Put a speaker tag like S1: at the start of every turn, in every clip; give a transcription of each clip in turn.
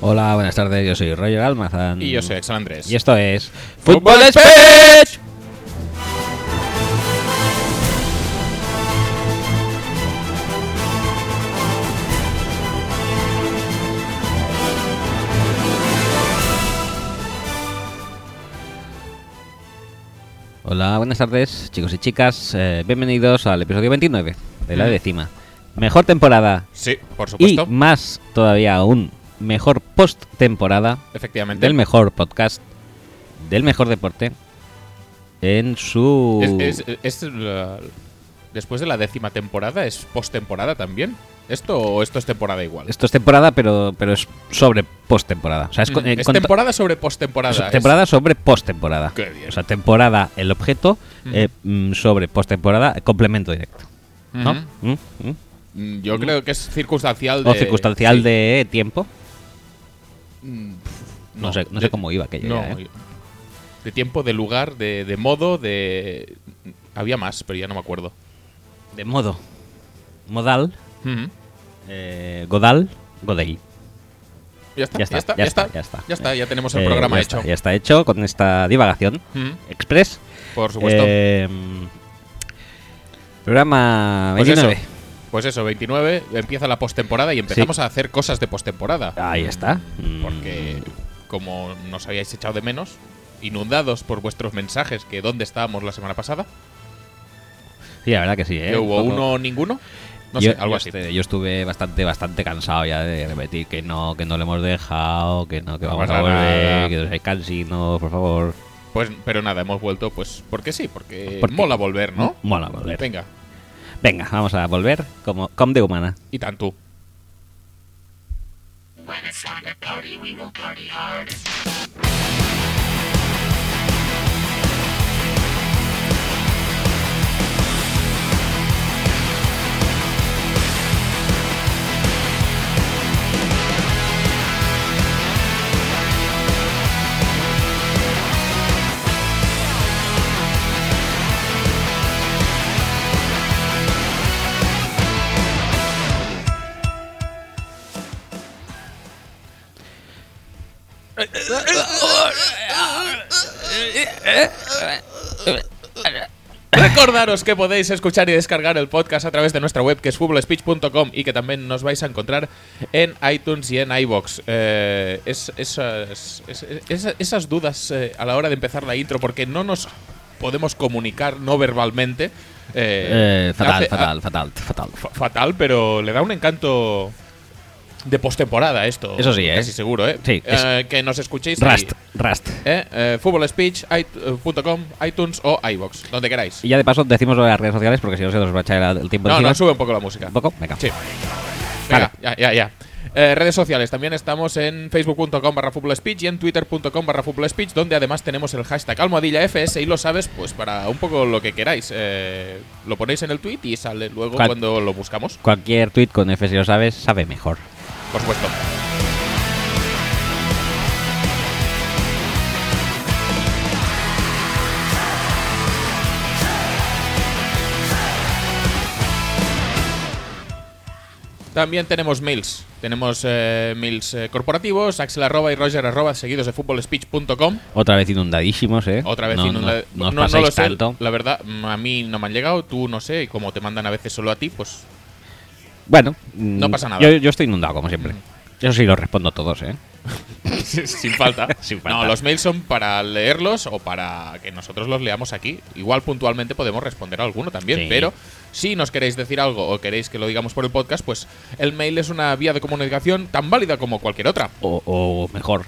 S1: Hola, buenas tardes, yo soy Roger Almazán.
S2: Y yo soy Axel Andrés.
S1: Mm. Y esto es.
S2: ¡Fútbol
S1: Speech! Hola, buenas tardes, chicos y chicas. eh, bienvenidos al episodio 29 de la
S2: Mm.
S1: décima. Mejor temporada
S2: Sí, por
S1: y
S2: supuesto.
S1: más todavía aún, mejor post-temporada
S2: Efectivamente.
S1: del mejor podcast, del mejor deporte, en su...
S2: Es- es- es la- después de la décima temporada, ¿es postemporada también? ¿Esto o esto es temporada igual?
S1: Esto es temporada, pero, pero es sobre post-temporada. O sea, es,
S2: Mm,
S1: con- eh,
S2: es
S1: con-
S2: temporada sobre postemporada.
S1: so-
S2: es-
S1: temporada sobre post-temporada.
S2: Qué bien.
S1: O sea, temporada el objeto,
S2: Ujú.
S1: eh, mm, sobre post-temporada eh, complemento directo. ¿No?
S2: Ujú.
S1: Mm, mm.
S2: Mm, Yo creo que es circunstancial de.
S1: O circunstancial
S2: sí.
S1: de tiempo.
S2: Mm, pf,
S1: No, sé, no
S2: de-
S1: sé cómo iba aquello.
S2: no,
S1: ya, ¿eh?
S2: De tiempo, de lugar, de, de modo, de. Había más, pero ya no me acuerdo.
S1: De modo. Modal.
S2: Ujú.
S1: eh, godal. Godel.
S2: Ya
S1: Ya
S2: está, ya
S1: está,
S2: está,
S1: ya está, ya está.
S2: Ya está, ya tenemos el
S1: Eh,
S2: programa
S1: ya
S2: hecho.
S1: Está, ya está hecho con esta divagación
S2: Ujú,
S1: express.
S2: Por supuesto.
S1: Eh, programa
S2: Pues
S1: 29.
S2: eso, pues eso, 29, empieza la postemporada y empezamos a hacer cosas de postemporada.
S1: Ahí está. Mm.
S2: Porque como nos habíais echado de menos, inundados por vuestros mensajes que dónde estábamos la semana pasada,
S1: Sí, la verdad que sí. ¿eh?
S2: que hubo
S1: Un poco-
S2: uno ninguno, no
S1: yo,
S2: sé, algo
S1: yo
S2: así.
S1: este- yo estuve bastante, bastante cansado ya de repetir que no, que no le hemos dejado, que no, que
S2: No
S1: vamos a
S2: pasa
S1: volver,
S2: nada.
S1: que no seáis cansinos, por favor.
S2: Pues, pero nada, hemos vuelto, pues porque sí, porque
S1: Porque-
S2: mola volver, ¿no?
S1: Mola volver. Venga,
S2: Venga,
S1: vamos a volver como com de humana.
S2: y tanto. Recordaros que podéis escuchar y descargar el podcast a través de nuestra web que es fublespeech.com y que también nos vais a encontrar en iTunes y en iBox. Eh, es- esas, es- es- esas dudas eh, a la hora de empezar la intro, porque no nos podemos comunicar no verbalmente. eh,
S1: Eh, fatal,
S2: hace-
S1: fatal, fatal, fatal,
S2: fa- fatal, pero le da un encanto de postemporada esto.
S1: Eso sí, ¿eh?
S2: Casi seguro, ¿eh?
S1: Sí, es-
S2: Eh, que nos escuchéis. ahí,
S1: Rust, Rust.
S2: ¿eh? Eh, fublespeech.com, iTunes o iBox, donde queráis.
S1: Y ya de paso decimos lo de las redes sociales porque si no se nos va a echar el tiempo
S2: No,
S1: encima.
S2: no, sube un poco la música.
S1: ¿Un poco? Venga.
S2: Sí. Venga, ya, ya, ya. Eh, redes sociales, también estamos en facebook.com barra speech y en twitter.com barra speech donde además tenemos el hashtag almohadilla FS y lo sabes pues para un poco lo que queráis. Eh, lo ponéis en el tweet y sale luego
S1: ¿Cuál?
S2: cuando lo buscamos,
S1: Cualquier tweet con F si lo sabes, sabe mejor.
S2: por supuesto. También tenemos mails. Tenemos eh, mails eh, corporativos, axel arroba y roger arroba, seguidos de footballspeech.com.
S1: Otra vez inundadísimos, ¿eh?
S2: Otra vez
S1: no,
S2: inunda-
S1: No, no, os pasáis
S2: lo sé.
S1: tanto.
S2: La verdad, mm, a mí no me han llegado, tú no sé, y como te mandan a veces solo a ti, pues
S1: Bueno, mm,
S2: No pasa nada.
S1: Yo, yo estoy inundado, como siempre. Eso sí, lo respondo todos, ¿eh?
S2: sin, falta.
S1: Sin falta.
S2: No, los mails son para leerlos o para que nosotros los leamos aquí. Igual puntualmente podemos responder a alguno también,
S1: Sí.
S2: pero si nos queréis decir algo o queréis que lo digamos por el podcast, pues el mail es una vía de comunicación tan válida como cualquier otra.
S1: O, o mejor.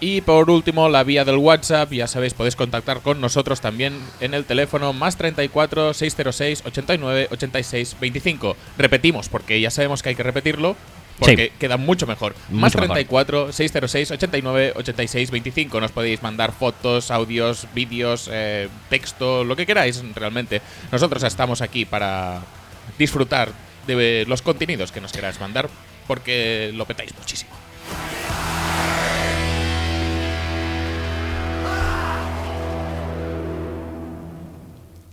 S2: Y por último, la vía del WhatsApp, ya sabéis, podéis contactar con nosotros también en el teléfono más 34 606 89 86 25. Repetimos, porque ya sabemos que hay que repetirlo, porque
S1: Sí.
S2: queda mucho mejor.
S1: Mucho
S2: más
S1: mejor.
S2: 34 606 89 86 25. Nos podéis mandar fotos, audios, vídeos, eh, texto, lo que queráis realmente. Nosotros estamos aquí para disfrutar de los contenidos que nos queráis mandar, porque lo petáis muchísimo.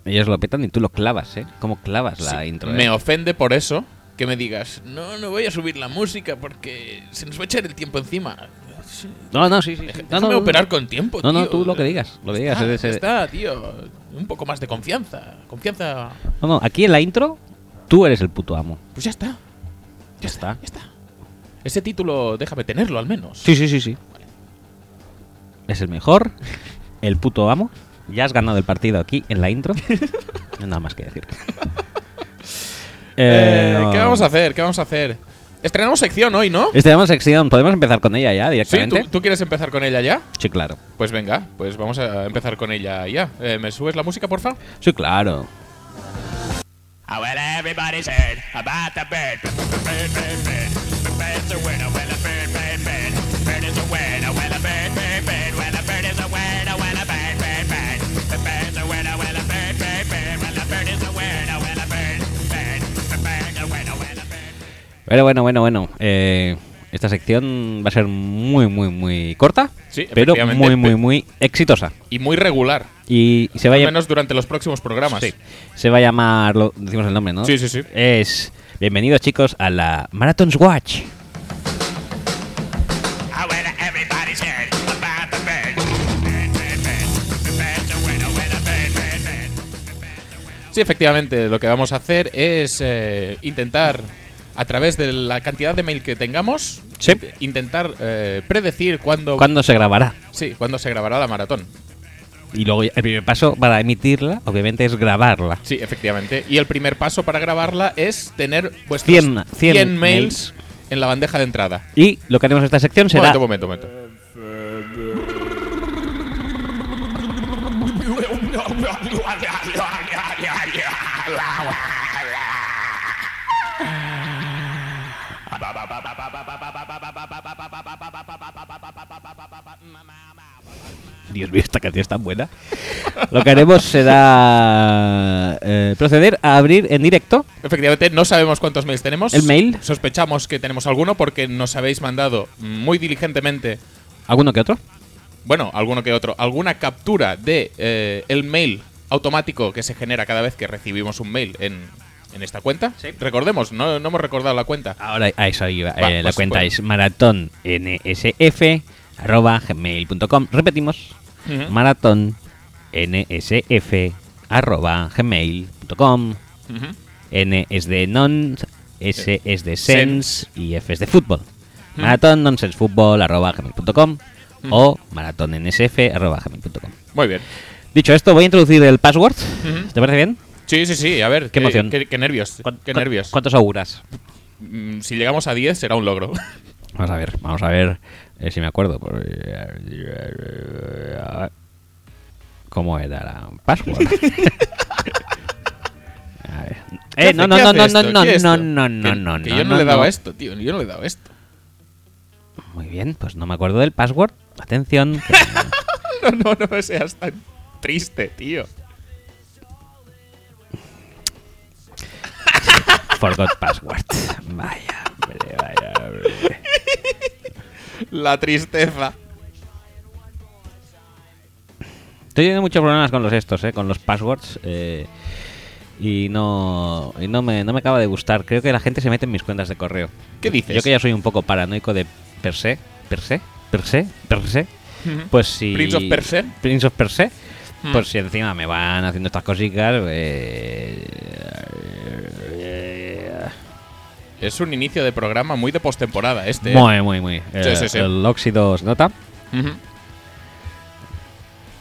S1: Ellos lo petan y tú lo clavas, ¿eh? ¿Cómo clavas la
S2: Sí,
S1: intro?
S2: Me
S1: eh?
S2: ofende por eso que me digas, no, no voy a subir la música porque se nos va a echar el tiempo encima.
S1: No, no, sí, sí. sí. No,
S2: Déjame
S1: no,
S2: operar con tiempo,
S1: No,
S2: tío.
S1: no, tú lo que digas, lo que digas,
S2: Está,
S1: es ese-
S2: está, tío. Un poco más de confianza. Confianza.
S1: No, no, aquí en la intro tú eres el puto amo.
S2: Pues ya está. Ya está.
S1: está.
S2: Ya está. Ese título, déjame tenerlo al menos.
S1: Sí, sí, sí, sí. Es el mejor, el puto amo. Ya has ganado el partido aquí en la intro. No hay Nada más que decir.
S2: Eh,
S1: Eh,
S2: ¿Qué vamos a hacer? ¿Qué vamos a hacer? Estrenamos sección hoy, ¿no?
S1: Estrenamos Este, sección. ¿Podemos empezar con ella ya
S2: Sí,
S1: directamente?
S2: ¿tú, tú quieres empezar con ella ya?
S1: Sí, claro.
S2: Pues venga, pues vamos a empezar con ella ya. Eh, ¿Me subes la música, porfa?
S1: Sí, claro.
S3: I Ah, well, everybody's heard about the bird. Bird, bird, bird, bird. Bird's a winner, well, a bird, bird, bird. Bird is a winner, well, a bird, bird, bird. Well, a bird is a winner, well, a bird, bird, bird. The bird's a winner, well, a bird, bird, bird. Well, a bird is a winner, well, a bird, bird. The bird's a winner, well, a bird.
S1: Pero bueno, bueno, bueno. eh, esta sección va a ser muy, muy, muy corta.
S2: Sí,
S1: pero
S2: efectivamente,
S1: muy, muy,
S2: pe-
S1: muy exitosa.
S2: Y muy regular.
S1: Y, y se va a
S2: Al
S1: llam-
S2: menos durante los próximos programas.
S1: Sí. Se va a llamar. lo- decimos el nombre, ¿no?
S2: Sí, sí, sí.
S1: Es. Bienvenidos, chicos, a la Marathons Watch.
S3: I Ah, well, everybody's heard about the bird. Bird, bird, bird. The bird's a winner, well, a bird, bird, bird.
S2: Sí, efectivamente, lo que vamos a hacer es eh, intentar, a través de la cantidad de mail que tengamos,
S1: Sí.
S2: int- intentar eh, predecir cuándo,
S1: ¿Cuándo se grabará?
S2: sí, cuándo se grabará la maratón.
S1: Y luego ya- el primer paso para emitirla, obviamente, es grabarla.
S2: Sí, efectivamente. Y el primer paso para grabarla es tener vuestros
S1: 100, 100
S2: 100 mails
S1: mails.
S2: en la bandeja de entrada.
S1: Y lo que haremos en esta sección será.
S2: Momento, momento, momento.
S1: Dios mío, esta canción es tan buena. lo que haremos será. eh, proceder a abrir en directo.
S2: Efectivamente, no sabemos cuántos mails tenemos.
S1: ¿El mail?
S2: Sospechamos que tenemos alguno porque nos habéis mandado muy diligentemente
S1: ¿Alguno que otro?
S2: bueno, alguno que otro, alguna captura de eh, el mail automático que se genera cada vez que recibimos un mail en, en esta cuenta. Recordemos, no, no hemos recordado la cuenta.
S1: Ahora a eso iba.
S2: Va,
S1: Eh, la
S2: pues,
S1: cuenta
S2: bueno.
S1: es maratonnsf@gmail.com. Repetimos,
S2: Ujú.
S1: maratonnsf@gmail.com.
S2: Ujú.
S1: N es de non,
S2: Eh,
S1: S es de
S2: Sense.
S1: sense y F es de fútbol.
S2: Hmm.
S1: Maratón gmail.com o maratonnsf@gmail.com.
S2: Muy bien.
S1: Dicho esto, voy a introducir el password.
S2: Ujú.
S1: ¿Te parece bien?
S2: Sí, sí, sí, a ver.
S1: Qué emoción.
S2: Qué, qué nervios.
S1: ¿Cuán-
S2: Qué
S1: cuán-
S2: nervios.
S1: ¿Cuántos auguras?
S2: Mm, Si llegamos a 10 será un
S1: Eh,
S2: logro.
S1: Vamos a ver, vamos a ver eh, si me acuerdo. por- ¿Cómo era la password? a ver. Eh, no, no,
S2: ¿Qué
S1: no,
S2: hace
S1: no,
S2: esto?
S1: no, no,
S2: ¿Qué es
S1: no,
S2: esto?
S1: no,
S2: Que-
S1: no, no,
S2: que yo no,
S1: no,
S2: le he dado
S1: no.
S2: a esto, tío. Yo no le he dado a esto.
S1: Muy bien, pues no me acuerdo del password. Atención. que-
S2: No, no, no seas tan triste, tío.
S1: Forgot password. Vaya, hombre, vaya, hombre.
S2: La tristeza.
S1: Estoy teniendo muchos problemas con los estos, eh, con los passwords. eh, y no, y no, me, no me acaba de gustar. Creo que la gente se mete en mis cuentas de correo.
S2: ¿Qué dices?
S1: Yo que ya soy un poco paranoico de per se, per se, per se, per se.
S2: Ujú.
S1: Pues si.
S2: ¿Mm? Prince of Perse.
S1: Prince of per se.
S2: Hmm.
S1: Pues si encima me van haciendo estas cositas. eh,
S2: Es un inicio de programa muy de postemporada este. ¿eh?
S1: Muy, muy, muy. Eh,
S2: sí, sí.
S1: El óxido se nota,
S2: Ujú.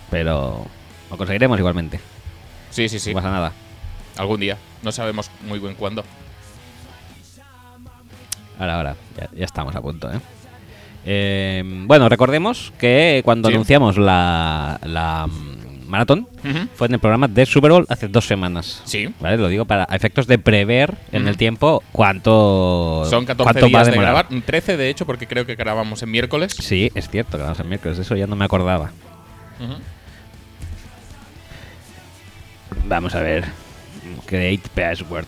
S1: pero lo conseguiremos igualmente.
S2: Sí, sí, sí.
S1: No pasa nada.
S2: Algún día. No sabemos muy bien cuándo.
S1: Ahora, ahora, ya, ya estamos a punto, ¿eh? Eh, bueno, recordemos que cuando
S2: Sí.
S1: anunciamos la, la mm, maratón
S2: Ujú.
S1: fue en el programa de Super Bowl hace dos semanas.
S2: Sí.
S1: ¿Vale? Lo digo para a efectos de prever en
S2: Ujú.
S1: el tiempo cuánto,
S2: Son 14
S1: cuánto va a
S2: días de
S1: demorar.
S2: grabar. 13 de hecho, porque creo que grabamos en miércoles.
S1: Sí, es cierto, grabamos el miércoles, de eso ya no me acordaba.
S2: Ujú.
S1: Vamos a ver. Create password.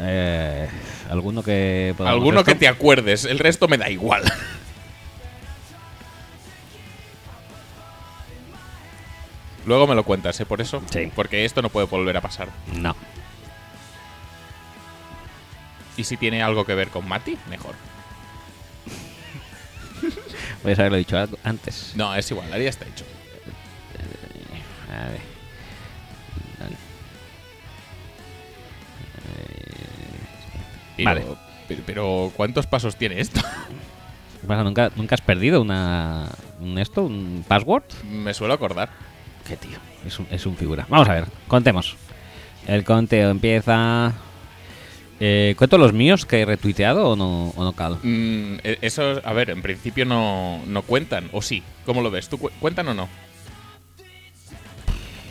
S1: Eh, ¿Alguno que podamos
S2: Alguno que
S1: esto?
S2: te acuerdes. El resto me da igual. Luego me lo cuentas, ¿eh? Por eso.
S1: Sí.
S2: Porque esto no puede volver a pasar.
S1: No.
S2: Y si tiene algo que ver con Mati, mejor.
S1: Voy a haberlo dicho algo antes.
S2: No, es igual, ahora ya está hecho.
S1: A ver.
S2: Pero-
S1: Vale.
S2: Pero, pero ¿cuántos pasos tiene esto?
S1: ¿Qué pasa? ¿Nunca, ¿Nunca has perdido una, un esto? ¿Un password?
S2: me suelo acordar.
S1: Qué tío. Es un, es un figura. Vamos a ver, contemos. El conteo empieza. Eh, ¿Cuento los míos que he retuiteado o no, o no calo?
S2: Mm, e- eso, a ver, en principio no, no cuentan, o sí. ¿Cómo lo ves? ¿Tú cu- cuentan o no?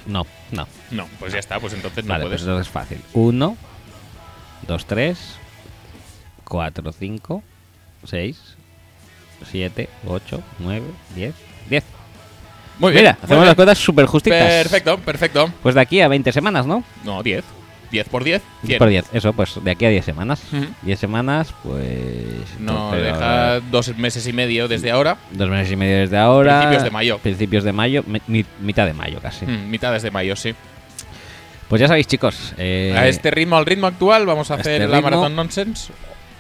S1: No, no.
S2: No, pues ya está, pues entonces no
S1: vale,
S2: puedes.
S1: pues entonces es fácil. 1, 2, 3, 4, 5, 6, 7, 8, 9, 10, 10.
S2: Muy bien.
S1: pues, Mira,
S2: muy
S1: hacemos
S2: bien.
S1: las cuentas súper justitas.
S2: Perfecto, perfecto.
S1: Pues de aquí a 20 semanas, ¿no?
S2: No, 10. 10 por 10, 100.
S1: 10 por 10, eso, pues de aquí a 10 semanas.
S2: Ujú.
S1: 10 semanas, pues.
S2: No,
S1: entonces
S2: deja
S1: ahora-
S2: dos meses y medio desde ahora,
S1: Dos meses y medio desde ahora.
S2: Principios de mayo.
S1: Principios de mayo, mi- mi- mitad de mayo casi.
S2: Mm, mitades de mayo, sí.
S1: Pues ya sabéis, chicos. eh,
S2: a este ritmo, al ritmo actual, vamos a
S1: a
S2: hacer
S1: este
S2: la
S1: ritmo.
S2: maratón nonsense.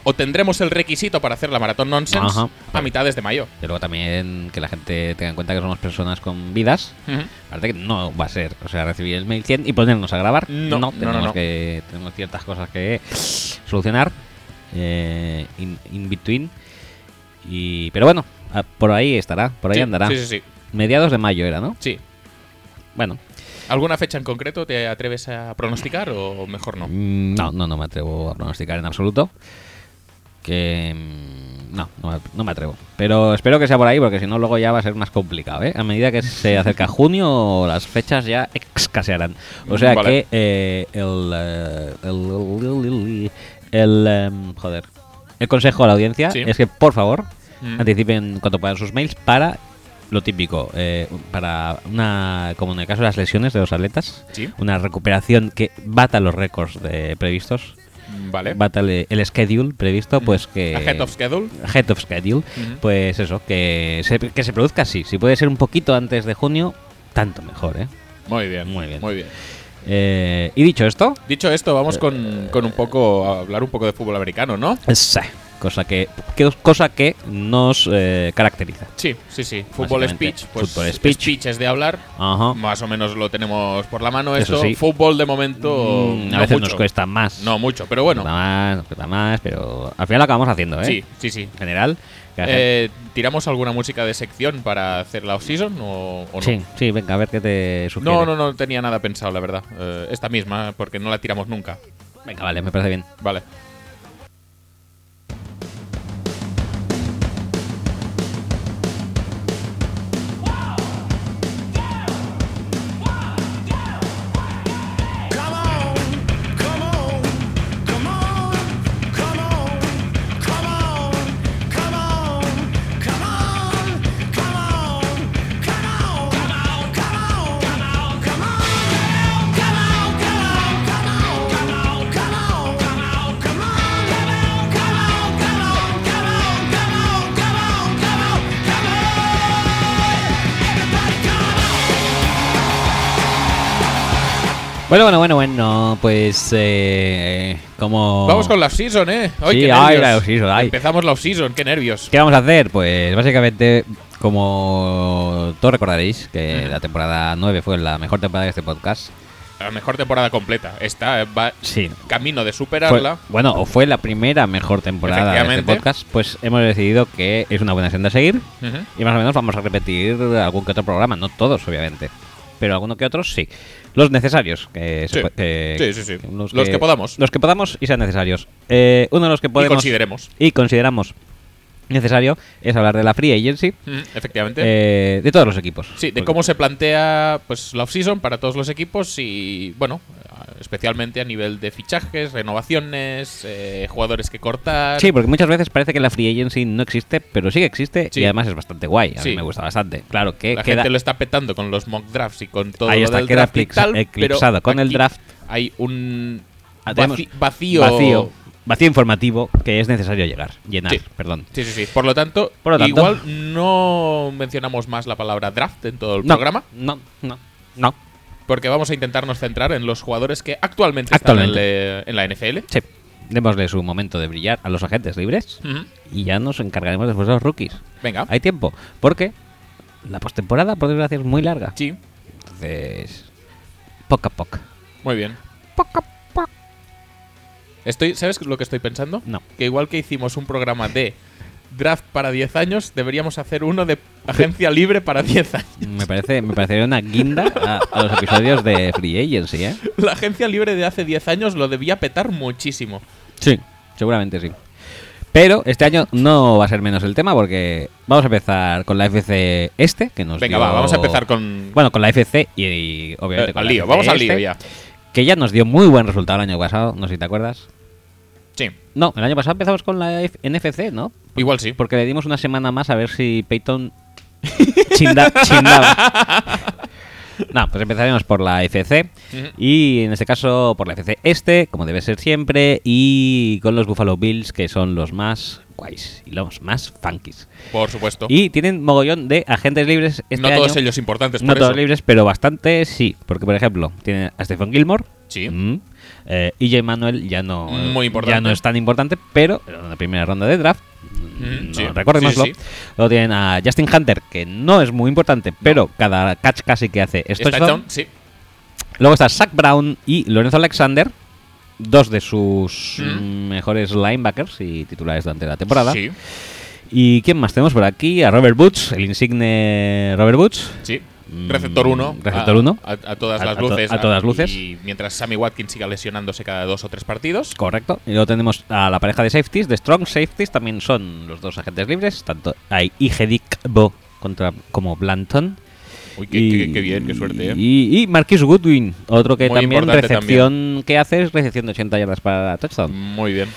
S2: O tendremos el requisito para hacer la maratón nonsense
S1: Ajá.
S2: a mitades de mayo.
S1: Y luego también que la gente tenga en cuenta que somos personas con vidas.
S2: Ujú.
S1: Aparte que no va a ser, o sea, recibir el mail 100 y ponernos a grabar.
S2: No, no, no,
S1: tenemos,
S2: no.
S1: Que, tenemos ciertas cosas que solucionar eh, in, in between. Y, pero bueno, a- por ahí estará, por ahí
S2: Sí,
S1: andará.
S2: Sí, sí, sí,
S1: Mediados de mayo era, ¿no?
S2: sí.
S1: Bueno,
S2: ¿Alguna fecha en concreto te atreves a pronosticar o mejor no?
S1: mm, no, no, no me atrevo a pronosticar en absoluto. Que... mm, No, no, me- no me atrevo. Pero espero que sea por ahí porque si no luego ya va a ser más complicado. ¿eh? A medida que se acerca junio las fechas ya escasearán. O sea
S2: Vale.
S1: que eh, el, eh, el, el, el, em, joder. El consejo a la audiencia
S2: Sí.
S1: es que por favor
S2: Mm.
S1: anticipen cuanto puedan sus mails para lo típico, eh, para una, como en el caso de las lesiones de los atletas,
S2: Sí.
S1: una recuperación que bata los récords de previstos,
S2: Vale.
S1: bata el, el schedule previsto, Mm, pues que...
S2: Ahead of schedule.
S1: Head of schedule,
S2: Ujú.
S1: pues eso, que se, que se produzca así. Si puede ser un poquito antes de junio, tanto mejor, ¿eh?
S2: Muy bien,
S1: Muy bien.
S2: Muy bien.
S1: Eh, y dicho esto,
S2: Dicho esto, vamos con, con un poco a hablar un poco de fútbol americano, ¿no?
S1: sí, cosa que, que- cosa que nos eh, caracteriza.
S2: Sí, sí, sí. Fútbol
S1: Básicamente,
S2: speech. Pues
S1: fútbol speech.
S2: es de hablar.
S1: Ajá.
S2: Más o menos lo tenemos por la mano
S1: Eso
S2: esto.
S1: sí.
S2: Fútbol de momento.
S1: Mm,
S2: no
S1: a veces
S2: mucho.
S1: nos cuesta más.
S2: No mucho, pero bueno.
S1: Nos cuesta más, nos cuesta más, pero al final lo acabamos haciendo, ¿eh?
S2: Sí, sí, sí.
S1: En general. que la gente-
S2: Eh, ¿Tiramos alguna música de sección para hacer la off-season o, o no?
S1: sí, sí, venga, a ver qué te sugiere.
S2: No, no, no tenía nada pensado, la verdad. Eh, esta misma, porque no la tiramos nunca.
S1: Venga, vale, me parece bien.
S2: Vale.
S3: Come on, come on, come on, come on, come on, come on, come on, come on, come on, come on, come on, come on, come on, come on, come on, come on, come on, come on, come on, come on, come on, come on, come on, come on, come on, come on, everybody come on.
S1: Bueno, bueno, bueno, bueno, pues. Eh, como.
S2: Vamos con la off-season, ¿eh?
S1: Sí,
S2: qué
S1: ay,
S2: nervios.
S1: la off-season, ay.
S2: Empezamos la off-season, qué nervios.
S1: ¿Qué vamos a hacer? Pues básicamente, como todos recordaréis, que la temporada 9 fue la mejor temporada de este podcast.
S2: La mejor temporada completa. Esta eh, va
S1: Sí.
S2: camino de
S1: Fue-
S2: superarla.
S1: bueno, o fue la primera mejor temporada de este
S2: Efectivamente.
S1: podcast, pues hemos decidido que es una buena senda a seguir.
S2: Ujú.
S1: Y más o menos vamos a repetir algún que otro programa, no todos, obviamente. Pero alguno que otro sí. Los necesarios. Que se
S2: Sí.
S1: pue- que-
S2: Sí, sí, sí.
S1: que
S2: Los que podamos.
S1: Los que podamos y sean necesarios. Eh, uno de los que podemos.
S2: Y consideremos.
S1: y consideramos necesario es hablar de la Free Agency.
S2: Ujú, Efectivamente.
S1: eh, de todos los equipos.
S2: sí, de
S1: Porque-
S2: cómo se plantea pues la off-season para todos los equipos y, bueno, especialmente a nivel de fichajes, renovaciones, eh, jugadores que cortar.
S1: Sí, porque muchas veces parece que la Free Agency no existe, pero sí que existe
S2: Sí.
S1: y además es bastante guay. A mí
S2: Sí.
S1: me gusta bastante. Claro que
S2: la
S1: queda.
S2: gente lo está petando con los mock drafts y con todo
S1: Ahí
S2: lo
S1: está,
S2: del
S1: queda
S2: draft y
S1: eclipsa-
S2: tal,
S1: eclipsado
S2: pero
S1: con el
S2: aquí
S1: draft.
S2: Hay un
S1: Ah, tenemos
S2: vaci- vacío.
S1: vacío. Vacío informativo que es necesario llegar, llenar,
S2: Sí.
S1: perdón.
S2: Sí, sí, sí. Por lo tanto,
S1: Por lo tanto-
S2: igual no mencionamos más la palabra draft en todo el programa.
S1: No, no. No.
S2: Porque vamos a intentarnos centrar en los jugadores que actualmente, están en, el- en la NFL.
S1: Sí. Démosle su momento de brillar a los agentes libres
S2: Ujú.
S1: y ya nos encargaremos después de los rookies.
S2: Venga.
S1: Hay tiempo, porque la postemporada, por desgracia, es muy larga.
S2: Sí,
S1: Entonces, poco a poco.
S2: muy bien.
S1: Poco a poco.
S2: Estoy, ¿Sabes lo que estoy pensando?
S1: No.
S2: Que igual que hicimos un programa de draft para 10 años, deberíamos hacer uno de agencia libre para 10 años.
S1: Me, parece, me parecería una guinda a, a los episodios de Free Agency, ¿eh?
S2: La agencia libre de hace 10 años lo debía petar muchísimo.
S1: Sí, seguramente sí. Pero este año no va a ser menos el tema porque vamos a empezar con la FC este, que nos
S2: Venga,
S1: dio-
S2: va, vamos a empezar con.
S1: Bueno, con la FC y, y
S2: eh,
S1: obviamente con
S2: al
S1: la
S2: lío,
S1: FC
S2: vamos al
S1: este,
S2: lío ya.
S1: Que ya nos dio muy buen resultado el año pasado, no sé si te acuerdas.
S2: Sí,
S1: No, el año pasado empezamos con la F- NFC, ¿no?
S2: igual sí.
S1: Porque le dimos una semana más a ver si Peyton chinda- chindaba. No, pues empezaremos por la FC.
S2: Ujú.
S1: Y en este caso por la FC este, como debe ser siempre. Y con los Buffalo Bills, que son los más guays y los más funkies.
S2: Por supuesto.
S1: Y tienen mogollón de agentes libres este
S2: no todos
S1: año.
S2: ellos importantes,
S1: No
S2: por
S1: todos
S2: eso.
S1: libres, pero bastante sí. Porque, por ejemplo, tiene a Stephen Gilmore.
S2: Sí.
S1: Mm. Eh, EJ Manuel ya no,
S2: Muy importante.
S1: ya no es tan importante, pero en la primera ronda de draft,
S2: Mm,
S1: no,
S2: sí.
S1: recordémoslo.
S2: Sí, sí.
S1: Luego tienen a Justin Hunter, que no es muy importante, pero cada catch casi que hace es
S2: Está
S1: touchdown.
S2: Town, sí.
S1: Luego está Zach Brown y Lorenzo Alexander, dos de sus
S2: Mm.
S1: mm, mejores linebackers y titulares durante la temporada.
S2: Sí,
S1: ¿Y quién más tenemos por aquí? A Robert Woods, el insigne Robert Woods.
S2: sí.
S1: Mm,
S2: Receptor 1.
S1: receptor uno.
S2: A, a todas
S1: A-
S2: las
S1: a to-
S2: luces.
S1: a todas luces.
S2: Y mientras Sammy Watkins siga lesionándose cada dos o tres partidos.
S1: Correcto. Y luego tenemos a la pareja de safeties, de strong safeties, también son los dos agentes libres, tanto hay Ijedikbo contra como Blanton.
S2: Uy, qué,
S1: y-
S2: qué- qué bien, qué suerte. ¿eh?
S1: Y, y Marquis Goodwin, otro que
S2: Muy
S1: también
S2: importante Mm.
S1: recepción que hace es recepción de 80 yardas para touchdown.
S2: Muy bien.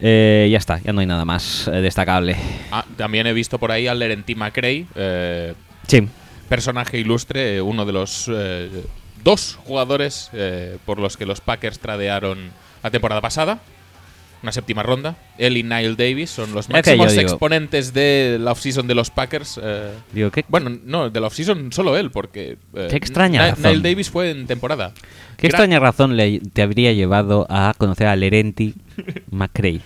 S1: Eh, ya está, ya no hay nada más eh, destacable.
S2: Ah, también he visto por ahí a Lerenti McRae, eh,
S1: Sí.
S2: personaje ilustre, eh, uno de los eh, dos jugadores eh, por los que los Packers tradearon la temporada pasada. Una séptima ronda. Él y Nile Davis son los
S1: Ya que
S2: máximos
S1: yo digo-
S2: exponentes de la offseason de los Packers. eh,
S1: Digo, ¿qué,
S2: Bueno, no, de la offseason solo él, porque. eh,
S1: Qué extraña
S2: Ni-
S1: razón.
S2: Nile Davis fue en temporada.
S1: qué
S2: Gra-
S1: extraña razón le, te habría llevado a conocer a Lerenti McCray?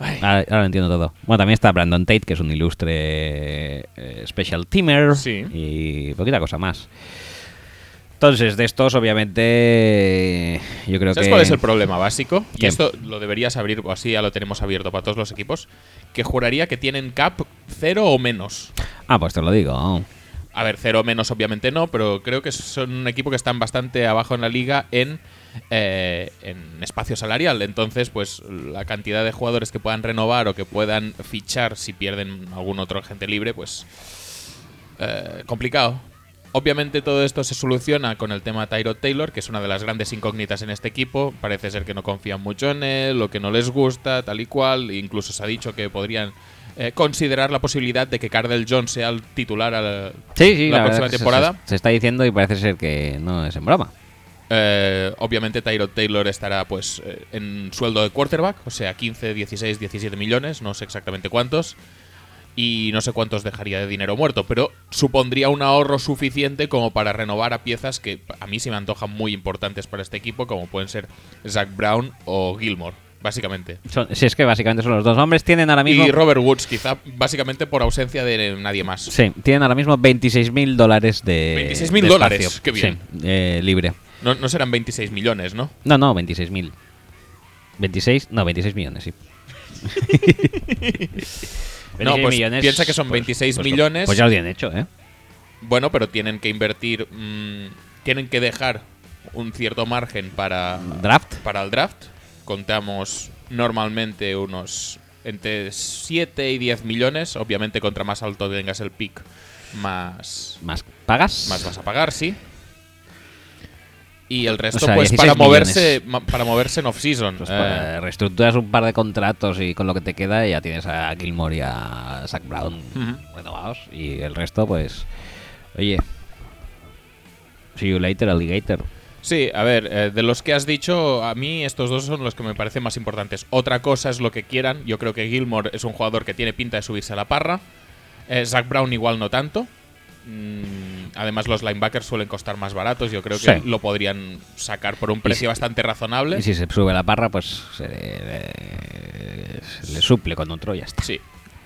S2: Ay,
S1: Ahora, ahora lo entiendo todo. Bueno, también está Brandon Tate, que es un ilustre eh, special teamer.
S2: Sí.
S1: Y poquita cosa más. Entonces, de estos, obviamente, yo creo
S2: ¿Sabes
S1: que...
S2: cuál es el problema básico? Y
S1: ¿Qué?
S2: esto lo deberías abrir, o así ya lo tenemos abierto para todos los equipos. Que juraría que tienen cap cero o menos.
S1: Ah, pues te lo digo.
S2: A ver, cero o menos obviamente no, pero creo que son un equipo que están bastante abajo en la liga en, eh, en espacio salarial. Entonces, pues la cantidad de jugadores que puedan renovar o que puedan fichar si pierden algún otro agente libre, pues eh, complicado. Obviamente todo esto se soluciona con el tema Tyrod Taylor, que es una de las grandes incógnitas en este equipo. Parece ser que no confían mucho en él, lo que no les gusta, tal y cual. Incluso se ha dicho que podrían eh, considerar la posibilidad de que Cardell Jones sea el titular al-
S1: Sí, sí,
S2: la,
S1: verdad
S2: próxima
S1: es que se-
S2: temporada.
S1: Se, se está diciendo y parece ser que no es en broma.
S2: Eh, obviamente Tyrod Taylor estará pues eh, en sueldo de quarterback, o sea, 15, 16, 17 millones, no sé exactamente cuántos. Y no sé cuántos dejaría de dinero muerto, pero supondría un ahorro suficiente como para renovar a piezas que a mí se me antojan muy importantes para este equipo, como pueden ser Zach Brown o Gilmore, básicamente.
S1: Son- si es que básicamente son los dos hombres, tienen ahora mismo...
S2: Y Robert Woods, quizá básicamente por ausencia de nadie más.
S1: Sí, tienen ahora mismo 26.000 dólares de...
S2: 26.000
S1: de
S2: dólares,
S1: espacio.
S2: qué bien.
S1: Sí, eh, libre.
S2: No, no serán 26 millones, ¿no?
S1: No, no, 26.000. 26, no, 26 millones, sí. 26
S2: pues piensa que son 26 millones.
S1: Pues ya lo tienen hecho, ¿eh?
S2: Bueno, pero tienen que invertir. mm, tienen que dejar un cierto margen para,
S1: Draft.
S2: para el draft. Contamos normalmente unos entre 7 y 10 millones. Obviamente, contra más alto tengas el pick, más,
S1: Más pagas.
S2: más vas a pagar, sí. Y el resto,
S1: sea,
S2: pues,
S1: 16
S2: para
S1: millones.
S2: moverse, ma- para moverse en off-season.
S1: Pues,
S2: Eh,
S1: eh, reestructuras un par de contratos y con lo que te queda ya tienes a Gilmore y a Zach Brown
S2: Ujú.
S1: renovados. Y el resto, pues. Oye. See you later, alligator.
S2: Sí, a ver, eh, de los que has dicho, a mí estos dos son los que me parecen más importantes. Otra cosa es lo que quieran. Yo creo que Gilmore es un jugador que tiene pinta de subirse a la parra. Eh, Zach Brown igual no tanto. Mm, además, los linebackers suelen costar más baratos. Yo creo que
S1: Sí.
S2: lo podrían sacar por un precio bastante razonable.
S1: Y si se sube la parra, pues se le, se le suple con otro y ya está.
S2: Sí.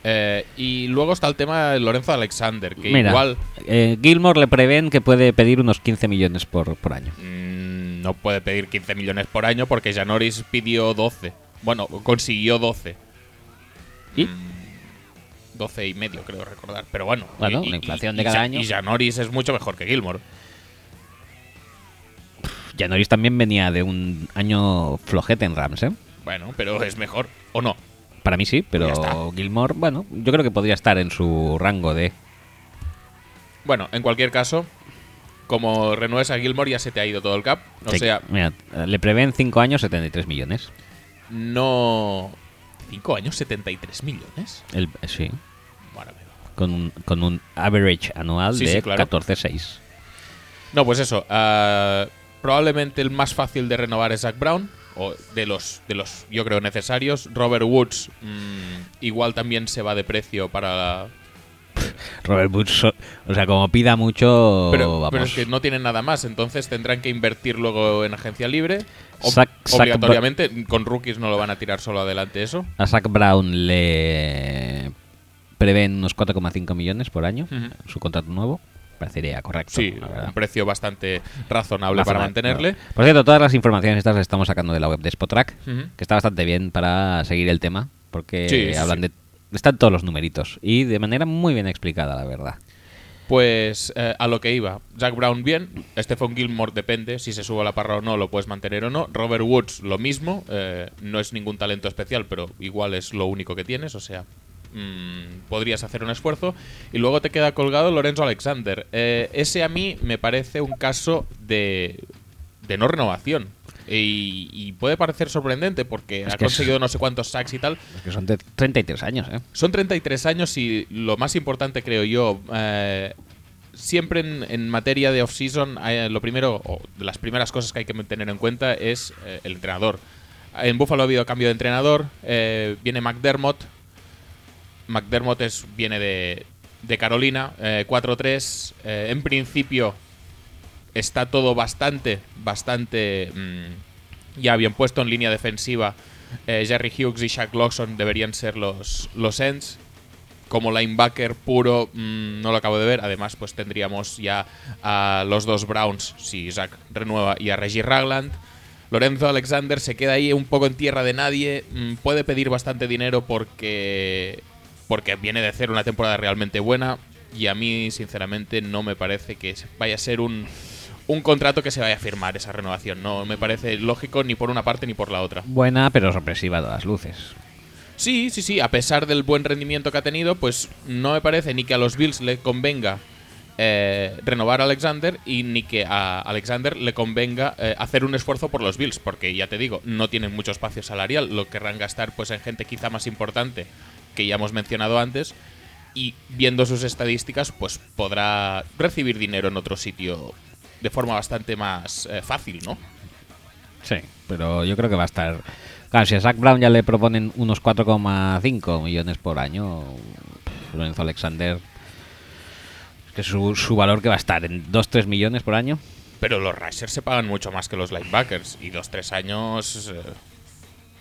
S2: Eh, y luego está el tema de Lorenzo Alexander, que
S1: Mira,
S2: igual
S1: eh, Gilmore le prevén que puede pedir unos 15 millones por, por año.
S2: mm, no puede pedir 15 millones por año porque Janoris pidió 12. Bueno, consiguió 12.
S1: ¿Y?
S2: Mm, 12 y medio, creo recordar. Pero bueno.
S1: Bueno,
S2: y-
S1: la
S2: y-
S1: inflación
S2: y-
S1: de
S2: y
S1: cada
S2: Ja-
S1: año.
S2: Y Janoris es mucho mejor que Gilmore.
S1: Janoris también venía de un año flojete en Rams, ¿eh?
S2: Bueno, pero es mejor. ¿O no?
S1: Para mí sí, pero
S2: ya está.
S1: Gilmore, bueno, yo creo que podría estar en su rango de...
S2: Bueno, en cualquier caso, como renueves a Gilmore ya se te ha ido todo el cap. O
S1: Sí,
S2: sea,
S1: mira, le prevén 5 años 73 millones.
S2: no... 5 años, 73 millones.
S1: El, eh, sí,
S2: Bueno, me va.
S1: con un, con un average anual
S2: Sí,
S1: de
S2: sí, claro.
S1: 14,6.
S2: No, pues eso. ah, probablemente el más fácil de renovar es Zach Brown. O de los, de los, yo creo, necesarios. Robert Woods mm, igual también se va de precio para...
S1: Robert Woods, so- o sea, como pida mucho,
S2: Pero,
S1: Oh, vamos.
S2: pero es que no tienen nada más, entonces tendrán que invertir luego en agencia libre. Ob-
S1: Zach- Zach
S2: obligatoriamente, con rookies no lo van a tirar solo adelante eso.
S1: A Zach Brown le prevén unos 4,5 millones por año,
S2: Ujú.
S1: su contrato nuevo. Parecería correcto,
S2: Sí,
S1: la
S2: un
S1: verdad.
S2: precio bastante razonable para
S1: Razonable,
S2: mantenerle.
S1: claro. Por cierto, todas las informaciones estas las estamos sacando de la web de Spotrack,
S2: Ujú.
S1: que está bastante bien para seguir el tema, porque
S2: Sí, sí,
S1: hablan
S2: sí.
S1: de... Están todos los numeritos y de manera muy bien explicada, la verdad.
S2: Pues eh, a lo que iba. Jack Brown bien, Stephen Gilmore depende, si se sube a la parra o no, lo puedes mantener o no. Robert Woods lo mismo, eh, no es ningún talento especial, pero igual es lo único que tienes, o sea, mm, podrías hacer un esfuerzo. Y luego te queda colgado Lorenzo Alexander. Eh, ese a mí me parece un caso de, de no renovación. Y, y puede parecer sorprendente porque
S1: Es
S2: ha
S1: que es-
S2: conseguido no sé cuántos sacks y tal,
S1: Es que son de 33 años, ¿eh?
S2: son 33 años y lo más importante, creo yo, eh, siempre en, en materia de off-season, eh, lo primero, o de las primeras cosas que hay que tener en cuenta es eh, el entrenador. En Buffalo ha habido cambio de entrenador, eh, viene McDermott. McDermott es, viene de, de Carolina, eh, 4-3. eh, en principio está todo bastante, bastante mm, ya bien puesto en línea defensiva. Eh, Jerry Hughes y Shaq Lawson deberían ser los, los ends. Como linebacker puro, mm, no lo acabo de ver. Además, pues tendríamos ya a los dos Browns, si Zach renueva, y a Reggie Ragland. Lorenzo Alexander se queda ahí un poco en tierra de nadie. mm, puede pedir bastante dinero porque, porque viene de hacer una temporada realmente buena. Y a mí, sinceramente, no me parece que vaya a ser un, un contrato que se vaya a firmar esa renovación. No me parece lógico ni por una parte ni por la otra.
S1: Buena, pero sorpresiva a todas luces.
S2: Sí, sí, sí, a pesar del buen rendimiento que ha tenido, pues no me parece ni que a los Bills le convenga eh, renovar a Alexander y ni que a Alexander le convenga eh, hacer un esfuerzo por los Bills, porque ya te digo, no tienen mucho espacio salarial, lo querrán gastar pues en gente quizá más importante que ya hemos mencionado antes y viendo sus estadísticas pues podrá recibir dinero en otro sitio de forma bastante más eh, fácil, ¿no?
S1: Sí, pero yo creo que va a estar. Claro, si a Zach Brown ya le proponen unos 4,5 millones por año, pff, Lorenzo Alexander. es Que su, su valor que va a estar en 2-3 millones por año.
S2: Pero los rushers se pagan mucho más que los linebackers. Y dos, tres años. eh,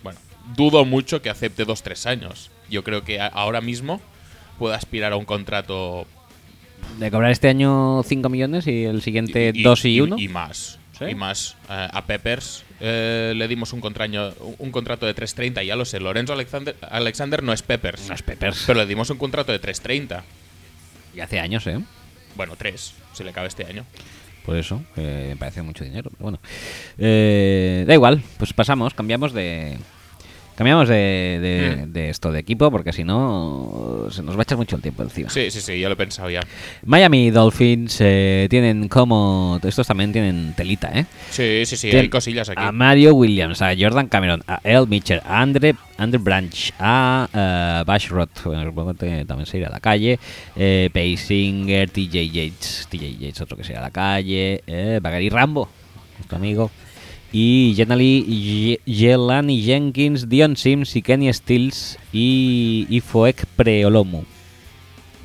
S2: bueno, dudo mucho que acepte dos, tres años. Yo creo que a- ahora mismo puede aspirar a un contrato.
S1: De cobrar este año 5 millones y el siguiente
S2: y-
S1: 2 y 1.
S2: Y más.
S1: ¿Sí?
S2: Y más. Eh, a Peppers eh, le dimos un, contraño- un contrato de 3.30, ya lo sé. Lorenzo Alexander, Alexander no es Peppers.
S1: No es Peppers.
S2: Pero le dimos un contrato de 3.30.
S1: Y hace años, ¿eh?
S2: Bueno, tres, si le cabe este año.
S1: Por eso, eh, me parece mucho dinero. Pero bueno, Eh, da igual, pues pasamos, cambiamos de. Cambiamos de, de-
S2: Mm.
S1: de esto de equipo porque si no se nos va a echar mucho el tiempo encima.
S2: Sí, sí, sí, ya lo he pensado ya.
S1: Miami Dolphins eh, tienen como. Estos también tienen telita, ¿eh?
S2: Sí, sí, sí, hay
S1: Tienen
S2: cosillas aquí.
S1: A Mario Williams, a Jordan Cameron, a El Mitchell, a Andre, Andre Branch, a eh, Bash Roth, bueno, supongo que también se irá a la calle, eh, Paisinger, TJ Yates, TJ Yates, otro que se irá a la calle, eh, Bagari Rambo, nuestro amigo, y Jenali, Jelani Jenkins, Dion Sims y Kenny Stills y Ifoek Preolomu.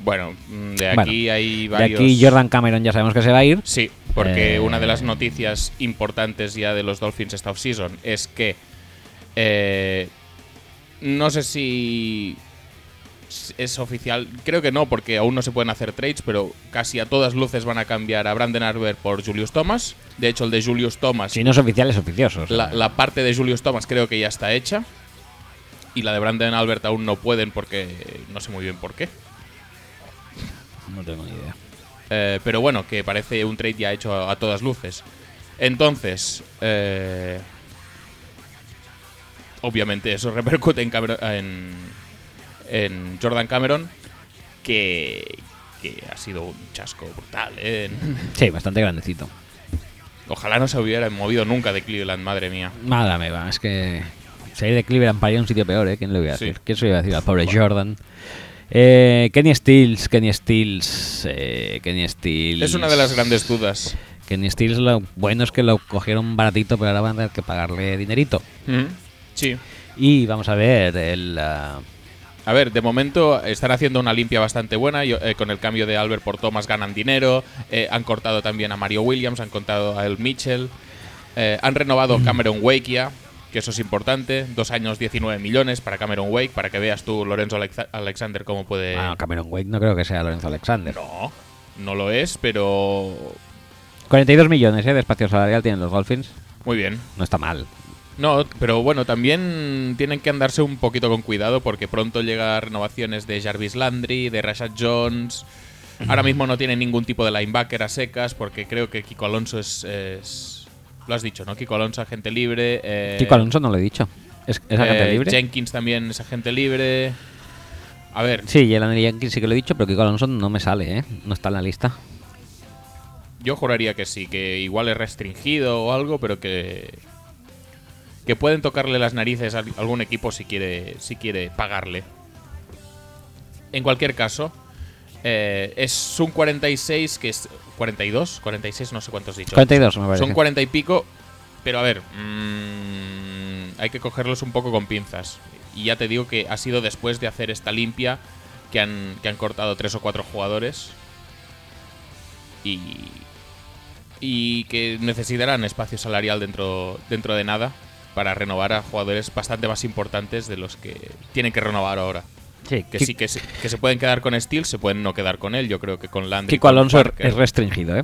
S2: Bueno, mm, de
S1: Bueno,
S2: aquí hay
S1: De
S2: varios.
S1: aquí Jordan Cameron ya sabemos que se va a ir.
S2: Sí, porque
S1: Eh,
S2: una de las noticias importantes ya de los Dolphins esta offseason es que eh, no sé si es oficial, creo que no, porque aún no se pueden hacer trades, pero casi a todas luces van a cambiar a Brandon Arber por Julius Thomas. De hecho, el de Julius Thomas,
S1: Si no es oficial, es oficioso. o sea.
S2: la, la parte de Julius Thomas creo que ya está hecha. Y la de Brandon Albert aún no pueden porque no sé muy bien por qué.
S1: No tengo ni idea.
S2: Eh, pero bueno, que parece un trade ya hecho a, a todas luces. Entonces, eh, obviamente eso repercute en, Cameron- en, en Jordan Cameron, que, que ha sido un chasco brutal. ¿eh?
S1: Sí, bastante grandecito.
S2: Ojalá no se hubiera movido nunca de Cleveland, madre mía.
S1: Nada me va, es que salir de Cleveland para ir a un sitio peor, ¿eh? ¿Quién le iba a
S2: Sí.
S1: decir? ¿Quién se lo iba a decir al pobre Jordan? Eh, Kenny Stills, Kenny Stills, eh, Kenny Stills.
S2: Es una de las grandes dudas.
S1: Kenny Stills, lo bueno es que lo cogieron baratito, pero ahora van a tener que pagarle dinerito.
S2: Sí.
S1: Y vamos a ver el. ah,
S2: A ver, de momento están haciendo una limpia bastante buena. Yo, eh, con el cambio de Albert por Thomas ganan dinero. eh, han cortado también a Mario Williams, han cortado a El Mitchell. eh, han renovado Cameron Wakea, que eso es importante. Dos años, 19 millones para Cameron Wake, para que veas tú, Lorenzo Alexa- Alexander, cómo puede.
S1: bueno, ah, Cameron Wake no creo que sea Lorenzo Alexander.
S2: no, no lo es, pero.
S1: 42 millones ¿eh? de espacio salarial tienen los Dolphins.
S2: Muy bien.
S1: No está mal.
S2: No, pero bueno, también tienen que andarse un poquito con cuidado porque pronto llega renovaciones de Jarvis Landry, de Rashad Jones. Ahora mismo no tienen ningún tipo de linebacker a secas porque creo que Kiko Alonso es... es- lo has dicho, ¿no? Kiko Alonso, agente libre. eh,
S1: Chico Alonso no lo he dicho. ¿Es, es agente
S2: eh,
S1: libre?
S2: Jenkins también es agente libre. A ver,
S1: Sí, Jalen Jenkins sí que lo he dicho, pero Kiko Alonso no me sale, ¿eh? No está en la lista.
S2: yo juraría que sí, que igual es restringido o algo, pero que... Que pueden tocarle las narices a algún equipo si quiere, si quiere pagarle. En cualquier caso, eh, es un 46 que es 42, 46, no sé cuántos dicho.
S1: 42, me parece.
S2: Son 40 y pico, pero a ver, mm, hay que cogerlos un poco con pinzas. Y ya te digo que ha sido después de hacer esta limpia que han, que han cortado tres o cuatro jugadores y, y que necesitarán espacio salarial dentro, dentro de nada para renovar a jugadores bastante más importantes de los que tienen que renovar ahora.
S1: Sí,
S2: Que
S1: Ki-
S2: sí, que, se- que se pueden quedar con Steel, se pueden no quedar con él. Yo creo que con Landry.
S1: Kiko
S2: con
S1: Alonso es-
S2: Parker,
S1: es restringido, ¿eh?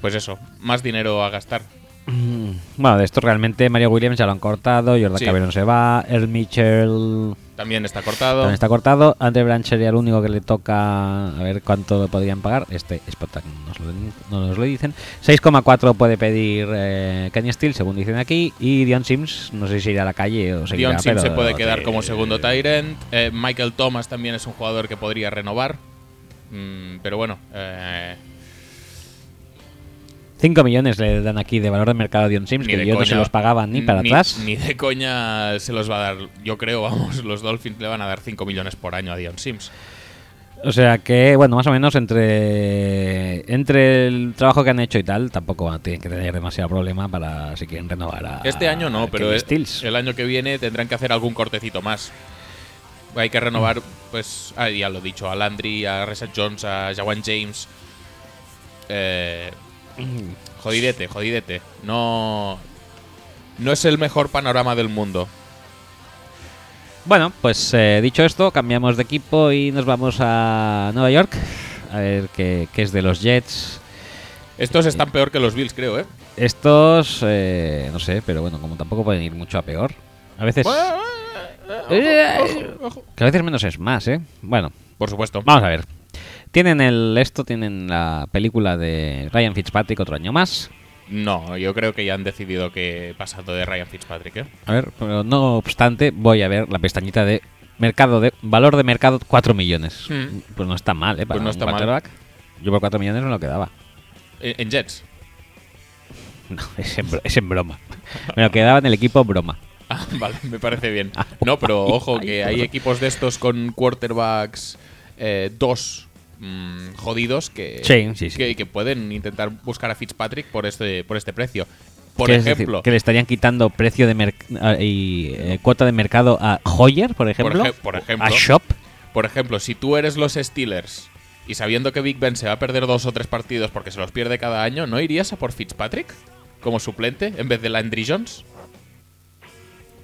S2: Pues eso, más dinero a gastar.
S1: Mm, Bueno, de esto realmente Mario Williams ya lo han cortado, Jordan
S2: Sí.
S1: Cameron se va, El Mitchell
S2: También está cortado.
S1: también está cortado, Andre Branch sería el único que le toca, a ver cuánto le podrían pagar, este Spotak nos lo, di- no nos lo dicen, 6,4 puede pedir eh, Kenny Steele, según dicen aquí, y Dion Sims, no sé si irá a la calle o seguirá,
S2: Dion Sim se
S1: pero-
S2: puede quedar como segundo Tyrant. Eh, Michael Thomas también es un jugador que podría renovar. Mm, pero bueno, eh,
S1: 5 millones le dan aquí de valor de mercado a Dion Sims,
S2: ni
S1: que
S2: de
S1: yo no se
S2: coña-
S1: los pagaban ni para atrás.
S2: Ni de coña se los va a dar. Yo creo, vamos, los Dolphins le van a dar 5 millones por año a Dion Sims.
S1: O sea que, bueno, más o menos entre, entre el trabajo que han hecho y tal, tampoco van- tienen que tener demasiado problema para si quieren renovar a.
S2: Este año
S1: a
S2: no, pero
S1: Kenny
S2: el,
S1: Stills.
S2: el año que viene tendrán que hacer algún cortecito más. Hay que renovar, pues, ah, ya lo he dicho, a Landry, a Reset Jones, a Jawan James. Eh, jodidete, jodidete. No, no es el mejor panorama del mundo.
S1: Bueno, pues eh, dicho esto, cambiamos de equipo y nos vamos a Nueva York. A ver qué, qué es de los Jets.
S2: Estos están peor que los Bills, creo, ¿eh?
S1: Estos, eh, no sé, pero bueno, como tampoco pueden ir mucho a peor. A veces. Eh, Que a veces menos es más, ¿eh? Bueno,
S2: Por supuesto.
S1: Vamos a ver. Tienen el esto, tienen la película de Ryan Fitzpatrick otro año más.
S2: No, yo creo que ya han decidido que he pasado de Ryan Fitzpatrick, ¿eh?
S1: A ver, pero no obstante, voy a ver la pestañita de mercado de valor de mercado 4 millones.
S2: Mm.
S1: Pues no está mal, eh, para
S2: Pues no
S1: un
S2: está mal.
S1: quarterback. Yo por 4 millones no lo quedaba.
S2: En en Jets.
S1: No, es en, bro- es en broma. Me lo quedaba en el equipo broma.
S2: Ah, vale, me parece bien. No, pero ojo, que hay equipos de estos con quarterbacks eh, dos mm, jodidos que,
S1: Sí, sí, sí.
S2: Que, que pueden intentar buscar a Fitzpatrick por este, por este precio. Por
S1: Que es decir,
S2: ejemplo,
S1: que le estarían quitando precio de merc- ah, y eh, cuota de mercado a Hoyer, por ejemplo,
S2: ejem- por ejemplo.
S1: a Shop,
S2: Por ejemplo, si tú eres los Steelers y sabiendo que Big Ben se va a perder dos o tres partidos porque se los pierde cada año, ¿no irías a por Fitzpatrick como suplente en vez de Landry Jones?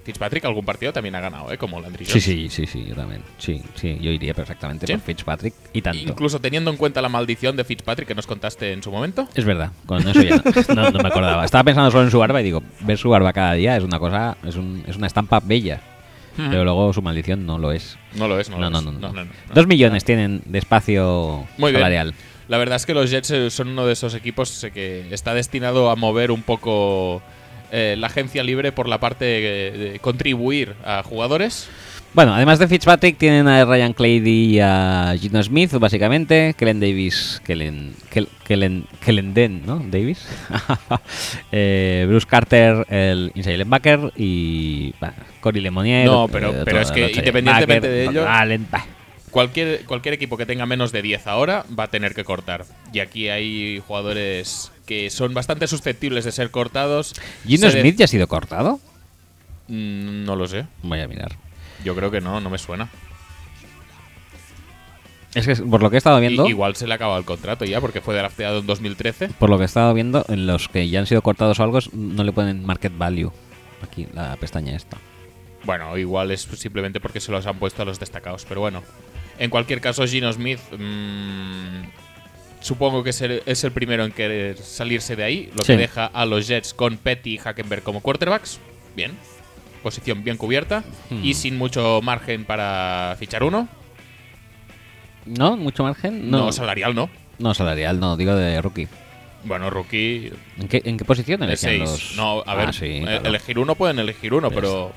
S2: Fitzpatrick algún partido también ha ganado, ¿eh? Como Landry
S1: Sí,
S2: Jones.
S1: sí, sí, sí, yo también. Sí, sí, yo iría perfectamente
S2: ¿Sí?
S1: por Fitzpatrick y tanto.
S2: Incluso teniendo en cuenta la maldición de Fitzpatrick que nos contaste en su momento.
S1: es verdad, con eso ya no, no me acordaba. Estaba pensando solo en su barba y digo, ver su barba cada día es una cosa, es, un- es una estampa bella, pero luego su maldición no lo es.
S2: No lo es, Hmm. no,
S1: No,
S2: lo
S1: no,
S2: es.
S1: no. no.
S2: no, no.
S1: Dos millones tienen de espacio
S2: Muy bien.
S1: salarial.
S2: La verdad es que los Jets eh, son uno de esos equipos eh, que está destinado a mover un poco eh, la agencia libre por la parte eh, de contribuir a jugadores.
S1: Bueno, además de Fitzpatrick, tienen a Ryan Clady y a Gino Smith, básicamente. Kellen Davis, Kellen, Kel- Kellen, Kellen Den, ¿no? Davis. Eh, Bruce Carter, el inside linebacker y bah, Cory Lemonier.
S2: No, pero-
S1: eh,
S2: pero
S1: toda
S2: es
S1: la
S2: que
S1: noche.
S2: independientemente de
S1: Baker,
S2: ello-
S1: Allen, bah.
S2: Cualquier, cualquier equipo que tenga menos de 10 ahora va a tener que cortar. Y aquí hay jugadores que son bastante susceptibles de ser cortados.
S1: ¿Gino
S2: Se de-
S1: Smith ya ha sido cortado?
S2: Mm, No lo sé.
S1: Voy a mirar.
S2: Yo creo que no, no me suena.
S1: Es que por lo que he estado viendo,
S2: I- igual se le ha acabado el contrato ya porque fue drafteado en 2013.
S1: por lo que he estado viendo, en los que ya han sido cortados o algo, es- no le ponen market value. Aquí, la pestaña esta.
S2: Bueno, igual es simplemente porque se los han puesto a los destacados, pero bueno. En cualquier caso, Gino Smith, mm, supongo que es el, es el primero en querer salirse de ahí, lo
S1: Sí.
S2: que deja a los Jets con Petty y Hackenberg como quarterbacks. Bien, posición bien cubierta
S1: Hmm.
S2: y sin mucho margen para fichar uno.
S1: ¿No? ¿Mucho margen?
S2: No, salarial no.
S1: No, salarial, no, digo de rookie.
S2: Bueno, rookie
S1: ¿En qué, en qué posición
S2: de
S1: elegían
S2: seis.
S1: los.?
S2: No, a
S1: Ah,
S2: ver,
S1: sí,
S2: eh,
S1: claro.
S2: elegir uno pueden elegir uno,
S1: Ya
S2: pero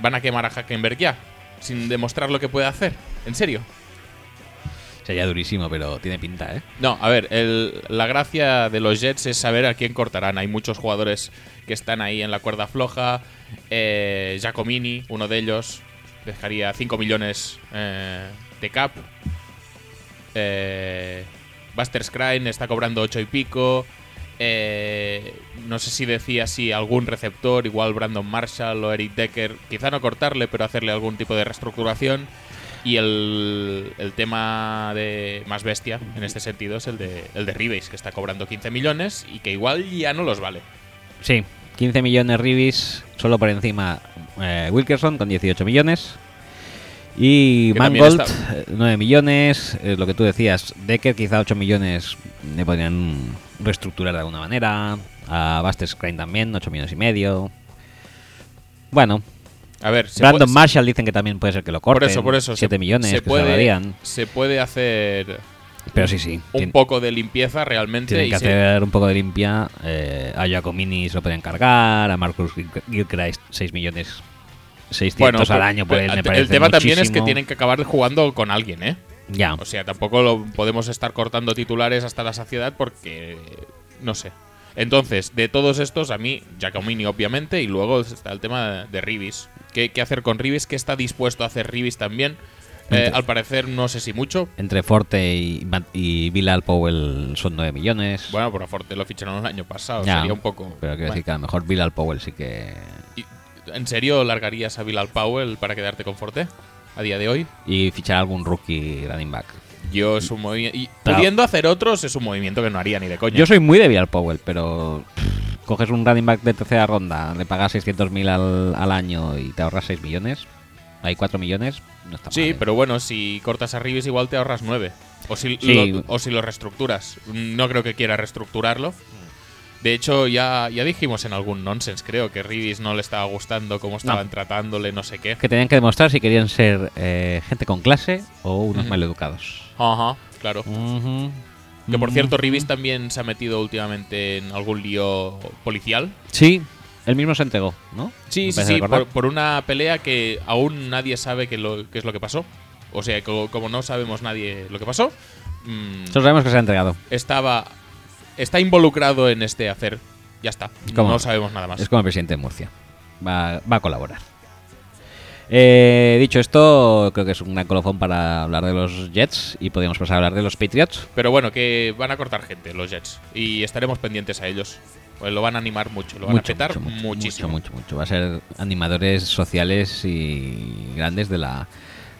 S2: van a quemar a Hackenberg ya, sin demostrar lo que puede hacer. ¿En serio?
S1: Sería durísimo, pero tiene pinta, ¿eh?
S2: No, a ver, el- la gracia de los Jets es saber a quién cortarán. Hay muchos jugadores que están ahí en la cuerda floja. Eh, Giacomini, uno de ellos, dejaría 5 millones eh, de cap. Eh, Buster Scrine está cobrando 8 y pico. Eh, no sé si decía si algún receptor, igual Brandon Marshall o Eric Decker, quizá no cortarle, pero hacerle algún tipo de reestructuración. Y el, el tema de más bestia en este sentido es el de, el de Reeves, que está cobrando 15 millones y que igual ya no los vale.
S1: Sí, 15 millones Ribis, solo por encima eh, Wilkerson con 18 millones. Y
S2: Que también
S1: Mangold,
S2: está-
S1: eh, 9 millones. eh, lo que tú decías, Decker, quizá 8 millones le podrían reestructurar de alguna manera. A Buster Crane también, 8 millones y medio. Bueno,
S2: A ver, se
S1: Brandon
S2: puede-
S1: Marshall dicen que también puede ser que lo corten.
S2: por eso, por eso.
S1: 7
S2: se-
S1: millones
S2: se
S1: que se
S2: puede,
S1: darían.
S2: se puede hacer
S1: Pero sí, sí.
S2: un
S1: tien-
S2: poco de limpieza realmente.
S1: Tienen
S2: y
S1: que
S2: se-
S1: hacer un poco de limpia. eh, a Giacomini se lo pueden cargar. A Marcus Gil- Gilchrist 6 millones 600 al
S2: pero-
S1: año por él,
S2: pero
S1: me
S2: el
S1: parece
S2: tema también es
S1: muchísimo.
S2: que tienen que acabar jugando con alguien, ¿eh?
S1: Ya.
S2: O sea, tampoco lo podemos estar cortando titulares hasta la saciedad porque no sé. Entonces, de todos estos, a mí, Giacomini, obviamente, y luego está el tema de Ribis. ¿Qué, qué hacer con Ribis? ¿Qué está dispuesto a hacer Ribis también? Eh,
S1: Entonces-
S2: al parecer, no sé si mucho.
S1: Entre Forte y, Ma- y Bilal Powell son 9 millones.
S2: Bueno, por Forte lo ficharon el año pasado.
S1: Ya,
S2: Sería un poco.
S1: Pero quiero
S2: bueno.
S1: decir que a lo mejor Bilal Powell sí que.
S2: ¿Y- ¿En serio largarías a Bilal Powell para quedarte con Forte a día de hoy?
S1: Y fichar algún rookie running back.
S2: Yo es un movimiento. Y
S1: Ta-
S2: pudiendo hacer otros, es un movimiento que no haría ni de coña.
S1: Yo soy muy de Bilal Powell, pero. pff, Coges un running back de tercera ronda, le pagas 600.000 al, al año y te ahorras 6 millones. Hay 4 millones, no está mal.
S2: Sí,
S1: ¿eh?
S2: pero bueno, si cortas a Ribis igual te ahorras 9. O si,
S1: Sí.
S2: lo, o si lo reestructuras. No creo que quiera reestructurarlo. De hecho, ya, ya dijimos en algún nonsense, creo, que Ribis no le estaba gustando cómo estaban tratándole, no sé qué.
S1: que tenían que demostrar si querían ser eh, gente con clase o unos maleducados.
S2: Ajá, Mm. claro. Que por cierto, Ribis también se ha metido últimamente en algún lío policial.
S1: Sí, él mismo se entregó, ¿no?
S2: Sí,
S1: Me
S2: sí,
S1: parece
S2: sí,
S1: recordar.
S2: por, por una pelea que aún nadie sabe qué lo- qué es lo que pasó. O sea, co- como, no sabemos nadie lo que pasó, mm,
S1: Solo sabemos que se ha entregado.
S2: estaba está involucrado en este hacer. Ya está.
S1: ¿Cómo?
S2: No sabemos nada más.
S1: Es como el presidente de Murcia. Va, va a colaborar. Eh, dicho esto, creo que es un gran colofón para hablar de los Jets y podríamos pasar a hablar de los Patriots.
S2: Pero bueno, que van a cortar gente los Jets y estaremos pendientes a ellos. Pues lo van a animar mucho, lo van a petar muchísimo.
S1: Mucho, mucho, mucho. Va a ser animadores sociales y grandes de la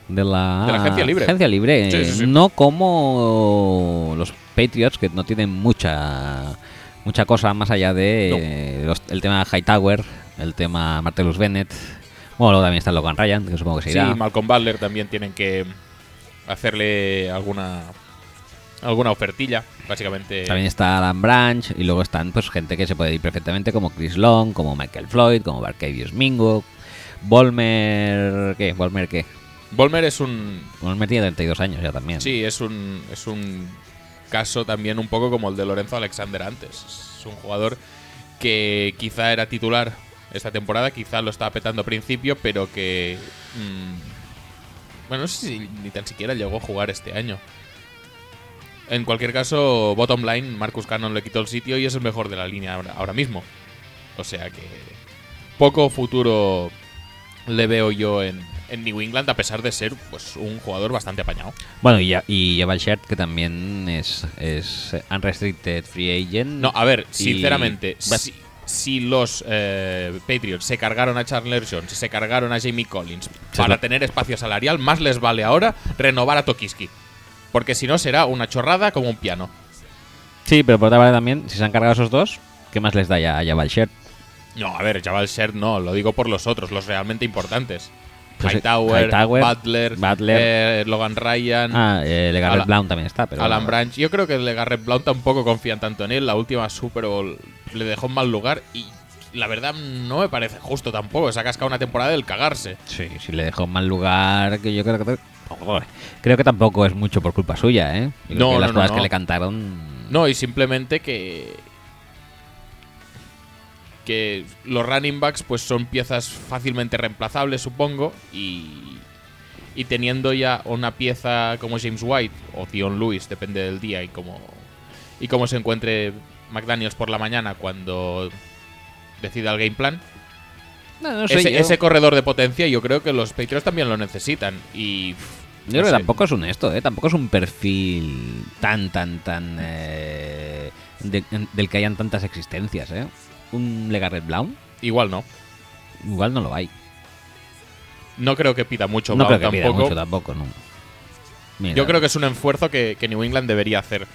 S1: de la,
S2: De la agencia libre.
S1: agencia libre,
S2: Sí, sí, sí.
S1: No como los Patriots, que no tienen mucha mucha cosa más allá de
S2: No.
S1: eh, los- el tema Hightower, el tema Martellus Bennett. Bueno, luego también está Logan Ryan, que supongo que se
S2: Sí,
S1: irá.
S2: Malcolm Butler también tienen que hacerle alguna alguna ofertilla, básicamente.
S1: También está Alan Branch y luego están pues gente que se puede ir perfectamente como Chris Long, como Michael Floyd, como Barcavius Mingo, Volmer... ¿Qué? ¿Volmer qué?
S2: Volmer es un
S1: Volmer tiene 32 años ya también.
S2: sí, es un es un caso también un poco como el de Lorenzo Alexander antes. Es un jugador que quizá era titular esta temporada, quizá lo estaba petando a principio, pero que mm, bueno, no sé si ni tan siquiera llegó a jugar este año. En cualquier caso, bottom line, Marcus Cannon le quitó el sitio y es el mejor de la línea ahora, ahora mismo. O sea que poco futuro le veo yo en, en New England, a pesar de ser pues, un jugador bastante apañado.
S1: Bueno, y, ya- y Jabal Shert, que también es, es eh, unrestricted free agent.
S2: No, a ver,
S1: Y-
S2: sinceramente,
S1: Bah,
S2: si, si los eh, Patriots se cargaron a Charles Lerson, se cargaron a Jamie Collins para
S1: lo-
S2: tener espacio salarial, más les vale ahora renovar a Tokiski. Porque si no, será una chorrada como un piano.
S1: Sí, pero por otra parte también, si se han cargado esos dos, ¿qué más les da ya a Jabal Shert?
S2: No, a ver, Jabal Sherd no, lo digo por los otros, los realmente importantes.
S1: Pues, eh,
S2: Hightower,
S1: Hightower,
S2: Butler,
S1: Butler.
S2: eh, Logan Ryan,
S1: Ah, eh, LeGarrette
S2: Alan-
S1: Blount también está, pero...
S2: Alan Branch. Yo creo que Legarrette Blount tampoco confían tanto en él. La última Super Bowl le dejó en mal lugar y la verdad no me parece justo tampoco. Se ha cascado una temporada del cagarse.
S1: Sí, si le dejó en mal lugar, que yo creo que... Joder, creo que tampoco es mucho por culpa suya, ¿eh? Yo creo
S2: No,
S1: que
S2: no,
S1: las
S2: no,
S1: cosas
S2: no.
S1: que le cantaron...
S2: No, y simplemente que. Que los running backs pues son piezas fácilmente reemplazables, supongo. Y. Y teniendo ya una pieza como James White o Dion Lewis, depende del día y cómo. Y cómo se encuentre McDaniels por la mañana cuando decida el game plan.
S1: No,
S2: ese, ese corredor de potencia yo creo que los Patriots también lo necesitan. Y. pff,
S1: Yo
S2: no
S1: creo que
S2: sé.
S1: tampoco es un esto, ¿eh? Tampoco es un perfil tan, tan, tan... eh, de- en- del que hayan tantas existencias, ¿eh? Un Legarrette Blount,
S2: Igual no.
S1: igual no lo hay.
S2: No creo que pida mucho
S1: No
S2: Blau
S1: creo que pida
S2: tampoco.
S1: mucho eh. tampoco, no. Mira,
S2: Yo creo que es un esfuerzo que, que New England debería hacer.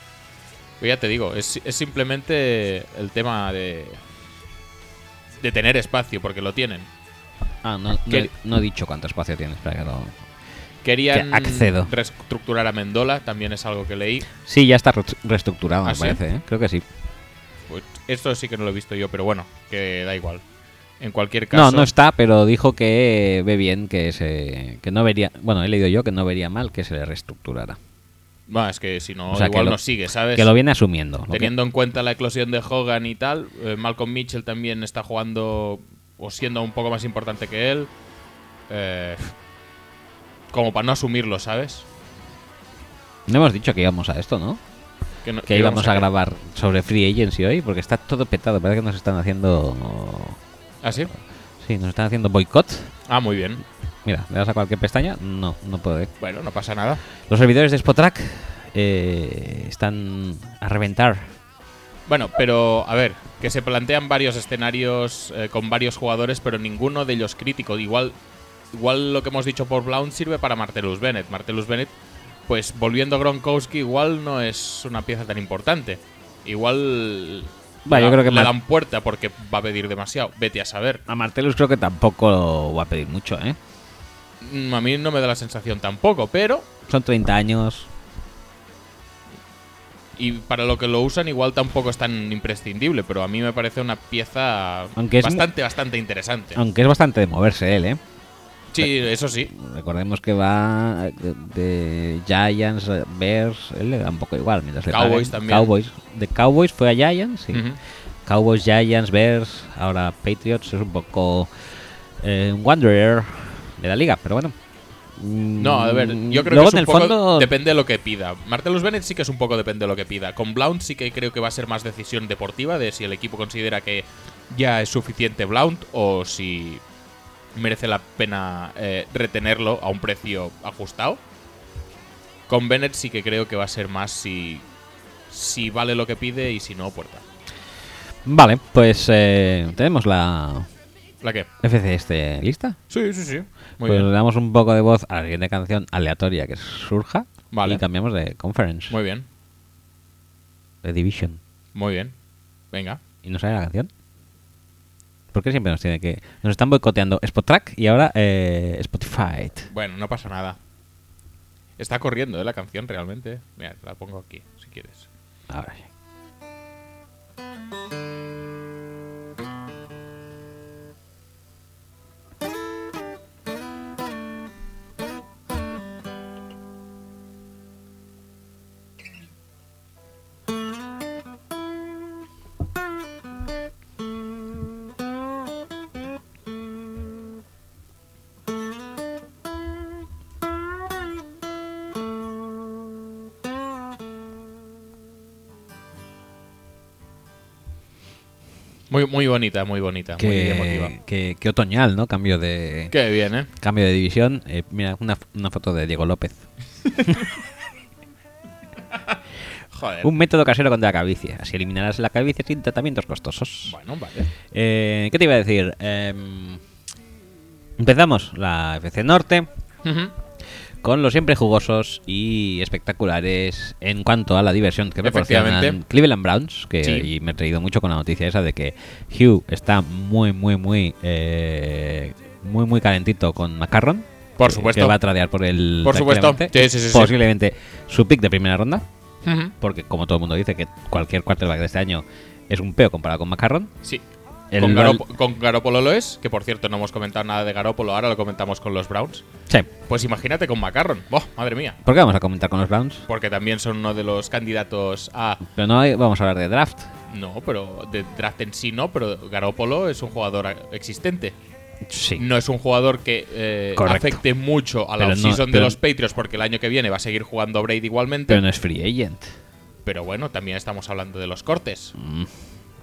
S2: Pero ya te digo, es, es simplemente el tema de. de tener espacio, porque lo tienen.
S1: Ah, no, no
S2: que-
S1: he- no he dicho cuánto espacio tienes para que lo-
S2: Querían
S1: Que accedo.
S2: reestructurar a Mendola, también es algo que leí.
S1: Sí, ya está re- reestructurado, me
S2: ¿Ah, sí?
S1: parece, ¿eh? Creo que sí.
S2: Pues esto sí que no lo he visto yo, pero bueno, que da igual. En cualquier caso.
S1: No, no está, pero dijo que ve bien que se... Que no vería... Bueno, he leído yo que no vería mal que se le reestructurara.
S2: Bueno, es que si no,
S1: O sea, que
S2: igual
S1: lo-
S2: no sigue, ¿sabes?
S1: Que lo viene asumiendo. lo que-
S2: Teniendo en cuenta la eclosión de Hogan y tal, eh, Malcolm Mitchell también está jugando o siendo un poco más importante que él. eh, como para no asumirlo, ¿sabes?
S1: No hemos dicho que íbamos a esto, ¿no?
S2: no-
S1: Que íbamos a
S2: qué?
S1: grabar sobre Free Agency hoy, porque está todo petado. Parece que nos están haciendo...
S2: ¿Ah, sí?
S1: Sí, nos están haciendo boicot.
S2: Ah, muy bien.
S1: Mira, ¿le das a cualquier pestaña? No, no puede.
S2: Bueno, no pasa nada.
S1: Los servidores de Spotrack eh, están a reventar.
S2: Bueno, pero a ver, que se plantean varios escenarios eh, con varios jugadores, pero ninguno de ellos crítico. Igual, igual lo que hemos dicho por Blount sirve para Martellus Bennett. Martellus Bennett, pues volviendo a Gronkowski, igual no es una pieza tan importante. Igual
S1: Va, yo
S2: la-
S1: creo que
S2: le
S1: Mar-
S2: dan puerta porque va a pedir demasiado. Vete a saber.
S1: A Martelus creo que tampoco va a pedir mucho, ¿eh?
S2: Mm, A mí no me da la sensación tampoco, pero
S1: Son 30 años.
S2: y para lo que lo usan igual tampoco es tan imprescindible. Pero a mí me parece una pieza
S1: Aunque es-
S2: bastante, bastante interesante.
S1: Aunque es bastante de moverse él, ¿eh?
S2: Sí, eso sí.
S1: Recordemos que va de Giants, Bears, él le da un poco igual. Mientras le
S2: Cowboys
S1: paguen.
S2: también.
S1: Cowboys. De Cowboys fue a Giants, sí.
S2: Ujú.
S1: Cowboys, Giants, Bears, ahora Patriots, es un poco eh, un Wanderer de la liga, pero bueno. Mm,
S2: No, a ver, yo creo
S1: luego
S2: que es
S1: en
S2: un
S1: el
S2: poco
S1: fondo
S2: depende de lo que pida. Martellus Bennett sí que es un poco depende de lo que pida. Con Blount sí que creo que va a ser más decisión deportiva de si el equipo considera que ya es suficiente Blount o si merece la pena eh, retenerlo a un precio ajustado. Con Bennett sí que creo que va a ser más si, si vale lo que pide y si no, puerta.
S1: Vale, pues eh, tenemos la
S2: ¿La qué?
S1: FC este, ¿lista?
S2: Sí, sí, sí. Muy
S1: pues
S2: bien.
S1: le damos un poco de voz a la siguiente canción aleatoria que surja
S2: Vale.
S1: y cambiamos de conference,
S2: Muy bien.
S1: de division.
S2: Muy bien. Venga.
S1: ¿Y no sale la canción? ¿Por qué siempre nos tiene que...? Nos están boicoteando Spotrack y ahora eh, Spotify.
S2: Bueno, no pasa nada. Está corriendo, ¿eh? La canción realmente. Mira, te la pongo aquí, si quieres.
S1: Ahora sí.
S2: Muy, muy bonita, muy bonita. Muy emotiva.
S1: Qué, qué- qué otoñal, ¿no? Cambio de
S2: Qué bien, ¿eh?
S1: cambio de división. Eh, mira, una, una foto de Diego López.
S2: Joder.
S1: Un método casero contra la calvicie. Así eliminarás la calvicie sin tratamientos costosos.
S2: Bueno, vale.
S1: Eh, ¿Qué te iba a decir? Em, empezamos la FC Norte
S2: Ujú.
S1: con los siempre jugosos y espectaculares en cuanto a la diversión que proporcionan
S2: Efectivamente.
S1: Cleveland Browns, que
S2: Sí.
S1: y me he traído mucho con la noticia esa de que Hugh está muy, muy, muy, eh, muy, muy calentito con Macarron.
S2: Por
S1: que-
S2: supuesto.
S1: Que va a tradear por el.
S2: Por supuesto.
S1: tranquilamente.
S2: Sí, sí, sí, sí.
S1: Posiblemente su pick de primera ronda,
S2: Ujú.
S1: porque como todo el mundo dice que cualquier quarterback de este año es un peo comparado con Macarron.
S2: Sí.
S1: El
S2: con,
S1: Val-
S2: Garopo- con Garópolo lo es, que por cierto no hemos comentado nada de Garópolo, ahora lo comentamos con los Browns.
S1: Sí.
S2: Pues imagínate con Macarron. ¡Boh, madre mía!
S1: ¿Por qué vamos a comentar con los Browns?
S2: Porque también son uno de los candidatos a.
S1: Pero no hay- vamos a hablar de draft.
S2: No, pero de draft en sí no, pero Garópolo es un jugador a- existente.
S1: Sí.
S2: No es un jugador que eh,
S1: Correcto.
S2: afecte mucho a la
S1: Pero no-
S2: offseason de
S1: pero-
S2: los Patriots, porque el año que viene va a seguir jugando Brady igualmente.
S1: Pero
S2: Pero,
S1: no es free agent.
S2: bueno, también estamos hablando de los cortes.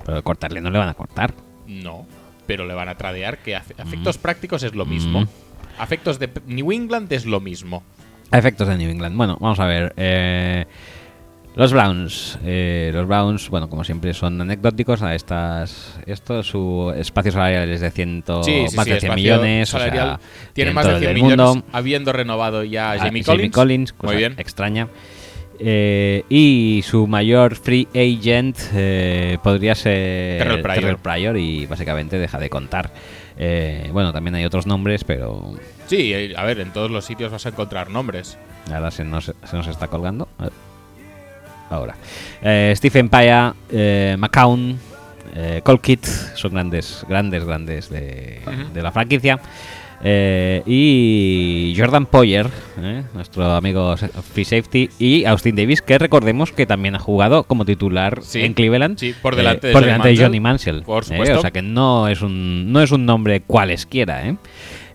S1: Pero cortarle no le van a cortar.
S2: No, pero le van a tradear que afe-
S1: Mm.
S2: afectos prácticos es lo mismo. Afectos de P- New England es lo mismo.
S1: A efectos de New England. Bueno, vamos a ver. eh, los Browns. eh, los Browns, bueno, como siempre, son anecdóticos. A estas, esto, su espacio salarial es de 100,
S2: Sí, sí,
S1: más
S2: sí,
S1: de 100
S2: espacio
S1: millones. o sea,
S2: salarial. tiene
S1: en
S2: más
S1: todo
S2: de 100
S1: el
S2: millones
S1: mundo.
S2: habiendo renovado ya a
S1: Ah,
S2: Jamie
S1: Jamie
S2: Collins.
S1: cosa
S2: Muy bien.
S1: extraña. Eh, y su mayor free agent eh, podría ser
S2: Terrell Pryor.
S1: Pryor y básicamente deja de contar. Eh, bueno, también hay otros nombres, pero
S2: Sí, eh, a ver, en todos los sitios vas a encontrar nombres.
S1: ahora se nos, se nos está colgando. A ver. Ahora. Eh, Stephen Paya, eh, McCown, eh, Colquitt son grandes, grandes, grandes de,
S2: Ujú.
S1: de la franquicia. Eh, y Jordan Poyer, eh, nuestro amigo se- free safety, y Austin Davis, que recordemos que también ha jugado como titular
S2: Sí,
S1: en Cleveland, eh,
S2: sí, por delante de
S1: por
S2: Johnny
S1: delante de
S2: Manziel.
S1: Johnny Mansell.
S2: Por
S1: eh,
S2: supuesto.
S1: o sea que no es un, no es un nombre cualesquiera. eh.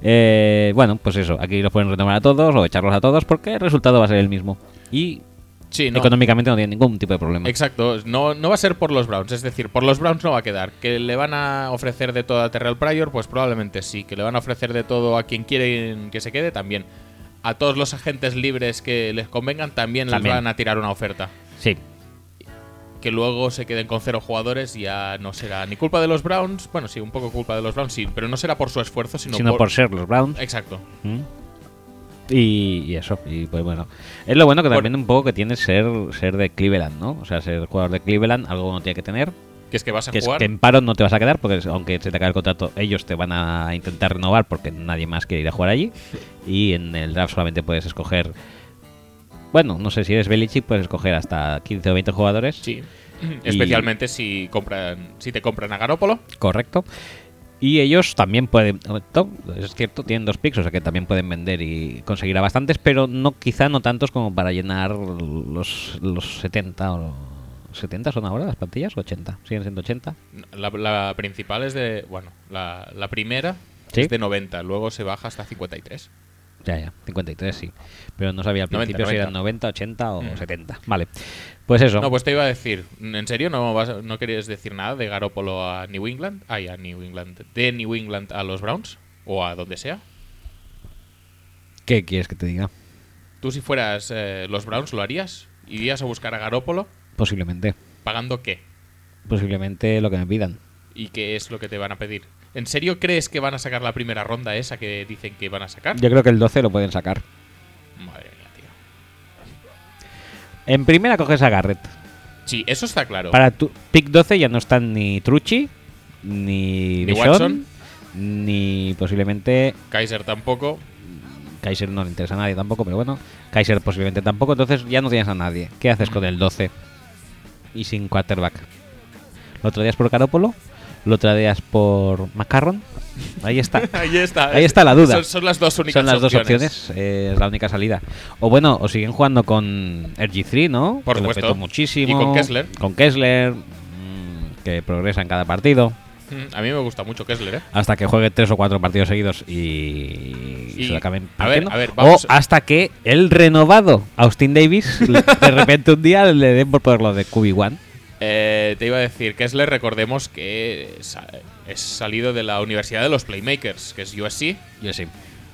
S1: Eh, bueno, pues eso, aquí los pueden retomar a todos o echarlos a todos porque el resultado va a ser el mismo. Y
S2: Sí, no.
S1: económicamente no tiene ningún tipo de problema.
S2: Exacto, no, no va a ser por los Browns, es decir, por los Browns no va a quedar. Que le van a ofrecer de todo a Terrell Pryor, pues probablemente sí. Que le van a ofrecer de todo a quien quieren que se quede, también. A todos los agentes libres que les convengan, también,
S1: También.
S2: les van a tirar una oferta.
S1: Sí,
S2: Que luego se queden con cero jugadores, ya no será ni culpa de los Browns. Bueno, sí, un poco culpa de los Browns, sí, pero no será por su esfuerzo, sino,
S1: sino por... ser los Browns.
S2: Exacto.
S1: ¿Mm? Y, y eso, y pues bueno. Es lo bueno que
S2: Por-
S1: también un poco que tiene ser ser de Cleveland, ¿no? O sea, ser jugador de Cleveland, algo no tiene que tener.
S2: Que es que vas a
S1: Que, es
S2: jugar.
S1: que en paro no te vas a quedar, porque es- aunque se te acabe el contrato, ellos te van a intentar renovar porque nadie más quiere ir a jugar allí. Y en el draft solamente puedes escoger. Bueno, no sé si eres Belichick, puedes escoger hasta 15 o 20 jugadores.
S2: Sí. Especialmente si compran, si te compran a Garópolo.
S1: Correcto. Y ellos también pueden, correcto, es cierto, tienen dos picks, o sea que también pueden vender y conseguir a bastantes, pero no quizá no tantos como para llenar los, los 70 o... 70 son ahora las plantillas o 80, siguen siendo 80.
S2: La, la principal es de. Bueno, la, la primera
S1: Sí.
S2: es de 90, luego se baja hasta 53.
S1: Ya, ya, 53 sí, pero no sabía al
S2: 90,
S1: principio si eran 90,
S2: 90.
S1: 80 o
S2: Mm.
S1: 70. Vale, pues eso.
S2: No, pues te iba a decir, ¿en serio no, vas- no querías decir nada de Garópolo a New England? Ay, a New England. ¿De New England a los Browns? ¿O a donde sea?
S1: ¿Qué quieres que te diga?
S2: ¿Tú si fueras eh, los Browns lo harías? ¿Irías a buscar a Garópolo?
S1: Posiblemente,
S2: ¿Pagando qué?
S1: posiblemente lo que me pidan.
S2: ¿Y qué es lo que te van a pedir? ¿En serio crees que van a sacar la primera ronda esa que dicen que van a sacar?
S1: Yo creo que el 12 lo pueden sacar.
S2: Madre mía, tío.
S1: En primera coges a Garrett.
S2: Sí, eso está claro.
S1: Para tu pick 12 ya no están ni Trucci, ni,
S2: Ni
S1: Bishon,
S2: Watson.
S1: ni posiblemente
S2: Kaiser tampoco.
S1: Kaiser no le interesa a nadie tampoco, pero bueno, Kaiser posiblemente tampoco, entonces ya no tienes a nadie. ¿Qué haces con el 12? Y sin quarterback. Lo traías por Carópolo, lo traías por Macarron. Ahí está.
S2: Ahí está.
S1: Ahí está la duda.
S2: Son, son las dos únicas
S1: Son las dos opciones, eh, es la única salida. O bueno, o siguen jugando con RG3, ¿no?
S2: Por
S1: que lo
S2: supuesto.
S1: petó muchísimo.
S2: Y con Kessler.
S1: Con Kessler, mm, que progresa en cada partido.
S2: Mm, A mí me gusta mucho Kessler, ¿eh?
S1: hasta que juegue tres o cuatro partidos seguidos y,
S2: Y-
S1: se lo acaben
S2: a ver,
S1: partiendo.
S2: a ver, vamos.
S1: O hasta que el renovado Austin Davis le- de repente un día le den por poder lo de QB1.
S2: Eh, te iba a decir, Kessler, recordemos que sa- es salido de la Universidad de los Playmakers, que es USC.
S1: Yo sí.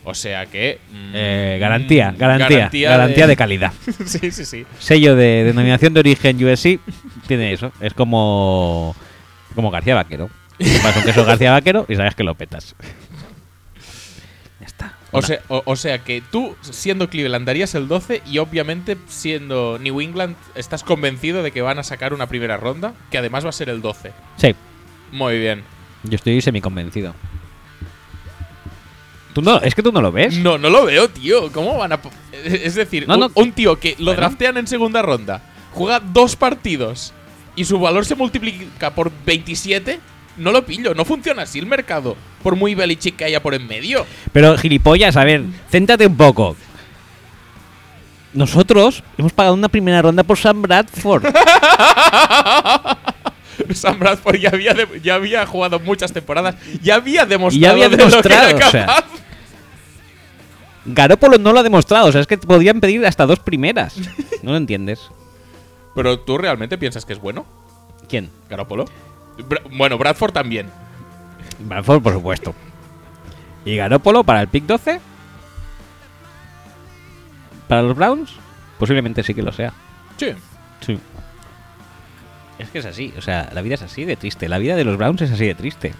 S2: O sea que. mm,
S1: Eh, garantía,
S2: mm,
S1: garantía, garantía, de... calidad.
S2: sí, sí, sí.
S1: Sello de denominación de origen USC tiene eso. Es como, como García Vaquero. Te Pasa un queso García Vaquero y sabes que lo petas. Ya está.
S2: O
S1: Una-
S2: sea, o, o sea que tú, siendo Cleveland, darías el 12 y obviamente siendo New England, estás convencido de que van a sacar una primera ronda, que además va a ser el 12.
S1: sí,
S2: Muy bien.
S1: yo estoy semiconvencido. Tú no, es que tú no lo ves.
S2: No, no lo veo, tío. ¿Cómo van a.? po- Es decir,
S1: No,
S2: un,
S1: no.
S2: un tío que lo
S1: Bueno.
S2: draftean en segunda ronda, juega dos partidos y su valor se multiplica por 27, no lo pillo. No funciona así el mercado. Por muy Belichick que haya por en medio.
S1: Pero gilipollas, a ver, céntrate un poco. Nosotros hemos pagado una primera ronda por Sam Bradford.
S2: Sam Bradford ya había, de- ya había jugado muchas temporadas, ya había demostrado,
S1: había
S2: de lo que era
S1: demostrado, o sea.
S2: capaz.
S1: Garópolo no lo ha demostrado, o sea, es que te podían pedir hasta dos primeras. No lo entiendes.
S2: Pero tú realmente piensas que es bueno,
S1: ¿Quién?
S2: Garoppolo. Bra- bueno, Bradford también.
S1: Bradford, por supuesto. ¿Y Garópolo para el pick 12? ¿Para los Browns? Posiblemente sí que lo sea.
S2: Sí.
S1: Sí. Es que es así, o sea, la vida es así de triste. La vida de los Browns es así de triste.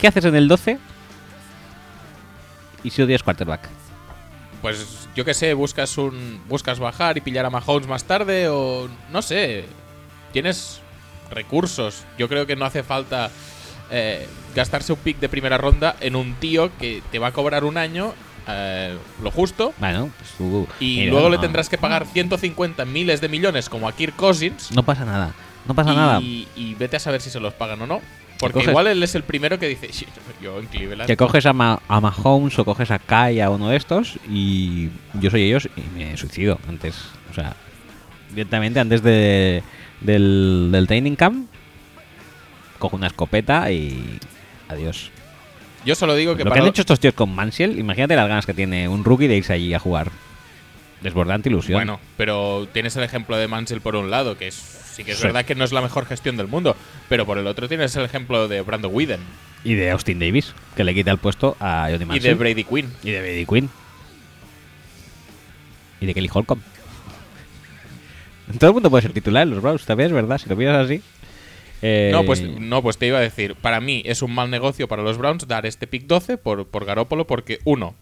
S1: ¿Qué haces en el 12? Y si odias quarterback.
S2: Pues yo qué sé, buscas un buscas bajar y pillar a Mahomes más tarde o no sé. Tienes recursos. Yo creo que no hace falta eh, gastarse un pick de primera ronda en un tío que te va a cobrar un año eh, lo justo
S1: Bueno, pues tú-
S2: y
S1: mira, ah.
S2: luego le
S1: no-
S2: tendrás que pagar 150 miles de millones como a Kirk Cousins.
S1: No pasa nada, no pasa nada.
S2: Y, y vete a saber si se los pagan o no. Porque
S1: coges-
S2: igual él es el primero que dice, "Sí, yo en Cleveland.
S1: Que coges a, Ma- a Mahomes o coges a Kai a uno de estos y yo soy ellos y me suicido antes. O sea, directamente antes de, del, del training camp, cojo una escopeta y adiós.
S2: Yo solo digo
S1: Lo
S2: que
S1: que
S2: para
S1: han hecho estos tíos con Mansiel, imagínate las ganas que tiene un rookie de irse allí a jugar. Desbordante ilusión.
S2: Bueno, pero tienes el ejemplo de Mansell por un lado, que es- sí que es
S1: Sí.
S2: verdad que no es la mejor gestión del mundo, pero por el otro tienes el ejemplo de Brando Whedon
S1: Y de Austin Davis, que le quita el puesto a Johnny
S2: y de
S1: Manziel.
S2: Brady Quinn.
S1: Y de Brady Quinn. Y de Kelly Holcomb. Todo el mundo puede ser titular en los Browns, también es verdad, si lo miras así. Eh,
S2: No pues, no, pues te iba a decir, para mí es un mal negocio para los Browns dar este pick 12 por, por Garópolo porque uno,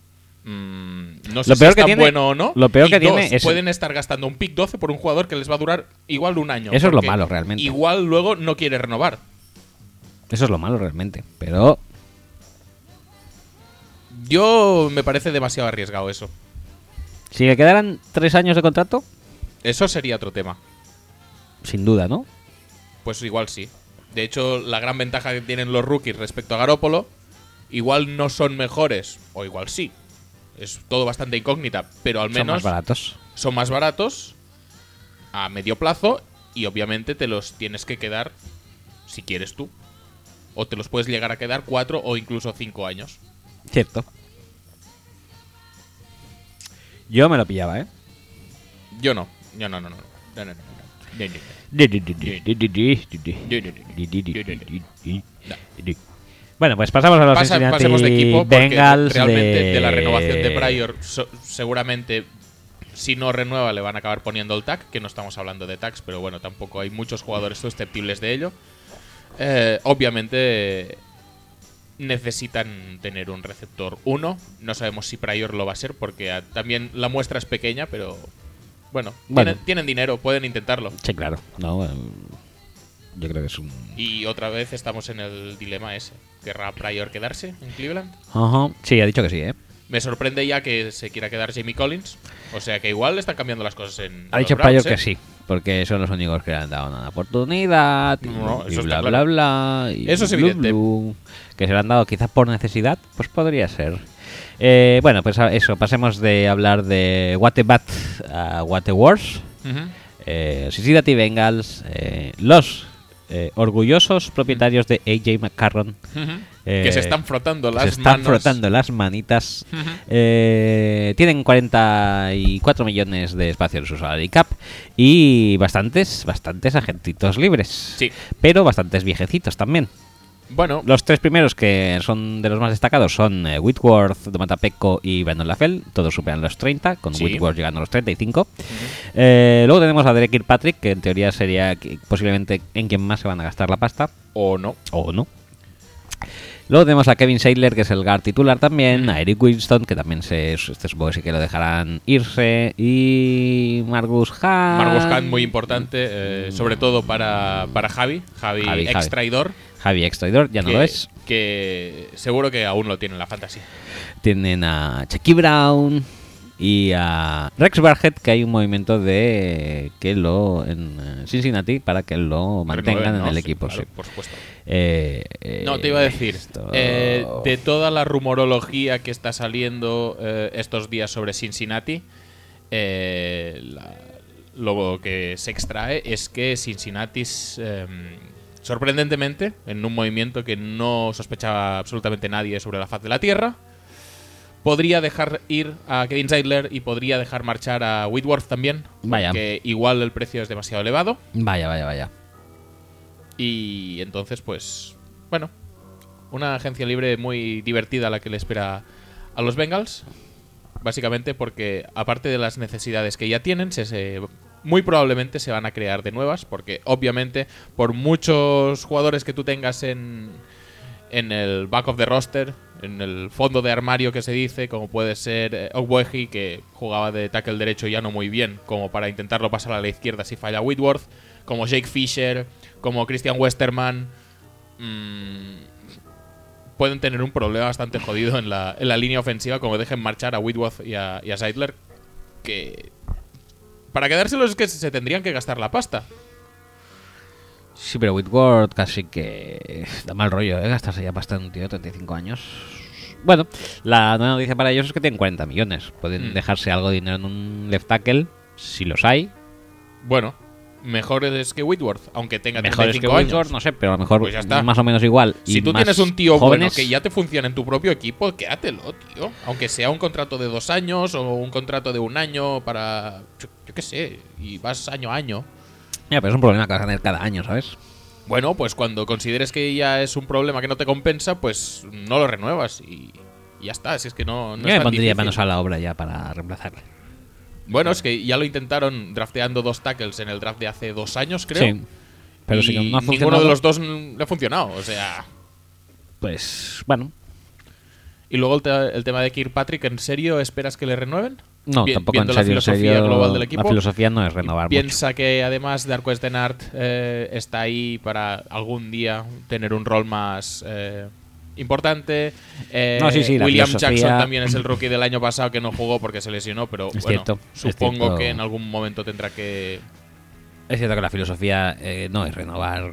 S2: mm, no sé
S1: Lo peor
S2: si es
S1: que
S2: tan
S1: tiene-
S2: bueno o no,
S1: lo peor
S2: y
S1: que
S2: dos,
S1: tiene es-
S2: pueden estar gastando un pick 12 por un jugador que les va a durar igual un año.
S1: Eso es lo
S2: porque
S1: malo, realmente.
S2: Igual luego no quiere renovar.
S1: Eso es lo malo realmente. Pero
S2: Yo me parece demasiado arriesgado eso.
S1: si le quedaran tres años de contrato,
S2: Eso sería otro tema.
S1: sin duda, ¿no?
S2: Pues igual sí. De hecho, la gran ventaja que tienen los rookies respecto a Garópolo, igual no son mejores, o igual sí. Es todo bastante incógnita, pero al
S1: Son
S2: menos
S1: más baratos.
S2: son más baratos a medio plazo y obviamente te los tienes que quedar si quieres tú. O te los puedes llegar a quedar cuatro o incluso cinco años.
S1: Cierto. Yo me lo pillaba, ¿eh?
S2: Yo no. Yo no, no, no. no. No, no, no, no. No, no, no.
S1: Bueno, pues pasamos a los
S2: Pasa-
S1: Cincinnati
S2: pasemos de equipo porque
S1: Bengals
S2: realmente
S1: de...
S2: de... la renovación de Pryor so- seguramente si no renueva le van a acabar poniendo el tag, que no estamos hablando de tags, pero bueno, tampoco hay muchos jugadores susceptibles de ello. Eh, obviamente necesitan tener un receptor 1. No sabemos si Prior lo va a ser porque ah, también la muestra es pequeña, pero bueno,
S1: Bueno.
S2: Tienen, tienen dinero, pueden intentarlo.
S1: Sí, claro. No, eh, yo creo que es un.
S2: Y otra vez estamos en el dilema ese. ¿Querrá Prior quedarse en Cleveland?
S1: Ajá. Sí, ha dicho que sí, ¿eh?
S2: Me sorprende ya que se quiera quedar Jamie Collins. O sea que igual están cambiando las cosas en.
S1: Ha
S2: los
S1: dicho
S2: Browns,
S1: Payo
S2: ¿eh?
S1: que sí, porque son los únicos que le han dado una oportunidad. y-
S2: No,
S1: y
S2: eso
S1: bla,
S2: está
S1: bla,
S2: claro.
S1: bla. y
S2: Eso es
S1: blu,
S2: evidente.
S1: blu. que se lo han dado quizás por necesidad, pues podría ser. Eh, bueno, pues a- eso, pasemos de hablar de What the Bat a What the Wars.
S2: Ujú.
S1: Eh, Cincinnati Bengals, eh, los eh, orgullosos propietarios de AJ McCarron.
S2: Ujú.
S1: Eh,
S2: que se están frotando
S1: que
S2: las
S1: se están
S2: manos.
S1: frotando las manitas.
S2: Ujú.
S1: Eh, tienen 44 millones de espacio en su salary cap y bastantes, bastantes agentitos libres.
S2: Sí.
S1: Pero bastantes viejecitos también.
S2: Bueno,
S1: Los tres primeros que son de los más destacados son eh, Whitworth, Domatapeco y Brandon Lafell. Todos superan los 30, con
S2: Sí.
S1: Whitworth llegando a los 35. Eh, luego tenemos a Derek Kirkpatrick, que en teoría sería qui- posiblemente en quien más se van a gastar la pasta,
S2: o no.
S1: o no. Luego tenemos a Kevin Saylor, que es el guard titular también, a Eric Winston, que también se, este supongo que sí que lo dejarán irse, y Margus Hahn.
S2: Margus Hunt muy importante, eh, sobre todo para, para Javi, Javi,
S1: Javi, Javi.
S2: extraidor,
S1: Javi Extraidor, ya no
S2: que,
S1: lo es.
S2: que seguro que aún lo tiene en la fantasía.
S1: Tienen a Chucky Brown y a Rex Barhead, que hay un movimiento de que lo en eh, Cincinnati para que lo mantengan en el equipo. sí.
S2: Por supuesto.
S1: Eh, eh,
S2: No, te iba a decir,
S1: esto-
S2: eh, de toda la rumorología que está saliendo eh, estos días sobre Cincinnati, eh, la- lo que se extrae es que Cincinnati, eh, sorprendentemente, en un movimiento que no sospechaba absolutamente nadie sobre la faz de la Tierra, podría dejar ir a Kevin Zeidler y podría dejar marchar a Whitworth también,
S1: Vaya.
S2: porque igual el precio es demasiado elevado.
S1: Vaya, vaya, vaya.
S2: Y entonces, pues, bueno, una agencia libre muy divertida la que le espera a los Bengals. Básicamente porque, aparte de las necesidades que ya tienen, se, se- muy probablemente se van a crear de nuevas. Porque, obviamente, por muchos jugadores que tú tengas en, en el back of the roster, en el fondo de armario que se dice, como puede ser eh, Ogweji, que jugaba de tackle derecho ya no muy bien, como para intentarlo pasar a la izquierda si falla Whitworth, como Jake Fisher, como Christian Westerman. mm, pueden tener un problema bastante jodido en la, en la línea ofensiva, como dejen marchar a Whitworth y a, y a Seidler, que. Para quedárselos es que se tendrían que gastar la pasta.
S1: Sí, pero Whitworth casi que da mal rollo, ¿eh? Gastarse ya pasta en un tío de 35 años. Bueno, la nueva noticia para ellos es que tienen 40 millones. Pueden
S2: Mm.
S1: dejarse algo de dinero en un left tackle, si los hay.
S2: Bueno, mejor es que Whitworth, aunque tenga
S1: Mejor es que
S2: 35 años.
S1: Whitworth, no sé, pero a lo mejor
S2: Pues ya está.
S1: más o menos igual. y
S2: Si tú
S1: más
S2: tienes un tío bueno
S1: jóvenes,
S2: que ya te funciona en tu propio equipo, quédatelo, tío. Aunque sea un contrato de dos años o un contrato de un año para. Yo, yo qué sé, y vas año a año.
S1: Ya, pero pues es un problema que vas a tener cada año, ¿sabes?
S2: Bueno, pues cuando consideres que ya es un problema que no te compensa, pues no lo renuevas y y ya está. Si es que no. no
S1: Yo me
S2: es tan
S1: pondría
S2: difícil.
S1: manos a la obra ya para reemplazarle.
S2: Bueno, es que ya lo intentaron drafteando dos tackles en el draft de hace dos años, creo.
S1: Sí. Pero si
S2: Y
S1: no ha
S2: ninguno
S1: funcionado,
S2: de los dos mm, le ha funcionado, o sea.
S1: pues bueno,
S2: Y luego el, te- el tema de Kirkpatrick, ¿en serio esperas que le renueven?
S1: no,
S2: Vi-
S1: tampoco en
S2: viendo
S1: serio.
S2: la
S1: en
S2: filosofía
S1: serio,
S2: global del equipo.
S1: La filosofía no es renovar mucho.
S2: Piensa que además Darko Stenart eh, está ahí para algún día tener un rol más eh, importante. Eh,
S1: No, sí, sí, la
S2: William
S1: filosofía-
S2: Jackson también es el rookie del año pasado que no jugó porque se lesionó, pero
S1: Es
S2: bueno,
S1: cierto, es
S2: supongo
S1: cierto.
S2: que en algún momento tendrá que.
S1: Es cierto que la filosofía eh, no es renovar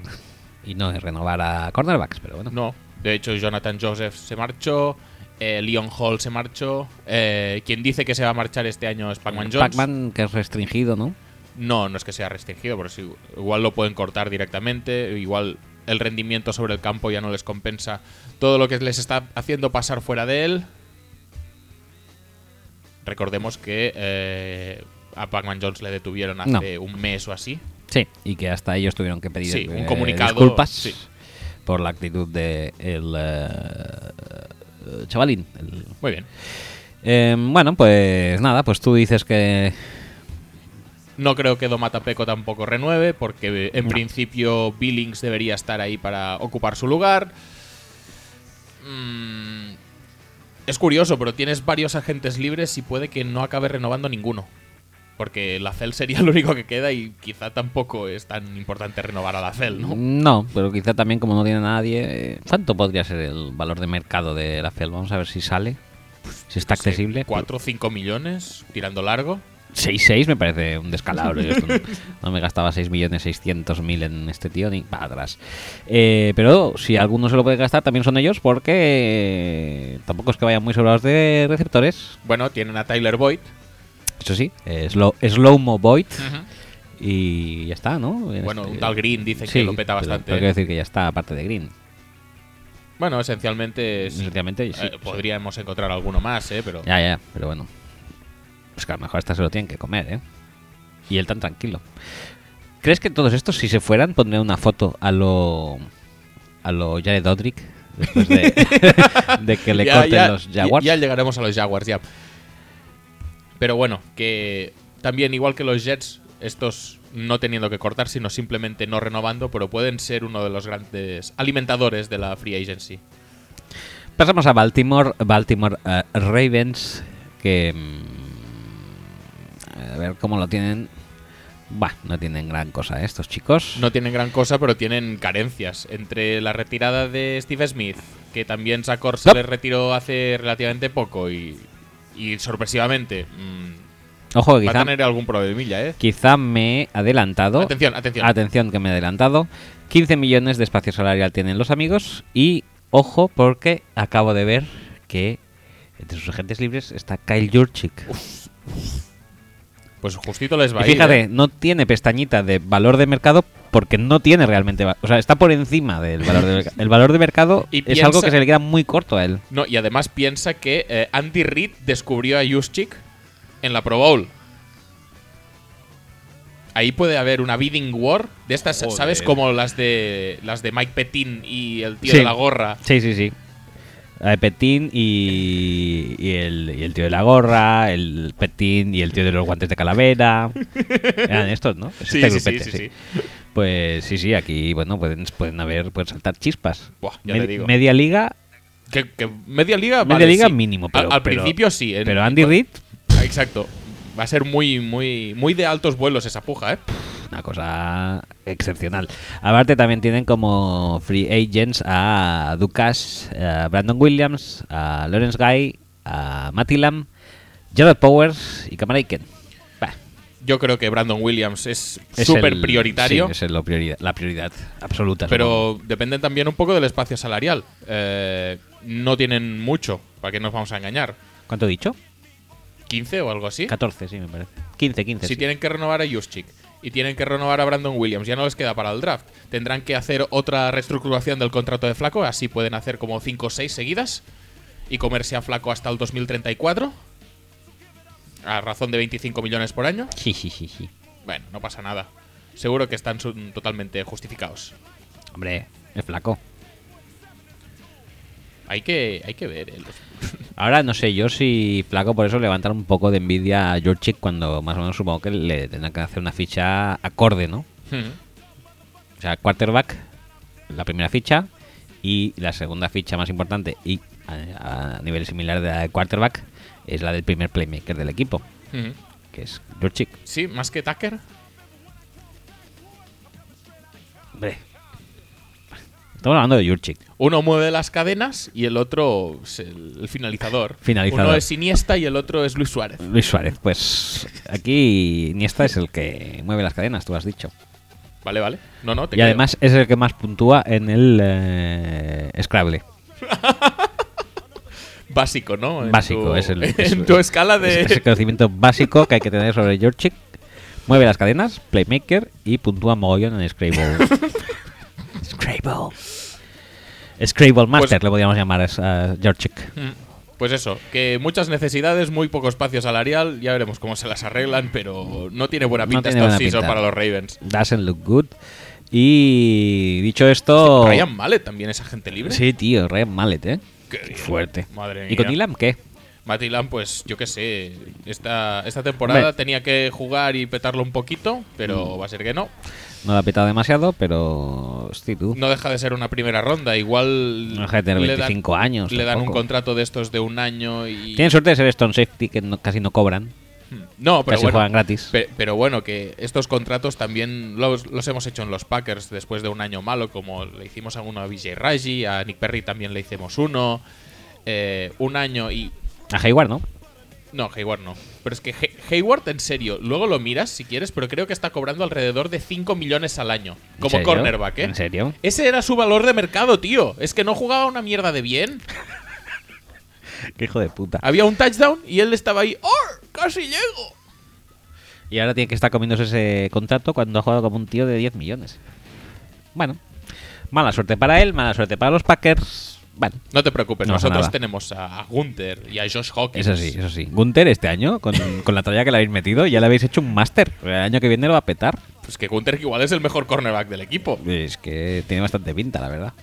S1: y no es renovar a cornerbacks, pero bueno.
S2: No, de hecho Jonathan Joseph se marchó. eh, Leon Hall se marchó. eh, quien dice que se va a marchar este año es Pac-Man Jones.
S1: Eh, Mm, Pac-Man, que es restringido, ¿no?
S2: No, no es que sea restringido, pero sí, igual lo pueden cortar directamente, igual el rendimiento sobre el campo ya no les compensa todo lo que les está haciendo pasar fuera de él. Recordemos que eh, a Pac-Man Jones le detuvieron hace un mes o así.
S1: Sí. Y que hasta ellos tuvieron que pedir
S2: Sí, un
S1: eh,
S2: comunicado,
S1: disculpas
S2: sí.
S1: por la actitud de el eh, eh, chavalín. el-
S2: Muy bien.
S1: Eh, bueno, pues nada, pues tú dices que
S2: No creo que Domatapeco tampoco renueve, porque eh, en principio Billings debería estar ahí para ocupar su lugar. Mm, mm, es curioso, pero tienes varios agentes libres y puede que no acabe renovando ninguno. Porque la CEL sería lo único que queda y quizá tampoco es tan importante renovar a la CEL, ¿no?
S1: No, pero quizá también como no tiene nadie, eh, ¿cuánto podría ser el valor de mercado de la FEL? Vamos a ver si sale, si está accesible.
S2: 4 o 5 millones tirando largo.
S1: 6-6 me parece un descalabro. Yo esto no, no me gastaba 6.600.000 en este tío ni para atrás. Eh, pero si alguno se lo puede gastar, también son ellos porque eh, tampoco es que vayan muy sobrados de receptores.
S2: Bueno, tienen a Tyler Boyd.
S1: Eso sí, eh, slow, slow Mo Boyd y ya está, ¿no?
S2: Mm. Bueno,
S1: Este-
S2: un tal Green dicen
S1: Sí,
S2: que lo peta
S1: pero-
S2: bastante. ¿eh?
S1: Pero quiero decir que ya está, aparte de Green.
S2: Bueno, esencialmente, sí.
S1: Esencialmente, sí,
S2: Eh,
S1: sí.
S2: podríamos encontrar alguno más, ¿eh? Pero
S1: Ya, ya, pero bueno. Pues que a lo mejor hasta se lo tienen que comer, ¿eh? Y él tan tranquilo. ¿Crees que todos estos, si se fueran, pondrían una foto a lo. a lo Jared Odrick? Después de, de que le
S2: Ya-
S1: corten
S2: ya-
S1: los Jaguars.
S2: Ya, ya llegaremos a los Jaguars, ya. Pero bueno, que también igual que los Jets, estos no teniendo que cortar, sino simplemente no renovando, pero pueden ser uno de los grandes alimentadores de la free agency.
S1: Pasamos a Baltimore, Baltimore eh, Ravens, que... mm, a ver cómo lo tienen. Bah, no tienen gran cosa ¿eh? estos chicos.
S2: No tienen gran cosa, pero tienen carencias. Entre la retirada de Steve Smith, que también Sacor se
S1: Nope.
S2: les retiró hace relativamente poco y, y sorpresivamente mm,
S1: Ojo, que
S2: va a
S1: quizá,
S2: tener algún problemilla, ¿eh?
S1: quizá me he adelantado.
S2: Atención, atención.
S1: Atención, que me he adelantado. 15 millones de espacio salarial tienen los amigos y ojo porque acabo de ver que entre sus agentes libres está Kyle Jurchik.
S2: Pues justito les va
S1: Y
S2: a ir,
S1: fíjate,
S2: ¿eh?
S1: no tiene pestañita de valor de mercado porque no tiene realmente, va- o sea, está por encima del valor de mercado. El valor de mercado
S2: Y
S1: es algo
S2: piensa-
S1: que se le queda muy corto a él.
S2: No, y además piensa que eh, Andy Reid descubrió a Juszczyk en la Pro Bowl. Ahí puede haber una bidding war de estas,
S1: Joder.
S2: ¿sabes? Como las de las de Mike Petin y el tío
S1: Sí.
S2: de la gorra.
S1: Sí, sí, sí. Eh, Petín y, y el, y el tío de la gorra, el Petín y el tío de los guantes de calavera. Eran estos, ¿no? Es este grupete, sí. Pues sí, sí, aquí, bueno, pueden, pueden haber, pueden saltar chispas.
S2: Buah, ya
S1: Me-
S2: te digo.
S1: Media liga,
S2: Que, que media liga,
S1: media
S2: vale,
S1: liga
S2: sí.
S1: mínimo,
S2: Al-
S1: pero
S2: al,
S1: pero-
S2: principio sí. en-
S1: Pero Andy Reid,
S2: Ah, Exacto. Va a ser muy, muy, muy de altos vuelos esa puja, ¿eh?
S1: una cosa excepcional. Aparte también tienen como free agents a Ducas, a Brandon Williams, a Lawrence Guy, a Matty Lam, Jared Powers y Kamara Aiken. Bah,
S2: Yo creo que Brandon Williams es
S1: es
S2: súper
S1: el-
S2: prioritario.
S1: sí, es lo priori- la prioridad absoluta. supongo.
S2: Pero dependen también un poco del espacio salarial. Eh, no tienen mucho, ¿para qué nos vamos a engañar?
S1: ¿Cuánto he dicho?
S2: ¿15 o algo así?
S1: 14, sí, me parece. 15, 15.
S2: Si
S1: sí.
S2: tienen que renovar a Juszczyk y tienen que renovar a Brandon Williams, ya no les queda para el draft. Tendrán que hacer otra reestructuración del contrato de Flaco, así pueden hacer como 5 o 6 seguidas y comerse a Flaco hasta el 2034, a razón de 25 millones por año.
S1: Sí, sí, sí, sí.
S2: Bueno, no pasa nada. Seguro que están su- totalmente justificados.
S1: Hombre, es flaco.
S2: Hay que, hay que ver. eh, los-
S1: Ahora no sé yo si Flaco por eso levantar un poco de envidia a George cuando más o menos supongo que le tendrán que hacer una ficha acorde, ¿no?
S2: Hmm.
S1: O sea, quarterback, la primera ficha, y la segunda ficha más importante y a, a nivel similar de la de quarterback es la del primer playmaker del equipo,
S2: Hmm.
S1: que es George
S2: Sí, más que Tucker.
S1: Hombre. Estamos hablando de George
S2: Uno mueve las cadenas y el otro es el, el finalizador.
S1: Finalizador.
S2: Uno es Iniesta y el otro es Luis Suárez.
S1: Luis Suárez, pues aquí Niesta es el que mueve las cadenas, tú lo has dicho.
S2: Vale, vale. No, no, te
S1: Y
S2: creo.
S1: además es el que más puntúa en el eh, Scrabble.
S2: Básico, ¿no? En
S1: básico,
S2: tu-
S1: es el. es-
S2: En tu escala de.
S1: Es el conocimiento básico que hay que tener sobre Georgic. Mueve las cadenas, playmaker y puntúa mogollón en Scrabble. Scrabble. Scrabble Master,
S2: Pues-
S1: le podríamos llamar a Georgic.
S2: Mm. Pues eso, que muchas necesidades, muy poco espacio salarial. Ya veremos cómo se las arreglan, pero no tiene buena
S1: No
S2: pinta
S1: tiene
S2: esta
S1: buena
S2: offseason
S1: pinta.
S2: para los Ravens.
S1: Doesn't look good. Y dicho esto.
S2: Ryan Mallet también es agente libre.
S1: Sí, tío, Ryan Mallet, eh.
S2: Qué
S1: Qué
S2: bien.
S1: fuerte.
S2: Madre
S1: ¿Y con
S2: mía.
S1: Ilam qué?
S2: Matilan, pues yo qué sé, esta, esta temporada
S1: Hombre.
S2: tenía que jugar y petarlo un poquito, pero
S1: Mm.
S2: va a ser que no.
S1: No la ha petado demasiado, pero. Hosti, tú.
S2: No deja de ser una primera ronda, igual
S1: No deja de tener
S2: le dan-
S1: 25 años,
S2: Le dan un
S1: tampoco.
S2: contrato de estos de un año y...
S1: Tienen suerte de ser Stone Safety, que no- casi no cobran.
S2: No, pero
S1: Casi
S2: bueno,
S1: juegan gratis.
S2: pe- pero bueno, que estos contratos también los, los hemos hecho en los Packers después de un año malo, como le hicimos a uno a Vijay Raji, a Nick Perry también le hicimos uno. eh, un año y
S1: A Hayward, ¿no?
S2: No, Hayward no. Pero es que Hay- Hayward, en serio, luego lo miras si quieres, pero creo que está cobrando alrededor de 5 millones al año.
S1: ¿En
S2: Como
S1: serio?
S2: cornerback, ¿eh?
S1: ¿En serio?
S2: Ese era su valor de mercado, tío. Es que no jugaba una mierda de bien.
S1: Qué hijo de puta.
S2: Había un touchdown y él estaba ahí. ¡Oh! ¡Casi llego!
S1: Y ahora tiene que estar comiéndose ese contrato cuando ha jugado como un tío de 10 millones. Bueno, mala suerte para él, mala suerte para los Packers. Bueno,
S2: No te preocupes,
S1: No pasa
S2: nosotros
S1: nada.
S2: tenemos a Gunther y a Josh Hawkins.
S1: eso sí, eso sí. Gunter este año, con, con la talla que le habéis metido, ya le habéis hecho un máster. El año que viene lo va a petar.
S2: Pues que Gunther que igual es el mejor cornerback del equipo.
S1: Es que tiene bastante pinta, la verdad.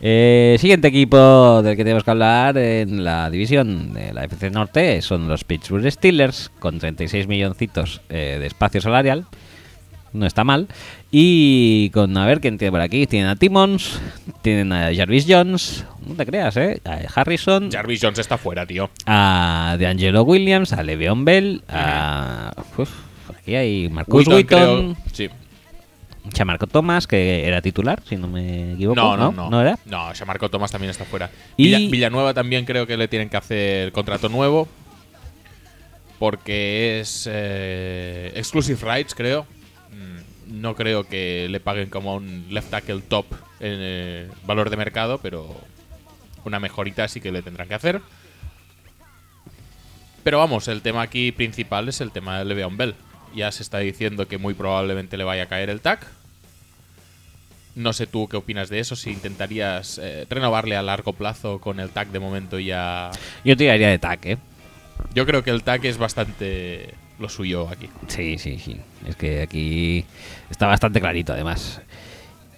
S1: Eh, siguiente equipo del que tenemos que hablar en la división de la FC Norte son los Pittsburgh Steelers, con 36 milloncitos eh, de espacio salarial. No está mal. Y con, a ver, ¿quién tiene por aquí? Tienen a Timmons, tienen a Jarvis Jones, no te creas, ¿eh? A Harrison,
S2: Jarvis Jones está fuera, tío.
S1: a DeAngelo Williams, a Le'Veon Bell, a... uf, aquí hay Marcus
S2: Wheaton,
S1: Wheaton,
S2: creo- Sí.
S1: Chamarco Thomas, que era titular, si no me equivoco.
S2: No, no, no.
S1: era?
S2: No, Shamarco Tomás también está fuera.
S1: Y-
S2: Villa- Villanueva también creo que le tienen que hacer contrato nuevo. Porque es eh, exclusive rights, creo. Mm, No creo que le paguen como a un left tackle top en eh, valor de mercado, pero una mejorita sí que le tendrán que hacer. Pero vamos, el tema aquí principal es el tema de Le'Veon Bell. Ya se está diciendo que muy probablemente le vaya a caer el TAC. No sé tú qué opinas de eso, si intentarías eh, renovarle a largo plazo con el TAC de momento ya...
S1: Yo tiraría de tac, ¿eh?
S2: Yo creo que el TAC es bastante lo suyo aquí.
S1: Sí, sí, sí. Es que aquí está bastante clarito, además.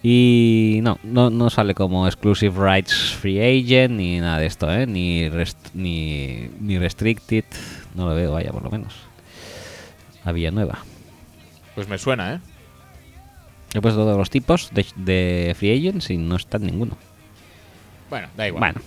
S1: Y no, no, no sale como Exclusive Rights Free Agent ni nada de esto, ¿eh? Ni, rest- ni, ni Restricted. No lo veo, vaya, por lo menos. A Villanueva.
S2: Pues me suena, ¿eh?
S1: He puesto todos los tipos de, de Free Agents y no están ninguno.
S2: Bueno, da igual.
S1: Bueno,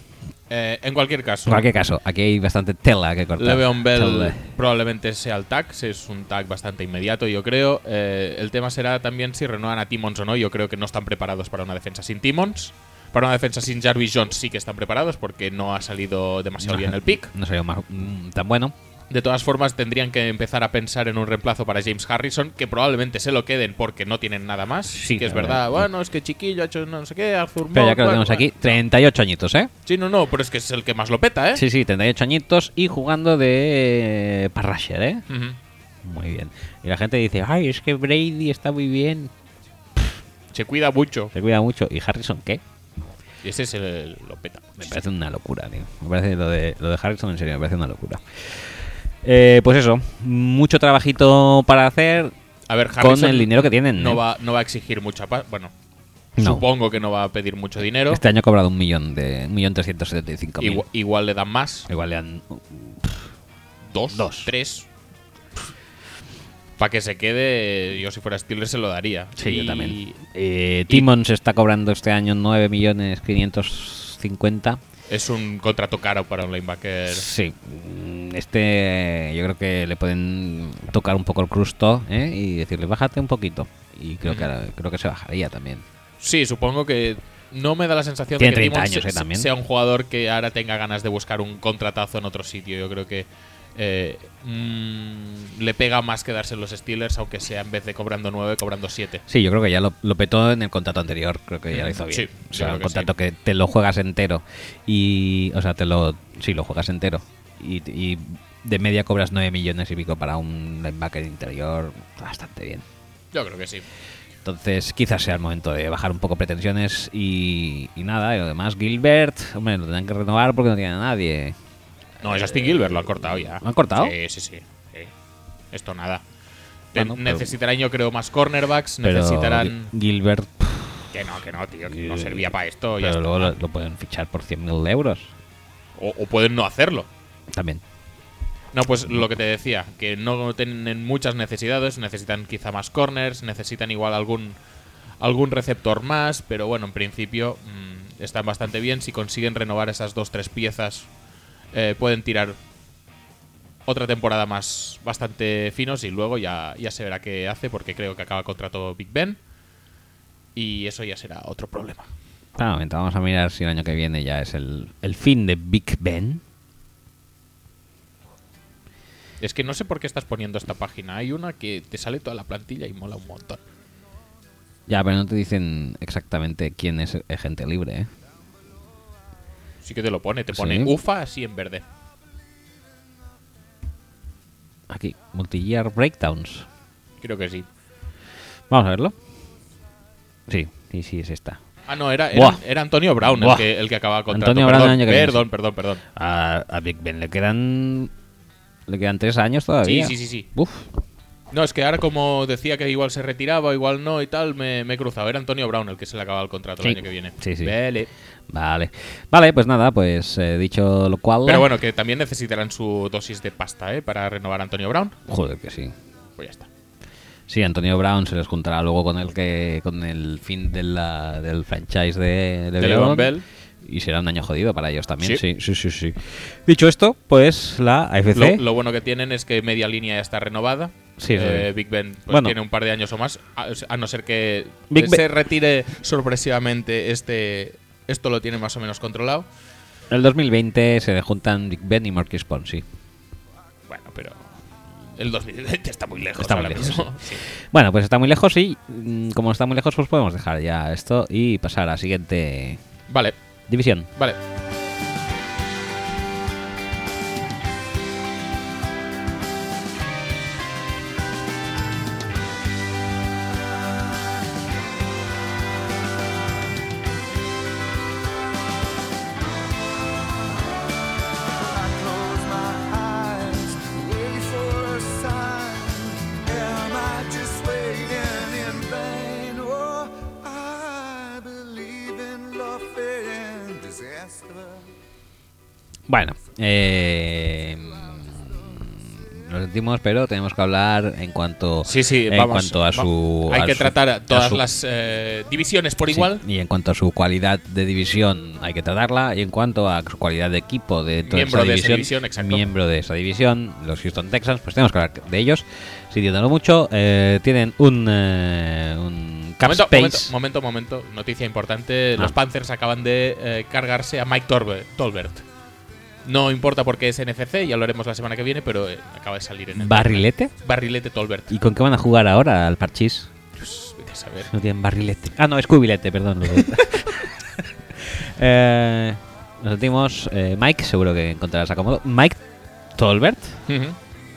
S2: Eh, en cualquier caso,
S1: en cualquier caso, aquí hay bastante tela que cortar.
S2: Le'Veon Bell
S1: Tela.
S2: probablemente sea el TAC, es un TAC bastante inmediato, yo creo. Eh, el tema será también si renuevan a Timmons o no. Yo creo que no están preparados para una defensa sin Timmons. Para una defensa sin Jarvis Jones sí que están preparados porque no ha salido demasiado bien el pick.
S1: No salió más, mm, tan bueno.
S2: De todas formas, tendrían que empezar a pensar en un reemplazo para James Harrison, que probablemente se lo queden porque no tienen nada más.
S1: Sí,
S2: que es
S1: la
S2: verdad.
S1: verdad.
S2: Bueno, es que Chiquillo ha hecho no sé qué, Arthur
S1: Pero ya
S2: Moore,
S1: que lo
S2: bueno,
S1: tenemos aquí,
S2: bueno.
S1: 38 añitos, ¿eh?
S2: Sí, no, no, pero es que es el que más lo peta, ¿eh?
S1: Sí, sí, 38 añitos y jugando de eh, parrasher, ¿eh?
S2: Ujú.
S1: Muy bien. Y la gente dice, ay, es que Brady está muy bien.
S2: Se cuida mucho.
S1: Se cuida mucho. ¿Y Harrison qué?
S2: Y ese es el lo peta.
S1: Me parece una locura, tío. Me parece lo de, lo de Harrison, en serio, me parece una locura. Eh, pues eso, mucho trabajito para hacer
S2: A ver, Harrison
S1: con el dinero que tienen.
S2: no
S1: ¿eh?
S2: va, no va a exigir mucha paz. Bueno,
S1: No.
S2: supongo que no va a pedir mucho dinero.
S1: Este año ha cobrado un millón de un millón trescientos setenta y cinco mil.
S2: Igual, igual le dan más.
S1: Igual le han-
S2: Dos,
S1: Dos.
S2: tres. Para que se quede, yo si fuera Steelers se lo daría.
S1: Sí, yo
S2: Y-
S1: también. Eh, Timmons está cobrando este año 9 millones 550.
S2: Es un contrato caro para un linebacker.
S1: Sí. Mm, Este, yo creo que le pueden tocar un poco el crusto ¿eh? y decirle, bájate un poquito. Y creo que, ahora- creo que se bajaría también.
S2: Sí, supongo que no me da la sensación
S1: Tiene
S2: de que
S1: 30
S2: Timmons
S1: años,
S2: se-
S1: eh, también.
S2: sea un jugador que ahora tenga ganas de buscar un contratazo en otro sitio. Yo creo que eh, mm, le pega más quedarse en los Steelers, aunque sea en vez de cobrando 9, cobrando 7.
S1: Sí, yo creo que ya lo, lo petó en el contrato anterior. Creo que ya lo hizo bien.
S2: Sí,
S1: o
S2: yo creo
S1: sea, un
S2: que
S1: contrato que te lo juegas entero. Y, o sea, te lo, sí, lo juegas entero. Y, y de media cobras 9 millones y pico para un linebacker interior. Bastante bien.
S2: Yo creo que sí.
S1: Entonces, quizás sea el momento de bajar un poco pretensiones y, y nada. Y lo demás, Gilbert, hombre, lo tendrán que renovar porque no tiene a nadie.
S2: No, Justin Gilbert lo han cortado ya.
S1: ¿Lo han cortado?
S2: Sí, sí, sí. sí. Esto nada.
S1: Bueno, Ah, pero-
S2: necesitarán, yo creo, más cornerbacks.
S1: Pero
S2: Necesitarán.
S1: Gil- Gilbert, pff,
S2: Que no, que no, tío. Que no
S1: Eh,
S2: servía para esto. ya
S1: pero
S2: está.
S1: luego lo, lo pueden fichar por 100.000 euros
S2: O, o pueden no hacerlo.
S1: también.
S2: No, pues lo que te decía, que no tienen muchas necesidades, necesitan quizá más corners, necesitan igual algún algún receptor más, pero bueno, en principio mm, están bastante bien. Si consiguen renovar esas dos tres piezas, eh, pueden tirar otra temporada más bastante finos y luego ya, ya se verá qué hace, porque creo que acaba contrato Big Ben y eso ya será otro problema.
S1: Espera un momento, vamos a mirar si el año que viene ya es el, el fin de Big Ben.
S2: Es que no sé por qué estás poniendo esta página. Hay una que te sale toda la plantilla y mola un montón.
S1: Ya, pero no te dicen exactamente quién es el gente libre, ¿eh?
S2: Sí que te lo pone, te
S1: Sí.
S2: pone UFA así en verde.
S1: Aquí, Multi-Year Breakdowns.
S2: Creo que sí.
S1: Vamos a verlo. Sí, sí, sí, es esta.
S2: Ah, no, era,
S1: Buah.
S2: era, era Antonio Brown
S1: Buah.
S2: el que, el que acababa contrato.
S1: Antonio Brown
S2: perdón,
S1: el año que viene,
S2: perdón, perdón, perdón.
S1: A, a Big Ben le quedan. Le quedan tres años todavía.
S2: Sí, sí, sí, sí.
S1: Uf,
S2: No, es que ahora como decía que igual se retiraba, igual no y tal, me, me he cruzado. Era Antonio Brown el que se le acababa el contrato
S1: Sí.
S2: el año que viene.
S1: Sí, sí.
S2: Vale.
S1: vale. Vale, pues nada, pues eh, dicho lo cual.
S2: Pero bueno, que también necesitarán su dosis de pasta, ¿eh? Para renovar a Antonio Brown.
S1: Joder, que sí.
S2: Pues ya está.
S1: Sí, Antonio Brown se les juntará luego con el que con el fin de la- del franchise de, de
S2: De Le'Veon Bell.
S1: Y será un año jodido para ellos también. Sí, sí,
S2: Sí.
S1: sí. sí. Dicho esto, pues la AFC.
S2: Lo, lo bueno que tienen es que media línea ya está renovada.
S1: Sí, eso
S2: Eh,
S1: sí.
S2: Big Ben pues,
S1: Bueno.
S2: tiene un par de años o más, a, a no ser que
S1: Big
S2: se
S1: Ben-
S2: retire sorpresivamente este... Esto lo tiene más o menos controlado.
S1: En el 2020 se le juntan Big Ben y Marquis Ponzi.
S2: Bueno, pero el 2020 está muy lejos.
S1: Está muy
S2: ahora
S1: lejos,
S2: mismo. Sí.
S1: Bueno, pues está muy lejos y mm, como está muy lejos, pues podemos dejar ya esto y pasar a la siguiente
S2: Vale,
S1: división.
S2: vale.
S4: I close my eyes, wait for a sign. Am I just waiting in vain? Oh, I believe in lawfare and disaster.
S1: Bueno, eh, lo sentimos, pero tenemos que hablar en cuanto,
S2: Sí, sí,
S1: en
S2: vamos.
S1: cuanto a
S2: va-
S1: su.
S2: Hay
S1: a
S2: que
S1: su-
S2: tratar a todas
S1: su-
S2: las eh, divisiones por
S1: sí,
S2: igual.
S1: y en cuanto a su cualidad de división, hay que tratarla. Y en cuanto a su cualidad de equipo de toda
S2: Miembro
S1: esa
S2: de esa
S1: división,
S2: división, exacto.
S1: miembro de esa división, los Houston Texans, pues tenemos que hablar de ellos. Sintiéndolo mucho, eh, tienen un, eh, un cap
S2: Momento,
S1: space.
S2: momento, momento, momento. Noticia importante. Los
S1: Ah.
S2: Panthers acaban de eh, cargarse a Mike Torbe- Tolbert. No importa porque es NFC, ya lo haremos la semana que viene, pero eh, acaba de salir en el
S1: ¿Barrilete?
S2: barrilete Tolbert.
S1: ¿Y con qué van a jugar ahora al parchís?
S2: Pues, vete a saber.
S1: No tienen barrilete. Ah, no, es cubilete, perdón. lo de- eh, nos sentimos. eh, Mike, seguro que encontrarás acomodo. Mike Tolbert,
S2: Ujú.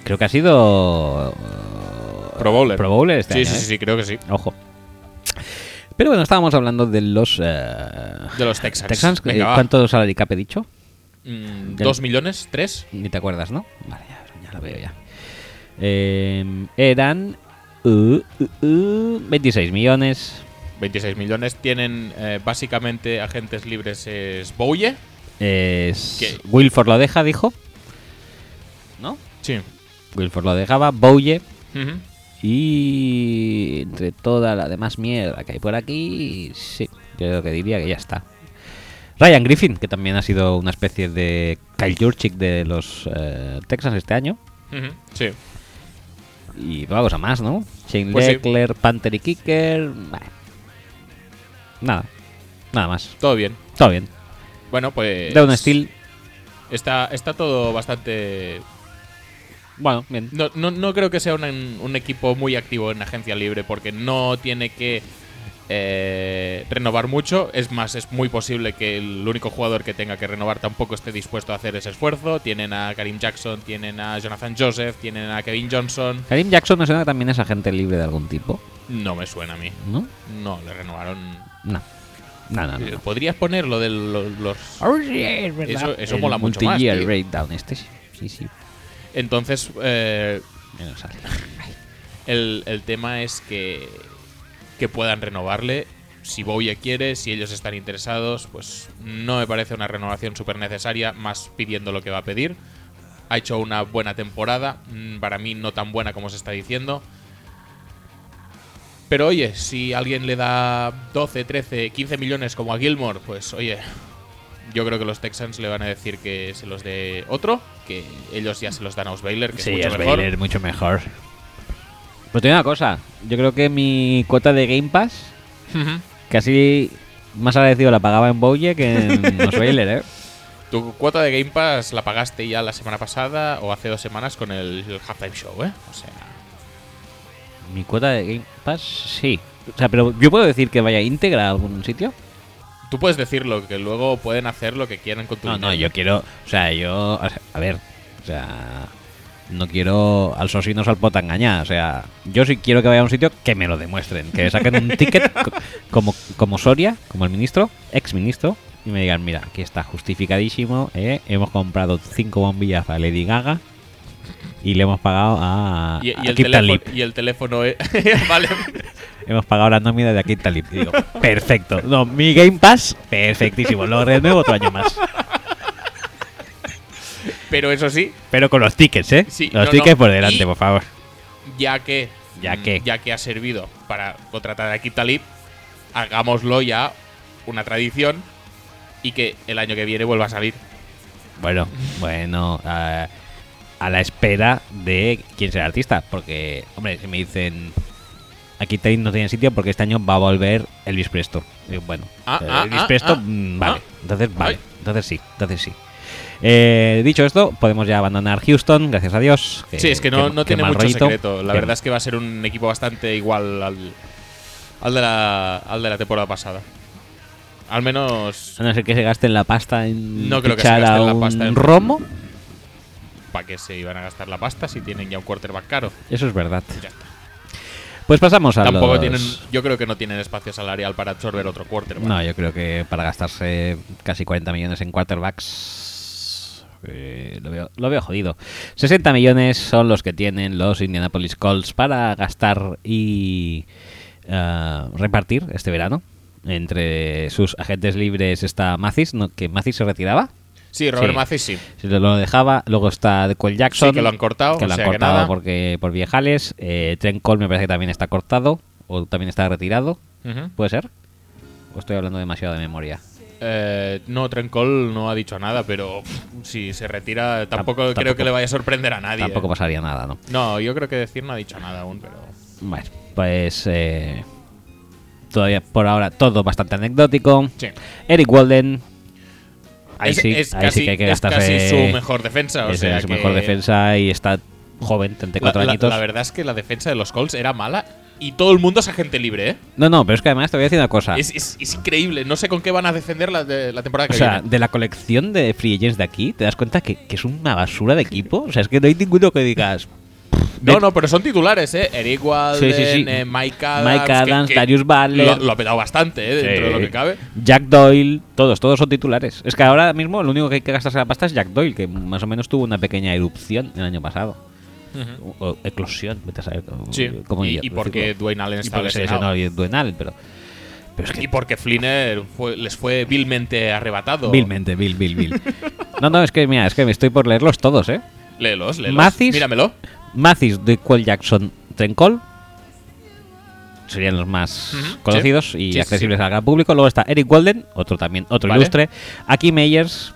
S1: creo que ha sido. eh,
S2: Pro Bowler.
S1: Pro Bowler este
S2: sí,
S1: año,
S2: sí,
S1: ¿eh?
S2: sí, sí, creo que sí.
S1: Ojo. Pero bueno, estábamos hablando de los. eh,
S2: De los Texans.
S1: Texans.
S2: Venga,
S1: Eh,
S2: va.
S1: ¿Cuánto salary cap he dicho?
S2: Mm, ¿Dos millones? ¿Tres?
S1: Ni te acuerdas, ¿no? Vale, ya, ya lo veo ya. Eh, eran. uh, uh, uh, 26 millones.
S2: 26 millones. Tienen eh, básicamente agentes libres es Bowie.
S1: Es...
S2: ¿Qué?
S1: Wilford lo deja, dijo. ¿No?
S2: Sí.
S1: Wilford lo dejaba, Bouye
S2: Ujú.
S1: y entre toda la demás mierda que hay por aquí, sí, yo creo que diría que ya está. Ryan Griffin, que también ha sido una especie de Kyle Jurchik de los eh, Texans este año.
S2: Ujú. Sí.
S1: Y vamos a más, ¿no? Shane
S2: Pues sí.
S1: Leckler, Panther y Kicker. vale. Nada. Nada más.
S2: Todo bien.
S1: Todo bien.
S2: Bueno, pues.
S1: Down Steel.
S2: Está, está todo bastante.
S1: Bueno, bien.
S2: No, no, no creo que sea un, un equipo muy activo en agencia libre porque no tiene que eh, renovar mucho. Es más, es muy posible que el único jugador que tenga que renovar tampoco esté dispuesto a hacer ese esfuerzo. Tienen a Karim Jackson, tienen a Jonathan Joseph, tienen a Kevin Johnson.
S1: Karim Jackson me suena que también es agente libre de algún tipo,
S2: No me suena a mí.
S1: ¿no?
S2: No, le renovaron.
S1: No. No, Ah, no, Ah. Oh, no.
S2: Eh, Podrías poner lo de lo- los. Eso- eso
S1: El
S2: mola mucho más,
S1: multi-year
S2: tío.
S1: breakdown, este sí. Sí, sí.
S2: Entonces, eh,
S1: Menos sale.
S2: El, el tema es que, que puedan renovarle. Si Bowie quiere, si ellos están interesados, pues no me parece una renovación súper necesaria, más pidiendo lo que va a pedir. Ha hecho una buena temporada, mm, para mí no tan buena como se está diciendo. Pero oye, si alguien le da 12, 13, 15 millones como a Gilmore, pues oye, yo creo que los Texans le van a decir que se los dé otro, que ellos ya se los dan a Osweiler, que
S1: Sí,
S2: es mucho
S1: es
S2: mejor.
S1: Baylor, mucho mejor. Pero te digo una cosa. Yo creo que mi cuota de Game Pass
S2: Ujú.
S1: casi más agradecido la pagaba en Bowyer que en Osweiler, ¿eh?
S2: Tu cuota de Game Pass la pagaste ya la semana pasada o hace dos semanas con el, el Halftime Show, ¿eh? O sea,
S1: Mi cuota de Game Pass, sí. O sea, pero yo puedo decir que vaya íntegra a algún sitio.
S2: tú puedes decirlo, que luego pueden hacer lo que quieran con tu
S1: No, no,
S2: dinero.
S1: yo quiero. O sea, yo. o sea, a ver. O sea. No quiero al sosinos al potangañá. O sea, yo sí quiero que vaya a un sitio que me lo demuestren. Que saquen un ticket co- como, como Soria, como el ministro, ex ministro, y me digan: mira, aquí está justificadísimo. ¿eh? Hemos comprado cinco bombillas para Lady Gaga y le hemos pagado a.
S2: Y, y
S1: a
S2: el
S1: Kip Talib.
S2: teléfono, y el teléfono es... vale.
S1: Hemos pagado la nómina de aquí en Talib. Y digo, perfecto. No, mi Game Pass, perfectísimo. Lo renuevo otro año más.
S2: Pero eso sí,
S1: Pero con los tickets, ¿eh?
S2: Sí,
S1: los
S2: no,
S1: tickets
S2: no.
S1: por delante,
S2: Y-
S1: por favor.
S2: ya que...
S1: Ya
S2: mm,
S1: que.
S2: Ya que ha servido para contratar a Kip Talib, hagámoslo ya una tradición y que el año que viene vuelva a salir.
S1: Bueno, bueno. A, a la espera de quién será el artista. Porque, hombre, si me dicen. Aquí Talib no tiene sitio porque este año va a volver Elvis Presto. Digo, bueno,
S2: Ah,
S1: eh,
S2: ah,
S1: Elvis
S2: ah,
S1: Presto,
S2: ah,
S1: mm, vale.
S2: ah.
S1: entonces, vale.
S2: Ay.
S1: Entonces sí, entonces sí. Eh, dicho esto, podemos ya abandonar Houston, gracias a Dios.
S2: sí, es que no,
S1: Eh, qué-
S2: no
S1: qué
S2: tiene
S1: mal
S2: mucho
S1: rollito.
S2: secreto. La
S1: Qué-
S2: verdad es que va a ser un equipo bastante igual al, al, de, la, al de la temporada pasada. Al menos...
S1: A no ser que se gasten la pasta en
S2: No creo que
S1: fichar
S2: se gasten
S1: a
S2: la
S1: un
S2: pasta en-
S1: romo.
S2: ¿Para qué se iban a gastar la pasta si tienen ya un quarterback caro?
S1: Eso es verdad.
S2: Ya está.
S1: Pues pasamos a
S2: Tampoco
S1: los-
S2: tienen... Yo creo que no tienen espacio salarial para absorber otro quarterback.
S1: No, yo creo que para gastarse casi 40 millones en quarterbacks... eh, lo, veo, lo veo jodido. 60 millones son los que tienen los Indianapolis Colts para gastar y eh, repartir este verano. Entre sus agentes libres está Mathis, ¿no? que Mathis se retiraba.
S2: Sí, Robert
S1: Sí.
S2: Mathis sí.
S1: Si lo- lo dejaba. Luego está Cole Jackson.
S2: Sí, que lo han cortado,
S1: Que
S2: o
S1: lo han
S2: sea que
S1: cortado
S2: nada.
S1: porque, por viejales. Eh, Trent Cole me parece que también está cortado. O también está retirado.
S2: Ujú.
S1: ¿Puede ser? ¿O estoy hablando demasiado de memoria?
S2: Eh, no, Trencol no ha dicho nada, pero pff, si se retira tampoco, creo
S1: tampoco-
S2: que le vaya a sorprender a nadie.
S1: Tampoco
S2: eh.
S1: pasaría nada, ¿no?
S2: No, yo creo que decir no ha dicho nada aún, pero...
S1: Bueno, pues. eh, todavía por ahora todo bastante anecdótico.
S2: Sí.
S1: Eric Walden. Ahí, sí, ahí
S2: casi,
S1: sí que hay que
S2: es casi
S1: gastarse.
S2: su mejor defensa. O
S1: es
S2: sea
S1: su
S2: que
S1: mejor defensa y está joven,
S2: La,
S1: 34
S2: la-
S1: añitos.
S2: la verdad es que la defensa de los Colts era mala y todo el mundo es agente libre, ¿eh?
S1: no, no, pero es que además te voy a decir una cosa.
S2: Es, es- es increíble. No sé con qué van a defender la, de- la temporada
S1: Ah. O
S2: que
S1: sea,
S2: viene.
S1: de la colección de free agents de aquí, te das cuenta que, que es una basura de equipo. O sea, es que no hay ninguno que digas.
S2: No, no, pero son titulares, ¿eh? Eric Walden,
S1: Sí, sí, sí.
S2: eh, Mike Adams.
S1: Mike Adams, Darius Butler.
S2: Lo, lo ha petado bastante, ¿eh? Dentro de lo que cabe.
S1: Jack Doyle, todos, todos son titulares. Es que ahora mismo lo único que hay que gastarse la pasta es Jack Doyle, que más o menos tuvo una pequeña erupción el año pasado. O, o eclosión, vete a saber cómo,
S2: Sí.
S1: cómo
S2: y, y
S1: decirlo.
S2: porque Dwayne Allen
S1: Y
S2: está
S1: porque se
S2: lesionado.
S1: lesionó y Duenal, pero. Pero es que
S2: Y porque Flinner fue- les fue vilmente arrebatado.
S1: vilmente, vil, vil, vil. no, no, es que mira, es que me estoy por leerlos todos, ¿eh?
S2: Léelos, léelos.
S1: Mathis.
S2: Míramelo.
S1: Mathis, Cole Jackson, Trencol. Serían los más
S2: Ujú,
S1: conocidos
S2: sí.
S1: y
S2: Sí, sí,
S1: accesibles al gran público. Luego está Eric Walden, otro también, otro
S2: Vale.
S1: ilustre. Aki Meyers.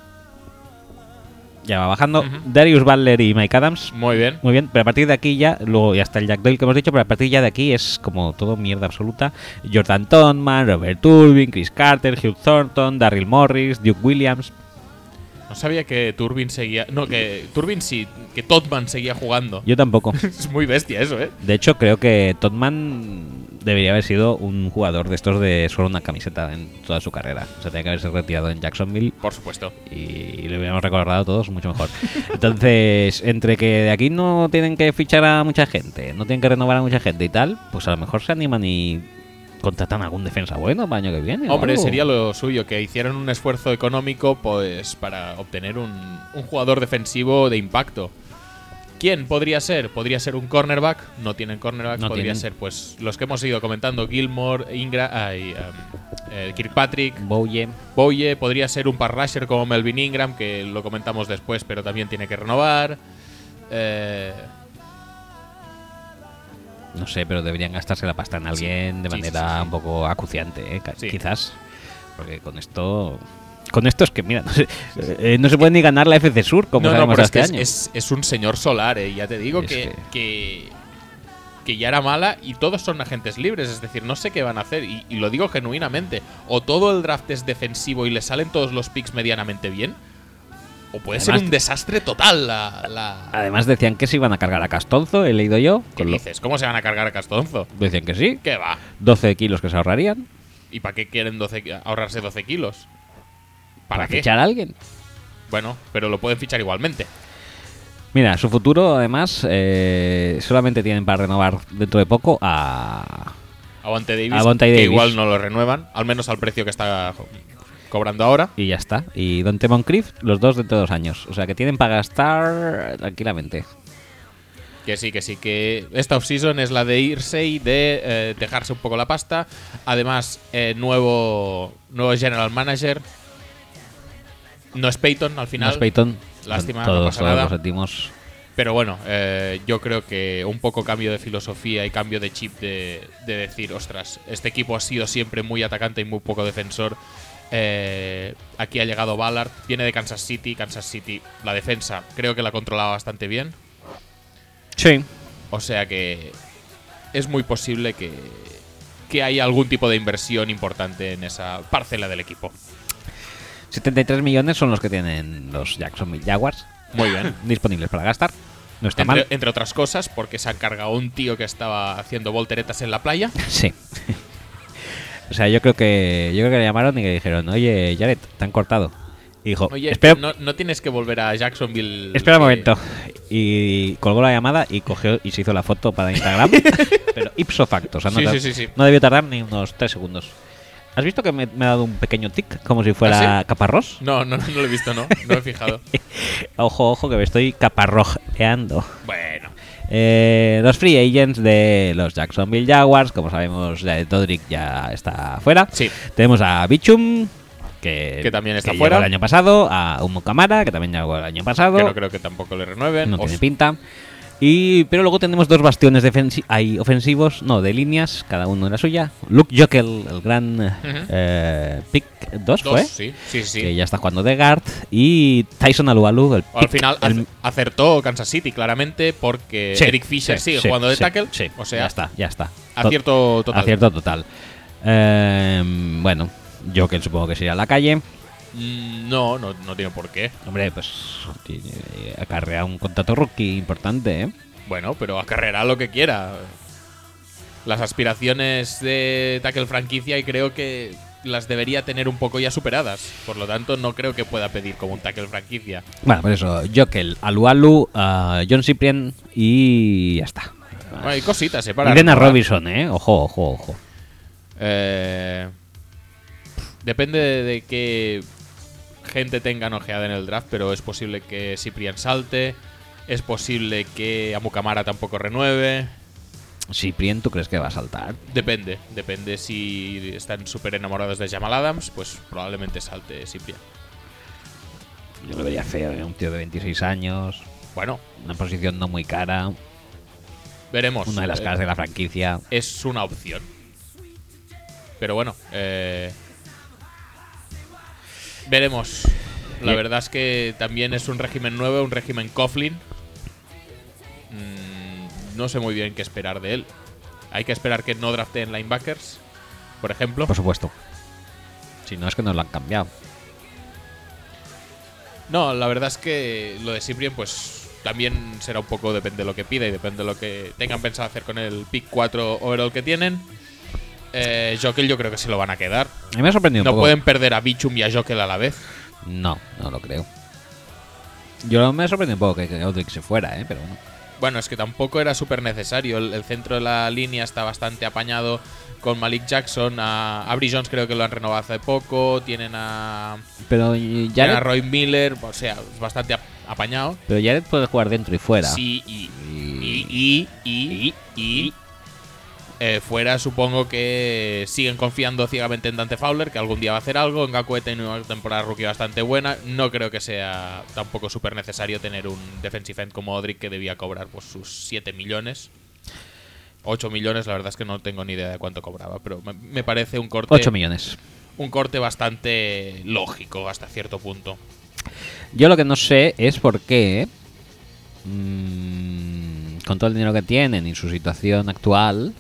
S1: Ya va bajando.
S2: Ujú.
S1: Darius Butler y Mike Adams.
S2: Muy bien.
S1: Muy bien, pero a partir de aquí ya, luego ya está el Jack Doyle que hemos dicho, pero a partir ya de aquí es como todo mierda absoluta. Jordan Tonman, Robert Turbin, Chris Carter, Hugh Thornton, Daryl Morris, Duke Williams.
S2: No sabía que Turbin seguía. No, que Turbin sí, que Todman seguía jugando.
S1: Yo tampoco.
S2: Es muy bestia eso, ¿eh?
S1: De hecho, creo que Todman debería haber sido un jugador de estos de solo una camiseta en toda su carrera. O sea, tenía que haberse retirado en Jacksonville
S2: Por supuesto.
S1: y le hubiéramos recordado a todos mucho mejor. Entonces, entre que de aquí no tienen que fichar a mucha gente, no tienen que renovar a mucha gente y tal, pues a lo mejor se animan y contratan algún defensa bueno para el año que viene. o
S2: Hombre,
S1: algo.
S2: sería lo suyo, que hicieran un esfuerzo económico pues para obtener un, un jugador defensivo de impacto. ¿Quién podría ser? Podría ser un cornerback. No tienen cornerback.
S1: No
S2: podría
S1: tienen.
S2: ser, pues, los que hemos ido comentando: Gilmore, Ingra, ay, em, eh, Kirkpatrick,
S1: Bowye.
S2: Boye, podría ser un par rusher como Melvin Ingram, que lo comentamos después, pero también tiene que renovar. Eh,
S1: No sé, pero deberían gastarse la pasta en alguien de
S2: Sí, sí,
S1: manera
S2: sí, sí.
S1: un poco acuciante, ¿eh? Ca-
S2: Sí.
S1: quizás. Porque con esto. Con esto es que, mira, no se, eh, no se puede ni ganar la FC Sur, como
S2: no, no,
S1: sabemos
S2: pero es
S1: este
S2: que es,
S1: año.
S2: es- es un señor solar, eh, ya te digo
S1: Es
S2: que, que, que ya era mala y todos son agentes libres, es decir, no sé qué van a hacer, y, y lo digo genuinamente, o todo el draft es defensivo y le salen todos los picks medianamente bien, o puede ser
S1: Además-
S2: un desastre total la... la
S1: Además decían que se iban a cargar a Castonzo, he leído yo.
S2: ¿Qué
S1: con lo-
S2: dices? ¿Cómo se van a cargar a Castonzo?
S1: Decían que sí.
S2: ¿Qué va?
S1: 12 kilos que se ahorrarían.
S2: ¿Y para qué quieren 12 ki- ahorrarse 12 kilos? ¿Para, qué?
S1: fichar a alguien.
S2: Bueno, pero lo pueden fichar igualmente.
S1: Mira, su futuro, además, eh, solamente tienen para renovar dentro de poco a.
S2: Avante Davis,
S1: A Vontae
S2: que
S1: Davis.
S2: igual no lo renuevan, al menos al precio que está jo- cobrando ahora.
S1: Y ya está. Y Dante Moncrief, los dos dentro de dos años. O sea que tienen para gastar tranquilamente.
S2: Que sí, que sí, que esta offseason es la de irse y de eh, dejarse un poco la pasta. Además, eh, nuevo, nuevo general manager. No es Peyton al final.
S1: Nos Peyton.
S2: Lástima,
S1: todos,
S2: no pasa
S1: todos
S2: nada.
S1: lo sentimos.
S2: Pero bueno, eh, yo creo que un poco cambio de filosofía y cambio de chip de, de decir, ostras, este equipo ha sido siempre muy atacante y muy poco defensor. Eh, aquí ha llegado Ballard, viene de Kansas City, Kansas City, la defensa creo que la controlaba bastante bien.
S1: Sí.
S2: O sea que es muy posible que, que haya algún tipo de inversión importante en esa parcela del equipo.
S1: 73 millones son los que tienen los Jacksonville Jaguars
S2: Muy bien.
S1: disponibles para gastar. No está
S2: Entre,
S1: mal.
S2: entre otras cosas, porque se ha encargado un tío que estaba haciendo volteretas en la playa.
S1: Sí. o sea, yo creo que yo creo que le llamaron y le dijeron, oye, Jared, te han cortado. Y dijo,
S2: Oye,
S1: Oh, espera,
S2: no, no tienes que volver a Jacksonville.
S1: espera un
S2: que-
S1: momento. Y colgó la llamada y cogió y se hizo la foto para Instagram. pero ipso facto. O sea, no,
S2: Sí,
S1: tar-
S2: sí, sí, sí.
S1: no debió tardar ni unos tres segundos. ¿Has visto que me, me ha dado un pequeño tic? Como si fuera
S2: ¿Ah, sí?
S1: caparrós.
S2: No, no, no lo he visto, no. No me he fijado.
S1: Ojo, ojo, que me estoy caparrojeando.
S2: bueno,
S1: Eh, los free agents de los Jacksonville Jaguars, como sabemos, Jared Dodrick ya está fuera.
S2: Sí.
S1: Tenemos a Bichum, que,
S2: Que también está
S1: llegó
S2: fuera.
S1: el año pasado, a Humo Camara, que también llegó el año pasado.
S2: que no creo que tampoco le renueven.
S1: No
S2: Os-
S1: tiene pinta. Y, pero luego tenemos dos bastiones defensi- hay ofensivos, no, de líneas, cada uno en la suya. Luke Jokel, el gran eh, pick 2
S2: Dos,
S1: fue,
S2: sí, sí, sí.
S1: que ya está jugando de guard. Y Tyson Alualu, el
S2: O Al
S1: pick-
S2: final ac-
S1: el-
S2: acertó Kansas City, claramente, porque
S1: Sí,
S2: Eh, Eric Fisher
S1: sí,
S2: sigue
S1: sí,
S2: jugando de
S1: sí,
S2: tackle.
S1: sí,
S2: o sea,
S1: ya está, ya está. To-
S2: acierto total.
S1: Acierto total. Eh, bueno, yo que supongo que se irá a la calle.
S2: Mm, No, no, no tiene por qué.
S1: Hombre, pues tiene- acarrea un contrato rookie importante, ¿eh?
S2: Bueno, pero acarrerá lo que quiera. Las aspiraciones de tackle franquicia y creo que las debería tener un poco ya superadas. Por lo tanto, no creo que pueda pedir como un tackle franquicia.
S1: Bueno, por eso, Jokel, Alualu, ah, John Cyprien y ya está.
S2: Hay cositas, ¿eh? Para
S1: Y Dennis
S2: recordar.
S1: Robinson, ¿eh? Ojo, ojo, ojo.
S2: Eh, depende de qué gente tenga nojeada en el draft, pero es posible que Ciprian salte. Es posible que Amukamara tampoco renueve.
S1: Cyprien, ¿tú crees que va a saltar?
S2: Depende, depende. Si están súper enamorados de Jamal Adams, pues probablemente salte Ciprian.
S1: Yo lo vería feo, ¿eh? Un tío de 26 años,
S2: Bueno,
S1: una posición no muy cara,
S2: veremos.
S1: una de las
S2: Eh,
S1: caras de la franquicia.
S2: Es una opción. Pero bueno, eh, veremos. La
S1: Ye-
S2: verdad es que también es un régimen nuevo, un régimen Coughlin. Mm, no sé muy bien qué esperar de él. Hay que esperar que no drafteen linebackers, por ejemplo.
S1: Por supuesto. Si no, es que nos lo han cambiado.
S2: No, la verdad es que lo de Cyprien, pues también será un poco depende de lo que pida y depende de lo que tengan pensado hacer con el pick 4 overall que tienen. Eh, Jokel yo creo que se lo van a quedar.
S1: A mí me ha sorprendido
S2: No
S1: un poco.
S2: pueden perder a Bichum y a Jokel a la vez.
S1: No, no lo creo. Yo me sorprende un poco que, que Odrick se fuera, ¿eh? pero bueno.
S2: Bueno, es que tampoco era súper necesario. El, el centro de la línea está bastante apañado con Malik Jackson. A, a Bri Jones creo que lo han renovado hace poco. Tienen a,
S1: Pero y
S2: tienen a
S1: Jared,
S2: Roy Miller. O sea, es bastante ap- apañado.
S1: pero Jared puede jugar dentro y fuera.
S2: Sí, y.
S1: Y-
S2: Y. Y. Y. y, Eh, fuera supongo que siguen confiando ciegamente en Dante Fowler, que algún día va a hacer algo. En Gaku ha tenido una temporada rookie bastante buena. No creo que sea tampoco súper necesario tener un defensive end como Odrick, que debía cobrar pues, sus 7 millones. 8 millones, la verdad es que no tengo ni idea de cuánto cobraba, pero me, me parece un corte,
S1: 8 millones.
S2: un corte bastante lógico hasta cierto punto.
S1: Yo lo que no sé es por qué, mm, con todo el dinero que tienen y su situación actual,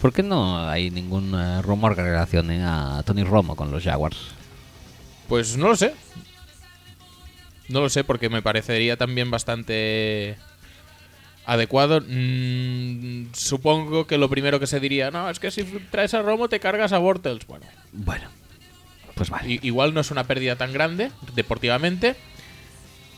S1: ¿por qué no hay ningún eh, rumor que relacione a Tony Romo con los Jaguars?
S2: Pues no lo sé. No lo sé porque me parecería también bastante adecuado. Mm, supongo que lo primero que se diría, no, es que si traes a Romo te cargas a Bortles. Bueno,
S1: Bueno, pues vale.
S2: i- igual no es una pérdida tan grande deportivamente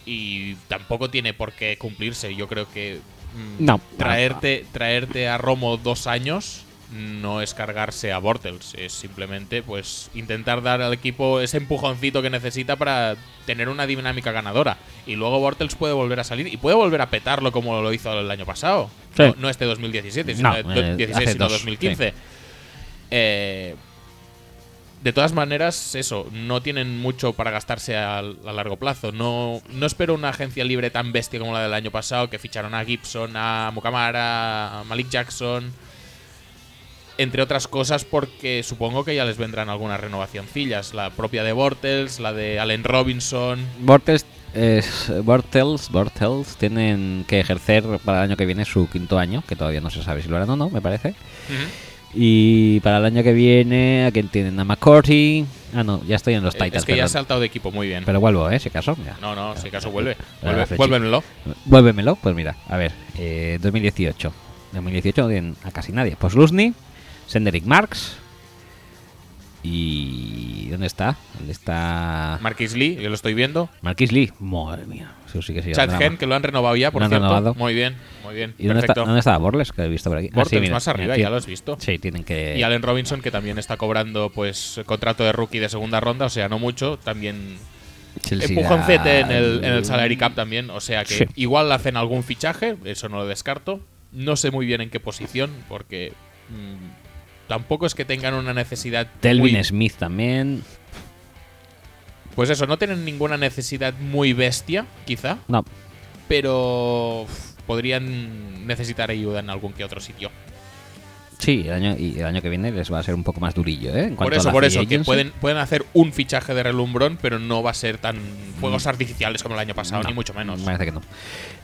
S2: y tampoco tiene por qué cumplirse. Yo creo que mm,
S1: No.
S2: traerte, traerte a Romo dos años no es cargarse a Bortles, es simplemente pues intentar dar al equipo ese empujoncito que necesita para tener una dinámica ganadora. Y luego Bortles puede volver a salir y puede volver a petarlo como lo hizo el año pasado.
S1: Sí.
S2: No, no este 2017, sino,
S1: No,
S2: do-
S1: eh,
S2: 16,
S1: hace
S2: sino
S1: dos,
S2: 2015. Eh, de todas maneras, eso, no tienen mucho para gastarse a, a largo plazo. No, no espero una agencia libre tan bestia como la del año pasado, que ficharon a Gibson, a Mukamara, a Malik Jackson, entre otras cosas, porque supongo que ya les vendrán algunas renovacioncillas. La propia de Bortles, la de Allen Robinson.
S1: Bortles, es- Bortles, Bortles tienen que ejercer para el año que viene su quinto año, que todavía no se sabe si lo harán o no, me parece. Y para el año que viene, ¿a quién tienen? A McCourty. Ah, no, ya estoy en los Titans.
S2: Eh, es que ya
S1: perdón.
S2: ha saltado de equipo muy bien.
S1: Pero vuelvo, ¿eh? Si acaso. mira.
S2: no, no, si acaso vuelve.
S1: La
S2: Vuelve-
S1: flechita.
S2: Vuélvenlo.
S1: Vuélvemelo, pues mira, a ver, eh, 2018. 2018 no tienen a casi nadie. Pues Luzny, Senderick Marx. ¿Y dónde está? ¿Dónde está
S2: Marquis Lee, yo lo estoy viendo.
S1: Marquis Lee? Madre mía, eso sí que sí.
S2: Chad
S1: drama.
S2: Hen, que lo han renovado ya, por
S1: Lo han
S2: cierto.
S1: renovado.
S2: Muy bien, muy bien.
S1: ¿Y dónde, está,
S2: Perfecto.
S1: dónde estaba Borles? Que he visto por aquí. Ah, sí,
S2: Bortles
S1: mira,
S2: más
S1: mira,
S2: arriba,
S1: sí.
S2: ya lo has visto.
S1: Sí, tienen que.
S2: Y Allen Robinson, que también está cobrando pues contrato de rookie de segunda ronda, o sea, no mucho, también
S1: Chelsea
S2: empujoncete en el, en
S1: da-
S2: el salary cap también, o sea que
S1: Sí.
S2: igual hacen algún fichaje, eso no lo descarto. No sé muy bien en qué posición, porque mm, tampoco es que tengan una necesidad...
S1: Telvin
S2: muy-
S1: Smith también.
S2: Pues eso, no tienen ninguna necesidad muy bestia, quizá,
S1: No,
S2: pero uf, podrían necesitar ayuda en algún que otro sitio.
S1: sí, el año, y el año que viene les va a ser un poco más durillo, ¿eh? En
S2: Por
S1: cuanto a
S2: eso,
S1: la
S2: por
S1: free
S2: eso, que
S1: agency.
S2: pueden, pueden hacer un fichaje de relumbrón, pero no va a ser tan fuegos artificiales como el año pasado,
S1: Mm. No,
S2: ni mucho menos.
S1: me Parece que no.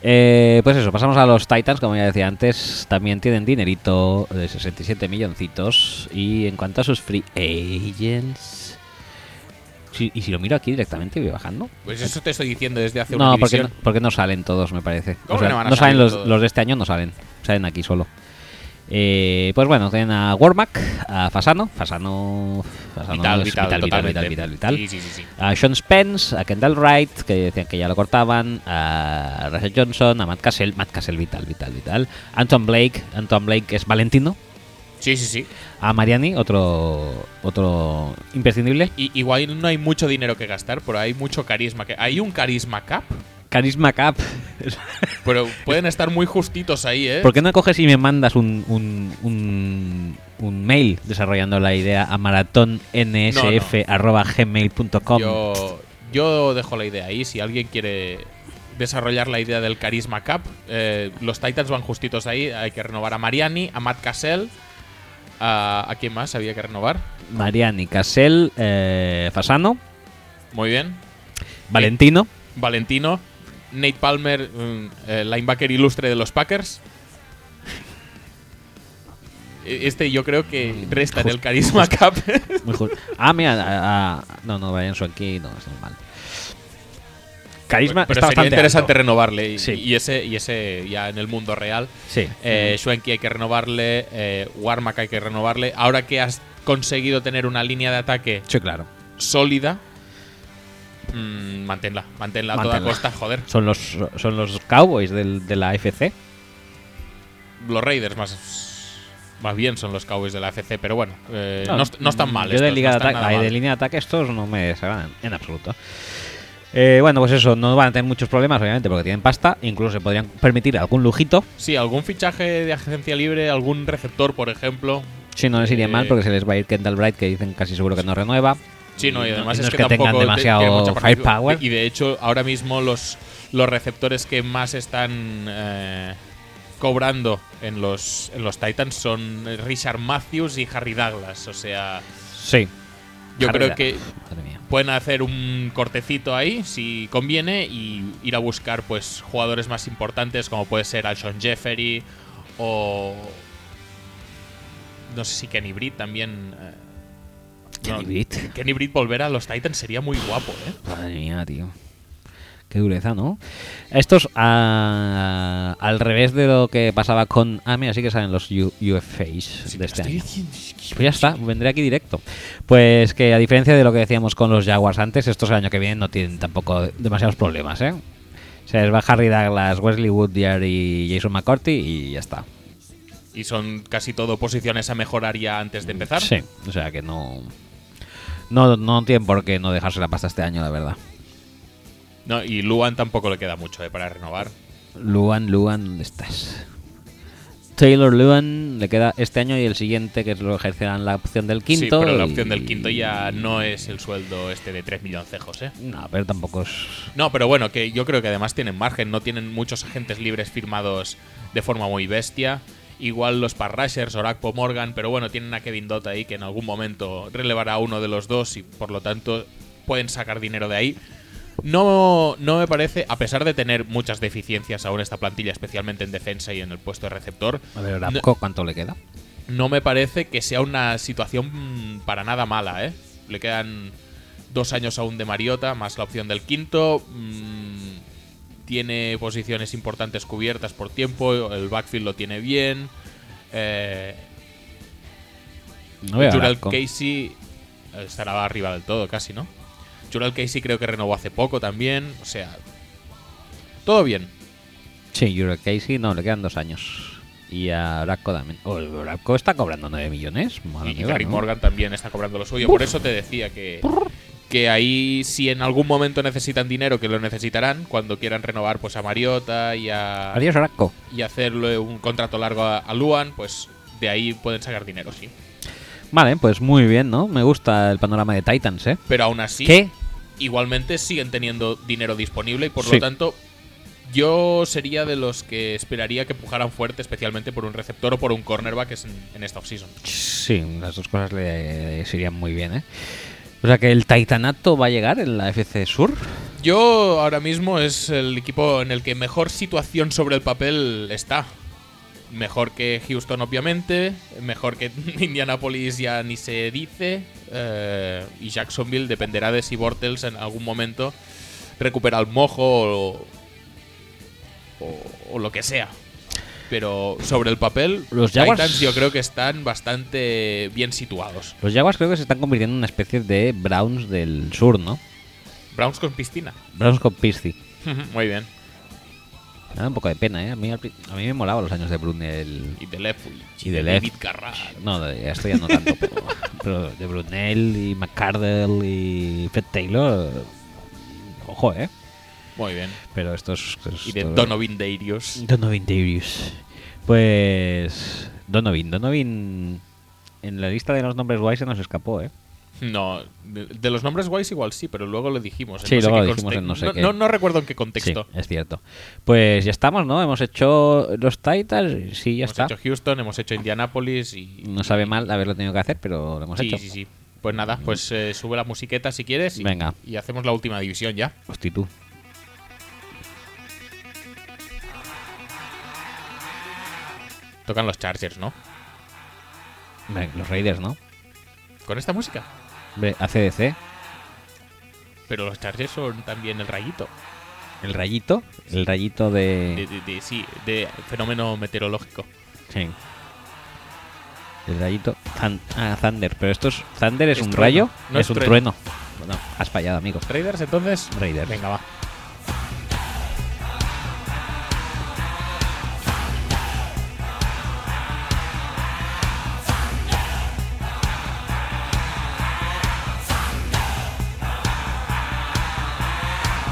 S1: Eh, pues eso, pasamos a los Titans, como ya decía antes, también tienen dinerito de 67 milloncitos. Y en cuanto a sus free agents... si- y si lo miro aquí directamente y voy bajando.
S2: Pues eso te estoy diciendo desde hace una
S1: No porque, no,
S2: división.
S1: porque no salen todos, me parece.
S2: ¿Cómo que no van a
S1: salen
S2: salir
S1: los,
S2: todos?
S1: los de este año, no salen. Salen aquí solo. Eh, pues bueno, tienen a Warmack, a Fasano. Fasano. Fasano
S2: Vital,
S1: es
S2: vital,
S1: vital,
S2: totalmente.
S1: vital, vital, vital.
S2: Sí, sí, sí, sí.
S1: a Sean Spence, a Kendall Wright, que decían que ya lo cortaban, a Rachel Johnson, a Matt Cassell, Matt Cassell vital, vital, vital, Anton Blake, Anton Blake es Valentino,
S2: Sí, sí, sí.
S1: a Mariani, otro otro imprescindible,
S2: Y, igual no hay mucho dinero que gastar, pero hay mucho carisma. que Hay un carisma cap,
S1: Carisma Cap.
S2: pero pueden estar muy justitos ahí, ¿eh?
S1: ¿Por qué no coges y me mandas un, un, un, un mail desarrollando la idea a maratonsf@gmail.com?
S2: Yo, yo dejo la idea ahí. Si alguien quiere desarrollar la idea del Carisma Cup, eh, los Titans van justitos ahí. Hay que renovar a Mariani, a Matt Cassell. ¿A, ¿a quién más había que renovar?
S1: Mariani, Casel, eh, Fasano,
S2: Muy bien.
S1: Valentino.
S2: Valentino. Nate Palmer, mm, eh, linebacker ilustre de los Packers. E- Este yo creo que
S1: Mm,
S2: resta en el Carisma Cup.
S1: Muy ju- ah, mira, a- a- no, no, Brian aquí no, es normal. Carisma
S2: Pero
S1: está
S2: sería
S1: bastante
S2: interesante
S1: alto.
S2: renovarle. y-
S1: Sí.
S2: y ese, y ese ya en el mundo real.
S1: Sí.
S2: Eh, Schwenke hay que renovarle, eh, Warmack hay que renovarle. Ahora que has conseguido tener una línea de ataque
S1: sí, claro.
S2: sólida, mm, manténla, manténla a toda
S1: Manténla.
S2: costa, joder.
S1: Son los, son los Cowboys del- de la FC.
S2: Los Raiders más, más bien son los Cowboys de la FC, pero bueno, eh, no, est- no están mal.
S1: Yo de,
S2: estos,
S1: liga
S2: no
S1: de,
S2: están
S1: ataque,
S2: nada
S1: ay, de
S2: mal.
S1: línea de ataque estos no me desagradan en absoluto. Eh, bueno, pues eso, no van a tener muchos problemas, obviamente, porque tienen pasta. Incluso se podrían permitir algún lujito.
S2: Sí, algún fichaje de agencia libre, algún receptor, por ejemplo.
S1: Si no les iría
S2: Eh,
S1: mal, porque se les va a ir Kendall Bright, que dicen casi seguro que no renueva.
S2: Sí, no, y
S1: no-
S2: además
S1: no
S2: es,
S1: es
S2: que,
S1: que tengan
S2: tampoco te-
S1: demasiado
S2: tiene mucha participación.
S1: firepower.
S2: Y de hecho, ahora mismo los, los receptores que más están eh, cobrando en los, en los Titans son Richard Matthews y Harry Douglas. O sea,
S1: Sí.
S2: yo
S1: Harry
S2: creo
S1: Douglas.
S2: que
S1: Madre mía.
S2: pueden hacer un cortecito ahí si conviene y ir a buscar pues jugadores más importantes como puede ser Alshon Jeffery o no sé si Kenny Britt también eh,
S1: Kenny
S2: no,
S1: Britt.
S2: Kenny Britt volver a los Titans sería muy guapo eh
S1: Madre mía, tío. Qué dureza, ¿no? Estos, a- al revés de lo que pasaba con AME, así que salen los U- UFAs de
S2: Sí,
S1: este
S2: te estoy
S1: año.
S2: diciendo,
S1: Pues ya está, vendré aquí directo. Pues que a diferencia de lo que decíamos con los Jaguars antes, estos el año que viene no tienen tampoco demasiados problemas, ¿eh? Se les va Harry Douglas, Wesley Woodyard y Jason McCourty y ya está.
S2: y son casi todo posiciones a mejorar ya antes de empezar
S1: Sí, o sea que no... No, no tienen por qué no dejarse la pasta este año, la verdad.
S2: no, y Luan tampoco le queda mucho eh, para renovar
S1: Luan, Luan, ¿dónde estás? Taylor Luan le queda este año y el siguiente, que lo ejercerán la opción del quinto.
S2: sí pero la
S1: y-
S2: opción del quinto ya no es el sueldo este de 3 milloncejos eh
S1: No, pero tampoco es
S2: No, pero bueno, que yo creo que además tienen margen, no tienen muchos agentes libres firmados de forma muy bestia. Igual los Parrashers, Orakpo Morgan, pero bueno, tienen a Kevin Dota ahí que en algún momento relevará a uno de los dos y por lo tanto pueden sacar dinero de ahí. No, no me parece, a pesar de tener muchas deficiencias aún esta plantilla, especialmente en defensa y en el puesto de receptor,
S1: A ver,
S2: no-
S1: Orapco, ¿cuánto le queda?
S2: no me parece que sea una situación mm, para nada mala, ¿eh? Le quedan dos años aún de Mariota, más la opción del quinto. mm, tiene posiciones importantes cubiertas por tiempo, el backfield lo tiene bien. Eh,
S1: No veo a
S2: Jurel
S1: Orapco.
S2: Casey eh, estará arriba del todo, casi, ¿no? Jurel Casey creo que renovó hace poco también, o sea, todo bien.
S1: Sí, Jurel Casey, no, le quedan dos años. Y a Orapco también. Oh, Orapco está cobrando 9 millones. Madre
S2: Y
S1: mía,
S2: Terry
S1: ¿no?
S2: Morgan también está cobrando lo suyo. Por eso te decía que, que ahí, si en algún momento necesitan dinero, que lo necesitarán, cuando quieran renovar pues a Mariota y a,
S1: Adiós, Orapco.
S2: y hacerle un contrato largo a, a Luan, pues de ahí pueden sacar dinero, sí.
S1: Vale, pues muy bien, ¿no? Me gusta el panorama de Titans, ¿eh?
S2: Pero aún así,
S1: ¿Qué?
S2: igualmente siguen teniendo dinero disponible y por
S1: Sí.
S2: lo tanto. Yo sería de los que esperaría que empujaran fuerte, especialmente por un receptor o por un cornerback es- en, en esta offseason.
S1: Sí, las dos cosas le, le irían muy bien, ¿eh? O sea que el Titanato va a llegar en la FC Sur.
S2: Yo ahora mismo es el equipo en el que mejor situación sobre el papel está. Mejor que Houston, obviamente. Mejor que Indianapolis ya ni se dice. eh, y Jacksonville dependerá de si Bortles en algún momento recupera el mojo o, o- o lo que sea. Pero sobre el papel,
S1: Los Jaguars-
S2: Titans yo creo que están bastante bien situados.
S1: Los Jaguars creo que se están convirtiendo en una especie de Browns del sur, ¿no?
S2: Browns con piscina.
S1: Browns con Pisci.
S2: Muy bien.
S1: Me da un poco de pena, ¿eh? A mí, al pri- a mí me molaban los años de Brunel.
S2: Y de Lefuich.
S1: Y de
S2: David
S1: Leftwich.
S2: Carrara.
S1: No, de- esto ya no tanto, pero, pero de Brunel y McCardell y Fred Taylor. Ojo, ¿eh?
S2: Muy bien.
S1: Pero estos.
S2: Y de
S1: estos-
S2: Donovan Deirios.
S1: Donovan Davis. Pues. Donovan, Donovan. En la lista de los nombres guays se nos escapó, ¿eh?
S2: No, de, de los nombres guays igual sí, pero luego lo dijimos. en
S1: Sí,
S2: no sé
S1: luego
S2: qué
S1: lo dijimos
S2: conte-
S1: en no sé
S2: no,
S1: qué.
S2: no- no recuerdo en qué contexto.
S1: Sí, es cierto. Pues ya estamos, ¿no? Hemos hecho los Titans. Sí, ya
S2: hemos
S1: está.
S2: hecho Houston, hemos hecho Indianapolis y...
S1: No sabe mal haberlo tenido que hacer, pero lo hemos
S2: sí,
S1: hecho.
S2: sí, sí. Pues nada, pues eh, sube la musiqueta si quieres y,
S1: Venga.
S2: y hacemos la última división ya.
S1: Hostia, tú.
S2: Tocan los Chargers, ¿no?
S1: Venga, Los Raiders, ¿no?
S2: Con esta música.
S1: Hombre, ACDC,
S2: Pero los Chargers son también el rayito.
S1: el rayito, el rayito
S2: De,
S1: de...
S2: de- de- sí, de fenómeno meteorológico.
S1: Sí. El rayito... Thun- ah, Thunder, pero esto es... Thunder es,
S2: Es
S1: un
S2: trueno,
S1: rayo,
S2: no
S1: es,
S2: es
S1: un
S2: trueno.
S1: trueno. Bueno, has fallado, amigo.
S2: Raiders, entonces...
S1: Raiders.
S2: Venga, va.
S1: Thunder,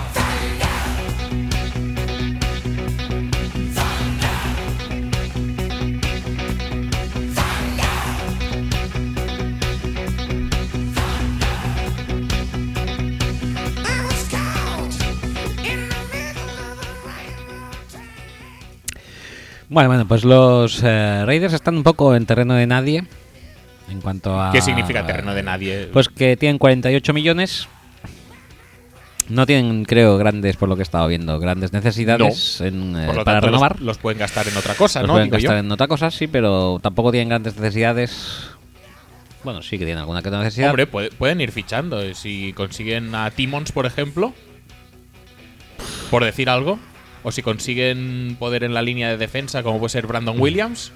S1: Bueno, bueno, pues los eh, Raiders están un poco en terreno de nadie. En cuanto a.
S2: ¿Qué significa terreno de nadie?
S1: Ah, Pues que tienen 48 millones. No tienen, creo, grandes, por lo que he estado viendo, grandes necesidades en, eh,
S2: Por lo
S1: para
S2: tanto, los-
S1: renovar.
S2: Los, pueden gastar en otra cosa,
S1: Los
S2: ¿no?
S1: pueden
S2: Digo yo.
S1: gastar en otra cosa, sí, pero tampoco tienen grandes necesidades. Bueno, sí que tienen alguna que otra necesidad.
S2: Hombre, puede- pueden ir fichando. eh, Si consiguen a Timmons, por ejemplo, por decir algo, o si consiguen poder en la línea de defensa, como puede ser
S1: Mm.
S2: Brandon Williams,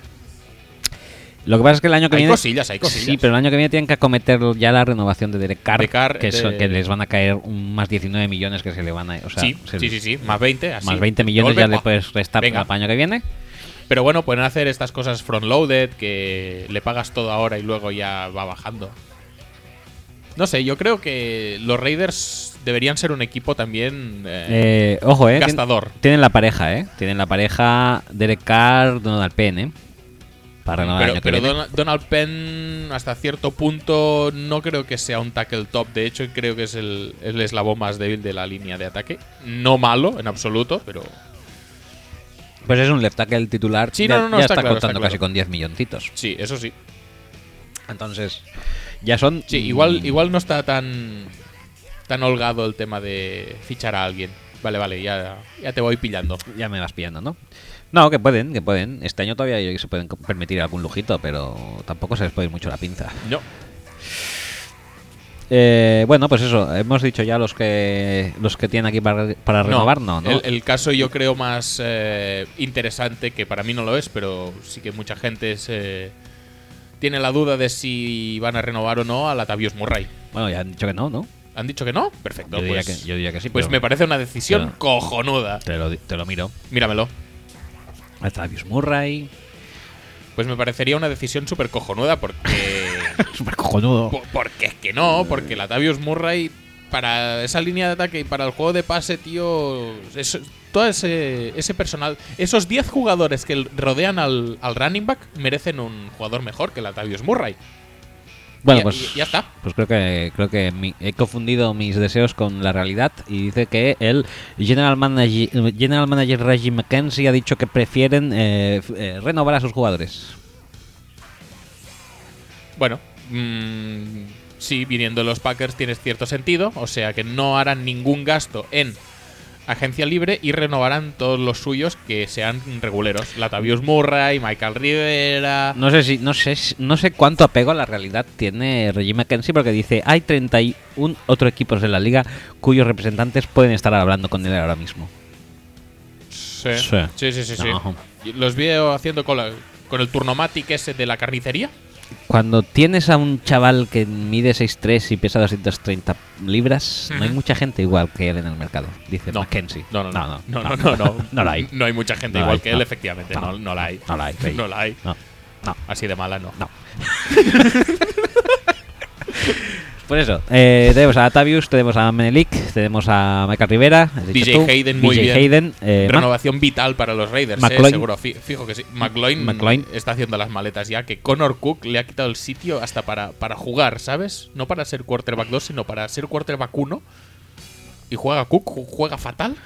S1: Lo que pasa es que el año que
S2: Hay
S1: viene.
S2: cosillas, hay cosillas.
S1: Sí, pero el año que viene tienen que acometer ya la renovación de Derek Carr,
S2: De Carr,
S1: que,
S2: de-
S1: son- que les van a caer un más 19 millones que se le van a. O sea,
S2: sí,
S1: se-
S2: sí, sí, sí, más 20, así.
S1: Más 20 millones
S2: Golpe,
S1: ya le
S2: ¡buah!
S1: puedes restar
S2: Venga.
S1: para el año que viene.
S2: Pero bueno, pueden hacer estas cosas front-loaded, que le pagas todo ahora y luego ya va bajando. No sé, yo creo que los Raiders deberían ser un equipo también... eh,
S1: Eh, ojo, eh. tien-
S2: Gastador.
S1: tienen la pareja, eh. Tienen la pareja Derek Carr, Donald Penn, eh. Para renovar el
S2: pero
S1: año Ah, que
S2: pero
S1: viene.
S2: Dona- Donald Penn, hasta cierto punto, no creo que sea un tackle top. De hecho, creo que es el, el eslabón más débil de la línea de ataque. No malo, en absoluto, pero...
S1: Pues es un left tackle titular.
S2: Sí,
S1: ya
S2: no, no, no,
S1: ya
S2: está claro, está
S1: contando casi
S2: claro.
S1: con 10 milloncitos.
S2: Sí, eso sí.
S1: Entonces, ya son. mm,
S2: Sí, igual, igual no está tan, tan holgado el tema de fichar a alguien. Vale, vale, ya, ya te voy pillando.
S1: Ya me vas pillando, ¿no? No, que pueden, que pueden. Este año todavía yo- se pueden co- permitir algún lujito, pero tampoco se les puede ir mucho la pinza.
S2: No.
S1: Eh, bueno, pues eso, hemos dicho ya los que los que tienen aquí para, para renovar, no, ¿no?
S2: El, el caso yo creo más eh, interesante, que para mí no lo es, pero sí que mucha gente se, tiene la duda de si van a renovar o no a Latavius Murray.
S1: Bueno, ya han dicho que no, ¿no?
S2: ¿Han dicho que no? Perfecto.
S1: Yo diría,
S2: pues
S1: que, yo diría que sí,
S2: pues
S1: pero
S2: me parece una decisión
S1: Pero-
S2: cojonuda.
S1: te lo, di- te lo miro.
S2: Míramelo.
S1: Latavius Murray,
S2: Pues me parecería una decisión súper cojonuda porque...
S1: super cojonudo.
S2: Po- Porque es que no, porque Latavius Murray para esa línea de ataque y para el juego de pase, tío, eso- todo ese, ese personal, esos 10 jugadores que l- rodean al, al running back merecen un jugador mejor que Latavius Murray.
S1: Bueno,
S2: Y-
S1: pues
S2: y ya está.
S1: Pues creo que creo que mi- he confundido mis deseos con la realidad y dice que el general manager general manager Reggie McKenzie ha dicho que prefieren eh, f- eh, renovar a sus jugadores.
S2: Bueno, mm, sí, viniendo de los Packers tiene cierto sentido, o sea que no harán ningún gasto en agencia libre y renovarán todos los suyos que sean reguleros. Latavius Murray, Michael Rivera...
S1: No sé si no sé si- no sé cuánto apego a la realidad tiene Reggie McKenzie porque dice hay 31 otros equipos en la liga cuyos representantes pueden estar hablando con él ahora mismo.
S2: Sí,
S1: Sí.
S2: sí, sí, sí. sí.
S1: No.
S2: Y Los veo haciendo con, la- con el turnomatic ese de la carnicería.
S1: Cuando tienes a un chaval que mide 6'3 y pesa 230 libras, no hay
S2: Ujú.
S1: mucha gente igual que él en el mercado, dice
S2: No.
S1: Mackenzie.
S2: No, no, no.
S1: No,
S2: no, no, no.
S1: no la hay.
S2: No hay mucha gente
S1: No
S2: igual
S1: hay,
S2: que
S1: no.
S2: él, efectivamente. No, no la hay.
S1: No la hay. sí.
S2: No la hay.
S1: No.
S2: Así de mala, no.
S1: No. Por eso, eh, tenemos a Atavius, tenemos a Menelik, tenemos a Michael Rivera, has dicho
S2: DJ
S1: tú,
S2: Hayden, muy
S1: DJ
S2: bien.
S1: Hayden, eh, Ma-
S2: Renovación vital para los Raiders, eh,
S1: McLoin.
S2: seguro. Fi- Fijo que sí. McLoin,
S1: McLoin.
S2: está haciendo las maletas ya. Que Connor Cook le ha quitado el sitio hasta para, para jugar, ¿sabes? No para ser quarterback 2, sino para ser quarterback 1. Y juega Cook, ju- juega fatal.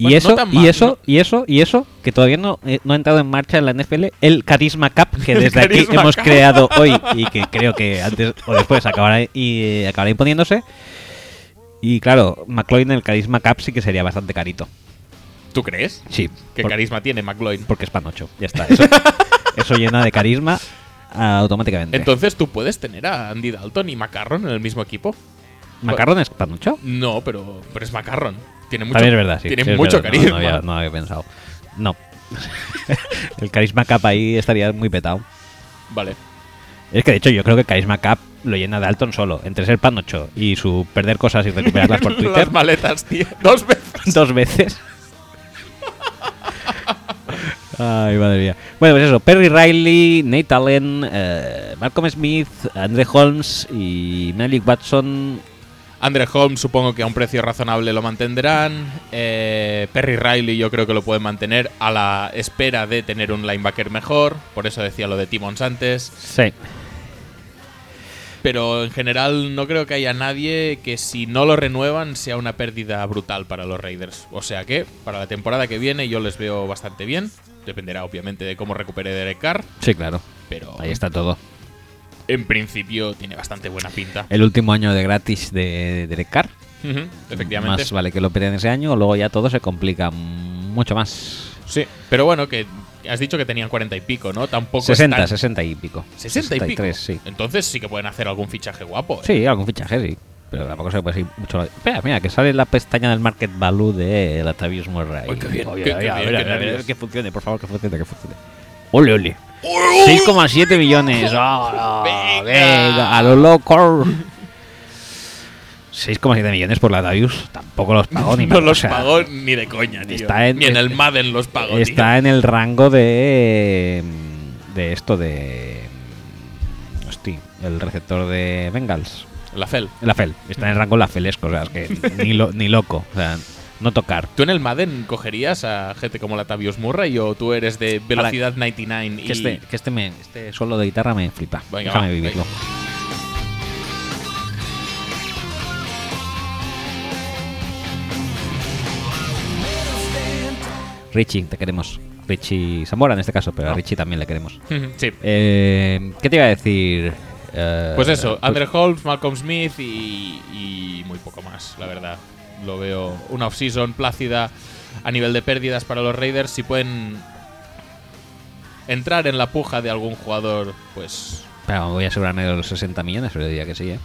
S1: y
S2: Bueno, no
S1: eso,
S2: tan
S1: y
S2: mal, no-
S1: eso, y eso, y eso, que todavía no, eh, no ha entrado en marcha en la NFL, el Carisma Cup que desde aquí
S2: Carisma
S1: hemos
S2: Cup.
S1: creado hoy y que creo que antes o después acabará, y, eh, acabará imponiéndose. Y claro, McLean en el Carisma Cup sí que sería bastante carito.
S2: ¿Tú crees?
S1: Sí.
S2: ¿Qué
S1: por-
S2: carisma tiene McLoin?
S1: Porque es pan 8. Ya está. Eso, eso llena de carisma ah, automáticamente.
S2: Entonces tú puedes tener a Andy Dalton y Macarron en el mismo equipo.
S1: ¿Macarrón es pan 8?
S2: No, pero, pero es Macarron. Tiene mucho,
S1: También es verdad, sí.
S2: tiene
S1: sí, es
S2: mucho
S1: verdad. No,
S2: carisma.
S1: No, había, no había pensado. No. el carisma cap ahí estaría muy petado.
S2: Vale.
S1: Es que de hecho yo creo que el carisma cap lo llena Dalton solo. Entre ser pan 8 y su perder cosas y recuperarlas por Twitter
S2: Las maletas, tío. Dos veces.
S1: dos veces. Ay, madre mía. Bueno, pues eso, Perry Riley, Nate Allen, eh, Malcolm Smith, Andre Holmes y Malik Watson
S2: Andre Holmes supongo que a un precio razonable lo mantendrán. Eh, Perry Riley yo creo que lo pueden mantener a la espera de tener un linebacker mejor. Por eso decía lo de Timmons antes.
S1: Sí.
S2: Pero en general no creo que haya nadie que si no lo renuevan sea una pérdida brutal para los Raiders. O sea que para la temporada que viene yo les veo bastante bien. Dependerá, obviamente, de cómo recupere Derek Carr,
S1: Sí, claro.
S2: pero
S1: Ahí está todo.
S2: en principio tiene bastante buena pinta.
S1: El último año de gratis de Derek Carr.
S2: Ujú, Efectivamente.
S1: Eh, Más vale que lo pierden ese año, luego ya todo se complica mucho más.
S2: Sí, pero bueno, que has dicho que tenían 40 y pico, ¿no? Tampoco
S1: 60,
S2: están-
S1: 60 y pico.
S2: 60 y pico.
S1: 63, sí.
S2: Entonces sí que pueden hacer algún fichaje guapo. ¿eh?
S1: Sí, algún fichaje, sí. Pero tampoco se puede decir mucho. Espera, mira, que sale la pestaña del Market Value de Latavius Murray.
S2: Uy, qué bien,
S1: Oye, oye,
S2: qué- qué
S1: oye,
S2: bien, qué
S1: oye, oye,
S2: nervios.
S1: que funcione, por favor, que funcione, que funcione. Ole, ole. 6,7 millones. ¡Vámonos!
S2: Venga.
S1: venga, a lo loco. 6,7 millones por Latavius. Tampoco los pagó ni
S2: No
S1: mal, o
S2: los
S1: sea,
S2: pagó ni de coña, tío.
S1: está en-
S2: ni en el Madden los pagó, tío.
S1: Está en el rango de. de esto de. Hostia, el receptor de Bengals.
S2: La FEL.
S1: La FEL, está en el rango la FELESCO, o sea, es que ni, lo- ni loco, o sea, no tocar.
S2: ¿Tú en el Madden cogerías a gente como Latavius Murray o tú eres de velocidad 99 y
S1: Que este, que este, me, este solo de guitarra me flipa.
S2: Venga,
S1: Déjame
S2: va,
S1: vivirlo. Richie, te queremos. Richie Zamora en este caso, pero a Richie también le queremos.
S2: sí.
S1: Eh, ¿Qué te iba a decir? Eh,
S2: Pues eso,
S1: pues-
S2: Andrew Holmes, Malcolm Smith y, y muy poco más, la verdad. Lo veo una offseason plácida a nivel de pérdidas para los Raiders. Si pueden entrar en la puja de algún jugador, pues
S1: Espera, voy a asegurarme de los 60 millones, pero diría que sí, ¿eh?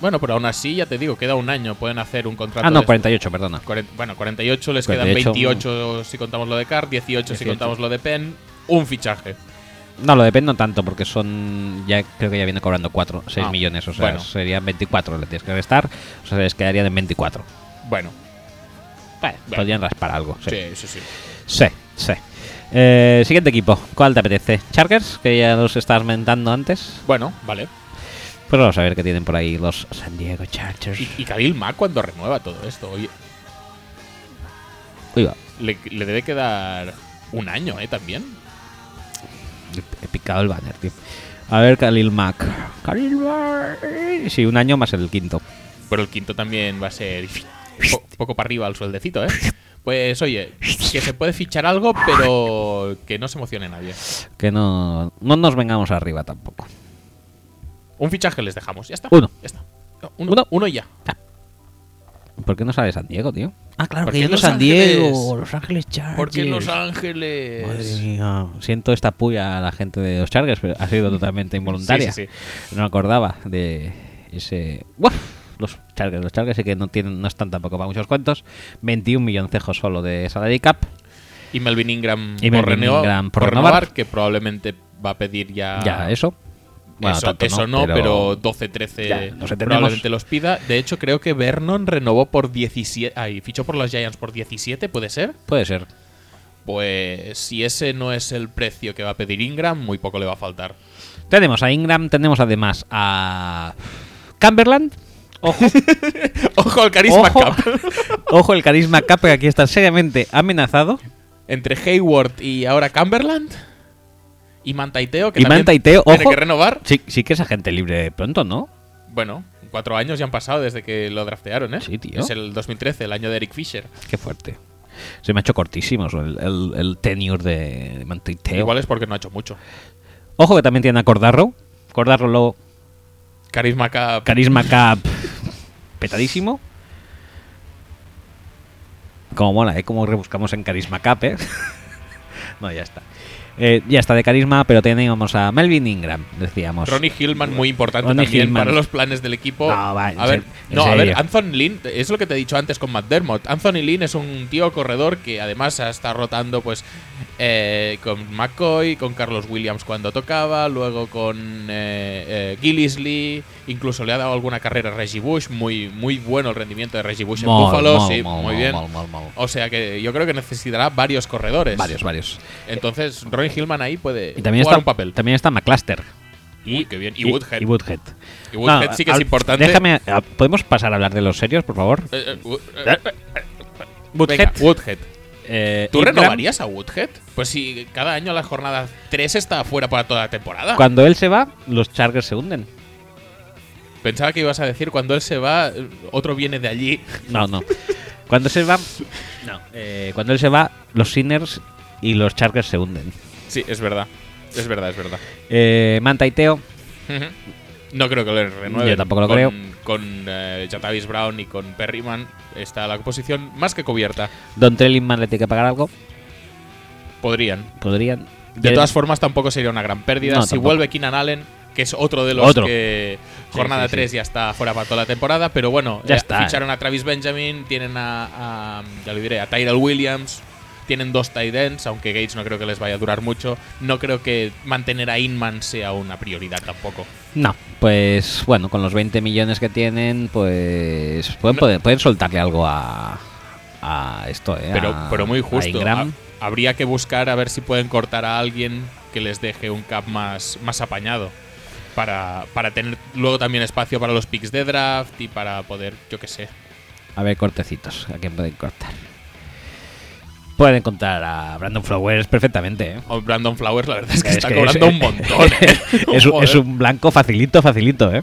S2: bueno, pero aún así ya te digo, queda un año, pueden hacer un contrato.
S1: Ah, no,
S2: de-
S1: 48, perdona.
S2: cuaren- bueno, 48, les
S1: 48,
S2: quedan 28 si contamos lo de Carr, 18, si
S1: 18.
S2: contamos lo de Penn, un fichaje.
S1: No, lo dependo tanto porque son. Ya creo que ya viene cobrando 4, 6
S2: Ah,
S1: millones. O sea,
S2: bueno.
S1: serían 24. Le tienes que restar. O sea, les quedarían en 24.
S2: Bueno,
S1: Bueno,
S2: Bueno.
S1: podrían raspar algo. Sí, sí.
S2: sí, sí, sí.
S1: sí. Eh, siguiente equipo. ¿Cuál te apetece? ¿Chargers? Que ya los estás mentando antes.
S2: Bueno, vale.
S1: Pues vamos a ver qué tienen por ahí los San Diego Chargers.
S2: Y, y Khalil Mack cuando renueva todo esto. Oye,
S1: Uy, va.
S2: le, le debe quedar un año, ¿eh? También.
S1: He picado el banner, tío. A ver, Khalil Mack. Khalil Mack. Sí, un año más el quinto.
S2: Pero el quinto también va a ser po- poco para arriba al sueldecito, ¿eh? Pues oye, que se puede fichar algo, pero que no se emocione nadie.
S1: Que no, no nos vengamos arriba tampoco.
S2: Un fichaje les dejamos, ya está.
S1: Uno.
S2: Ya está. No,
S1: Uno.
S2: Uno, uno y ya.
S1: ¿Por qué no sale San Diego, tío? Ah, claro,
S2: ¿Por qué
S1: que es de
S2: Los
S1: San Diego,
S2: Ángeles?
S1: Los Ángeles Chargers.
S2: ¿Por qué en Los
S1: Madre
S2: Ángeles?
S1: mía. Siento esta puya a la gente de los Chargers, pero ha sido totalmente involuntaria.
S2: Sí, sí,
S1: No me acordaba de ese. ¡Buah! Los Chargers, los Chargers sí que no tienen, no están tampoco para muchos cuentos. 21 milloncejos solo de salary cap.
S2: Y Melvin Ingram,
S1: Y
S2: por,
S1: Melvin
S2: reneo-
S1: Ingram por
S2: por
S1: renovar.
S2: renovar, que probablemente va a pedir ya.
S1: Ya, eso. Bueno,
S2: Ah. eso,
S1: tanto
S2: eso no, pero, 12, 13
S1: Ya, nos entendemos.
S2: probablemente los pida. De hecho, creo que Vernon renovó por 17. Ay, fichó por los Giants por 17, ¿puede ser?
S1: Puede ser.
S2: Pues si ese no es el precio que va a pedir Ingram, muy poco le va a faltar.
S1: Tenemos a Ingram, tenemos además a. Cumberland. Ojo.
S2: Ojo al carisma
S1: ojo,
S2: cap.
S1: ojo el carisma cap que aquí está seriamente amenazado.
S2: Entre Hayward y ahora Cumberland. Y Mantaiteo, que
S1: Y
S2: también
S1: Mantaiteo,
S2: tiene
S1: ojo.
S2: que renovar.
S1: Sí, sí que es agente libre de pronto, ¿no?
S2: Bueno, cuatro años ya han pasado desde que lo draftearon, ¿eh?
S1: Sí, tío.
S2: Es el 2013, el año de Eric Fisher.
S1: Qué fuerte. Se me ha hecho cortísimo eso, el, el- el tenure de, de Mantaiteo.
S2: Igual es porque no ha hecho mucho.
S1: Ojo que también tiene a Cordarro. Cordarro luego,
S2: Carisma cap.
S1: carisma cap petadísimo. Como mola, ¿eh? Como rebuscamos en carisma cap, ¿eh? no, ya está. Eh, ya está de carisma, pero teníamos a Melvin Ingram, decíamos.
S2: Ronnie Hillman, muy importante
S1: Ronnie
S2: también
S1: Hillman.
S2: para los planes del equipo.
S1: No, va, en
S2: a ver,
S1: ser- en
S2: no, a
S1: serio.
S2: ver, Anthony Lynn, es lo que te he dicho antes con McDermott. Anthony Lynn es un tío corredor que además está rotando pues eh, con McCoy, con Carlos Williams cuando tocaba, luego con eh, eh, Gillisley, incluso le ha dado alguna carrera a Reggie Bush, muy, muy bueno el rendimiento de Reggie Bush en
S1: Mol,
S2: Buffalo,
S1: mol,
S2: sí,
S1: mol,
S2: muy
S1: mol,
S2: bien.
S1: mol, mol, mol.
S2: O sea que yo creo que necesitará varios corredores.
S1: Varios, varios.
S2: Entonces, Ronnie Hillman ahí puede
S1: Y también
S2: Pues,
S1: está,
S2: jugar un papel.
S1: también está McCluster.
S2: Uy, qué bien. Y Woodhead.
S1: Y Woodhead.
S2: Y Woodhead sí que es
S1: al-
S2: importante.
S1: Déjame, a- ¿podemos pasar a hablar de los serios, por favor?
S2: Eh, eh, Wo-
S1: Eh,
S2: eh, venga, Woodhead.
S1: Eh,
S2: ¿Tú
S1: Ingram,
S2: renovarías a Woodhead? Pues si cada año la jornada 3 está fuera para toda la temporada.
S1: Cuando él se va, los Chargers se hunden.
S2: Pensaba que ibas a decir cuando él se va, eh, otro viene de allí.
S1: No, no. Cuando se va, No. eh, cuando él se va, los Sinners y los Chargers se hunden.
S2: Sí, es verdad. Es verdad, es verdad.
S1: Eh, Manta y Teo.
S2: Ujú. No creo que lo renueve.
S1: Yo tampoco lo
S2: con,
S1: creo.
S2: Con eh, Jatavis Brown y con Perryman está la posición más que cubierta.
S1: Don Trellingman le tiene que pagar algo.
S2: Podrían.
S1: Podrían.
S2: De todas formas, tampoco sería una gran pérdida.
S1: No,
S2: si
S1: tampoco.
S2: vuelve Keenan Allen, que es otro de los
S1: Otro.
S2: que
S1: Sí,
S2: jornada
S1: sí, sí.
S2: 3 ya está fuera para toda la temporada, pero bueno,
S1: Ya está,
S2: ficharon a Travis Benjamin, tienen a, a- ya lo diré, a Tyrell Williams, tienen dos tight ends, aunque Gates no creo que les vaya a durar mucho. No creo que mantener a Inman sea una prioridad tampoco.
S1: No, pues bueno, con los 20 millones que tienen, pues pueden,
S2: No.
S1: poder- pueden soltarle algo a, a esto, ¿eh?
S2: Pero,
S1: A-
S2: pero muy
S1: a
S2: justo.
S1: Ingram.
S2: Ha- habría que buscar a ver si pueden cortar a alguien que les deje un cap más, más apañado. Para, para tener luego también espacio para los picks de draft y para poder, yo qué sé.
S1: A, ver, cortecitos, ¿a quién pueden cortar? Pueden contar a Brandon Flowers perfectamente, ¿eh?
S2: O Brandon Flowers, la verdad es que
S1: Es
S2: está
S1: que
S2: cobrando
S1: es-
S2: un montón. ¿eh?
S1: es, un-
S2: Joder.
S1: es un blanco facilito, facilito, ¿eh?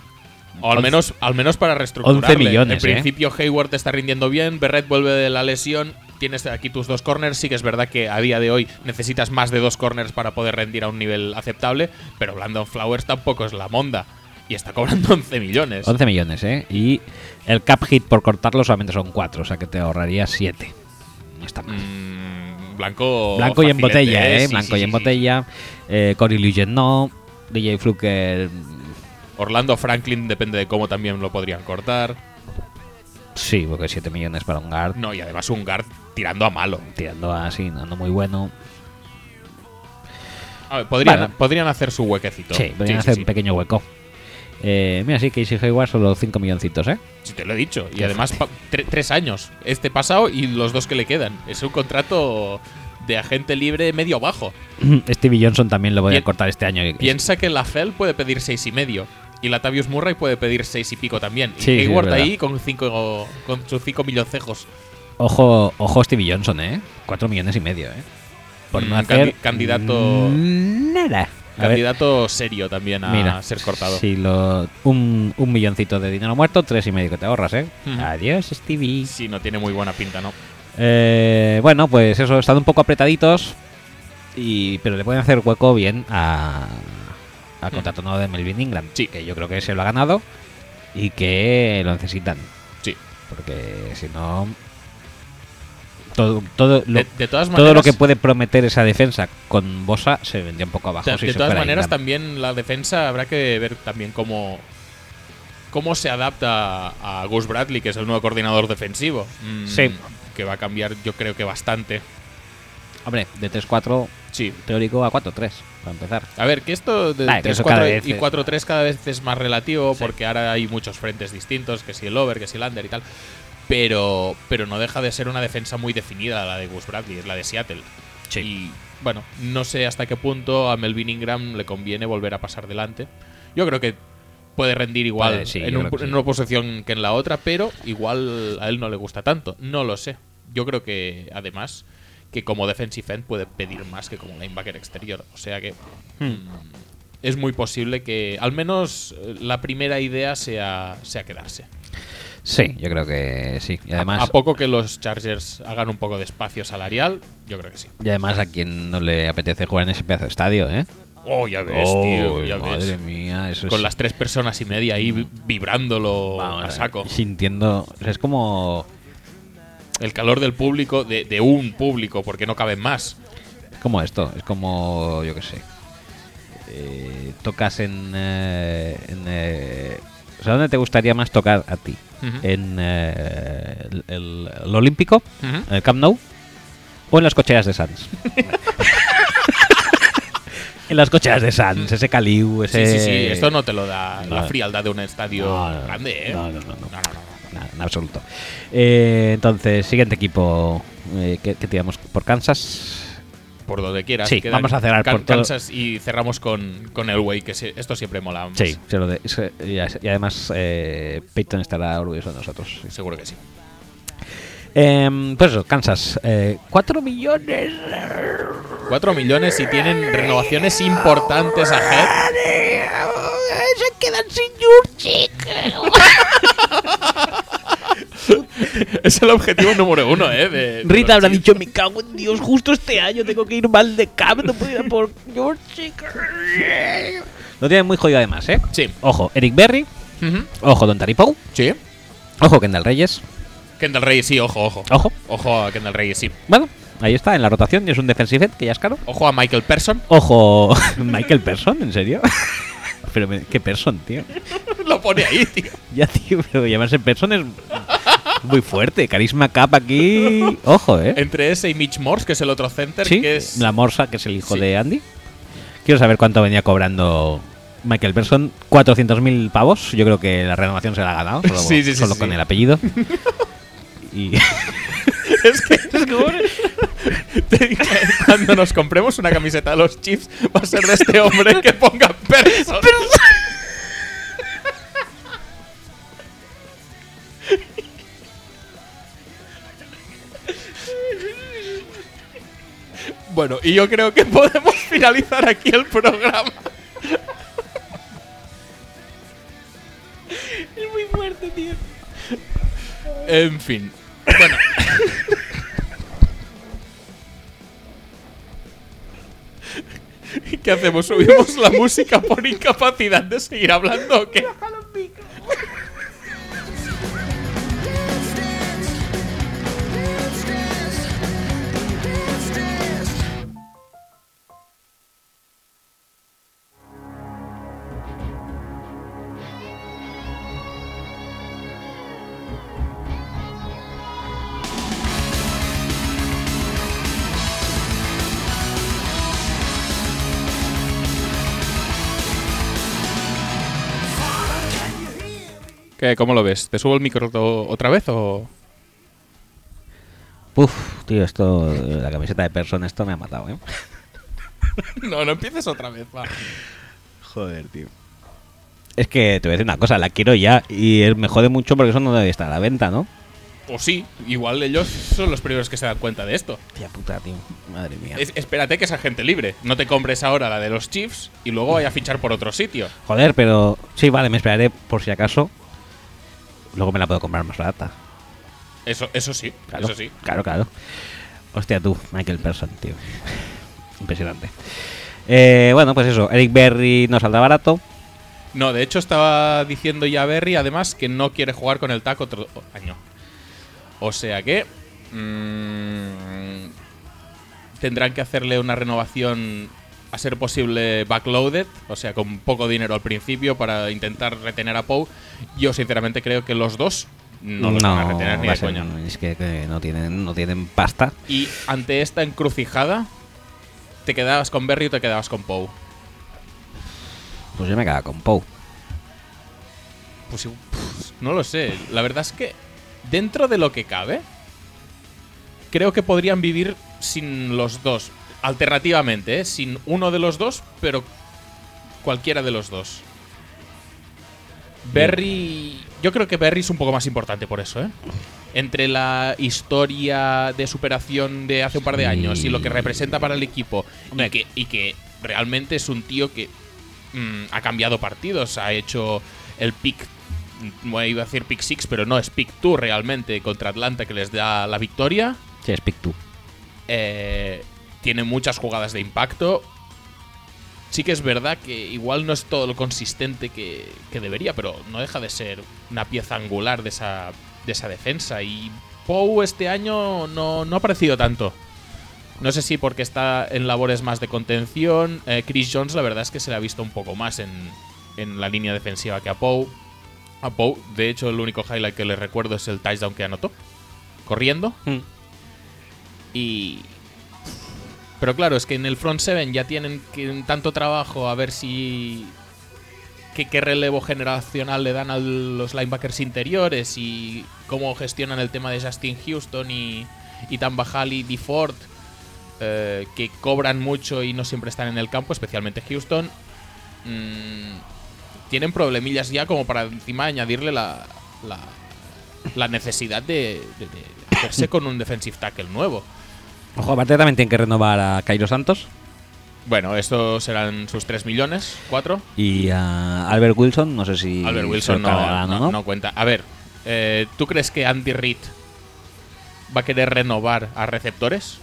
S2: O al menos, al menos para reestructurarle.
S1: 11 millones,
S2: En
S1: ¿eh?
S2: principio Hayward te está rindiendo bien, Berret vuelve de la lesión, tienes aquí tus dos corners, sí que es verdad que a día de hoy necesitas más de dos corners para poder rendir a un nivel aceptable, pero Blandon Flowers tampoco es la monda y está cobrando 11 millones.
S1: 11 millones, ¿eh? Y el cap hit por cortarlo solamente son 4, o sea que te ahorrarías 7. No está mal.
S2: Mm, blanco
S1: Blanco y en
S2: facilete,
S1: botella, ¿eh?
S2: Sí,
S1: Blanco y en
S2: sí, sí, sí.
S1: botella. Eh, Cory Lugen no. DJ Fluker.
S2: Orlando Franklin depende de cómo también lo podrían cortar.
S1: Sí, porque 7 millones para un guard.
S2: No, y además un guard tirando a malo.
S1: Tirando así, no, no muy bueno.
S2: A ver, podrían,
S1: Vale.
S2: podrían hacer su huequecito.
S1: Sí, podrían hacer
S2: sí.
S1: un pequeño hueco. Eh, mira, sí, Casey Hayward solo 5 milloncitos, ¿eh?
S2: Si te lo he dicho. Y además, pa- tre- tres años. Este pasado y los dos que le quedan. Es un contrato de agente libre medio bajo.
S1: Stevie Johnson también lo voy a
S2: Pien-
S1: cortar este año.
S2: Piensa que la FEL puede pedir seis y medio. Y Latavius Murray puede pedir seis y pico también.
S1: Sí, sí,
S2: y
S1: es
S2: Hayward
S1: verdad.
S2: ahí con, cinco, con sus cinco milloncejos.
S1: Ojo, ojo Stevie Johnson, ¿eh? 4 millones y medio, ¿eh? Por no
S2: Mm,
S1: hacer
S2: candi- candidato-
S1: Nada. A ver,
S2: Candidato serio también a
S1: mira,
S2: ser cortado.
S1: Si lo, un, un milloncito de dinero muerto, tres y medio que te ahorras, ¿eh?
S2: Ujú.
S1: Adiós, Stevie.
S2: Sí, no tiene muy buena pinta, ¿no?
S1: Eh, bueno, pues eso, están un poco apretaditos. Y, pero le pueden hacer hueco bien a, al contrato nuevo de Melvin Ingram.
S2: Sí.
S1: Que yo creo que se lo ha ganado y que lo necesitan.
S2: Sí.
S1: Porque si no. Todo, todo, lo,
S2: de, de todas maneras,
S1: todo lo que puede prometer esa defensa con Bosa se vendría un poco abajo.
S2: De,
S1: si
S2: de
S1: se
S2: todas
S1: fuera
S2: maneras,
S1: Ingram.
S2: también la defensa habrá que ver también cómo, cómo se adapta a Gus Bradley, que es el nuevo coordinador defensivo. Mm,
S1: Sí.
S2: Que va a cambiar, yo creo que bastante.
S1: Hombre, de 3-4
S2: Sí.
S1: teórico a 4-3, para empezar.
S2: A ver, que esto de
S1: Vale, que eso
S2: 3-4
S1: cada vez
S2: y
S1: es-
S2: 4-3 cada vez es más relativo porque ahora hay muchos frentes distintos, que si el over, que si el under y tal. Pero, pero no deja de ser una defensa muy definida la de Gus Bradley, es la de Seattle. Y bueno, no sé hasta qué punto a Melvin Ingram le conviene volver a pasar delante. Yo creo que puede rendir igual
S1: Vale, sí,
S2: en,
S1: yo
S2: un-
S1: creo que
S2: en
S1: sí.
S2: una posición que en la otra, pero igual a él no le gusta tanto. No lo sé. Yo creo que además que como defensive end puede pedir más que como linebacker exterior. O sea que
S1: Hmm.
S2: mm, es muy posible que al menos eh, la primera idea sea, sea quedarse.
S1: Sí, yo creo que sí. Y además,
S2: A poco que los Chargers hagan un poco de espacio salarial, yo creo que sí.
S1: y además a quien no le apetece jugar en ese pedazo de estadio, ¿eh?
S2: Oh, ya ves, tío,
S1: Uy,
S2: ya ves.
S1: madre mía, pues eso
S2: con
S1: es-
S2: las tres personas y media ahí vi- vibrándolo
S1: vamos,
S2: a saco.
S1: Sintiendo. o sea, es como.
S2: El calor del público, de, de un público, porque no caben más.
S1: Es como esto. Es como. Yo qué sé. Eh, tocas en. eh, en, eh, o sea, ¿dónde te gustaría más tocar a ti?
S2: Ujú.
S1: ¿En eh, el, el- el Olímpico?
S2: Ujú.
S1: ¿En el Camp Nou? ¿O en las cocheras de Sanz? en las cocheras de Sanz, ese Caliu,
S2: Sí,
S1: ese.
S2: sí, sí, esto no te lo da la
S1: no.
S2: frialdad de un estadio
S1: No, no, no.
S2: grande, ¿eh?
S1: No, no, no, no.
S2: no.
S1: Nada, en absoluto. Eh, entonces, siguiente equipo eh, que, que tiramos por Kansas.
S2: Por donde quieras.
S1: Sí,
S2: Quedan
S1: vamos a cerrar
S2: Can-
S1: por todo.
S2: Kansas y cerramos con, con el Way, que se- esto siempre mola. más.
S1: Sí, se lo de- se- y, a- y además eh, Peyton estará orgulloso de nosotros.
S2: Seguro que sí.
S1: Em, pues eso, Kansas. Eh, 4 millones.
S2: 4 millones y tienen renovaciones importantes a Head.
S5: Se quedan sin Jurchik.
S2: Es el objetivo número uno, ¿eh? de- de los
S5: Rita habrá
S2: chicos.
S5: dicho, me cago en Dios, justo este año tengo que ir mal de cab, no puedo ir a por George.
S1: Lo tienen muy jodido además, ¿eh?
S2: Sí.
S1: Ojo, Eric Berry.
S2: Ujú.
S1: Ojo, Don Taripou.
S2: Sí.
S1: Ojo, Kendall Reyes.
S2: Kendall Reyes, sí, ojo, ojo.
S1: Ojo.
S2: Ojo a Kendall Reyes, sí.
S1: Bueno, ahí está, en la rotación. Y es un defensive end, que ya es caro.
S2: Ojo a Michael Person.
S1: Ojo, Michael Person, ¿en serio? pero me- qué Person, tío.
S2: Lo pone ahí, tío.
S1: Ya, tío, pero llamarse Person es muy fuerte. Carisma Cap aquí. Ojo, ¿eh?
S2: Entre ese y Mitch Morse, que es el otro center,
S1: Sí,
S2: que es.
S1: la Morsa, que es el hijo
S2: Sí.
S1: de Andy. Quiero saber cuánto venía cobrando Michael Person. 400.000 pavos. Yo creo que la renovación se la ha ganado, solo,
S2: Sí, sí, sí,
S1: solo
S2: sí,
S1: con
S2: sí.
S1: el apellido. y
S2: Es que. Te digo, Cuando nos compremos una camiseta de los Chiefs, va a ser de este hombre que ponga Person. Bueno, y yo creo que podemos finalizar aquí el programa.
S5: Es muy fuerte, tío.
S2: En fin. Bueno. ¿Qué hacemos? ¿Subimos la música por incapacidad de seguir hablando o qué? ¿Qué? ¿Cómo lo ves? ¿Te subo el micro to- otra vez o...?
S1: Uf, tío, esto, la camiseta de persona, esto me ha matado, ¿eh?
S2: No, no empieces otra vez, va.
S1: Joder, tío. Es que te voy a decir una cosa, la quiero ya y eh, me jode mucho porque eso no debe estar a la venta, ¿no?
S2: O Pues sí, igual ellos son los primeros que se dan cuenta de esto.
S1: Tía puta, tío. Madre mía.
S2: Es- espérate que esa gente libre. No te compres ahora la de los Chiefs y luego vaya a fichar por otro sitio.
S1: Joder, pero sí, vale, me esperaré por si acaso. Luego me la puedo comprar más barata.
S2: Eso, eso sí,
S1: Claro,
S2: eso sí.
S1: claro, claro. Hostia, tú, Michael Person, tío. Impresionante. Eh, bueno, pues eso, Eric Berry no saldrá barato.
S2: No, de hecho estaba diciendo ya Berry además que no quiere jugar con el taco otro año. O sea que mm, tendrán que hacerle una renovación a ser posible backloaded, o sea, con poco dinero al principio para intentar retener a Pou. Yo sinceramente creo que los dos no los van a retener ni
S1: va
S2: de
S1: a ser-
S2: coña.
S1: Es que, que no, tienen, no tienen pasta.
S2: Y ante esta encrucijada, ¿te quedabas con Berry o te quedabas con Pou?
S1: Pues yo me quedaba con Pou.
S2: Pues sí, pff, no lo sé. La verdad es que dentro de lo que cabe, creo que podrían vivir sin los dos. Alternativamente, ¿eh? sin uno de los dos, pero cualquiera de los dos. Berry. Yo creo que Berry es un poco más importante por eso, ¿eh? Entre la historia de superación de hace un par de
S1: Sí.
S2: años y lo que representa para el equipo. Y que, y que realmente es un tío que mm, ha cambiado partidos, ha hecho el pick. Bueno, iba a decir pick 6, pero no, es pick 2 realmente contra Atlanta que les da la victoria.
S1: Sí, es Pictu.
S2: Eh, tiene muchas jugadas de impacto. Sí que es verdad que igual no es todo lo consistente que, que debería, pero no deja de ser una pieza angular de esa, de esa defensa. Y Pou este año no, no ha aparecido tanto. No sé si porque está en labores más de contención. Eh, Chris Jones la verdad es que se le ha visto un poco más en, en la línea defensiva que a Pou. A Pou, de hecho, el único highlight que le recuerdo es el touchdown que anotó. Corriendo. Y. Pero claro, es que en el front seven ya tienen que- tanto trabajo a ver si. Qué, qué relevo generacional le dan a los linebackers interiores y cómo gestionan el tema de Justin Houston y, y Tamba Hall y DeFord, eh, que cobran mucho y no siempre están en el campo, especialmente Houston. Mm, tienen problemillas ya como para encima añadirle la, la, la necesidad de, de- de hacerse con un defensive tackle nuevo.
S1: Ojo, aparte también tienen que renovar a Cairo Santos
S2: Bueno, estos serán sus 3 millones, 4.
S1: y a Albert Wilson. No sé si.
S2: Albert
S1: se
S2: Wilson
S1: lo
S2: no,
S1: cargarán o
S2: no- no cuenta. A ver, eh, ¿tú crees que Andy Reid va a querer renovar a receptores?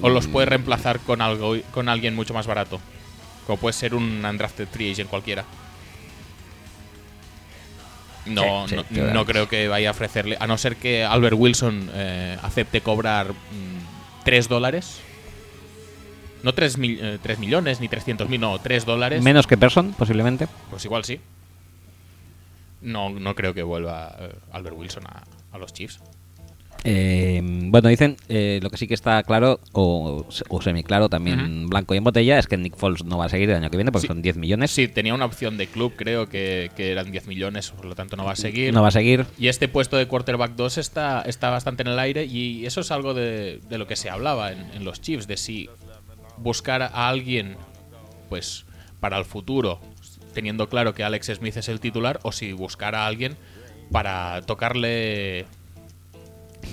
S2: ¿O los
S1: Mm.
S2: puede reemplazar con, algo, con alguien mucho más barato? Como puede ser un undrafted free agent cualquiera. No,
S1: Sí, sí,
S2: no,
S1: claro.
S2: no creo que vaya a ofrecerle, a no ser que Albert Wilson eh, acepte cobrar mm, 3 dólares. No 3, millones ni 300 mil, no, 3 dólares.
S1: Menos que Person, posiblemente.
S2: Pues igual sí. No, no creo que vuelva eh, Albert Wilson a, a los Chiefs.
S1: Eh, bueno, dicen, eh, lo que sí que está claro, o, o semiclaro también, blanco y en botella, es que Nick Foles no va a seguir el año que viene porque
S2: Sí.
S1: son 10 millones.
S2: Sí, tenía una opción de club, creo que, que eran 10 millones, por lo tanto no va a seguir.
S1: No va a seguir.
S2: Y este puesto de quarterback 2 está, está bastante en el aire y eso es algo de, de lo que se hablaba en, en los Chiefs, de si buscar a alguien pues para el futuro, teniendo claro que Alex Smith es el titular, o si buscar a alguien para tocarle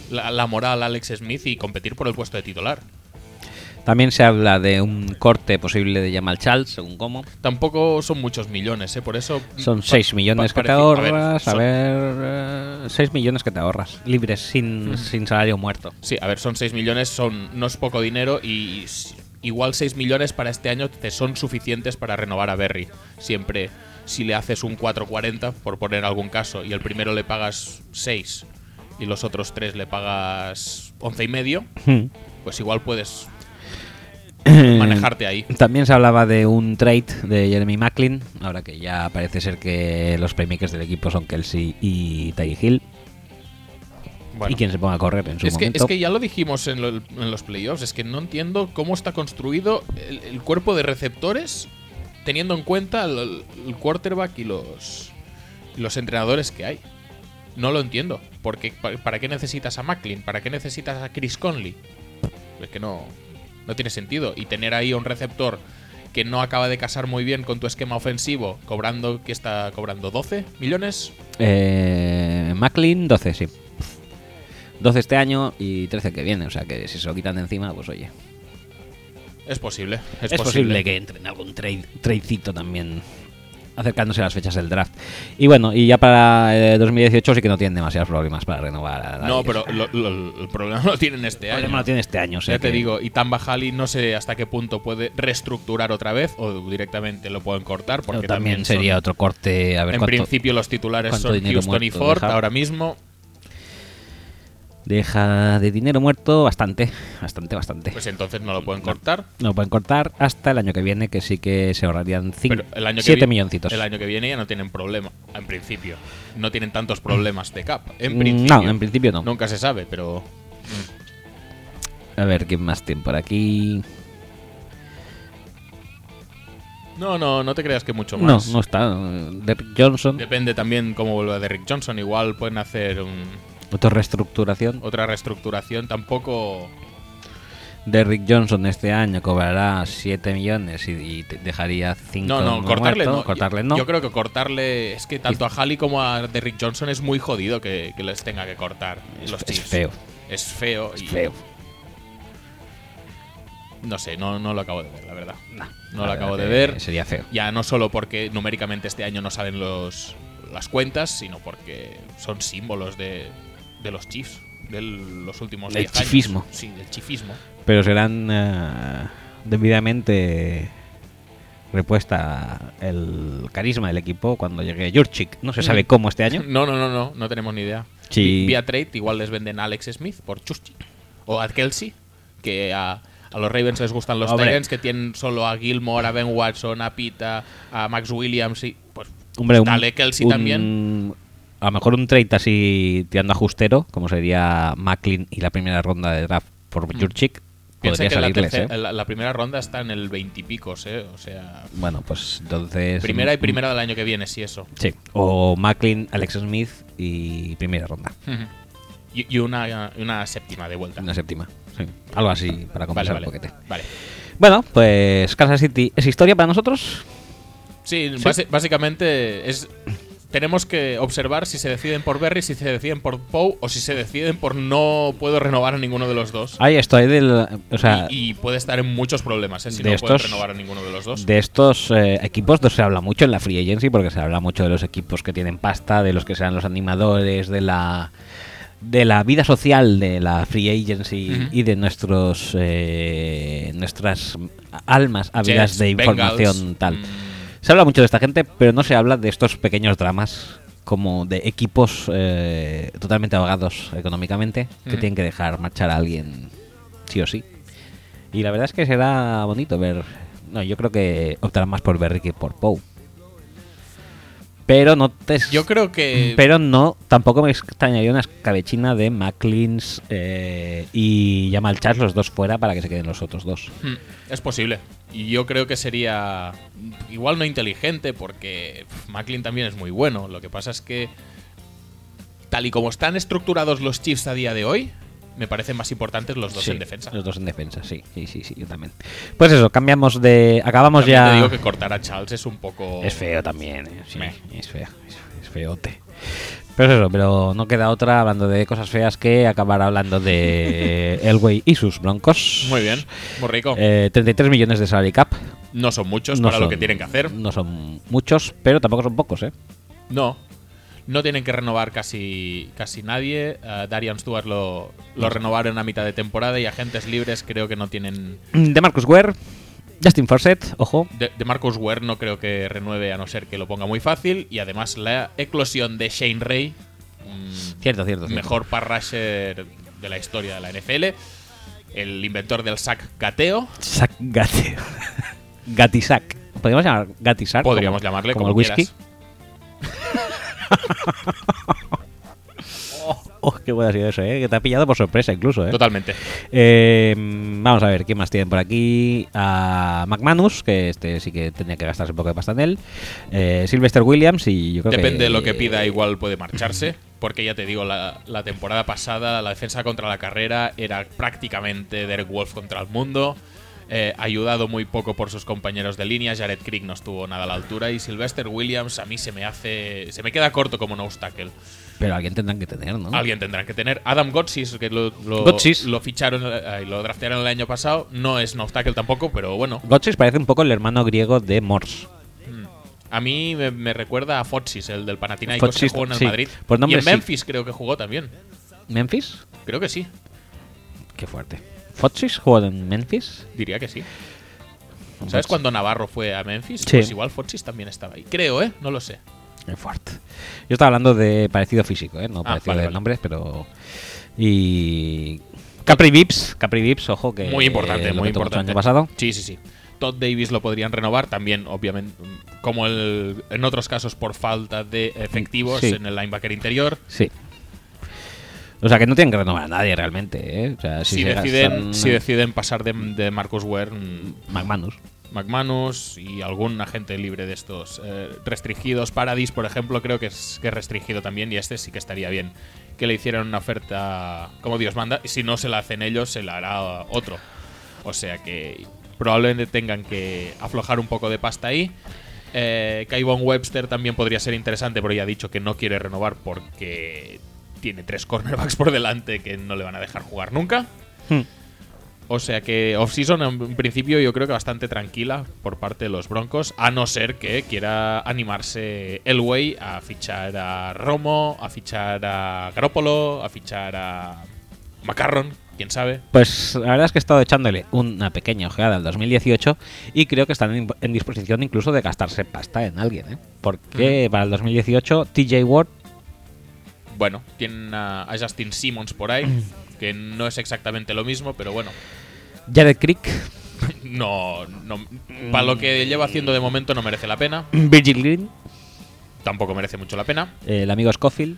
S2: la, la moral a Alex Smith y competir por el puesto de titular.
S1: También se habla de un corte posible de Jamal Charles, según cómo.
S2: Tampoco son muchos millones, ¿eh? por eso...
S1: Son
S2: pa-
S1: 6 millones
S2: pa-
S1: que te
S2: parece- a ver,
S1: ahorras. A
S2: son-
S1: ver, 6 millones que te ahorras. Libres, sin, sin salario muerto.
S2: Sí, a ver, son 6 millones, son, no es poco dinero y s- igual 6 millones para este año te son suficientes para renovar a Berry. Siempre, si le haces un 4.40, por poner algún caso, y el primero le pagas 6 y los otros 3 le pagas 11 y medio, pues igual puedes
S1: Eh,
S2: manejarte ahí.
S1: También se hablaba de un trade de Jeremy Macklin, ahora que ya parece ser que los playmakers del equipo son Kelsey y Tyree Hill,
S2: Bueno.
S1: y quien se ponga a correr en su
S2: Es que,
S1: momento.
S2: es que ya lo dijimos en, lo- en los playoffs, es que no entiendo cómo está construido el, el cuerpo de receptores teniendo en cuenta el, el quarterback y los, y los entrenadores que hay. No lo entiendo. Porque pa- ¿para qué necesitas a Macklin? ¿Para qué necesitas a Chris Conley? Es que no, no tiene sentido. Y tener ahí a un receptor que no acaba de casar muy bien con tu esquema ofensivo, cobrando, que está cobrando 12 millones,
S1: Eh, Macklin, 12, sí. 12 este año y 13 que viene, o sea que si se lo quitan de encima, pues oye.
S2: es posible. Es,
S1: Es, posible. que entren algún trade, tradecito también acercándose a las fechas del draft. Y bueno, y ya para eh, 2018 sí que no tienen demasiados problemas para renovar. a
S2: No,
S1: nadie.
S2: pero lo- lo- el problema lo tienen este
S1: El
S2: año.
S1: problema lo tiene este año, o sea
S2: ya te
S1: que-
S2: digo, y Tamba Hali no sé hasta qué punto puede reestructurar otra vez o directamente lo pueden cortar
S1: Pero
S2: porque
S1: también,
S2: también son-
S1: sería otro corte. A ver
S2: en
S1: cuánto-
S2: principio los titulares
S1: cuánto
S2: son
S1: dinero
S2: Houston y
S1: muerto
S2: Ford
S1: deja.
S2: ahora mismo.
S1: Deja de dinero muerto bastante, bastante, bastante.
S2: Pues entonces no lo pueden cortar.
S1: no pueden cortar hasta el año que viene, que sí que se ahorrarían
S2: Pero
S1: 7
S2: el año que vi-
S1: milloncitos.
S2: El año que viene ya no tienen problema. En principio. No tienen tantos problemas de cap. En
S1: Mm,
S2: principio.
S1: no, en principio no.
S2: Nunca se sabe, pero.
S1: A ver, ¿quién más tiene por aquí?
S2: No, no, no te creas que mucho
S1: No,
S2: más.
S1: no está. Derrick Johnson,
S2: Depende también cómo vuelva Derrick Johnson. Igual pueden hacer un-
S1: otra reestructuración.
S2: otra reestructuración. Tampoco.
S1: Derrick Johnson este año cobrará 7 millones y, y te dejaría 5
S2: No, no, cortarle no.
S1: Cortarle
S2: yo,
S1: no.
S2: Yo creo que cortarle. Es que tanto a Halley como a Derrick Johnson es muy jodido que, que les tenga que cortar
S1: Es-
S2: los
S1: es
S2: Chiefs.
S1: feo.
S2: Es feo. y-
S1: Es feo.
S2: No sé, no, no lo acabo de ver, la verdad.
S1: Nah,
S2: no lo
S1: la
S2: acabo de
S1: verdad que
S2: ver.
S1: Sería feo.
S2: Ya no solo porque numéricamente este año no salen los, las cuentas, sino porque son símbolos de, de los Chiefs. De los últimos
S1: Del
S2: 10 años.
S1: chifismo.
S2: Sí, del chifismo.
S1: Pero serán eh, debidamente repuesta el carisma del equipo cuando llegue Jurchik. No se
S2: Mm.
S1: sabe cómo este año.
S2: No, no, no, no, no tenemos ni idea.
S1: Sí.
S2: Vi- Vía trade igual les venden a Alex Smith por Chusti o a Kelsey, que a, a los Ravens les gustan los
S1: Hombre.
S2: Tyrants que tienen solo a Gilmore, a Ben Watson, a Pita, a Max Williams y pues
S1: Hombre, un,
S2: dale Kelsey
S1: un-
S2: también.
S1: A lo mejor un trade así tirando a justero, como sería Macklin y la primera ronda de draft por Jurchik,
S2: Mm. Piensa
S1: podría
S2: que la,
S1: salirles.
S2: tercera-
S1: ¿eh?
S2: la- la primera ronda está en el veintipicos, ¿eh? O sea,
S1: Bueno, pues entonces.
S2: primera y primera del año que viene, sí, eso.
S1: Sí. O Macklin, Alex Smith y primera ronda.
S2: Y, y una, una séptima de vuelta.
S1: Una séptima. Sí. Algo así para
S2: Vale,
S1: compensar
S2: vale.
S1: el paquete.
S2: Vale.
S1: Bueno, pues Kansas City es historia para nosotros.
S2: Sí, basi- básicamente es tenemos que observar si se deciden por Berry, si se deciden por Poe o si se deciden por no puedo renovar a ninguno de los dos.
S1: Ahí estoy del, o Ah, sea,
S2: y, y puede estar en muchos problemas ¿eh? si
S1: de
S2: no puedes
S1: estos-
S2: renovar a ninguno de los dos.
S1: de estos eh, equipos no se habla mucho en la free agency porque se habla mucho de los equipos que tienen pasta, de los que serán los animadores de la de la vida social de la free agency
S2: Ujú.
S1: y de nuestros eh, nuestras almas ávidas
S2: Jets,
S1: de información
S2: Bengals,
S1: tal.
S2: mm.
S1: Se habla mucho de esta gente, pero no se habla de estos pequeños dramas como de equipos eh, totalmente ahogados económicamente que
S2: Ujú.
S1: tienen que dejar marchar a alguien sí o sí. Y la verdad es que será bonito ver. No, yo creo que optarán más por Berry que por Poe. Pero no te.
S2: Yo creo que.
S1: Pero no, tampoco me extrañaría una escabechina de McLeans eh, y Jamal Charles, los dos fuera, para que se queden los otros dos.
S2: Hmm, Es posible. Y yo creo que sería igual no inteligente porque pf, Macklin también es muy bueno. Lo que pasa es que tal y como están estructurados los Chiefs a día de hoy, me parecen más importantes los dos
S1: Sí,
S2: en defensa.
S1: Los dos en defensa, sí. Sí, sí, sí, yo también. Pues eso, cambiamos de. Acabamos
S2: También
S1: ya.
S2: te digo que cortar a Charles es un poco
S1: Es feo también, eh, sí,
S2: Meh.
S1: es feo, es, es feote. Pero eso, pero no queda otra hablando de cosas feas que acabar hablando de Elway y sus broncos.
S2: Muy bien, muy rico.
S1: Eh, 33 millones de salary cap.
S2: no son muchos
S1: No
S2: para lo
S1: son-
S2: que tienen que hacer.
S1: No son muchos, pero tampoco son pocos, ¿eh?
S2: No. No tienen que renovar casi, casi nadie. Eh, Darian Stewart lo, lo renovaron a mitad de temporada y agentes libres creo que no tienen
S1: De Marcus Ware, Justin Forsett, ojo.
S2: de, de Marcus Ware no creo que renueve a no ser que lo ponga muy fácil. Y además la eclosión de Shane Ray, mm,
S1: Cierto, cierto. cierto.
S2: mejor pass rusher de la historia de la NFL, el inventor del sack cateo,
S1: Sac Gati. Gatisac. ¿Podríamos llamar Gatisac?
S2: podríamos llamarle como,
S1: el whisky.
S2: quieras.
S1: Oh, qué bueno ha sido eso, ¿eh? Que te ha pillado por sorpresa incluso, ¿eh?
S2: Totalmente.
S1: Eh, mm, vamos a ver, ¿qué más tienen por aquí? A McManus, que este sí que tenía que gastarse un poco de pasta en él. Eh, Sylvester Williams y yo creo que...
S2: Depende de lo que pida, igual puede marcharse. Porque ya te digo, la, la temporada pasada la defensa contra la carrera era prácticamente Derek Wolf contra el mundo. Eh, ayudado muy poco por sus compañeros de línea, Jared Crick no estuvo nada a la altura y Sylvester Williams a mí se me hace. se me queda corto como no tackle.
S1: Pero alguien tendrán que tener, ¿no?
S2: Alguien tendrá que tener. Adam Gotsis, que lo, lo,
S1: Gotsis.
S2: lo ficharon eh, y lo draftearon el año pasado, no es no tackle tampoco, pero bueno.
S1: Gotchis parece un poco el hermano griego de Morse.
S2: A mí me, me recuerda a Foxis, el del Panathinaikos que
S1: Foxis,
S2: jugó en el
S1: sí.
S2: Madrid.
S1: Por nombre,
S2: y en
S1: sí.
S2: Memphis creo que jugó también.
S1: ¿Memphis?
S2: Creo que sí,
S1: Qué fuerte. ¿Foxis jugó en Memphis?
S2: diría que sí. ¿Sabes cuando Navarro fue a Memphis?
S1: Sí.
S2: Pues igual Foxis también estaba ahí. Creo, ¿eh? No lo sé.
S1: Qué fuerte. Yo estaba hablando de parecido físico, ¿eh? No
S2: Ah,
S1: parecido
S2: vale,
S1: de
S2: vale.
S1: nombres, pero... Y... Capri Vips, Capri Vips, ojo que...
S2: muy importante,
S1: eh, lo
S2: muy
S1: comentamos el
S2: importante.
S1: año pasado.
S2: Sí, sí, sí. Todd Davis lo podrían renovar también, obviamente, mm, como el- en otros casos por falta de efectivos
S1: Sí.
S2: en el linebacker interior.
S1: Sí. O sea, que no tienen que renovar a nadie realmente, ¿eh? O sea, si,
S2: si,
S1: se
S2: deciden,
S1: gastan-
S2: si deciden pasar de, de Marcus Ware, mm,
S1: McManus.
S2: McManus y algún agente libre de estos eh, restringidos. Paradis, por ejemplo, creo que es, que es restringido también y este sí que estaría bien que le hicieran una oferta como Dios manda. Y si no se la hacen ellos, se la hará otro. O sea que probablemente tengan que aflojar un poco de pasta ahí. Eh, Kayvon Webster también podría ser interesante, pero ya ha dicho que no quiere renovar porque tiene tres cornerbacks por delante que no le van a dejar jugar nunca. O sea que off-season en principio yo creo que bastante tranquila por parte de los Broncos, a no ser que quiera animarse Elway a fichar a Romo, a fichar a Garoppolo, a fichar a Macarron, quién sabe.
S1: Pues la verdad es que he estado echándole una pequeña ojeada al 2018 y creo que están en, en disposición incluso de gastarse pasta en alguien, ¿eh? Porque para el 2018 TJ Ward
S2: Bueno, tienen a, a Justin Simmons por ahí, que no es exactamente lo mismo, pero bueno,
S1: Jared Crick,
S2: no, no para lo que lleva haciendo de momento no merece la pena,
S1: Virgil Green,
S2: tampoco merece mucho la pena.
S1: el amigo Scofield.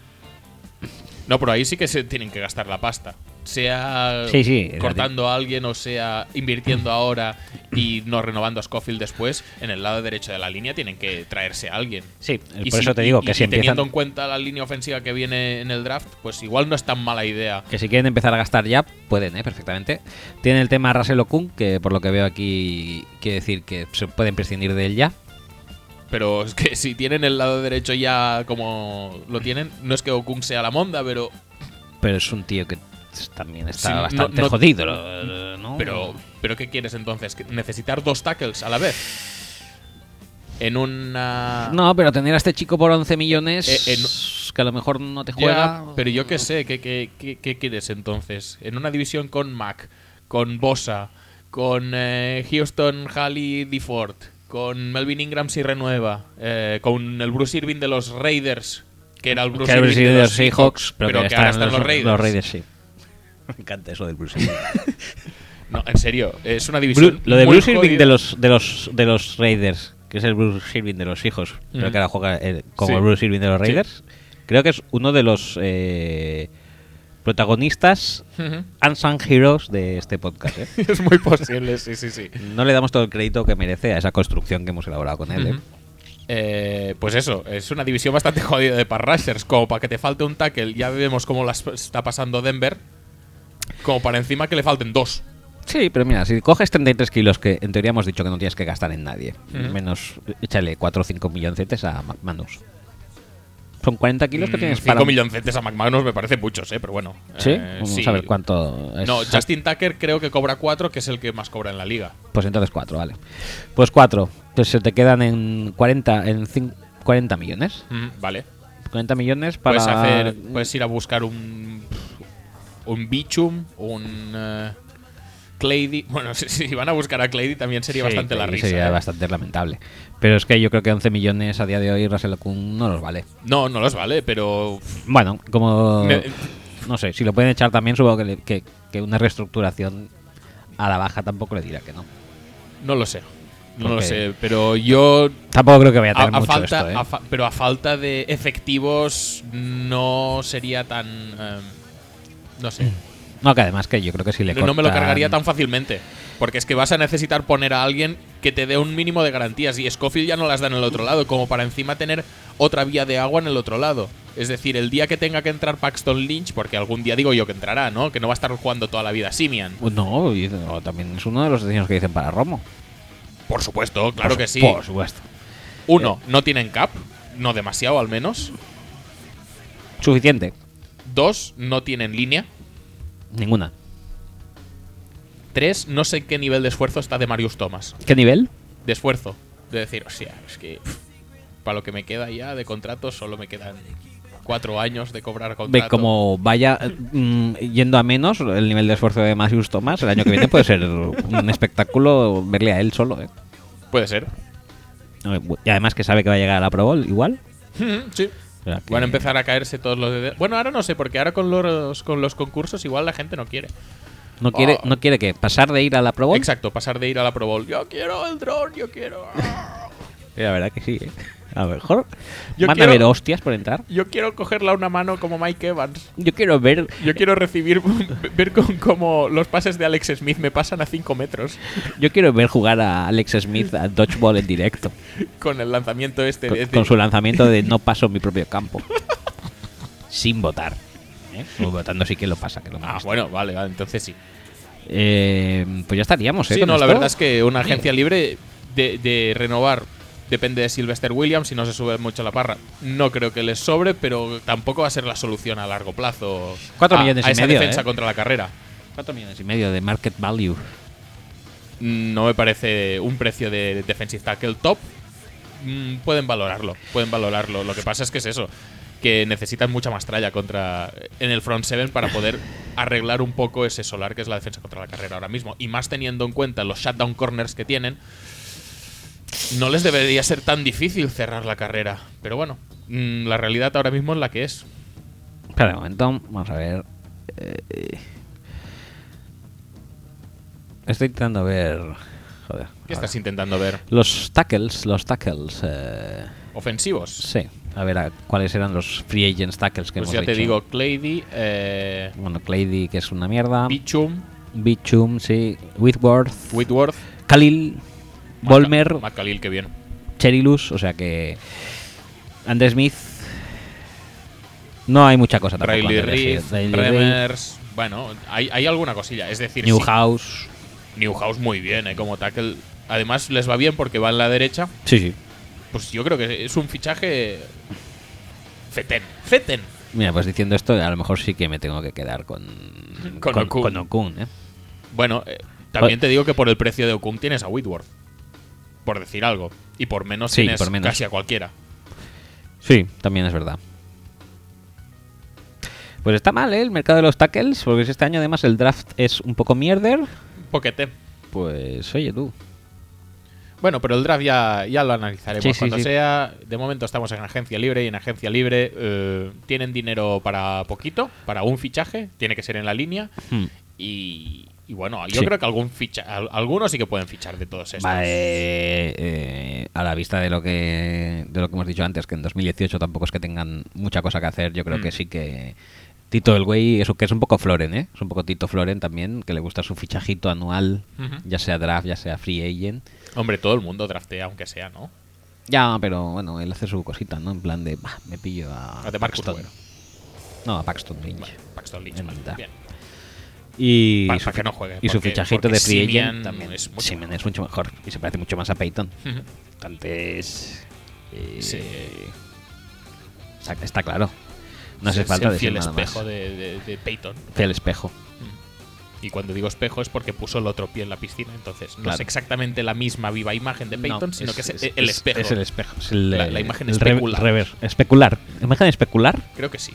S2: No, pero ahí sí que se tienen que gastar la pasta. Sea
S1: Sí, sí, Mm.
S2: cortando a alguien o sea invirtiendo ahora y no renovando a Scofield después, en el lado derecho de la línea tienen que traerse a alguien.
S1: Sí, por
S2: Y
S1: eso
S2: si-
S1: te digo
S2: y-
S1: que
S2: y
S1: si empiezan,
S2: teniendo en cuenta la línea ofensiva que viene en el draft, pues igual no es tan mala idea.
S1: que si quieren empezar a gastar ya pueden, ¿eh? Perfectamente. Tiene el tema Russell Okung, que por lo que veo aquí quiere decir que se pueden prescindir de él ya.
S2: Pero es que si tienen el lado derecho ya como lo tienen, no es que Okung sea la monda, pero
S1: Pero es un tío que también está
S2: Sí, no-
S1: bastante
S2: no-
S1: jodido, lo- ¿no?
S2: Pero, pero ¿qué quieres entonces? ¿Que- ¿Necesitar dos tackles a la vez? En una
S1: No, pero tener a este chico por 11 millones
S2: Eh, eh,
S1: Dios que a lo mejor no te juega.
S2: Ya, pero yo qué sé, ¿qué, qué, qué- qué quieres entonces? En una división con Mac, con Bosa, con eh, Houston Halley DeFord, con Melvin Ingram si renueva, eh, con el Bruce Irving de los Raiders, que era el
S1: que
S2: Bruce,
S1: haber
S2: Irving
S1: sido
S2: de
S1: los
S2: los
S1: Seahawks, pero, que,
S2: ahora
S1: están
S2: están los, Raiders.
S1: Los Raiders, sí. Me encanta eso del Bruce Irving.
S2: No, en serio, es una división.
S1: Bru- lo de
S2: muy
S1: Bruce Irving
S2: jodida.
S1: de los, de, los, de los Raiders, que es el Bruce Irving de los hijos, pero
S2: Ujú.
S1: que ahora juega eh, como
S2: Sí.
S1: el Bruce Irving de los
S2: Sí.
S1: Raiders, creo que es uno de los eh, protagonistas
S2: Ujú.
S1: unsung heroes de este podcast. ¿eh?
S2: es muy posible, sí, sí, sí.
S1: No le damos todo el crédito que merece a esa construcción que hemos elaborado con él. ¿eh?
S2: Ujú. Eh, pues eso, es una división bastante jodida de pass rushers. Como para que te falte un tackle, ya vemos cómo las está pasando Denver. Como para encima que le falten dos.
S1: Sí, pero mira, si coges 33 kilos que en teoría hemos dicho que no tienes que gastar en nadie,
S2: Ujú.
S1: menos échale 4 o 5 milloncetes a Ma- Manus. Son 40 kilos que tienes
S2: 5
S1: para...
S2: milloncetes Mm, a McManus me parece muchos, eh, pero bueno.
S1: Sí,
S2: Eh,
S1: vamos
S2: sí.
S1: a ver cuánto es.
S2: No, Justin Tucker creo que cobra 4, que es el que más cobra en la liga.
S1: Pues entonces 4, vale. Pues 4, pues se te quedan en 40, en cin- 40 millones.
S2: Ujú, Mm, Vale.
S1: 40 millones para...
S2: Puedes, hacer, puedes ir a buscar un. Un Bichum, un. eh, Clady. Bueno, si, si van a buscar a Clady también sería
S1: Sí,
S2: bastante la
S1: sí,
S2: risa.
S1: Sería
S2: eh.
S1: bastante lamentable. Pero es que yo creo que 11 millones a día de hoy Russell Okung no los vale.
S2: No, no los vale, pero
S1: Bueno, como...
S2: Me-
S1: No sé, si lo pueden echar también supongo que, le- que- que una reestructuración a la baja tampoco le dirá que no.
S2: no lo sé. No
S1: Ok.
S2: lo sé, pero yo.
S1: Tampoco creo que vaya a
S2: A,
S1: tener
S2: a
S1: mucho
S2: falta,
S1: esto, ¿eh?
S2: a fa- pero a falta de efectivos no sería tan. em, no sé.
S1: No, que además que yo creo que si le
S2: No, no me lo
S1: cortan-
S2: cargaría tan fácilmente. Porque es que vas a necesitar poner a alguien que te dé un mínimo de garantías. Y Scofield ya no las da en el otro lado, como para encima tener otra vía de agua en el otro lado. Es decir, el día que tenga que entrar Paxton Lynch, porque algún día digo yo que entrará, ¿no? Que no va a estar jugando toda la vida Simian.
S1: No, y- no, también es uno de los diseños que dicen para Romo.
S2: Por supuesto, claro
S1: Por
S2: que
S1: su-
S2: sí.
S1: Por supuesto.
S2: Uno, no tienen cap, no demasiado al menos.
S1: Suficiente.
S2: Dos, no tienen línea.
S1: Ninguna.
S2: Tres, no sé qué nivel de esfuerzo está de Marius Thomas.
S1: ¿Qué nivel?
S2: De esfuerzo. De decir, o sea, es que pff, para lo que me queda ya de contrato solo me quedan cuatro años de cobrar
S1: Ve
S2: contrato.
S1: como vaya eh, mm, yendo a menos el nivel de esfuerzo de Masius Thomas. El año que viene puede ser un espectáculo verle a él solo. eh.
S2: Puede ser.
S1: Y además que sabe que va a llegar a la Pro Bowl igual.
S2: Mm, sí.
S1: O sea que-
S2: Van a empezar a caerse todos los dedos. Bueno, ahora no sé, porque ahora con los, con los concursos igual la gente no quiere.
S1: No quiere,
S2: Oh.
S1: no quiere que pasar de ir a la Pro Bowl.
S2: Exacto, pasar de ir a la Pro Bowl. Yo quiero el dron, yo quiero. ah,
S1: Eh, La verdad que sí. eh. A lo mejor
S2: Yo
S1: van
S2: quiero-
S1: a ver hostias por entrar.
S2: Yo quiero cogerla a una mano como Mike Evans.
S1: Yo quiero ver
S2: Yo quiero recibir, ver con- cómo los pases de Alex Smith me pasan a 5 metros
S1: yo quiero ver jugar a Alex Smith a dodgeball en directo
S2: con el lanzamiento este.
S1: con,
S2: de-
S1: con su lanzamiento de no paso mi propio campo sin votar ¿eh? votando sí que lo pasa que lo
S2: Ah,
S1: molesta.
S2: bueno, vale, vale, entonces sí.
S1: Eh, pues ya estaríamos ¿eh?
S2: Sí,
S1: con
S2: no, la
S1: esto.
S2: verdad es que una agencia libre de, de renovar depende de Sylvester Williams si no se sube mucho la parra. No creo que les sobre, pero tampoco va a ser la solución a largo plazo
S1: Cuatro
S2: a,
S1: millones
S2: a
S1: y
S2: esa
S1: medio,
S2: defensa
S1: ¿eh?
S2: contra la carrera.
S1: Cuatro millones y medio de market value
S2: No me parece un precio de defensive tackle top. Mm, Pueden valorarlo, pueden valorarlo. Lo que pasa es que es eso, que necesitan mucha más tralla contra en el front seven para poder arreglar un poco ese solar que es la defensa contra la carrera ahora mismo. Y más teniendo en cuenta los shutdown corners que tienen, no les debería ser tan difícil cerrar la carrera. Pero bueno, mm, la realidad ahora mismo es la que es.
S1: espera un momento vamos a ver Eh, estoy intentando ver joder
S2: ¿Qué
S1: a ver.
S2: estás intentando ver?
S1: los tackles los tackles eh,
S2: ¿Ofensivos?
S1: sí a ver a- cuáles eran los free agents tackles que
S2: Pues
S1: hemos
S2: ya te
S1: dicho.
S2: digo, Clady, eh,
S1: bueno Clady que es una mierda
S2: Bichum,
S1: Bichum, sí. Whitworth.
S2: Whitworth.
S1: Khalil. Volmer.
S2: Matt Khalil, qué bien.
S1: Cherilus. O sea que. Andre Smith. No hay mucha cosa tampoco.
S2: Riley
S1: Andre
S2: Reed,
S1: Smith. Riley Reed,
S2: Remers. Bueno, hay, hay alguna cosilla. Es decir, sí,
S1: Newhouse.
S2: Newhouse muy bien, ¿eh? Como tackle. Además, les va bien porque va en la derecha.
S1: Sí, sí.
S2: Pues yo creo que es un fichaje. Feten. Feten.
S1: Mira, pues diciendo esto, a lo mejor sí que me tengo que quedar con.
S2: Con Okun.
S1: con Okun, ¿eh?
S2: Bueno, eh, también
S1: Ah.
S2: te digo que por el precio de Okung tienes a Whitworth. Por decir algo. Y por menos
S1: Sí,
S2: tienes
S1: por menos.
S2: casi a cualquiera.
S1: Sí, también es verdad. Pues está mal, ¿eh? El mercado de los tackles, porque si este año además el draft es un poco mierder,
S2: Poquete.
S1: pues oye tú.
S2: Bueno, pero el draft ya, ya lo analizaremos
S1: Sí, sí,
S2: cuando
S1: sí.
S2: sea. De momento estamos en agencia libre y en agencia libre eh, tienen dinero para poquito, para un fichaje, tiene que ser en la línea.
S1: Hmm.
S2: Y, y bueno, yo
S1: Sí.
S2: creo que algún ficha, al- algunos sí que pueden fichar de todos estos.
S1: Vale, eh, a la vista de lo que de lo que hemos dicho antes, que en 2018 tampoco es que tengan mucha cosa que hacer, yo creo
S2: Mm.
S1: que sí que Tito el güey, eso que es un poco Floren, ¿eh? Es un poco Tito Floren también, que le gusta su fichajito anual,
S2: Ujú.
S1: ya sea draft, ya sea free agent.
S2: Hombre, todo el mundo draftea, aunque sea, ¿no?
S1: Ya, pero bueno, él hace su cosita, ¿no? En plan de, "Bah, me pillo a,
S2: A de Marcus
S1: Paxton".
S2: Ware.
S1: No, a Paxton Lynch.
S2: Bueno, Paxton Lynch,
S1: En
S2: vale,
S1: mitad.
S2: bien.
S1: Y
S2: Para-
S1: su
S2: para que
S1: fi-
S2: no juegue,
S1: Y su
S2: porque-
S1: fichajito
S2: porque
S1: de free
S2: Simeon
S1: agent también
S2: es
S1: es
S2: mucho
S1: mucho, es mucho mejor y se parece mucho más a Peyton.
S2: Ujú.
S1: Entonces, eh,
S2: Sí.
S1: está, está claro. No hace
S2: Se- se
S1: falta
S2: hacía
S1: decir
S2: el
S1: nada
S2: espejo
S1: más.
S2: de, de, de Peyton.
S1: Fiel espejo.
S2: Y cuando digo espejo es porque puso el otro pie en la piscina, entonces no es
S1: Claro.
S2: exactamente la misma viva imagen de Peyton,
S1: No,
S2: sino que es, el espejo.
S1: Es el espejo. es el,
S2: La-
S1: eh,
S2: la imagen
S1: el re-
S2: especular.
S1: rever- especular. ¿Imagen especular?
S2: Creo que sí.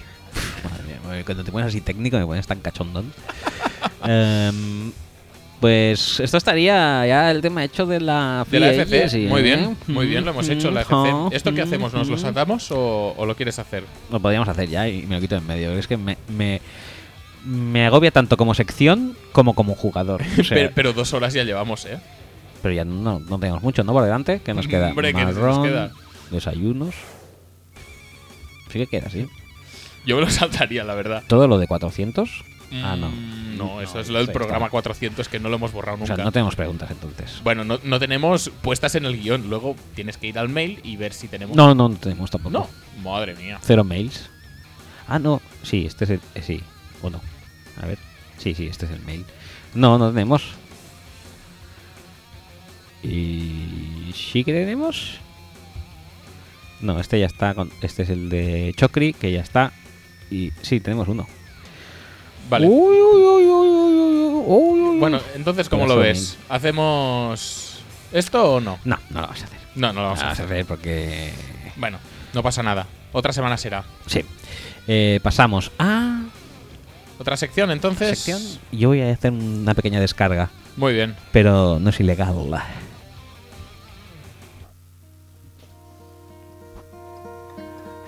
S1: Madre mía, madre, cuando te pones así técnico me pones tan cachondón. Em, pues esto estaría ya el tema hecho de la
S2: De la
S1: free
S2: FC,
S1: agency,
S2: muy
S1: ¿eh?
S2: bien, muy bien, lo hemos hecho la
S1: Ujú,
S2: FC. ¿Esto qué hacemos? ¿Nos los
S1: ujú.
S2: atamos o, o lo quieres hacer?
S1: Lo podríamos hacer ya y me lo quito de en medio. Es que me, me, me agobia tanto como sección como como jugador. O sea,
S2: pero,
S1: pero,
S2: pero dos horas ya llevamos, ¿eh?
S1: ya no, no tenemos mucho, ¿no? Por delante, que nos queda
S2: Mm, Hombre, que nos
S1: marrón,
S2: queda.
S1: desayunos. Sí que queda, sí.
S2: Yo me lo saltaría, la verdad.
S1: Todo lo de 400. Ah, no.
S2: Mm, No, eso es lo del
S1: sí,
S2: programa
S1: está.
S2: 400 que no lo hemos borrado
S1: O
S2: nunca.
S1: sea, no tenemos preguntas entonces.
S2: Bueno, no, no tenemos puestas en el guión. Luego tienes que ir al mail y ver si tenemos.
S1: No, no, no tenemos tampoco.
S2: No. Madre mía.
S1: Cero mails. Ah, no. Sí, este es el. eh, sí. O no. A ver. Sí, sí, este es el mail. No, no tenemos. ¿Y sí que tenemos? No, este ya está. Con, este es el de Chocri, que ya está. Y sí, tenemos uno.
S2: Vale.
S1: Uy, uy, uy, uy, uy, uy, uy, uy, uy.
S2: Bueno, entonces, ¿cómo lo
S1: Corazón.
S2: ves? ¿Hacemos esto o no?
S1: No, no lo vas a hacer.
S2: No,
S1: no
S2: no lo vamos a
S1: lo vas a
S2: hacer.
S1: hacer porque.
S2: Bueno, no pasa nada. Otra semana será.
S1: Sí. Eh, pasamos a.
S2: Otra sección, entonces.
S1: Sección. Yo voy a hacer una pequeña descarga.
S2: Muy bien.
S1: pero no es ilegal.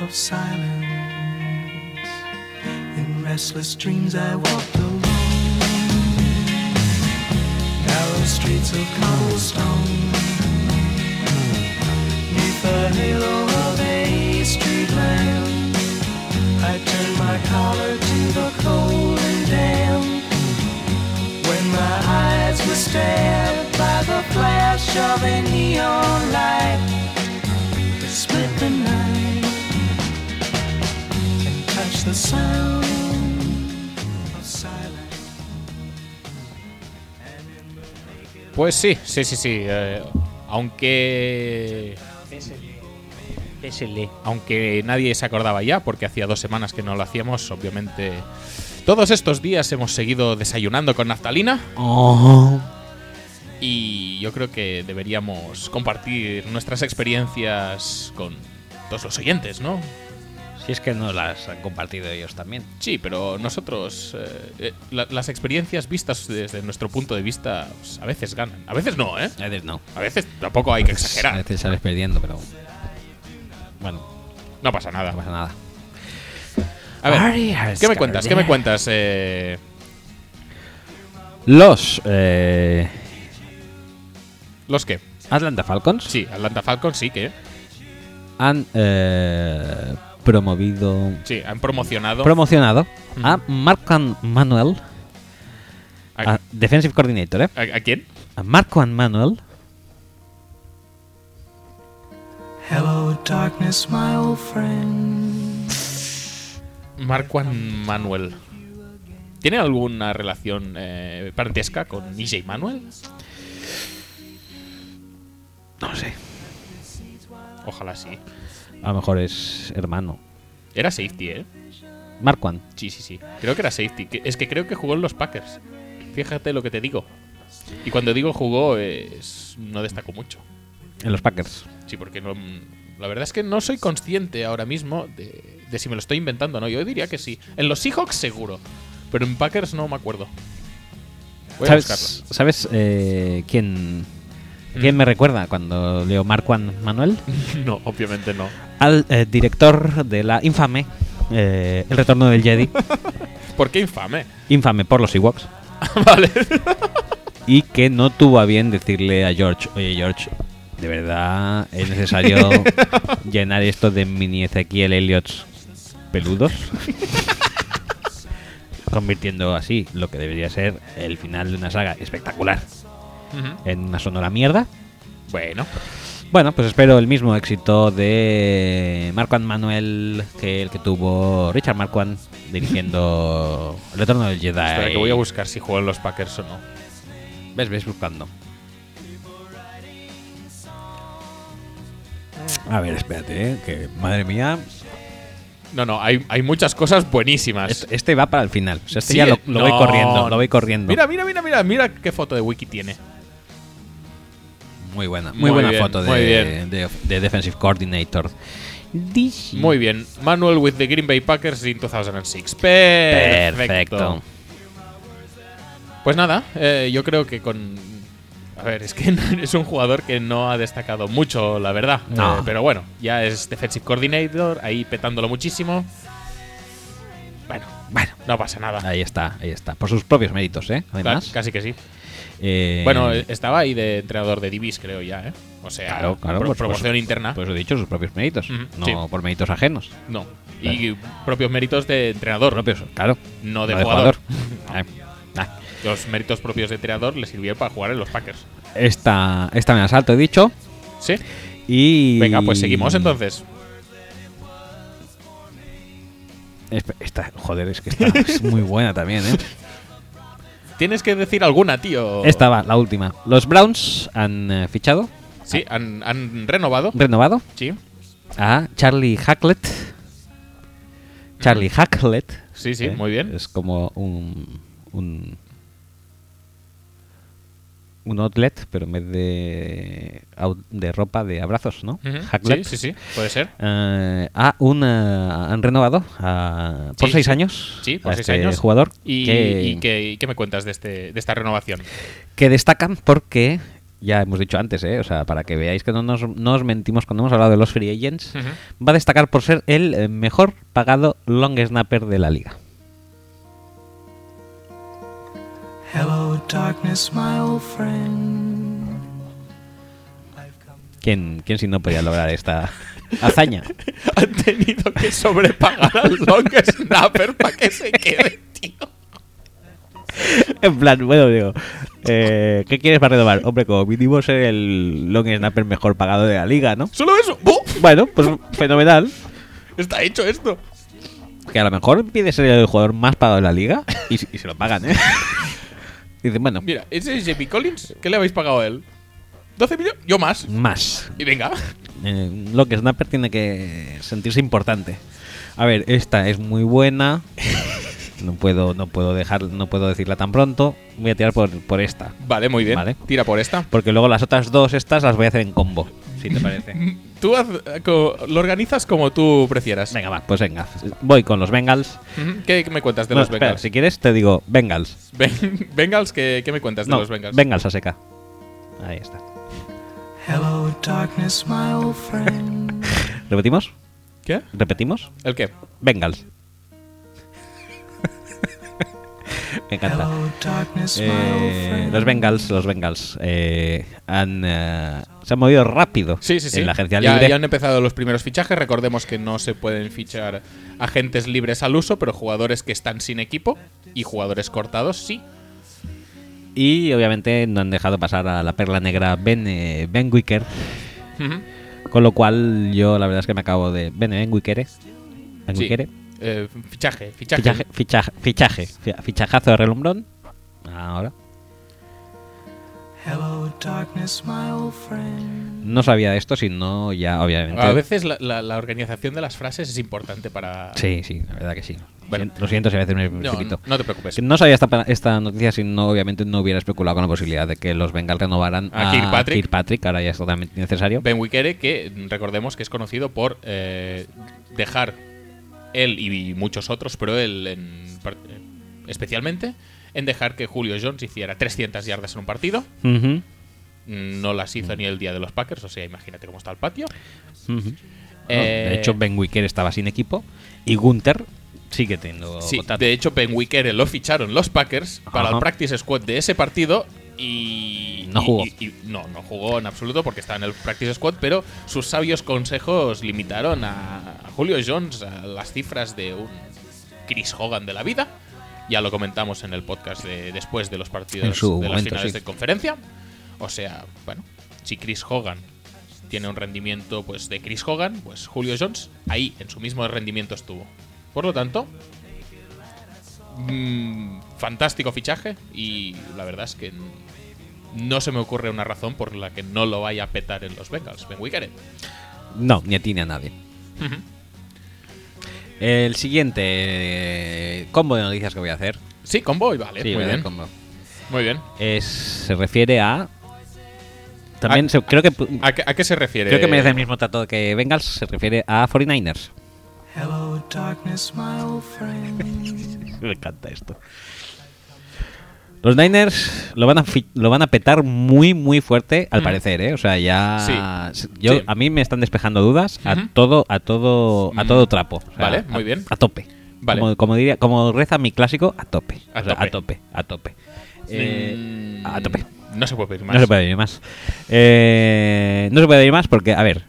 S6: of silence. In restless dreams, I walked alone, narrow streets of cobblestone, neath the halo of a street lamp. I turned my collar to the cold and damp. When my eyes were stabbed by the flash of a neon light to split the night and touch the sound of silence.
S2: Pues sí, sí, sí, sí. eh, aunque. Aunque nadie se acordaba ya, porque hacía dos semanas que no lo hacíamos, obviamente. Todos estos días hemos seguido desayunando con naftalina.
S1: Oh.
S2: Y yo creo que deberíamos compartir nuestras experiencias con todos los oyentes, ¿no?
S1: Si es que no las han compartido ellos también.
S2: Sí, pero nosotros, eh, eh, la- las experiencias vistas desde nuestro punto de vista pues, a veces ganan. A veces no, ¿eh?
S1: A veces no.
S2: A veces tampoco hay que
S1: A
S2: exagerar.
S1: veces sales perdiendo, pero. Bueno,
S2: No pasa nada.
S1: no pasa nada.
S2: A ver, ¿qué me cuentas? ¿Qué me cuentas? Eh,
S1: Los eh,
S2: ¿Los qué?
S1: Atlanta Falcons
S2: Sí, Atlanta Falcons sí que.
S1: han eh, promovido.
S2: Sí, han promocionado
S1: Promocionado
S2: Ujú.
S1: a Marco Manuel,
S2: a,
S1: a Defensive Coordinator, ¿eh?
S2: a- ¿a quién?
S1: A Marco Manuel
S6: Hello, darkness, my old friend.
S2: Marquand Manuel. ¿Tiene alguna relación eh, parentesca con EJ Manuel?
S1: No sé.
S2: Ojalá sí.
S1: A lo mejor es hermano.
S2: Era safety, ¿eh?
S1: Marquand.
S2: Sí, sí, sí. Creo que era safety. Que- Es que creo que jugó en los Packers. Fíjate lo que te digo. Y cuando digo jugó, es- no destacó mucho.
S1: En los Packers.
S2: Sí, porque no, la verdad es que no soy consciente ahora mismo de, de si me lo estoy inventando o no. Yo diría que sí. En los Seahawks seguro. Pero en Packers no me acuerdo. Voy a
S1: ¿Sabes, ¿sabes eh, quién, quién me recuerda cuando leo Marquand Manuel?
S2: buscarlo. No, obviamente no.
S1: Al eh, director de la infame eh, El Retorno del Jedi.
S2: ¿Por qué infame?
S1: infame por los Ewoks.
S2: vale.
S1: y que no tuvo a bien decirle a George, oye George, de verdad es necesario llenar esto de mini Ezequiel Elliot peludos. Convirtiendo así lo que debería ser el final de una saga espectacular
S2: Ujú.
S1: en una sonora mierda.
S2: Bueno.
S1: Bueno, pues espero el mismo éxito de Marquand Manuel que el que tuvo Richard Marquand dirigiendo El Retorno del Jedi.
S2: Espera, que voy a buscar si juego en los Packers o no.
S1: Ves, ves buscando. A ver, espérate, ¿eh? que madre mía.
S2: No, no, hay, hay muchas cosas buenísimas.
S1: Este, este va para el final. O sea, este
S2: Sí,
S1: ya lo,
S2: eh,
S1: lo voy
S2: no,
S1: corriendo,
S2: no.
S1: lo voy corriendo.
S2: Mira, mira, mira, mira, mira qué foto de Wiki tiene.
S1: muy buena, muy,
S2: Muy
S1: buena
S2: bien,
S1: foto
S2: muy
S1: de,
S2: bien.
S1: de- de Defensive Coordinator. Dish-
S2: Muy bien. Manual with the Green Bay Packers in 2006. Perfecto.
S1: Perfecto.
S2: Pues nada, eh, yo creo que con. A ver, es que es un jugador que no ha destacado mucho, la verdad.
S1: No.
S2: Eh, pero bueno, ya es defensive coordinator, ahí petándolo muchísimo. Bueno,
S1: Bueno,
S2: no pasa nada.
S1: ahí está, ahí está. Por sus propios méritos, ¿eh? Además.
S2: Ca- casi que sí.
S1: Eh,
S2: Bueno, eh, estaba ahí de entrenador de Divis, creo ya, ¿eh? O sea,
S1: Claro, claro,
S2: pro-
S1: por
S2: promoción
S1: supuesto.
S2: interna.
S1: Pues lo he dicho, sus propios méritos.
S2: Ujú,
S1: no
S2: sí.
S1: por méritos ajenos.
S2: no. Y propios méritos de entrenador.
S1: pues, Propios, claro.
S2: No de jugador.
S1: jugador. Ah, ah.
S2: Los méritos propios de entrenador le sirvieron para jugar en los Packers.
S1: Esta, esta me la salto, he dicho.
S2: ¿Sí?
S1: Y.
S2: Venga, pues seguimos entonces.
S1: Espe- Esta, joder, es que esta es muy buena también, ¿eh?
S2: Tienes que decir alguna, tío.
S1: Esta va, la última. Los Browns han eh, fichado,
S2: Sí, han, han renovado.
S1: renovado
S2: Sí.
S1: a Charlie Hacklet. Charlie Hacklet.
S2: Sí, sí, muy bien.
S1: Eh, Es como un. un un outlet, pero en vez de, out- de ropa, de abrazos, ¿no?
S2: Ujú.
S1: Hacklet.
S2: Sí, sí, sí, puede ser.
S1: Eh, a un, eh, han renovado a- por
S2: Sí,
S1: seis
S2: sí.
S1: años
S2: Sí,
S1: a
S2: por seis
S1: este
S2: años.
S1: jugador
S2: ¿Y,
S1: que,
S2: y qué, y qué me cuentas de, este, de esta renovación?
S1: que destacan porque ya hemos dicho antes, ¿eh? o sea, para que veáis que no nos, no os mentimos cuando hemos hablado de los free agents,
S2: Ujú.
S1: va a destacar por ser el eh, mejor pagado long snapper de la liga.
S6: Hello, darkness, my old friend. I've come
S1: ¿Quién, quién si no podía lograr esta hazaña?
S2: Han tenido que sobrepagar al long snapper para que se quede, tío.
S1: En plan, bueno, digo, eh, ¿qué quieres para renovar? Hombre, como mínimo ser el long snapper mejor pagado de la liga, ¿no?
S2: Solo eso. ¡Buf!
S1: Bueno, pues fenomenal.
S2: Está hecho esto.
S1: Que a lo mejor pide ser el jugador más pagado de la liga y, se- y se lo pagan, ¿eh? Dicen, bueno,
S2: Mira, ese es Jamie Collins. ¿Qué le habéis pagado a él? ¿12 millones? Yo más.
S1: más.
S2: Y venga.
S1: Eh, lo que Snapper tiene que sentirse importante. A ver, esta es muy buena. No puedo, no puedo dejar, no puedo decirla tan pronto. Voy a tirar por, por esta.
S2: Vale, muy bien.
S1: Vale.
S2: Tira por esta.
S1: Porque luego las otras dos, estas, las voy a hacer en combo. Si te parece.
S2: Tú haz, eh, co- lo organizas como tú prefieras.
S1: Venga, va, pues venga. Voy con los Bengals.
S2: Ujú. ¿Qué me cuentas de
S1: No,
S2: los
S1: espera,
S2: Bengals?
S1: si quieres te digo Bengals.
S2: Ben- Bengals, ¿qué, qué me cuentas de
S1: No,
S2: los Bengals?
S1: Bengals a seca. Ahí está.
S6: Hello, darkness, my old friend.
S1: ¿Repetimos?
S2: ¿Qué?
S1: ¿Repetimos?
S2: ¿El qué?
S1: Bengals. Me encanta.
S6: Hello, darkness, my old
S1: Eh,
S6: friend.
S1: los Bengals, los Bengals eh, han, eh, se han movido rápido
S2: Sí, sí, sí.
S1: en la agencia
S2: ya,
S1: libre.
S2: ya han empezado los primeros fichajes. Recordemos que no se pueden fichar agentes libres al uso, pero jugadores que están sin equipo y jugadores cortados sí.
S1: Y obviamente no han dejado pasar a la perla negra Ben, eh, ben Wicker.
S2: Ujú.
S1: Con lo cual yo la verdad es que me acabo de... Ben, ben Wicker. Ben
S2: Sí.
S1: Wicker.
S2: eh, fichaje, fichaje.
S1: Fichaje, fichaje, fichaje, fi- fichajazo de relumbrón. Ahora.
S6: Hello, darkness, my old friend.
S1: No sabía de esto, si no ya, obviamente.
S2: A veces la, la- la organización de las frases es importante para...
S1: Sí, sí, la verdad que sí.
S2: Bueno.
S1: Lo siento si a veces me
S2: No,
S1: precipito.
S2: no te preocupes.
S1: Que No sabía esta, pa- esta noticia si no, obviamente, no hubiera especulado con la posibilidad de que los Bengals renovaran
S2: A Kirkpatrick.
S1: Kirkpatrick, ahora ya es totalmente necesario.
S2: Ben Wikere, que mm, recordemos que es conocido por eh, dejar él y muchos otros, pero él en par- eh, especialmente, en dejar que Julio Jones hiciera 300 yardas en un partido.
S1: Ujú,
S2: Mm, No las hizo ni el día de los Packers, o sea, imagínate cómo está el patio.
S1: ujú.
S2: Eh,
S1: de hecho, Ben Wicker estaba sin equipo y Gunther sigue teniendo
S2: sí,
S1: contrato.
S2: de hecho, Ben Wikere lo ficharon los Packers para el
S1: Ajá.
S2: practice squad de ese partido y.
S1: No
S2: y-
S1: jugó.
S2: y- y- no, no jugó en absoluto porque estaba en el practice squad, pero sus sabios consejos limitaron a a Julio Jones a las cifras de un Chris Hogan de la vida. Ya lo comentamos en el podcast de, después de los partidos
S1: En su
S2: de las
S1: momento,
S2: finales
S1: sí.
S2: de conferencia. O sea, bueno, si Chris Hogan tiene un rendimiento pues de Chris Hogan, pues Julio Jones ahí en su mismo rendimiento estuvo. Por lo tanto, mm, fantástico fichaje y la verdad es que no se me ocurre una razón por la que no lo vaya a petar en los Bengals. Ben Wickeret.
S1: No, ni a ti ni a nadie. El siguiente eh, combo de noticias que voy a hacer.
S2: Sí, combo y vale.
S1: Sí, voy
S2: muy,
S1: a hacer
S2: bien.
S1: combo.
S2: muy bien.
S1: Es- se refiere a. También
S2: A-
S1: se- creo que pu-
S2: ¿A qué, a qué se refiere?
S1: creo que merece el mismo trato que Bengals. Se refiere a 49ers.
S6: Hello, darkness, my old friend.
S1: Me encanta esto. Los Niners lo van a, fi- lo van a petar muy, muy fuerte, al
S2: Mm.
S1: parecer, ¿eh? O sea, ya.
S2: Sí.
S1: Yo,
S2: Sí.
S1: A mí me están despejando dudas a
S2: Ujú.
S1: todo, a todo, a
S2: Mm.
S1: todo trapo. O sea,
S2: Vale,
S1: a-
S2: muy bien.
S1: A tope.
S2: Vale.
S1: Como, como diría, como reza mi clásico, a tope.
S2: A
S1: O sea,
S2: tope.
S1: a tope, a tope. Eh,
S2: Mm,
S1: a tope.
S2: No se puede pedir más.
S1: No se puede ir más. Eh, no se puede ir más porque, a ver,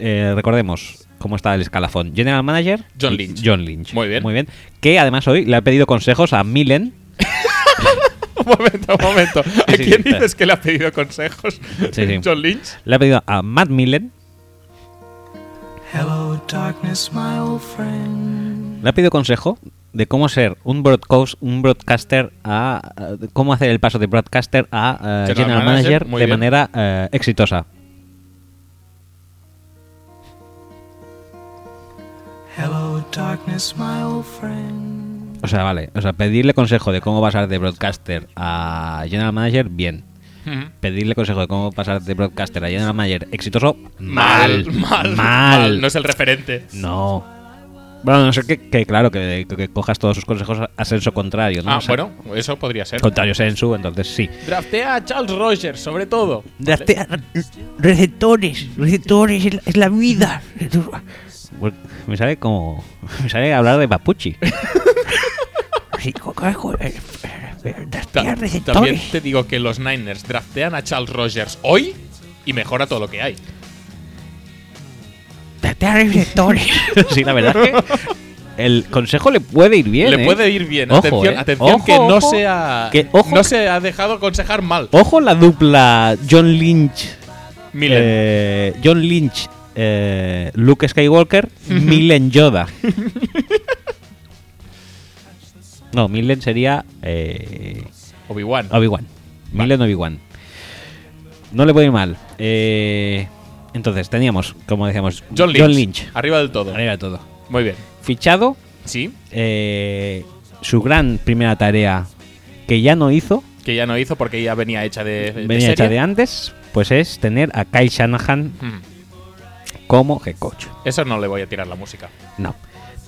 S1: eh, recordemos cómo está el escalafón. General Manager.
S2: John
S1: y
S2: Lynch.
S1: John Lynch.
S2: Muy bien.
S1: Muy bien. Que además hoy le ha pedido consejos a Milen.
S2: un momento, un momento. ¿A
S1: Sí, sí,
S2: quién
S1: está.
S2: dices que le ha pedido consejos?
S1: Sí, sí.
S2: John Lynch.
S1: Le ha pedido a Matt Milen.
S6: Hello, darkness, my old friend.
S1: Le ha pedido consejo de cómo ser un broadcast, un broadcaster a, a- de cómo hacer el paso de broadcaster a eh,
S2: General
S1: general,
S2: Manager,
S1: manager,
S2: muy
S1: de
S2: bien.
S1: manera eh, exitosa.
S6: Hello, darkness, my old friend.
S1: O sea, vale. O sea, pedirle consejo de cómo pasar de broadcaster a general manager, bien.
S2: Ujú.
S1: Pedirle consejo de cómo pasar de broadcaster a general manager exitoso, mal.
S2: Mal, mal,
S1: Mal.
S2: No es el referente.
S1: No. Bueno, a no sé que, que, claro, que, que cojas todos sus consejos a- a senso contrario, ¿no?
S2: Ah,
S1: O sea,
S2: bueno, eso podría ser.
S1: Contrario sensu, entonces sí.
S2: Draftea a Charles Rogers, sobre todo.
S5: Receptores, receptores, es la- es la vida.
S1: Bueno, Pues, Me sale como. Me sale hablar de Papuchi.
S5: Sí, carajo, eh, eh,
S2: Ta-
S5: rastrear
S2: también
S5: receptores.
S2: te digo que los Niners draftean a Charles Rogers hoy y mejora todo lo que hay.
S5: Rastrear receptores.
S1: sí, la verdad es que. El consejo le puede ir bien.
S2: Le
S1: ¿eh?
S2: puede ir bien.
S1: Ojo,
S2: atención,
S1: eh.
S2: atención
S1: Ojo,
S2: que no
S1: ojo.
S2: se ha
S1: Que- ojo
S2: no
S1: que-
S2: se ha dejado aconsejar mal.
S1: Ojo la dupla John Lynch.
S2: Milen.
S1: eh, John Lynch, eh, Luke Skywalker, Milen Yoda. No, Milen sería eh,
S2: Obi-Wan.
S1: Obi-Wan. Milen Obi-Wan. No le puede ir mal. Eh, entonces, teníamos, como decíamos,
S2: John Lynch. Arriba del todo.
S1: Arriba de todo.
S2: Muy bien.
S1: Fichado,
S2: Sí,
S1: eh, su gran primera tarea que ya no hizo,
S2: que ya no hizo porque ya venía hecha de, de
S1: venía hecha
S2: serie.
S1: de antes, pues es tener a Kyle Shanahan
S2: Mm.
S1: como head coach.
S2: Eso no le voy a tirar la música.
S1: No.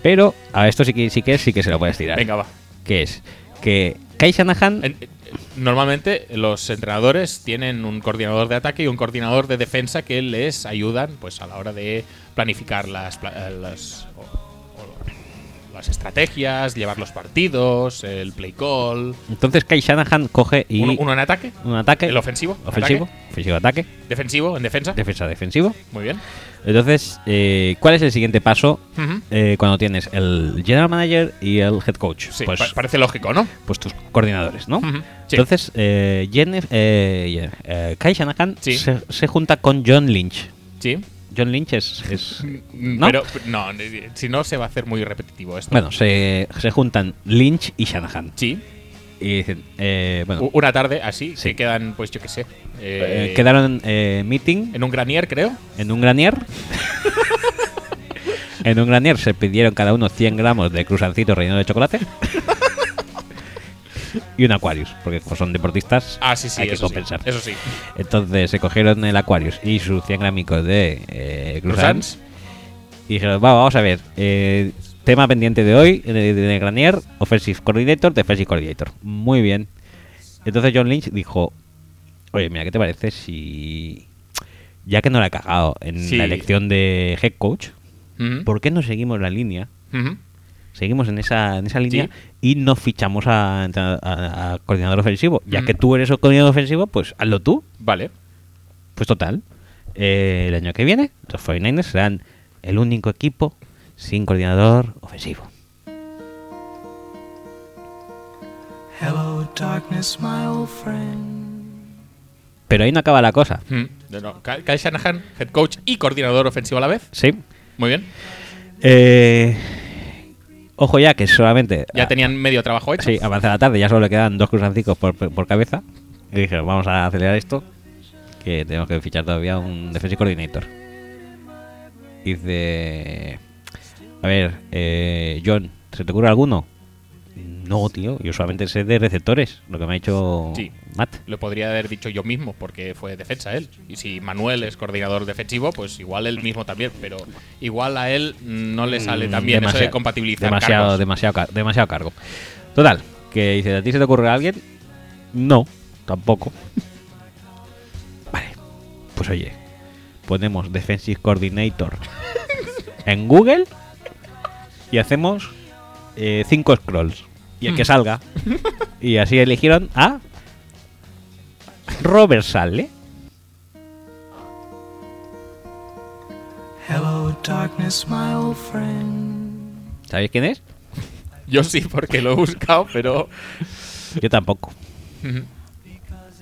S1: Pero a esto sí que sí que sí que se lo puedes tirar.
S2: Venga, va.
S1: Que es que Kai Shanahan
S2: En- eh, Normalmente los entrenadores tienen un coordinador de ataque y un coordinador de defensa que les ayudan pues a la hora de planificar las, pla- eh, las, o- o- las estrategias, llevar los partidos, el play call.
S1: entonces Kai Shanahan coge y
S2: Uno, uno en ataque,
S1: un ataque
S2: el ofensivo,
S1: ofensivo,
S2: ataque,
S1: ofensivo ataque,
S2: defensivo, en defensa.
S1: defensa defensivo.
S2: Muy bien.
S1: Entonces, eh, ¿cuál es el siguiente paso
S2: Ujú.
S1: eh, cuando tienes el general manager y el head coach?
S2: Sí,
S1: pues,
S2: pa- parece lógico, ¿no?
S1: pues tus coordinadores, ¿no?
S2: Ujú, sí.
S1: Entonces, eh, Jennifer- eh, Jennifer- eh, Kai Shanahan
S2: Sí.
S1: se, se junta con John Lynch.
S2: Sí.
S1: John Lynch es. es-
S2: Mm,
S1: ¿no?
S2: Pero no, eh, si no se va a hacer muy repetitivo esto.
S1: Bueno, se, se juntan Lynch y Shanahan.
S2: sí.
S1: Y dicen, eh, bueno,
S2: u- Una tarde así,
S1: Sí.
S2: que quedan, pues yo qué sé. Uh, eh,
S1: eh, quedaron eh, meeting
S2: en un granier, creo.
S1: en un granier. en un granier se pidieron cada uno 100 gramos de cruzancito relleno de chocolate. y un Aquarius, porque como son deportistas
S2: Ah, sí, sí,
S1: hay que
S2: eso
S1: compensar.
S2: sí. Eso sí.
S1: Entonces se cogieron el Aquarius y sus 100 gramicos de eh, cruzans.
S2: Croissants.
S1: Y dijeron, "Va, vamos a ver, eh, tema pendiente de hoy, de, de Granier, Offensive Coordinator, Defensive Coordinator. Muy bien. Entonces John Lynch dijo, oye, mira, ¿qué te parece si, ya que no la ha cagado en
S2: Sí. ¿Mm?
S1: la elección de head coach,
S2: Ujú.
S1: ¿por qué no seguimos la línea?
S2: Ujú.
S1: Seguimos en esa, en esa línea y no fichamos a, entrenador- a- a coordinador ofensivo. Ya
S2: Mm.
S1: que tú eres el coordinador ofensivo, pues hazlo tú.
S2: Vale.
S1: Pues total, eh, el año que viene los 49ers serán el único equipo sin coordinador ofensivo.
S6: Hello, darkness, my old friend.
S1: Pero ahí no acaba la cosa,
S2: Mm. No, no. Kyle Kyle Shanahan, head coach y coordinador ofensivo a la vez.
S1: ¿sí?
S2: Muy bien.
S1: Eh, ojo ya que solamente...
S2: Ya
S1: ah,
S2: tenían medio trabajo hecho.
S1: Sí, avanza la tarde, ya solo le quedan dos cruzancicos por, por cabeza. Y dijeron, vamos a acelerar esto, que tenemos que fichar todavía un defensive coordinator. Y dice... A ver, eh, John, ¿se te ocurre alguno? No, tío, yo solamente sé de receptores, lo que me ha dicho
S2: Sí.
S1: Matt.
S2: Lo podría haber dicho yo mismo, porque fue defensa él. Y si Manuel es coordinador defensivo, pues igual él mismo también. Pero igual a él mm, no le sale tan bien eso de
S1: Demasiado-
S2: compatibilizar
S1: demasiado,
S2: cargos.
S1: Demasiado, ca- demasiado cargo. Total, que dice, ¿a ti se te ocurre a alguien? No, tampoco. vale, pues oye, ponemos Defensive Coordinator en Google y hacemos eh, cinco scrolls. Y el que salga. y así eligieron a Robert Sale.
S6: Hello, darkness, my old friend.
S1: ¿Sabéis quién es?
S2: Yo sí, porque lo he buscado, pero
S1: Yo tampoco.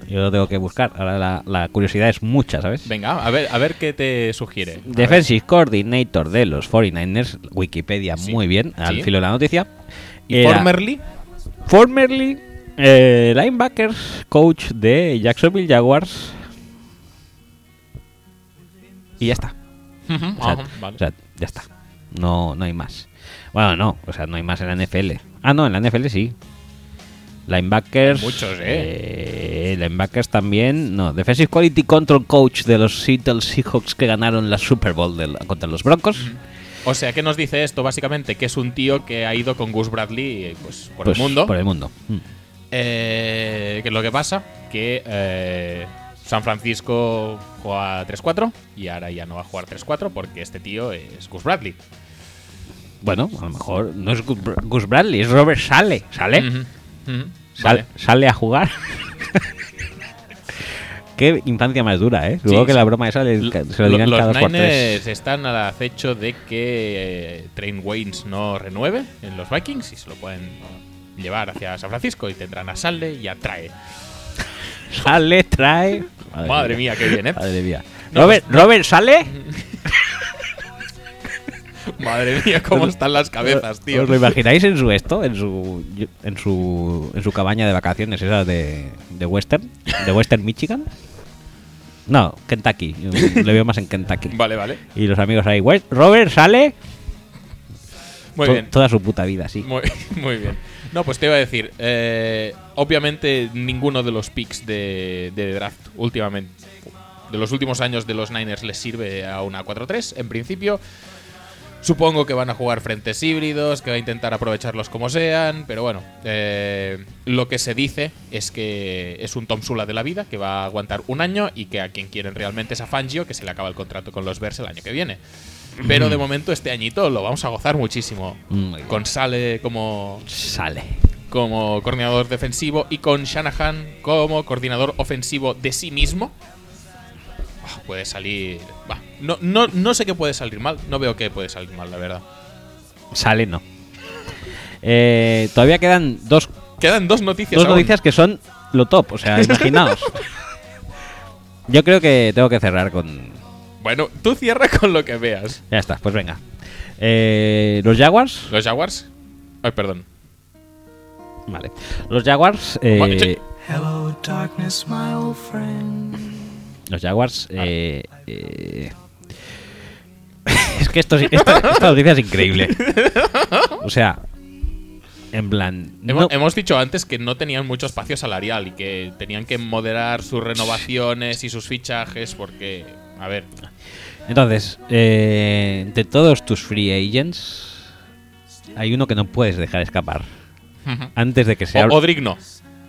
S1: Yo lo tengo que buscar. Ahora la, la curiosidad es mucha, ¿sabes?
S2: venga, a ver, a ver qué te sugiere. A ver.
S1: Defensive Coordinator de los 49ers, Wikipedia
S2: Sí.
S1: muy bien, al
S2: Sí.
S1: filo de la noticia.
S2: ¿Y
S1: Era
S2: formerly?
S1: formerly eh, linebackers coach de Jacksonville Jaguars. Y ya está. O sea,
S2: Ajá, vale.
S1: o sea, ya está. No, no hay más. Bueno, no, o sea, no hay más en la NFL. Ah, no, en la NFL sí. Linebackers.
S2: Hay muchos,
S1: eh, linebackers también. No, Defensive Quality Control Coach de los Seattle Seahawks que ganaron la Super Bowl de la- contra los Broncos.
S2: O sea, ¿qué nos dice esto básicamente? Que es un tío que ha ido con Gus Bradley pues, por
S1: Pues,
S2: el mundo.
S1: Por el mundo. Mm.
S2: Eh, que es lo que pasa? Que eh, San Francisco juega 3-4 y ahora ya no va a jugar 3-4 porque este tío es Gus Bradley.
S1: Bueno, a lo mejor no es Gus Br- Gus Bradley, es Robert Sale. ¿Sale?
S2: Ujú, ujú.
S1: Sal-
S2: Vale.
S1: Sale a jugar. Qué infancia más dura, ¿eh? Supongo
S2: Sí,
S1: que
S2: sí.
S1: la broma esa le-
S2: L-
S1: se lo dirán
S2: los
S1: cada dos por tres.
S2: Niners están al acecho de que eh, Train Waynes no renueve en los Vikings y se lo pueden llevar hacia San Francisco y tendrán a Sale y a Trae.
S1: Sale, trae.
S2: Madre mía, qué bien, ¿eh?
S1: Madre mía.
S2: No,
S1: Robert, Robert, sale.
S2: Madre mía, cómo están las cabezas, tío.
S1: ¿Os lo imagináis en su esto? En su, en su, en su cabaña de vacaciones, esa de, de Western, de Western Michigan. No, Kentucky. Le veo más en Kentucky.
S2: Vale, vale.
S1: Y los amigos ahí, "Wes- Robert sale.
S2: Muy
S1: To-
S2: bien.
S1: Toda su puta vida, sí.
S2: Muy, muy bien. No, pues te iba a decir, eh, obviamente ninguno de los picks de, de draft últimamente, de los últimos años de los Niners les sirve a una 4-3, en principio. Supongo que van a jugar frentes híbridos, que va a intentar aprovecharlos como sean, pero bueno, eh, lo que se dice es que es un Tom Sula de la vida, que va a aguantar un año y que a quien quieren realmente es a Fangio, que se le acaba el contrato con los Bears el año que viene. Pero de momento este añito lo vamos a gozar muchísimo.
S1: Muy bien.
S2: Con Sale como,
S1: Sale.
S2: como coordinador defensivo y con Shanahan como coordinador ofensivo de sí mismo. Ah, puede salir. bah, no, no, no sé qué puede salir mal. No veo qué puede salir mal, la verdad.
S1: Sale, no. Eh, todavía quedan dos,
S2: Quedan dos noticias.
S1: dos
S2: aún.
S1: noticias que son lo top. O sea, imaginaos. Yo creo que tengo que cerrar con,
S2: Bueno, tú cierra con lo que veas.
S1: Ya está, pues venga. Eh, los Jaguars.
S2: ¿Los Jaguars? Ay, perdón.
S1: Vale. Los Jaguars. eh,
S2: Bueno, sí.
S6: Hello, darkness, my old friend.
S1: Los Jaguars. eh, eh, es que esto, es- esta, esta noticia es increíble. O sea, en plan.
S2: Hemos,
S1: no-
S2: hemos dicho antes que no tenían mucho espacio salarial y que tenían que moderar sus renovaciones y sus fichajes porque, a ver,
S1: Entonces, eh, de todos tus free agents, hay uno que no puedes dejar escapar. Antes de que se
S2: o-
S1: abra.
S2: Odrick no.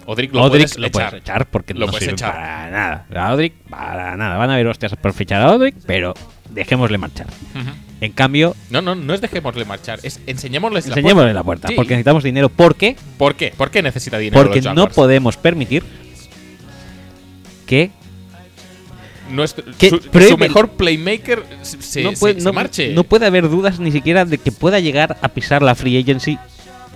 S2: Odrick lo
S1: Odrick
S2: puedes
S1: lo
S2: echar.
S1: puedes echar porque
S2: Lo
S1: no
S2: puedes
S1: sirve
S2: echar.
S1: para nada. A Odrick, para nada. Van a haber hostias por fichar a Odrick, pero dejémosle marchar.
S2: Ujú.
S1: En cambio,
S2: No, no, no es dejémosle marchar, es enseñémosles la
S1: enseñémosle la puerta
S2: Sí.
S1: porque necesitamos dinero. ¿Por qué?
S2: ¿Por qué? ¿Por qué necesita dinero
S1: Porque
S2: los
S1: no
S2: Jaguars?
S1: podemos permitir que
S2: Nuestro-
S1: que
S2: su,
S1: prohíbe-
S2: su mejor playmaker se, se-
S1: no,
S2: se-
S1: puede,
S2: se
S1: no-
S2: marche.
S1: no puede haber dudas ni siquiera de que pueda llegar a pisar la free agency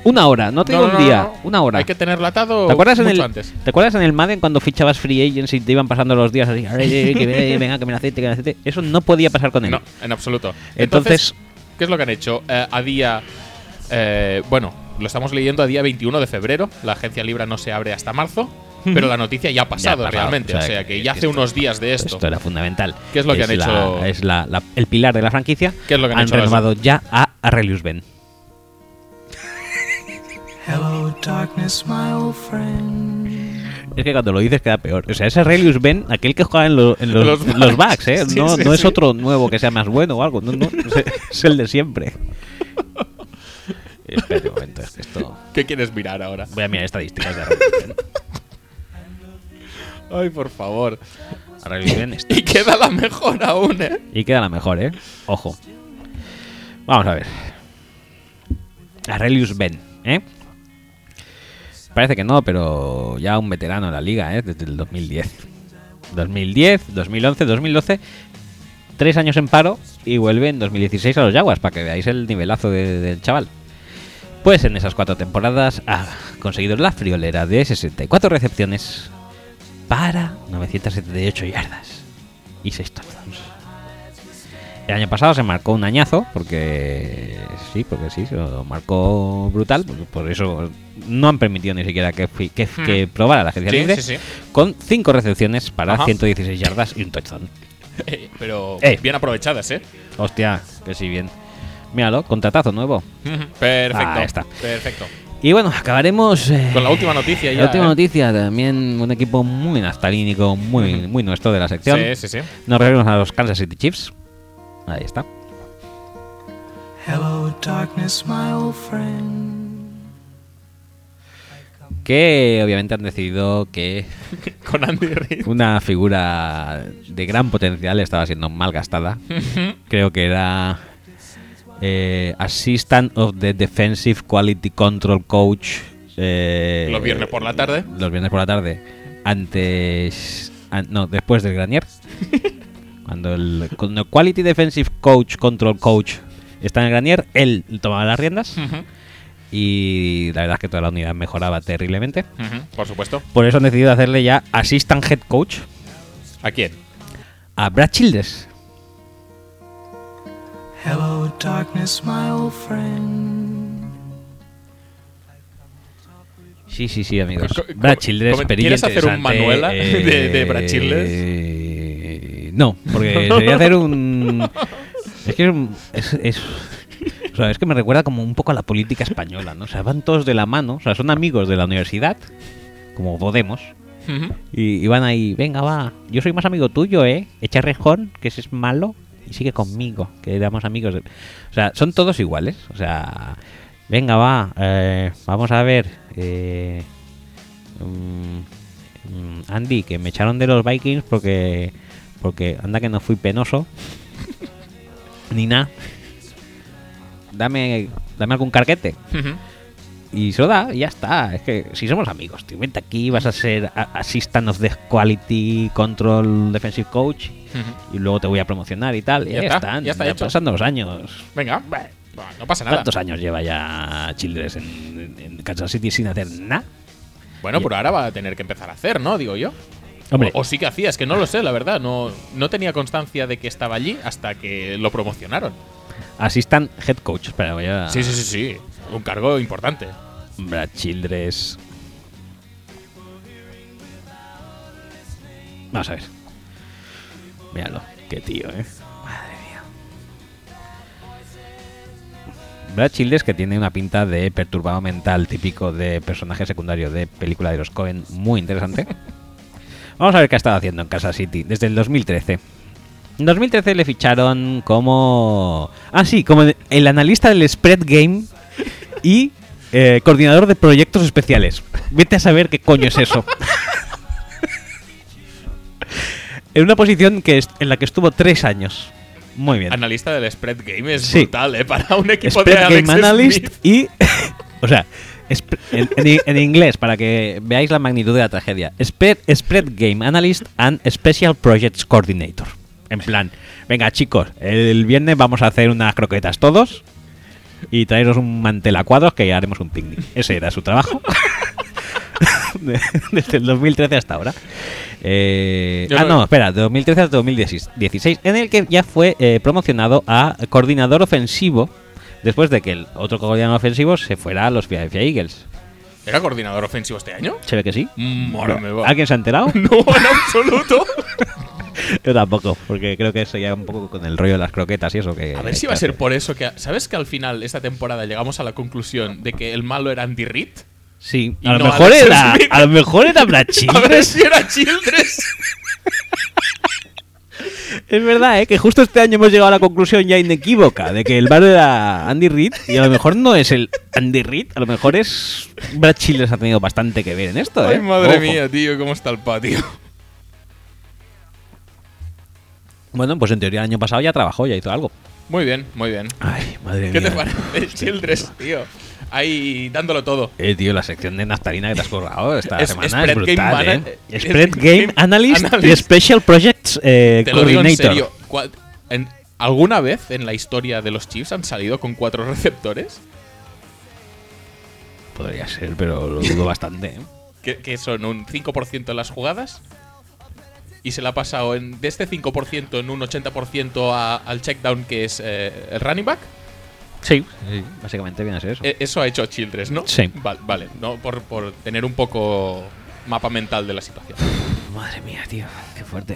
S1: una hora, no te digo
S2: No, no,
S1: un
S2: no,
S1: día,
S2: no.
S1: una hora.
S2: Hay que tenerlo atado
S1: ¿Te acuerdas, en
S2: mucho
S1: el,
S2: antes.
S1: ¿Te acuerdas en el Madden cuando fichabas free agents y te iban pasando los días así? "Ay, ay, ay, que ve- venga, que me la acepte, que me la acepte"? Eso no podía pasar con él.
S2: No, en absoluto.
S1: Entonces-
S2: ¿qué es lo que han hecho? Eh, a día. eh, bueno, lo estamos leyendo a día 21 de febrero. La agencia Libra no se abre hasta marzo. Pero la noticia ya ha pasado,
S1: pasado,
S2: realmente. O sea, que, ya hace
S1: esto-
S2: unos días de esto.
S1: esto. era fundamental.
S2: ¿Qué es lo que han
S1: la-
S2: hecho?
S1: es la- la- el pilar de la franquicia.
S2: ¿Qué es lo que han hecho las-
S1: renovado ya a Aurelius Ben.
S6: Hello, darkness, my old friend.
S1: Es que cuando lo dices queda peor. O sea, es Aurelius Ben, aquel que juega en, lo- en los,
S2: Los
S1: en los backs, ¿eh?
S2: Sí,
S1: no
S2: sí,
S1: no es
S2: sí.
S1: otro nuevo que sea más bueno o algo. No, no, es, es el de siempre. Espera un momento, es que esto.
S2: ¿Qué quieres mirar ahora?
S1: Voy a mirar estadísticas de Aurelius Ben.
S2: Ay, por favor.
S1: Aurelius Ben está.
S2: Y queda la mejor aún, ¿eh?
S1: Y queda la mejor, ¿eh? Ojo. Vamos a ver. Aurelius Ben, ¿eh? Parece que no, pero ya un veterano en la liga, ¿eh? Desde el 2010. 2010, 2011, 2012. Tres años en paro y vuelve en 2016 a los Jaguars, para que veáis el nivelazo de- del chaval. Pues en esas cuatro temporadas ha conseguido la friolera de 64 recepciones para 978 yardas y 6 touchdowns. El año pasado se marcó un añazo, porque sí, porque sí, se lo marcó brutal, por, por eso no han permitido ni siquiera que, fi- que, que probara la agencia
S2: Hmm. Sí,
S1: libre,
S2: sí, sí.
S1: con 5 recepciones para
S2: Ajá.
S1: 116 yardas y un touchdown.
S2: Eh, pero
S1: Eh.
S2: bien aprovechadas, ¿eh?
S1: Hostia, que sí, bien. Míralo, contratazo nuevo.
S2: Perfecto.
S1: Ahí está.
S2: Perfecto.
S1: Y bueno, acabaremos eh,
S2: Con la última noticia
S1: la
S2: ya.
S1: última
S2: ¿eh?
S1: noticia, también un equipo muy naftalínico, muy, muy nuestro de la sección.
S2: Sí, sí, sí.
S1: Nos referimos a los Kansas City Chiefs. Ahí está.
S6: Hello, darkness, my old friend.
S1: Que obviamente han decidido que
S2: Con Andy Reid.
S1: una figura de gran potencial estaba siendo malgastada. Creo que era eh, Assistant of the Defensive Quality Control Coach. eh,
S2: Los viernes por la tarde.
S1: Los viernes por la tarde. Antes. an- no, después del Granier. cuando, el, cuando Quality Defensive Coach, Control Coach está en el Granier, él tomaba las riendas. Y la verdad es que toda la unidad mejoraba terriblemente.
S2: Ujú, Por supuesto.
S1: Por eso han decidido hacerle ya Assistant Head Coach
S2: ¿A quién?
S1: a Brad Childress.
S6: Hello, darkness, my old friend.
S1: Sí, sí, sí, amigos.
S2: Co- co-
S1: Brad
S2: co-
S1: Childress,
S2: comen-
S1: perilla
S2: ¿quieres hacer un
S1: interesante,
S2: Manuela de- de Brad Childress?
S1: eh, No, porque sería hacer un. Es que es. un- es, es- o sea, es que me recuerda como un poco a la política española, ¿no? O sea, van todos de la mano, o sea, son amigos de la universidad, como Podemos,
S2: Ujú.
S1: y, y van ahí, venga, va, yo soy más amigo tuyo, ¿eh? Echa rejón, que ese es malo, y sigue conmigo, que éramos amigos. de- O sea, son todos iguales, o sea, venga, va, eh, vamos a ver. eh, mm, mm, Andy, que me echaron de los Vikings porque, porque anda que no fui penoso, ni nada. Dame, dame algún carguete.
S2: Ujú.
S1: Y se lo da y ya está. Es que si somos amigos, tío, vente aquí, vas a ser a- Assistant of the Quality Control Defensive Coach
S2: Ujú.
S1: y luego te voy a promocionar y tal. Y
S2: Ya
S1: ya,
S2: está,
S1: están,
S2: ya está hecho.
S1: pasando los años.
S2: Venga. Bah, No pasa nada.
S1: ¿Cuántos años lleva ya Childress en, en Kansas City sin hacer nada?
S2: Bueno, pero ahora va a tener que empezar a hacer, ¿no? Digo yo.
S7: Hombre.
S2: O, o sí que hacías, que no lo sé, la verdad. No, no tenía constancia de que estaba allí hasta que lo promocionaron.
S1: Assistant Head Coach. Espera, voy a.
S2: Sí, sí, sí, sí. Un cargo importante.
S1: Brad Childress. Vamos a ver. Míralo. Qué tío, eh. Madre mía. Brad Childress que tiene una pinta de perturbado mental típico de personaje secundario de película de los Cohen. Muy interesante. Vamos a ver qué ha estado haciendo en Casa City desde el 2013. En 2013 le ficharon como... Ah, sí, como el analista del Spread Game y eh, coordinador de proyectos especiales. Vete a saber qué coño es eso. en una posición que est- en la que estuvo tres años. Muy bien.
S2: Analista del spread game es
S1: Sí.
S2: brutal, ¿eh? Para un equipo
S1: Spread
S2: de Alex
S1: Game Analyst
S2: Smith.
S1: y... o sea, sp- en, en i- en inglés, para que veáis la magnitud de la tragedia. Spread, spread Game Analyst and Special Projects Coordinator. En plan, venga chicos, el viernes vamos a hacer unas croquetas todos y traeros un mantel a cuadros que haremos un picnic. Ese era su trabajo. De- Desde el 2013 hasta ahora. Eh,
S2: Yo
S1: ah,
S2: no-
S1: no, espera, de 2013 hasta 2016, en el que ya fue eh, promocionado a coordinador ofensivo después de que el otro coordinador ofensivo se fuera a los Philadelphia Eagles.
S2: ¿Era coordinador ofensivo este año?
S1: ¿Se ve que sí?
S2: Mm, ahora me va.
S1: ¿Alguien se ha enterado?
S2: No, en absoluto.
S1: Yo tampoco, porque creo que eso ya un poco con el rollo de las croquetas y eso que...
S2: A ver si va a ser por eso que. ¿Sabes que al final esta temporada llegamos a la conclusión de que el malo era Andy Reid?
S1: Sí,
S2: y
S1: a lo,
S2: no
S1: mejor
S2: Alex
S1: era,
S2: Smith.
S1: a lo mejor era Brad
S2: A ver
S1: Childress.
S2: si era Childress.
S1: Es verdad, ¿eh? que justo este año hemos llegado a la conclusión ya inequívoca de que el bar era Andy Reid y a lo mejor no es el Andy Reid, a lo mejor es Brad Childress ha tenido bastante que ver en esto. ¿eh?
S2: Ay, madre
S1: Ojo.
S2: mía, tío, cómo está el patio.
S1: Bueno, pues en teoría el año pasado ya trabajó, ya hizo algo.
S2: Muy bien, muy bien.
S1: Ay, madre
S2: ¿Qué
S1: mía.
S2: te parece, Childress, tío? Ahí dándolo todo.
S1: Eh, tío, la sección de naftalina que te has currado esta
S2: Es-
S1: semana
S2: Spread
S1: es
S2: Game
S1: brutal,
S2: Mana-
S1: ¿eh?
S2: eh,
S1: Spread
S2: Game
S1: Game Analyst, y
S2: Analyst.
S1: Special Projects eh,
S2: Te lo digo en
S1: Coordinator.
S2: serio. ¿cuál- en- ¿Alguna vez en la historia de los Chiefs han salido con cuatro receptores?
S1: Podría ser, pero lo dudo bastante. ¿eh?
S2: que, que son un 5% en las jugadas y se la ha pasado en, de este 5% en un 80% a- al checkdown que es eh, el running back.
S1: Sí, sí, básicamente viene a ser eso.
S2: E- eso ha hecho Childress, ¿no?
S1: Sí.
S2: Vale, vale ¿no? Por, por tener un poco mapa mental de la situación.
S1: Madre mía, tío, qué fuerte.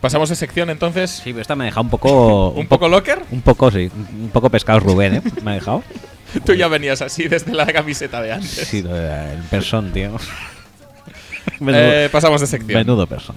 S2: Pasamos de sección entonces.
S1: Sí, pero esta me ha dejado un poco.
S2: Un poco locker.
S1: Un poco, sí. Un poco pescados Rubén, ¿eh? Me ha dejado.
S2: Tú ya venías así desde la camiseta de antes.
S1: Sí, lo de- el person, tío. Menudo,
S2: Eh, pasamos de sección.
S1: menudo person.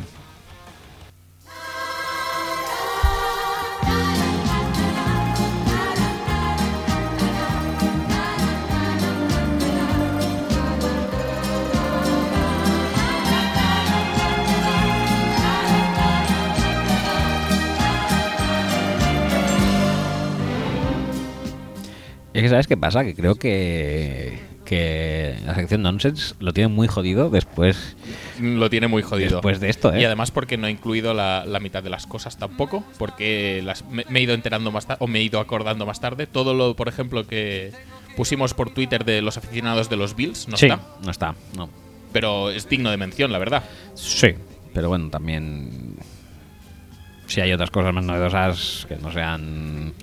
S1: Es que sabes qué pasa, que creo que, que la sección nonsense lo tiene muy jodido después
S2: Lo tiene muy jodido.
S1: Después de esto, ¿eh?
S2: Y además porque no he incluido la, la mitad de las cosas tampoco, porque las, me, me he ido enterando más tarde, o me he ido acordando más tarde. Todo lo, por ejemplo, que pusimos por Twitter de los aficionados de los Bills, no
S1: sí,
S2: está.
S1: no está, no.
S2: Pero es digno de mención, la verdad.
S1: Sí, pero bueno, también si hay otras cosas más novedosas que no sean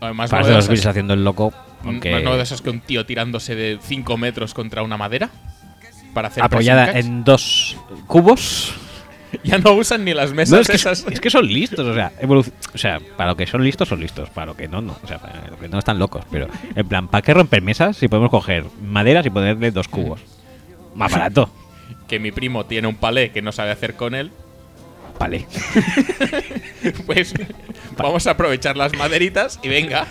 S2: Además,
S1: Para de los Bills haciendo el loco, aunque
S2: Mm, Más novedosas que un tío tirándose de 5 metros contra una madera para hacer
S1: apoyada
S2: pressing
S1: en dos cubos.
S2: catch. Ya no usan ni las mesas
S1: No, es, que,
S2: esas.
S1: es que son listos, o sea, evolu- o sea, para lo que son listos son listos, para lo que no, no, o sea, para lo que no están locos, pero en plan, ¿para qué romper mesas si podemos coger maderas y ponerle dos cubos? Más barato,
S2: Que mi primo tiene un palé que no sabe hacer con él.
S1: vale.
S2: Pues vamos a aprovechar las maderitas y venga.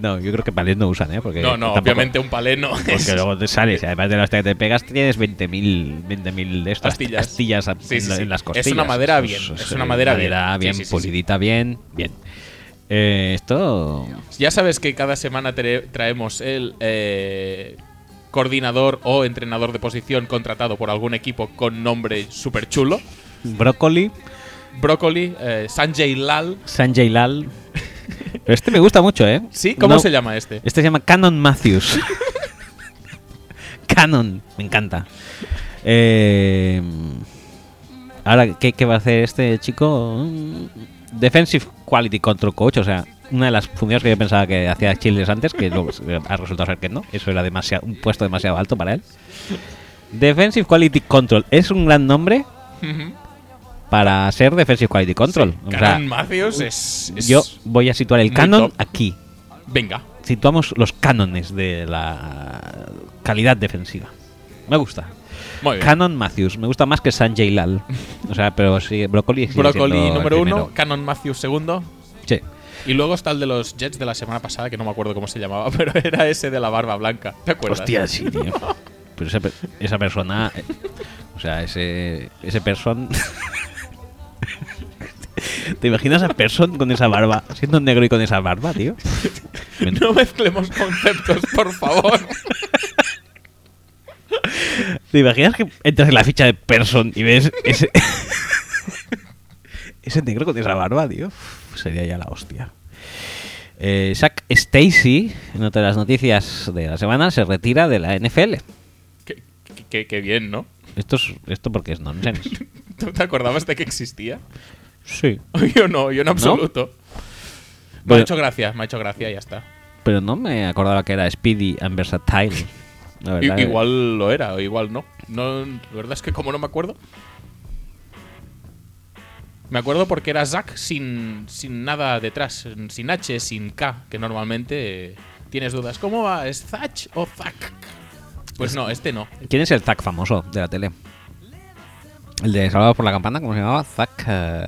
S1: No, yo creo que palés no usan, ¿eh? Porque
S2: No, no,
S1: tampoco-
S2: obviamente un palé no. es-
S1: Porque luego te sales y además de las que te pegas tienes 20.000 20.000 de estas
S2: Astillas.
S1: astillas a-
S2: Sí, sí,
S1: en la-
S2: sí.
S1: en las
S2: Es
S1: costillas.
S2: una madera bien, es una madera bien.
S1: bien,
S2: Sí, sí, sí, sí.
S1: pulidita bien, bien. Eh, esto
S2: Ya sabes que cada semana tra- traemos el eh, coordinador o entrenador de posición contratado por algún equipo con nombre súper chulo.
S1: brócoli,
S2: Broccoli, eh, Sanjay Lal.
S1: Sanjay Lal. Pero este me gusta mucho, ¿eh?
S2: ¿Sí? ¿Cómo
S1: No, Eh,
S2: se llama este?
S1: Este se llama Canon Matthews. Canon, me encanta. Eh, ahora, ¿qué, qué va a hacer este chico? Mm, Defensive Quality Control Coach, o sea, una de las funciones que yo pensaba que hacía Childress antes, que luego ha resultado ser que no, eso era demasiado, un puesto demasiado alto para él. Defensive Quality Control es un gran nombre para ser Defensive Quality Control. O sea,
S2: Canon Matthews es, es-
S1: yo voy a situar el
S2: muy
S1: canon
S2: top.
S1: aquí.
S2: Venga.
S1: Situamos los cánones de la calidad defensiva. Me gusta.
S2: Muy bien.
S1: Canon Matthews. Me gusta más que Sanjay Lal. O sea, pero sí, Brócoli. sigue siendo
S2: Broccoli
S1: el
S2: número uno,
S1: primero.
S2: Canon Matthews segundo.
S1: Sí.
S2: Y luego está el de los Jets de la semana pasada, que no me acuerdo cómo se llamaba, pero era ese de la barba blanca. ¿Te acuerdas?
S1: Hostia, sí, tío. Pero esa, pe- esa persona. eh, O sea, ese. Ese person. ¿Te imaginas a person con esa barba? Siendo negro y con esa barba, tío. Me-
S2: No mezclemos conceptos, por favor.
S1: ¿Te imaginas que entras en la ficha de person y ves ese. ese negro con esa barba, tío? Uf, Sería ya la hostia. Eh, Zach Stacy, en otra de las noticias de la semana, se retira de la NFL.
S2: qué, qué- qué- qué bien, ¿no?
S1: Esto, es, esto porque es nonsense.
S2: ¿Tú te acordabas de que existía?
S1: Sí.
S2: Yo no, yo en absoluto. Me ha
S1: Bueno.
S2: hecho gracia, me ha hecho gracia y ya está.
S1: Pero no me acordaba que era Speedy and Versatile. La
S2: I-
S1: verdad, eh.
S2: igual lo era, o igual no. no. La verdad es que como no me acuerdo. Me acuerdo porque era Zack sin, sin nada detrás, sin H, sin K, que normalmente eh, tienes dudas. ¿Cómo va? ¿Es Zach o Zack? Pues no, este no.
S1: ¿Quién es el Zack famoso de la tele? El de Salvados por la Campana, ¿cómo se llamaba? Zack. eh,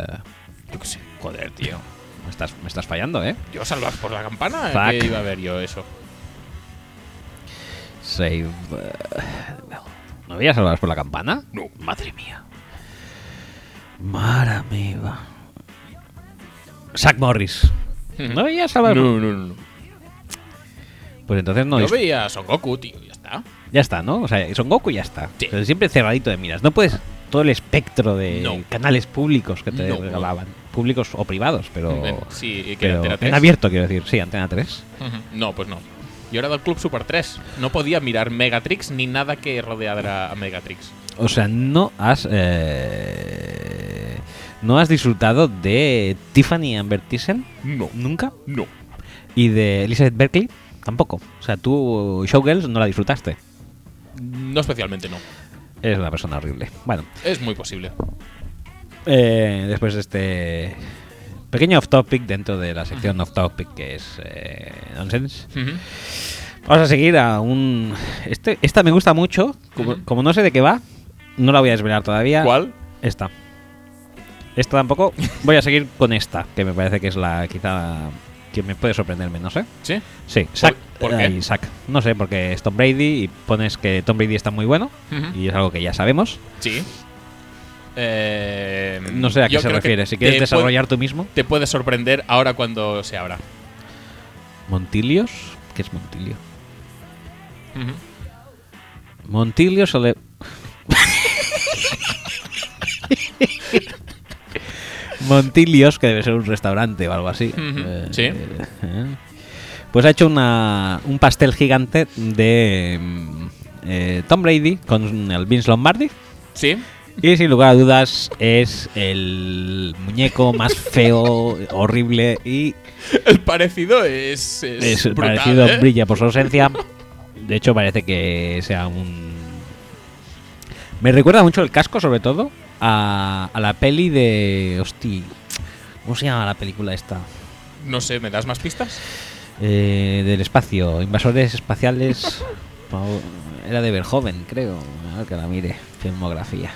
S2: Yo qué sé.
S1: Joder, tío. Me estás, me estás fallando, ¿eh?
S2: Yo salvar por la campana.
S1: Zack.
S2: ¿Qué iba a ver yo eso?
S1: Save. eh, ¿No había Salvados por la Campana? No. Madre mía. Mar amiga. Zack Morris. ¿No veías Salvados por-
S2: no, no.
S1: Pues entonces no
S2: Yo
S1: es-
S2: veía a Son Goku, tío, ya está.
S1: Ya está, ¿no? O sea, Son Goku ya está.
S2: Sí.
S1: Pero siempre cerradito de miras. No puedes todo el espectro de
S2: No.
S1: canales públicos que te
S2: No.
S1: regalaban. Públicos o privados, pero.
S2: Eh, Sí, y que
S1: pero
S2: Antena
S1: en
S2: 3.
S1: abierto, quiero decir. Sí, Antena 3.
S2: Ujú. No, pues no. Yo era del Club Super 3. No podía mirar Megatrix ni nada que rodeara a Megatrix.
S1: O sea, no has. eh, no has disfrutado de Tiffany Amber Thyssen.
S2: No.
S1: Nunca.
S2: No.
S1: Y de Elizabeth Berkeley. Tampoco. O sea, tú, Showgirls, no la disfrutaste.
S2: No especialmente, no.
S1: Eres una persona horrible. Bueno.
S2: Es muy posible.
S1: Eh, después de este pequeño off topic dentro de la sección off topic que es eh, nonsense.
S2: Ujú.
S1: Vamos a seguir a un este esta me gusta mucho, como,
S2: Ujú.
S1: como no sé de qué va, no la voy a desvelar todavía.
S2: ¿Cuál?
S1: Esta. Esta tampoco. Voy a seguir con esta, que me parece que es la quizá que me puede sorprender menos, ¿eh?
S2: ¿Sí?
S1: Sí, Sack.
S2: por qué?
S1: Ay, Sack. No sé, porque es Tom Brady y pones que Tom Brady está muy bueno
S2: Ujú.
S1: y es algo que ya sabemos.
S2: Sí. Eh,
S1: No sé a qué
S2: yo
S1: se
S2: creo que
S1: refiere. Si
S2: te
S1: quieres
S2: puede-
S1: desarrollar tú mismo.
S2: Te puede sorprender ahora cuando se abra.
S1: Montilios, ¿qué es Montilio?
S2: Ujú.
S1: Montilio Sole... Montilios, que debe ser un restaurante o algo así.
S2: Ujú,
S1: Eh,
S2: sí.
S1: eh. Pues ha hecho una, un pastel gigante de mm, eh, Tom Brady con el Vince Lombardi.
S2: ¿Sí?
S1: Y sin lugar a dudas es el muñeco más feo, horrible y
S2: El parecido es. Es,
S1: es el
S2: brutal,
S1: parecido
S2: ¿eh?
S1: brilla por su ausencia. De hecho, parece que sea un. Me recuerda mucho el casco, sobre todo, a, a la peli de. Hosti. ¿Cómo se llama la película esta?
S2: No sé, ¿me das más pistas?
S1: Eh, del espacio, Invasores Espaciales. Pau- Era de Verhoeven, creo. Ahora que la mire, filmografía.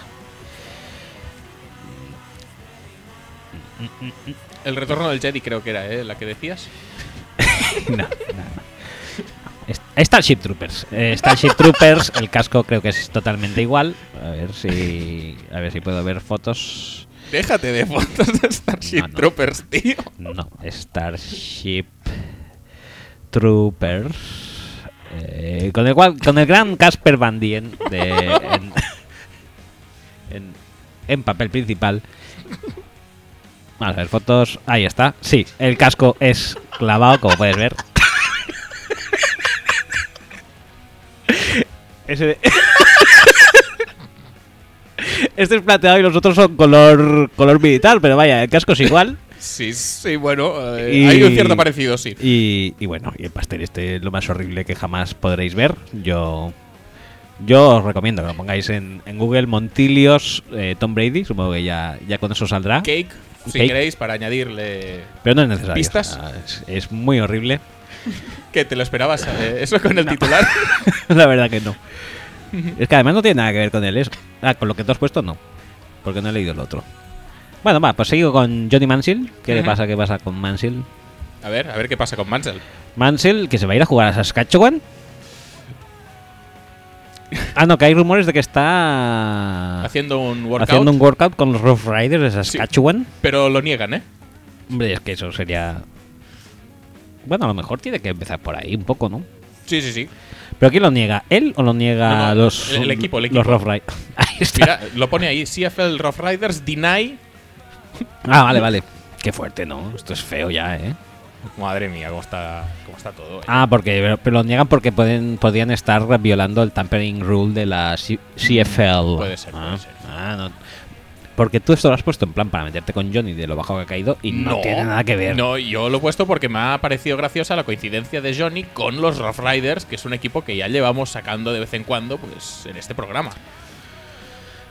S2: El retorno del Jedi, creo que era, ¿eh? La que decías.
S1: no, no, no. Est- Starship Troopers. Eh, Starship Troopers, el casco creo que es totalmente igual. A ver si. A ver si puedo ver fotos.
S2: Déjate de fotos de Starship
S1: Ah, No, no.
S2: Troopers, tío.
S1: No, Starship Troopers. eh, con el cual, con el gran Casper Van Dien de- en, en- en papel principal. Vamos a ver, fotos. Ahí está. Sí, el casco es clavado, como puedes ver. Ese de- Este es plateado y los otros son color, color militar, pero vaya, el casco es igual.
S2: Sí, sí, bueno, eh,
S1: Y-
S2: hay un cierto parecido, sí.
S1: Y, y bueno, y el pastel este es lo más horrible que jamás podréis ver. Yo yo os recomiendo que lo pongáis en, en Google Montilios eh, Tom Brady, supongo que ya, ya con eso saldrá.
S2: Cake, si
S1: Cake.
S2: queréis, para añadirle
S1: Pero no es necesario.
S2: ¿Pistas?
S1: o sea, es, es muy horrible.
S2: que te lo esperabas, eh, eso con el titular.
S1: La verdad que no. Es que además no tiene nada que ver con él. Es, ah, con lo que tú has puesto no. Porque no he leído el otro. Bueno, va, pues sigo con Johnny Mansil. ¿Qué le
S2: Ujú.
S1: pasa? ¿Qué pasa con Mansil?
S2: A ver, a ver qué pasa con Mansell.
S1: Mansell, que se va a ir a jugar a Saskatchewan. Ah, no, que hay rumores de que está
S2: Ah. Haciendo un workout,
S1: haciendo un workout con los Rough Riders de Saskatchewan.
S2: pero lo niegan, ¿eh?
S1: Hombre, es que eso sería. Bueno, a lo mejor tiene que empezar por ahí un poco, ¿no?
S2: Sí, sí, sí.
S1: ¿Pero quién lo niega? ¿Él o lo niega
S2: No, no,
S1: los,
S2: el- el equipo, el
S1: los
S2: equipo.
S1: Rough Riders? Ahí está.
S2: Mira, lo pone ahí, CFL Rough Riders deny.
S1: Ah, vale, vale. Qué fuerte, ¿no? Esto es feo ya, ¿eh?
S2: Madre mía, cómo está, cómo está todo. eh.
S1: Ah, porque pero, pero lo niegan porque pueden, podrían estar violando el tampering rule de la C- CFL.
S2: Puede ser,
S1: ah,
S2: puede ser.
S1: ah, no. Porque tú esto lo has puesto en plan para meterte con Johnny de lo bajo que ha caído y no, tiene nada que ver.
S2: No, yo lo he puesto porque me ha parecido graciosa la coincidencia de Johnny con los Rough Riders, que es un equipo que ya llevamos sacando de vez en cuando pues en este programa.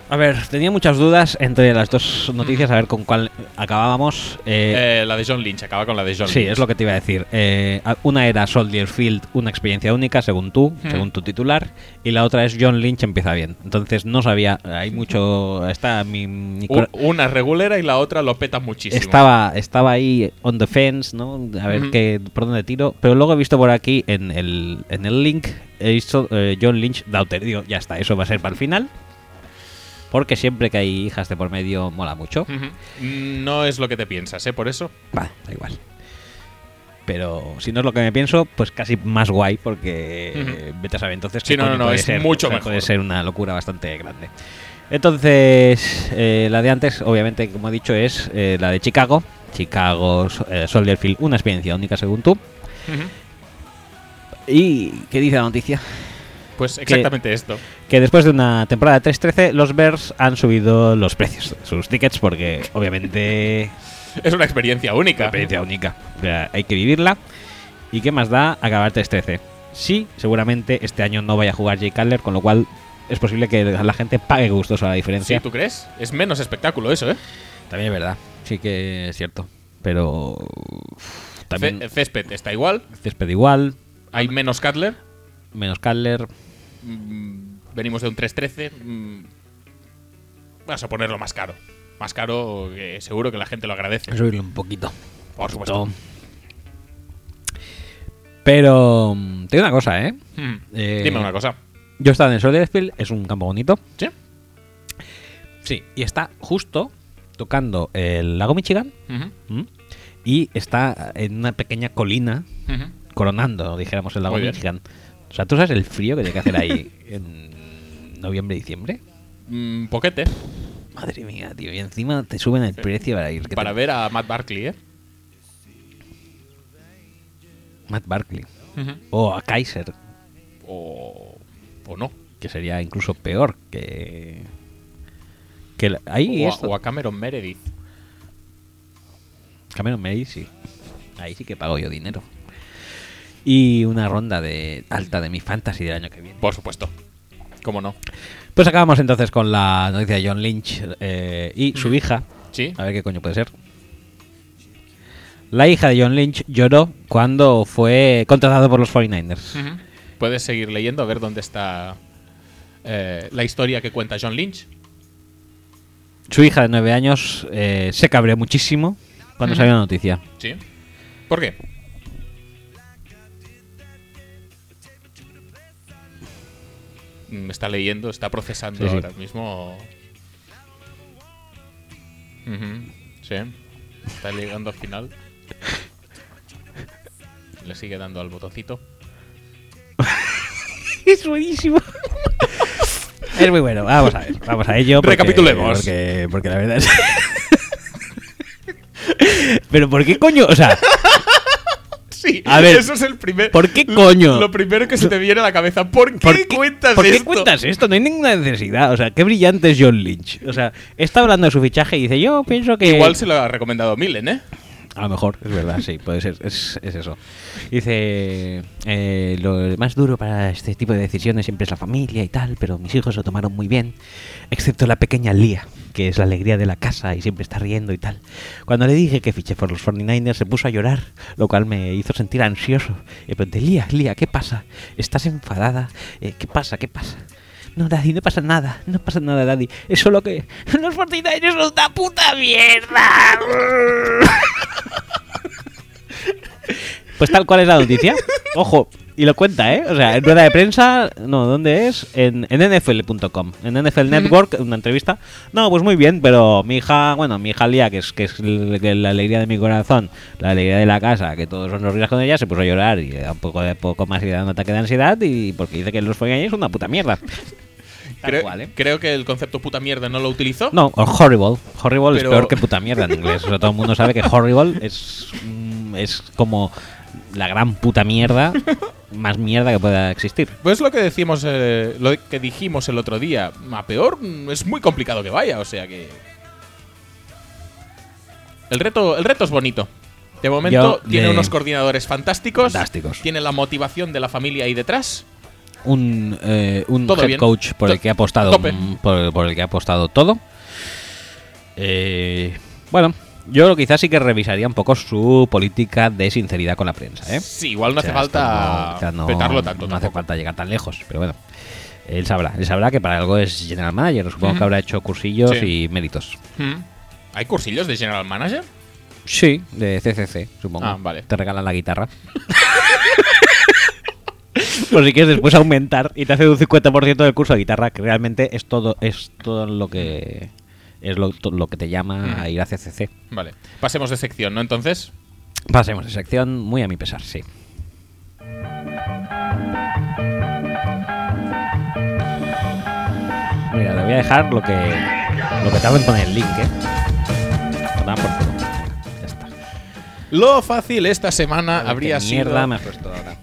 S1: A ver, tenía muchas dudas entre las dos noticias, a ver con cuál acabábamos. Eh,
S2: Eh, la de John Lynch, acaba con la de John
S1: sí,
S2: Lynch.
S1: es lo que te iba a decir. Eh, a- una era Soldier Field, una experiencia única, según tú,
S2: Hmm.
S1: según tu titular, y la otra es John Lynch empieza bien. Entonces no sabía, hay
S2: Hmm.
S1: mucho... Está mi... mi
S2: U-
S1: cor-
S2: una regulera y la otra lo peta muchísimo.
S1: Estaba, estaba ahí on the fence, ¿no? A ver
S2: Ujú.
S1: qué, por dónde tiro. Pero luego he visto por aquí en el, en el link, he visto eh, John Lynch Daughter. Digo, ya está, eso va a ser para el final. Porque siempre que hay hijas de por medio mola mucho.
S2: Ujú. Mm, No es lo que te piensas, ¿eh? Por eso.
S1: Va, da igual. Pero si no es lo que me pienso, pues casi más guay, porque eh, vete a saber entonces
S2: Sí,
S1: qué
S2: no,
S1: coño
S2: no, no,
S1: puede
S2: es
S1: ser,
S2: mucho
S1: o sea,
S2: mejor.
S1: Puede ser una locura bastante grande. Entonces, eh, la de antes, obviamente, como he dicho, es eh, la de Chicago. Chicago, so- eh, Soldier Field, una experiencia única según tú. ¿Y qué dice la noticia?
S2: Pues exactamente esto.
S1: que después de una temporada 3-13 los Bears han subido los precios de sus tickets porque obviamente
S2: Es una experiencia única.
S1: experiencia única. O sea, hay que vivirla. ¿Y qué más da acabar 3-13? Sí, seguramente este año no vaya a jugar Jay Cutler, con lo cual es posible que la gente pague gustoso la diferencia.
S2: Sí, ¿tú crees? Es menos espectáculo eso, ¿eh?
S1: También es verdad. Sí que es cierto. Pero uf, también
S2: Fe- Césped está igual,
S1: césped igual,
S2: hay menos Cutler,
S1: menos Cutler.
S2: mm, venimos de un 3-13. mm, Vas a ponerlo más caro. Más caro, que seguro que la gente lo agradece.
S1: Subirlo un poquito.
S2: Por supuesto.
S1: Pero mm, te digo una cosa, ¿eh?
S2: Mm.
S1: Eh,
S2: Dime una cosa.
S1: Yo estaba en el Soldier Field, es un campo bonito.
S2: ¿Sí?
S1: Sí, y está justo tocando el lago Michigan
S2: Ujú,
S1: ¿Mm? y está en una pequeña colina
S2: ujú.
S1: coronando, dijéramos, el lago
S2: Muy bien.
S1: Michigan. O sea, ¿tú sabes el frío que tiene que hacer ahí en noviembre, diciembre?
S2: Mm, Poquete
S1: Madre mía, tío. Y encima te suben el precio para ir. que
S2: para
S1: te-
S2: ver a Matt Barkley, ¿eh?
S1: Matt Barkley.
S2: Ujú.
S1: O a Kaiser,
S2: O, o no.
S1: que sería incluso peor que... que la- ahí
S2: O a,
S1: es...
S2: o a Cameron Meredith.
S1: Cameron May, sí. Ahí sí que pago yo dinero. Y una ronda de alta de mi fantasy del año que viene.
S2: Por supuesto. ¿Cómo no?
S1: Pues acabamos entonces con la noticia de John Lynch eh, y su hija.
S2: Sí.
S1: A ver qué coño puede ser. La hija de John Lynch lloró cuando fue contratado por los 49ers.
S2: Ujú. Puedes seguir leyendo a ver dónde está eh, la historia que cuenta John Lynch.
S1: Su hija de 9 años eh, se cabreó muchísimo cuando salió la noticia.
S2: Sí. ¿Por qué? Mm, Está leyendo, está procesando
S1: Sí, sí.
S2: ahora mismo. Ujú, Sí. Está llegando al final. Le sigue dando al botoncito.
S1: Es buenísimo. Es muy bueno. Vamos a ver, vamos a ello. porque-
S2: Recapitulemos.
S1: Porque, porque la verdad es. Pero ¿por qué coño? O sea,
S2: Sí,
S1: A ver,
S2: eso es el primer.
S1: ¿por qué coño?
S2: Lo primero que se te viene a la cabeza. ¿Por qué,
S1: ¿Por qué,
S2: cuentas
S1: por qué
S2: esto?
S1: cuentas esto? No hay ninguna necesidad. O sea, qué brillante es John Lynch. O sea, está hablando de su fichaje y dice, yo pienso que...
S2: Igual se lo ha recomendado Milen, ¿eh?
S1: A lo mejor, es verdad, sí, puede ser, es, es eso. Dice, eh, lo más duro para este tipo de decisiones siempre es la familia y tal, pero mis hijos lo tomaron muy bien, excepto la pequeña Lía, que es la alegría de la casa y siempre está riendo y tal. Cuando le dije que fiché por los 49ers se puso a llorar, lo cual me hizo sentir ansioso. Y pregunté, Lía, Lía, ¿qué pasa? ¿Estás enfadada? Eh, ¿Qué pasa? ¿Qué pasa? No, Daddy, no pasa nada, no pasa nada, Daddy. Es solo que los 49ers son una puta mierda. Pues tal cual es la noticia. Ojo, y lo cuenta, ¿eh? O sea, en rueda de prensa, no, ¿dónde es? En, en NFL.com, en NFL Network, una entrevista. No, pues muy bien, pero mi hija, bueno, mi hija Lía, que es, que es l- que la alegría de mi corazón, la alegría de la casa, que todos son los días con ella, se puso a llorar y le da un poco de poco más y le da un ataque de ansiedad y porque dice que los follañes son una puta mierda. Tal
S2: Creo,
S1: cual, ¿eh?
S2: creo que el concepto puta mierda no lo utilizó.
S1: No, o horrible. Horrible
S2: Pero-
S1: es peor que puta mierda en inglés. O sea, todo el mundo sabe que horrible es, mm, es como la gran puta mierda, más mierda que pueda existir.
S2: Pues lo que decimos, eh, lo que dijimos el otro día, a peor mm, es muy complicado que vaya, o sea que el reto, el reto es bonito. De momento
S1: Yo
S2: tiene
S1: le-
S2: unos coordinadores fantásticos,
S1: Fantásticos.
S2: tiene la motivación de la familia ahí detrás.
S1: Un, eh, un
S2: Todo
S1: head
S2: bien.
S1: coach por el
S2: To-
S1: que ha apostado
S2: tope.
S1: mm, por, por el que ha apostado todo. Eh, bueno, yo quizás sí que revisaría un poco su política de sinceridad con la prensa, ¿eh?
S2: Sí, igual no
S1: O sea,
S2: hace falta
S1: esto no- o sea, no-
S2: petarlo tanto.
S1: No hace
S2: tampoco.
S1: falta llegar tan lejos, pero bueno. Él sabrá, él sabrá que para algo es general manager. Supongo que habrá hecho cursillos
S2: Sí.
S1: y méritos.
S2: Mm. ¿Hay cursillos de general manager?
S1: Sí, de CCC, supongo.
S2: Ah, vale.
S1: Te regalan la guitarra. Por si quieres después aumentar y te hace un 50% del curso de guitarra, que realmente es todo, es todo lo que es lo, to- lo que te
S2: Mm.
S1: llama a ir a CCC.
S2: Vale, pasemos de sección, ¿no? Entonces,
S1: Pasemos de sección, muy a mi pesar, sí. Mira, le voy a dejar lo que lo que tarda en poner el link, ¿eh? Lo dan por culo. Venga, Ya está.
S2: lo fácil esta semana habría
S1: ¿Qué
S2: sido.
S1: mierda me has puesto ahora.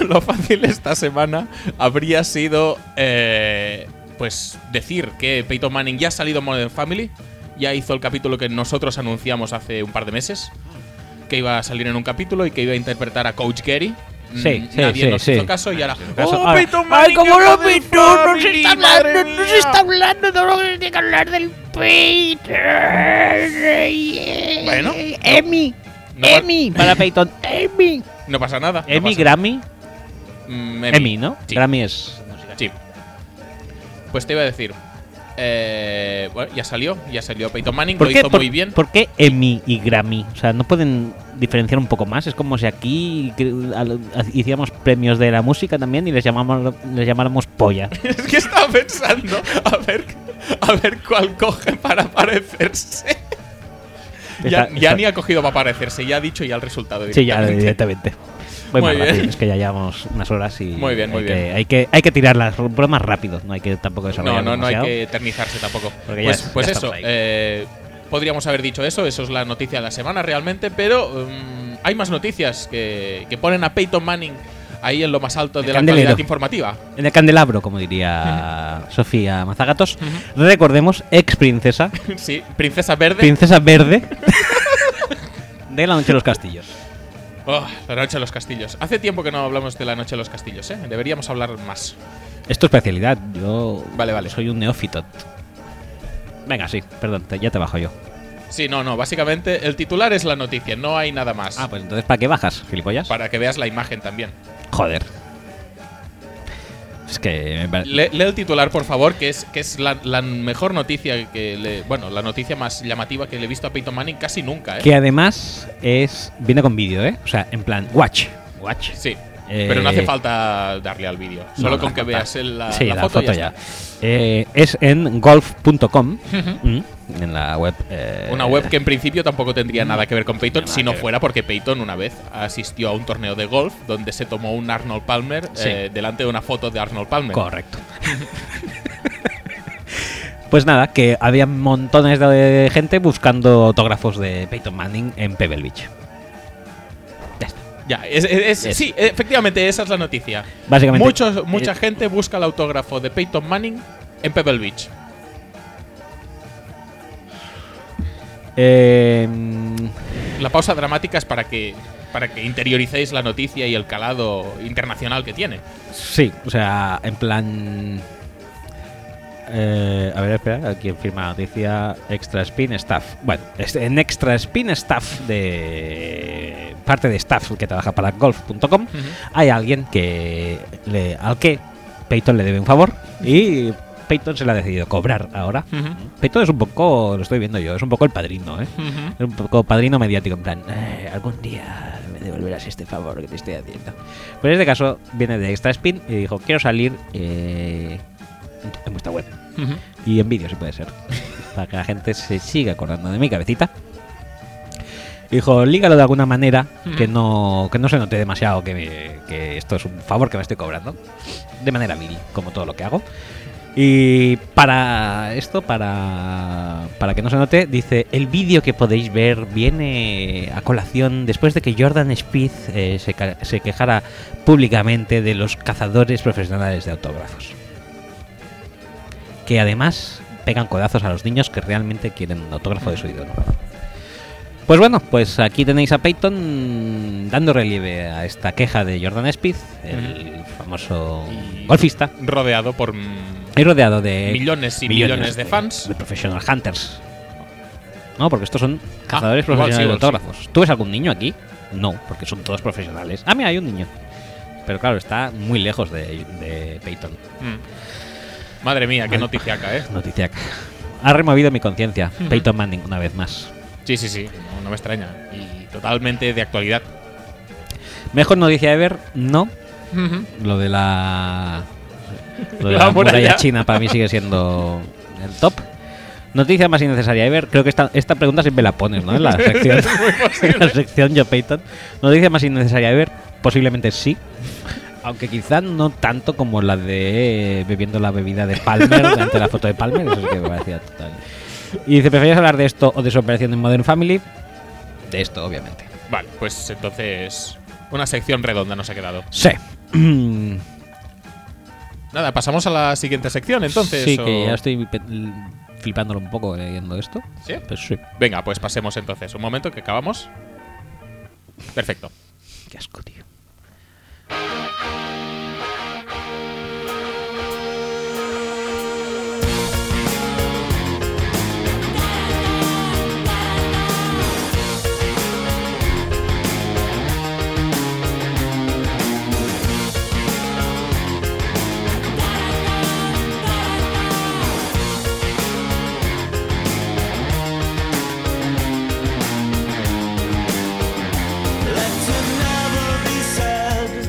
S2: lo fácil esta semana habría sido eh, pues decir que Peyton Manning ya ha salido en Modern Family, ya hizo el capítulo que nosotros anunciamos hace un par de meses, que iba a salir en un capítulo y que iba a interpretar a Coach Gary. Mm,
S1: Sí, sí,
S2: Nadie
S1: sí,
S2: nos
S1: sí.
S2: hizo caso y ahora.
S1: caso.
S2: ¡Oh,
S1: Ahora-
S2: Peyton Manning!
S5: ¡Ay, cómo
S2: en
S5: lo
S2: Modern
S5: pintó! ¡No se
S2: Family,
S5: está
S2: madre
S5: hablando! ¡No
S2: mía!
S5: se está hablando! ¡No se tiene que hablar del Peter!
S2: Bueno,
S5: Emmy.
S2: no va-
S5: Emmy. Para Peyton. Emmy.
S2: No pasa nada. no
S1: Emmy,
S2: pasa-
S1: Grammy.
S2: Mm,
S1: Emmy, ¿no?
S2: Sí.
S1: Grammy es.
S2: Sí. Pues te iba a decir. eh, bueno, ya salió, ya salió Peyton Manning, lo hizo
S1: por,
S2: muy bien.
S1: por qué Emmy y Grammy? O sea, ¿no pueden diferenciar un poco más? Es como si aquí cre- al- hiciéramos premios de la música también y les, llamamos, les llamáramos polla.
S2: Es que estaba pensando a ver, a ver cuál coge para parecerse. ya
S1: Está-
S2: ya
S1: está-
S2: ni ha cogido para parecerse, ya ha dicho ya el resultado.
S1: Sí, ya
S2: directamente.
S1: directamente. Voy
S2: Muy
S1: más rápido,
S2: bien.
S1: es que ya llevamos unas horas y
S2: Muy bien, muy
S1: hay, que-
S2: bien.
S1: hay que hay que tirar las bromas rápido, no hay que tampoco
S2: No,
S1: desarrollar
S2: no, no hay
S1: demasiado.
S2: que eternizarse tampoco.
S1: Porque ya
S2: pues
S1: es-
S2: pues
S1: ya
S2: eso,
S1: estamos ahí.
S2: eh, podríamos haber dicho eso, eso es la noticia de la semana realmente, pero mm, hay más noticias que, que ponen a Peyton Manning ahí en lo más alto
S1: El
S2: de la
S1: candelero.
S2: actualidad informativa.
S1: En el candelabro, como diría Sofía Mazagatos, recordemos ex princesa,
S2: sí, Princesa Verde.
S1: princesa verde de la noche de los castillos.
S2: Oh, la Noche de los Castillos. Hace tiempo que no hablamos de la Noche de los Castillos, ¿eh? Deberíamos hablar más.
S1: Es tu especialidad. Yo
S2: Vale, vale.
S1: soy un neófito. Venga, sí, perdón, te- ya te bajo yo.
S2: Sí, no, no, básicamente el titular es la noticia, no hay nada más.
S1: Ah, pues entonces, ¿para qué bajas, gilipollas?
S2: Para que veas la imagen también.
S1: Joder. Es que me pare-
S2: Le- lee el titular, por favor, que es, que es la, la mejor noticia que le. Bueno, la noticia más llamativa que le he visto a Peyton Manning casi nunca, ¿eh?
S1: que además es viene con vídeo, ¿eh? O sea, en plan watch, watch.
S2: Sí.
S1: Eh,
S2: Pero no hace falta darle al vídeo.
S1: No,
S2: Solo
S1: no
S2: con
S1: hace
S2: que
S1: falta.
S2: veas el- la,
S1: Sí,
S2: la foto, ya. está.
S1: Eh, es en golf.com,
S2: Ujú.
S1: mm, en la web. eh,
S2: Una web que en principio tampoco tendría nada que ver con Peyton,
S1: Mm, nada
S2: si no
S1: que ver.
S2: fuera porque Peyton una vez asistió a un torneo de golf donde se tomó un Arnold Palmer
S1: Sí.
S2: eh, delante de una foto de Arnold Palmer.
S1: Correcto. pues nada, que había montones de gente buscando autógrafos de Peyton Manning en Pebble Beach. Ya está.
S2: Ya, es- es- es-
S1: Es.
S2: sí, efectivamente, esa es la noticia.
S1: Básicamente-
S2: Muchos- mucha
S1: Eh.
S2: gente busca el autógrafo de Peyton Manning en Pebble Beach.
S1: Eh, mm,
S2: La pausa dramática es para que, para que interioricéis la noticia y el calado internacional que tiene.
S1: sí, o sea, en plan. eh, a ver, espera, aquí firma la noticia. Extra Spin Staff. Bueno, es- en Extra Spin Staff de. Parte de staff que trabaja para golf.com. Hay alguien que le- al que Peyton le debe un favor y Peyton se lo ha decidido cobrar ahora. Peyton es un poco, lo estoy viendo yo, es un poco el padrino, ¿eh?
S2: Ujú.
S1: Es un poco padrino mediático, en plan, "Eh, algún día me devolverás este favor que te estoy haciendo. Pero en este caso viene de Extra Spin y dijo, quiero salir eh, en tu- en vuestra web.
S2: Ujú.
S1: Y en vídeo, si puede ser. para que la gente se siga acordando de mi cabecita. Dijo, lígalo de alguna manera
S2: Ujú.
S1: que no que no se note demasiado que, me- que esto es un favor que me estoy cobrando. De manera vil, como todo lo que hago. Y para esto, para, para que no se note, dice, el vídeo que podéis ver viene a colación después de que Jordan Spieth eh, se, ca- se quejara públicamente de los cazadores profesionales de autógrafos que además pegan codazos a los niños que realmente quieren un autógrafo de su ídolo. Pues bueno, pues aquí tenéis a Peyton dando relieve a esta queja de Jordan Spieth, el famoso
S2: Y-
S1: golfista.
S2: Rodeado por mm,
S1: Y rodeado de
S2: millones y millones, de fans.
S1: de professional hunters. No, porque estos son cazadores
S2: Ah, igual
S1: profesionales
S2: sí,
S1: de
S2: igual sí.
S1: autógrafos. ¿Tú ves algún niño aquí? No, porque son todos profesionales. Ah, mira, hay un niño. Pero claro, está muy lejos de, de Peyton.
S2: Mm. Madre mía, qué
S1: Ay.
S2: noticiaca, ¿eh?
S1: Noticia. Ha removido mi conciencia.
S2: Ujú.
S1: Peyton Manning una vez más.
S2: Sí, sí, sí, no, no me extraña. Y totalmente de actualidad.
S1: Mejor noticia ever, no.
S2: Ujú.
S1: Lo de la. Lo de
S2: La
S1: la, muralla.
S2: muralla.
S1: china para mí sigue siendo el top. Noticia más innecesaria ever. Creo que esta, esta pregunta siempre la pones, ¿no? En la sección. en la sección Joe Peyton. Noticia más innecesaria ever. Posiblemente sí. Aunque quizá no tanto como la de eh, bebiendo la bebida de Palmer durante la foto de Palmer. Eso sí que me parecía total. Y dice, ¿preferías hablar de esto o de su operación en Modern Family? De esto, obviamente.
S2: Vale, pues entonces una sección redonda nos ha quedado.
S1: Sí.
S2: Nada, pasamos a la siguiente sección entonces.
S1: Sí,
S2: o-
S1: que ya estoy pe- l- flipándolo un poco leyendo esto.
S2: ¿Sí?
S1: Pues sí.
S2: Venga, pues pasemos entonces. Un momento que acabamos. Perfecto.
S1: Qué asco, tío.
S4: Let it never be said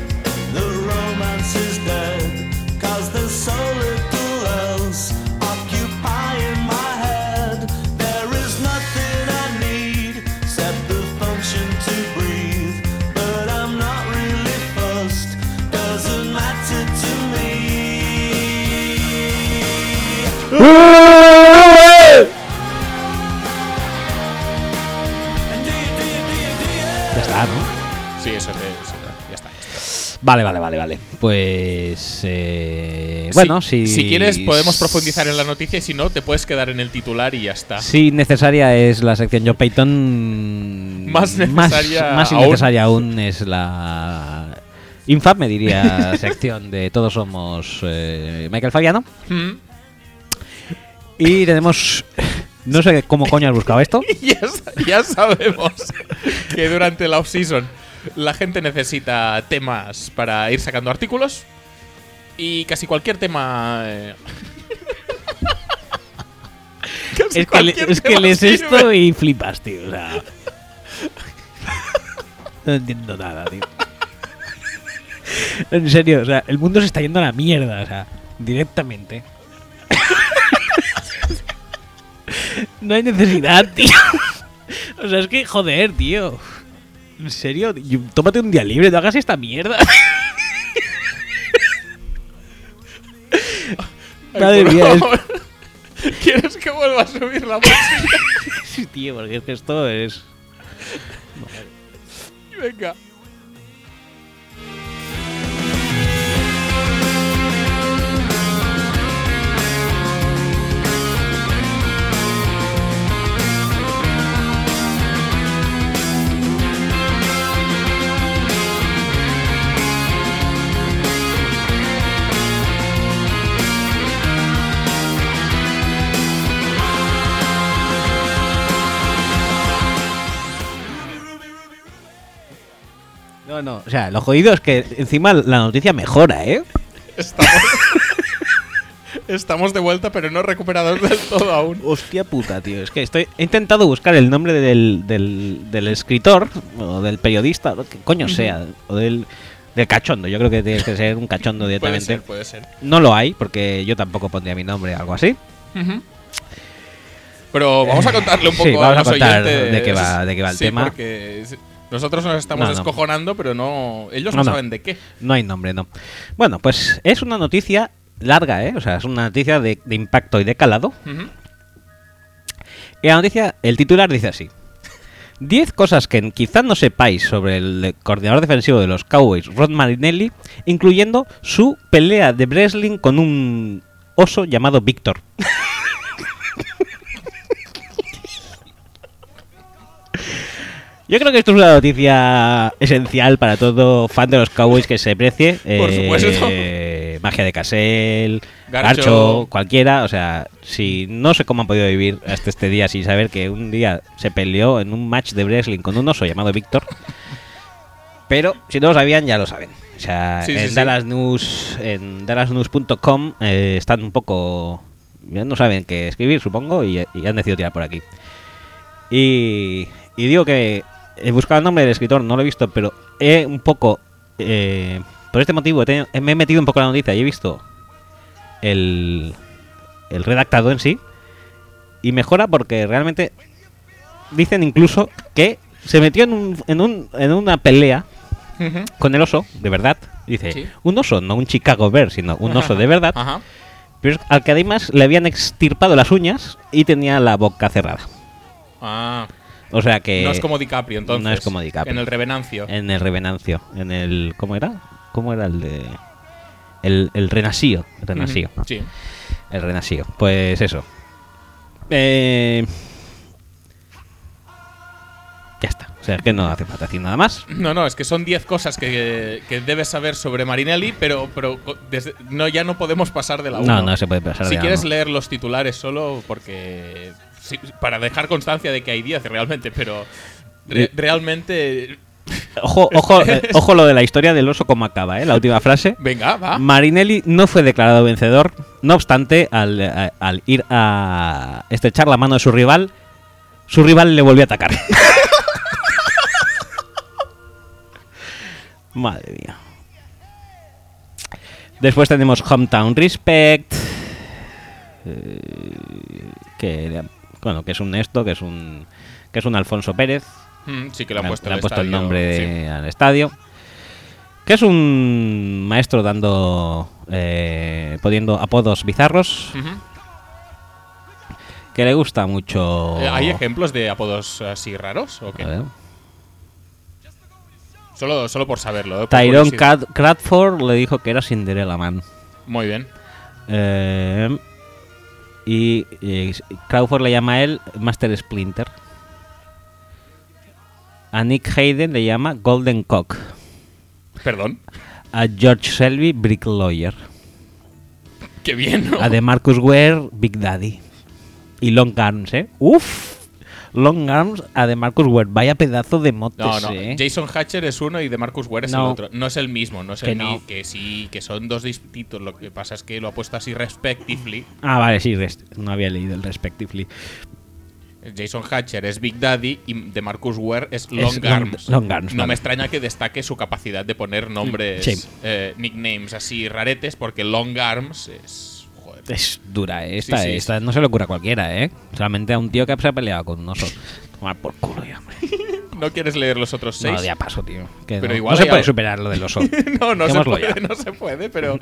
S4: the romance is dead. Cause the solar pillows occupying my head. There is nothing I need except the function to breathe. But I'm not really fussed, doesn't matter to me.
S1: Ya está, ¿no?
S2: Sí, eso te- eso te- ya está. ya está.
S1: Vale, vale, vale, vale. Pues. eh,
S2: Sí,
S1: bueno, si.
S2: Si quieres, podemos profundizar en la noticia y si no, te puedes quedar en el titular y ya está.
S1: Si necesaria es la sección Joe Payton.
S2: Más necesaria
S1: Más, más
S2: aún.
S1: innecesaria aún es la. Infame, diría, sección de Todos somos eh, Michael Fabiano.
S2: Mm.
S1: Y tenemos. No sé cómo coño has buscado esto.
S2: ya, sa- ya sabemos que durante la off-season la gente necesita temas para ir sacando artículos y casi cualquier tema. eh, casi
S1: Es que, le-
S2: cualquier
S1: es que
S2: tema
S1: lees
S2: sirve.
S1: esto y flipas, tío. O sea. No entiendo nada, tío. En serio, o sea, el mundo se está yendo a la mierda, o sea, directamente. No hay necesidad, tío. O sea, es que joder, tío. En serio, tío, tómate un día libre, no hagas esta mierda.
S2: Ay,
S1: Madre
S2: por
S1: mía, es-
S2: favor. ¿Quieres que vuelva a subir la música?
S1: Sí, tío, porque es que esto es.
S2: Venga.
S1: No, no, o sea, lo jodido es que encima la noticia mejora, ¿eh?
S2: Estamos, estamos de vuelta, pero no recuperados del todo aún.
S1: Hostia puta, tío. Es que estoy. He intentado buscar el nombre del, del, del escritor o del periodista, o lo que coño sea, o del, del cachondo. Yo creo que tiene que ser un cachondo
S2: Puede
S1: directamente.
S2: ser, puede ser.
S1: No lo hay, porque yo tampoco pondría mi nombre o algo así.
S2: Pero vamos a contarle un
S1: Sí,
S2: poco
S1: vamos a
S2: los
S1: contar
S2: oyentes.
S1: de qué va- de qué va el
S2: Sí,
S1: tema.
S2: porque es- nosotros nos estamos
S1: No, no.
S2: descojonando, pero no. Ellos no,
S1: No, no.
S2: saben de qué.
S1: No hay nombre, no. Bueno, pues es una noticia larga, ¿eh? O sea, es una noticia de, de impacto y de calado.
S2: Ujú.
S1: Y la noticia, el titular dice así. 10 cosas que quizás no sepáis sobre el coordinador defensivo de los Cowboys, Rod Marinelli, incluyendo su pelea de wrestling con un oso llamado Víctor. Yo creo que esto es una noticia esencial para todo fan de los Cowboys que se precie.
S2: Por supuesto.
S1: Eh, Magia de Casel,
S2: Garcho.
S1: Garcho. cualquiera. O sea, si no sé cómo han podido vivir hasta este día sin saber que un día se peleó en un match de wrestling con un oso llamado Víctor. Pero si no lo sabían, ya lo saben. O sea,
S2: Sí, sí,
S1: en
S2: sí.
S1: Dallas News, en dallasnews.com eh, están un poco. ya no saben qué escribir, supongo, y, y han decidido tirar por aquí. Y, y digo que he buscado el nombre del escritor, no lo he visto, pero he un poco. eh, por este motivo, he tenido- me he metido un poco en la noticia y he visto el, el redactado en sí. Y mejora porque realmente dicen incluso que se metió en, un- en, un- en una pelea
S2: Ujú.
S1: con el oso, de verdad. Dice,
S2: Sí.
S1: un oso, no un Chicago Bear, sino un oso de verdad.
S2: Ajá.
S1: Pero al que además le habían extirpado las uñas y tenía la boca cerrada.
S2: Ah,
S1: O sea que...
S2: no es como DiCaprio, entonces.
S1: Eh, no es como DiCaprio.
S2: En el Revenancio.
S1: En el Revenancio, en el... ¿Cómo era? ¿Cómo era el de...? El, el Renacío. el Renacío.
S2: Ujú. Sí.
S1: El Renacío. Pues eso. Eh, Ya está. O sea, es que no hace falta decir nada más.
S2: No, no, es que son 10 cosas que, que debes saber sobre Marinelli, pero, pero co- desde- no, ya no podemos pasar de la 1.
S1: No, no se puede pasar
S2: Si
S1: de la
S2: quieres
S1: uno.
S2: leer los titulares solo, porque. sí, para dejar constancia de que hay 10 realmente, pero. re-
S1: Sí.
S2: realmente.
S1: Ojo, ojo, eh, ojo lo de la historia del oso como acaba, ¿eh? La última frase.
S2: Venga, va.
S1: Marinelli no fue declarado vencedor, no obstante, al, a- al ir a estrechar la mano de su rival, su rival le volvió a atacar. Madre mía. Después tenemos Hometown Respect. eh, que, era- bueno, que es un esto, que es un, que es un Alfonso Pérez.
S2: Mm, sí, que le han
S1: Le
S2: puesto,
S1: le
S2: el,
S1: han puesto el
S2: estadio,
S1: nombre
S2: sí.
S1: de- al estadio. Que es un maestro dando. eh, poniendo apodos bizarros.
S2: Ujú. Eh,
S1: Que le gusta mucho.
S2: Eh, ¿Hay ejemplos de apodos así raros? ¿o qué?
S1: Oh. A ver.
S2: Solo, solo por saberlo. eh, por
S1: Tyrone
S2: curiosidad.
S1: Crad- Cradford le dijo que era Cinderella Man.
S2: Muy bien.
S1: Eh, y, eh, Crawford le llama a él Master Splinter. A Nick Hayden le llama Golden Cock.
S2: Perdón.
S1: A George Selby Brick Lawyer.
S2: Qué bien, ¿no?
S1: A de Marcus Ware, Big Daddy. Y Long Arms, ¿eh? ¡Uf! Long Arms, a de Marcus Ware. Vaya pedazo de motes,
S2: No, no.
S1: ¿eh?
S2: Jason Hatcher es uno y de Marcus Ware es el
S1: No.
S2: otro. No es el mismo, no es
S1: Que
S2: el
S1: no.
S2: mismo. Que sí, que son dos distintos. Lo que pasa es que lo ha puesto así respectively.
S1: Ah, vale, sí, rest- no había leído el Respectively.
S2: Jason Hatcher es Big Daddy y de Marcus Ware es Long
S1: Long-
S2: Arms.
S1: Long Arms,
S2: no
S1: vale.
S2: me extraña que destaque su capacidad de poner nombres,
S1: Sí.
S2: eh, nicknames así raretes, porque Long Arms es. Joder.
S1: Es dura, ¿eh? esta,
S2: Sí, sí,
S1: esta no se le ocurre a cualquiera, ¿eh? Solamente a un tío que se ha peleado con un oso. Tomar por culo, ya. hombre.
S2: ¿No quieres leer los otros seis?
S1: No, ya paso, tío. Que
S2: Pero
S1: no,
S2: igual
S1: no se
S2: hay
S1: puede
S2: algo-
S1: superar lo del oso.
S2: No, no se,
S1: Dejémoslo
S2: puede,
S1: ya.
S2: no se puede, pero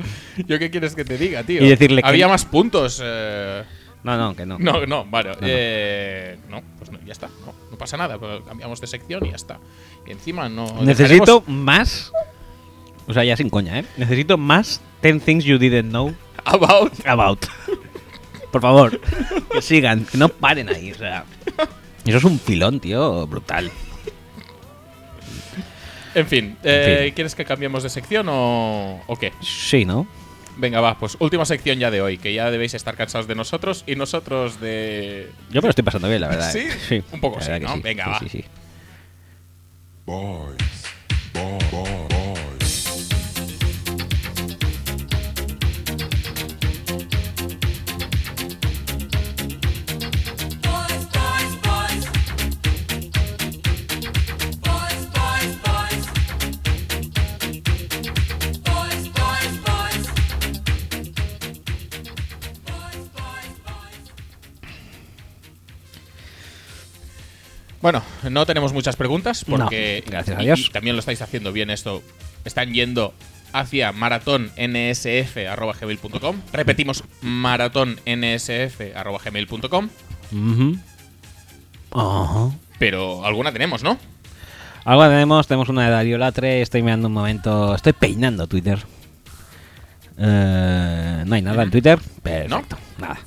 S2: ¿yo qué quieres que te diga, tío?
S1: Y decirle que-
S2: Había más puntos. eh,
S1: No, no, que no.
S2: No, no, vale. No,
S1: no.
S2: no pues no, ya está. No, no pasa nada. pues Cambiamos de sección y ya está. Y encima no.
S1: Necesito más. O sea, ya sin coña, ¿eh? Necesito más 10 things you didn't know
S2: dejaremos About.
S1: about. Por favor, que sigan, que no paren ahí. O sea, eso es un filón, tío, brutal.
S2: En fin, eh,
S1: En fin.
S2: ¿quieres que cambiemos de sección o, o qué?
S1: Sí, ¿no?
S2: Venga, va, pues última sección ya de hoy, que ya debéis estar cansados de nosotros y nosotros de.
S1: Yo me lo estoy pasando bien, la verdad.
S2: Sí,
S1: ¿eh?
S2: un poco
S1: la
S2: sí,
S1: verdad que
S2: ¿no? Venga, va.
S1: sí, sí.
S7: Boys, boys, boys,
S2: Bueno, no tenemos muchas preguntas porque
S1: No, gracias a
S2: y-
S1: Dios.
S2: y también lo estáis haciendo bien esto. Están yendo hacia maratonnsf@gmail.com. Repetimos maratonnsf@gmail.com,
S1: Ujú. Ajá.
S2: pero alguna tenemos, ¿no?
S1: Algo tenemos, tenemos una de Darío Latre, estoy mirando un momento, estoy peinando Twitter. Eh, no hay nada en Twitter, perfecto, nada.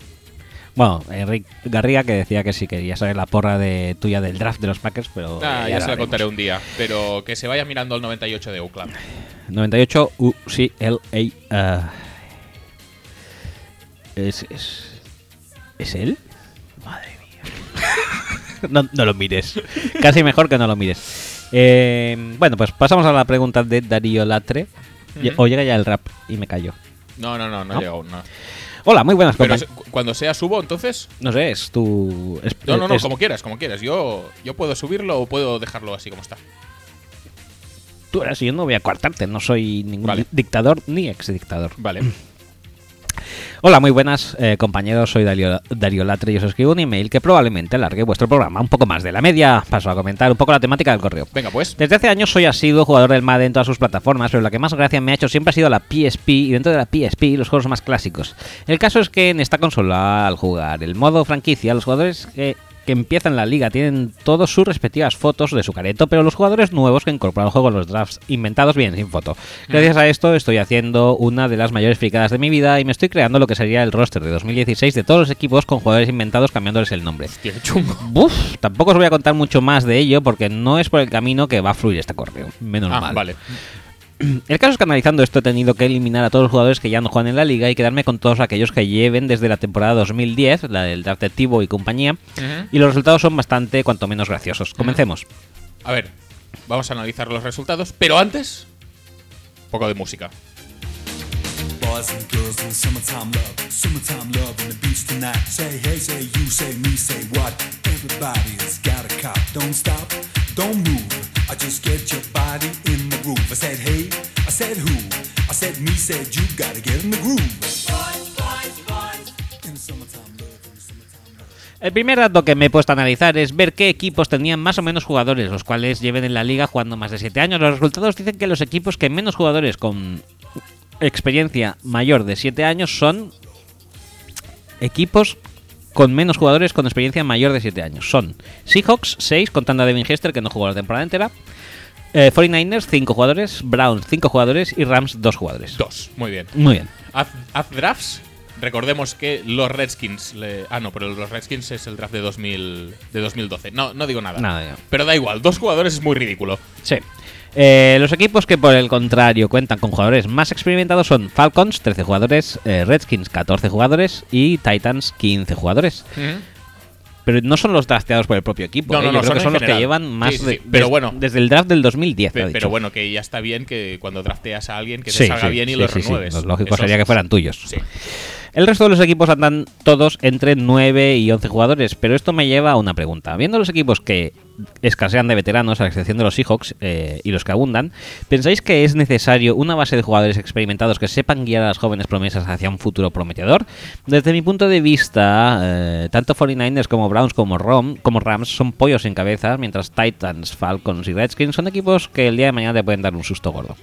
S1: Bueno, Enrique Garriga que decía que sí quería saber la porra de tuya del draft de los Packers, pero
S2: Ah,
S1: eh,
S2: ya se la
S1: haremos.
S2: contaré un día, pero que se vaya mirando al 98 de Oakland.
S1: 98 UCLA. ah. ¿Es, es, ¿Es él? Madre mía. no, no lo mires. Casi mejor que no lo mires. Eh, bueno, pues pasamos a la pregunta de Darío Latre. Lle-
S2: Ujú.
S1: O llega ya el rap y me callo.
S2: No, no, no,
S1: ¿No?
S2: no,
S1: Pues
S2: llega aún, no.
S1: Hola, muy buenas
S2: Pero
S1: compañ-
S2: se- cu- cuando sea subo, entonces
S1: No sé, es tu. es-
S2: No, no, no,
S1: es-
S2: como quieras, como quieras. Yo, yo puedo subirlo o puedo dejarlo así como está.
S1: Tú eres, yo no voy a coartarte, no soy ningún
S2: Vale.
S1: dictador ni exdictador.
S2: Vale.
S1: Hola, muy buenas eh, compañeros, soy Darío, Darío Latre y os escribo un email que probablemente alargue vuestro programa un poco más de la media. Paso a comentar un poco la temática del correo.
S2: Venga, pues.
S1: Desde hace años soy asiduo jugador del MAD en todas sus plataformas, pero la que más gracia me ha hecho siempre ha sido la PSP y dentro de la PSP los juegos más clásicos. El caso es que en esta consola, al jugar el modo franquicia, los jugadores que, que empiezan la liga tienen todas sus respectivas fotos de su careto, pero los jugadores nuevos que incorporan al juego en los drafts inventados bien sin foto. Gracias a esto estoy haciendo una de las mayores fricadas de mi vida y me estoy creando lo que sería el roster de 2016 de todos los equipos con jugadores inventados cambiándoles el nombre.
S2: Tío, qué chungo.
S1: Buf, tampoco os voy a contar mucho más de ello porque no es por el camino que va a fluir este correo. Menos
S2: Ah,
S1: mal.
S2: vale.
S1: El caso es que analizando esto he tenido que eliminar a todos los jugadores que ya no juegan en la liga y quedarme con todos aquellos que lleven desde la temporada 2010, la del draft de Thibaut y compañía.
S2: Ujú.
S1: Y los resultados son bastante, cuanto menos graciosos. Comencemos.
S2: A ver, vamos a analizar los resultados, pero antes, un poco de música.
S7: Boys and girls in summertime love, summertime love on the beach tonight. Say hey, say you, say me, say what? Everybody has got a cop. Don't stop, don't move. I just get your body in the groove. I said hey, I said who, I said me, said you. Gotta get in the groove. In the summertime love, in the summertime love.
S1: El primer dato que me he puesto a analizar es ver qué equipos tenían más o menos jugadores, los cuales lleven en la liga jugando más de 7 años. Los resultados dicen que los equipos que menos jugadores con experiencia mayor de 7 años son equipos con menos jugadores con experiencia mayor de 7 años. Son Seahawks 6, contando a Devin Hester, que no jugó la temporada entera. Eh, 49ers 5 jugadores, Browns 5 jugadores y Rams 2 jugadores.
S2: Dos, muy bien.
S1: Muy bien.
S2: Haz, haz drafts. Recordemos que los Redskins. le- ah, no, pero los Redskins es el draft de, 2000, de 2012. No, no digo nada.
S1: Nada, ya.
S2: Pero da igual, dos jugadores es muy ridículo.
S1: Sí. Eh, los equipos que por el contrario cuentan con jugadores más experimentados son Falcons, 13 jugadores, eh, Redskins, 14 jugadores y Titans, 15 jugadores. Pero no son los drafteados por el propio equipo.
S2: No,
S1: ¿eh?
S2: no,
S1: Yo
S2: no,
S1: creo
S2: son
S1: que
S2: en
S1: son los
S2: general.
S1: que llevan
S2: Sí,
S1: más
S2: sí,
S1: de-
S2: sí, pero
S1: des-
S2: bueno.
S1: desde el draft del 2010.
S2: Pe-
S1: ha
S2: Pero,
S1: dicho.
S2: bueno, que ya está bien que cuando drafteas a alguien que te
S1: Sí,
S2: salga
S1: sí,
S2: bien y
S1: sí,
S2: los
S1: sí, sí.
S2: renueves.
S1: Lo lógico
S2: Eso
S1: sería
S2: es-
S1: que fueran tuyos.
S2: Sí.
S1: El resto de los equipos andan todos entre 9 y 11 jugadores, pero esto me lleva a una pregunta. Viendo los equipos que escasean de veteranos, a la excepción de los Seahawks eh, y los que abundan, ¿pensáis que es necesario una base de jugadores experimentados que sepan guiar a las jóvenes promesas hacia un futuro prometedor? Desde mi punto de vista, eh, tanto 49ers como Browns como, Rom, como Rams son pollos sin cabeza, mientras Titans, Falcons y Redskins son equipos que el día de mañana te pueden dar un susto gordo.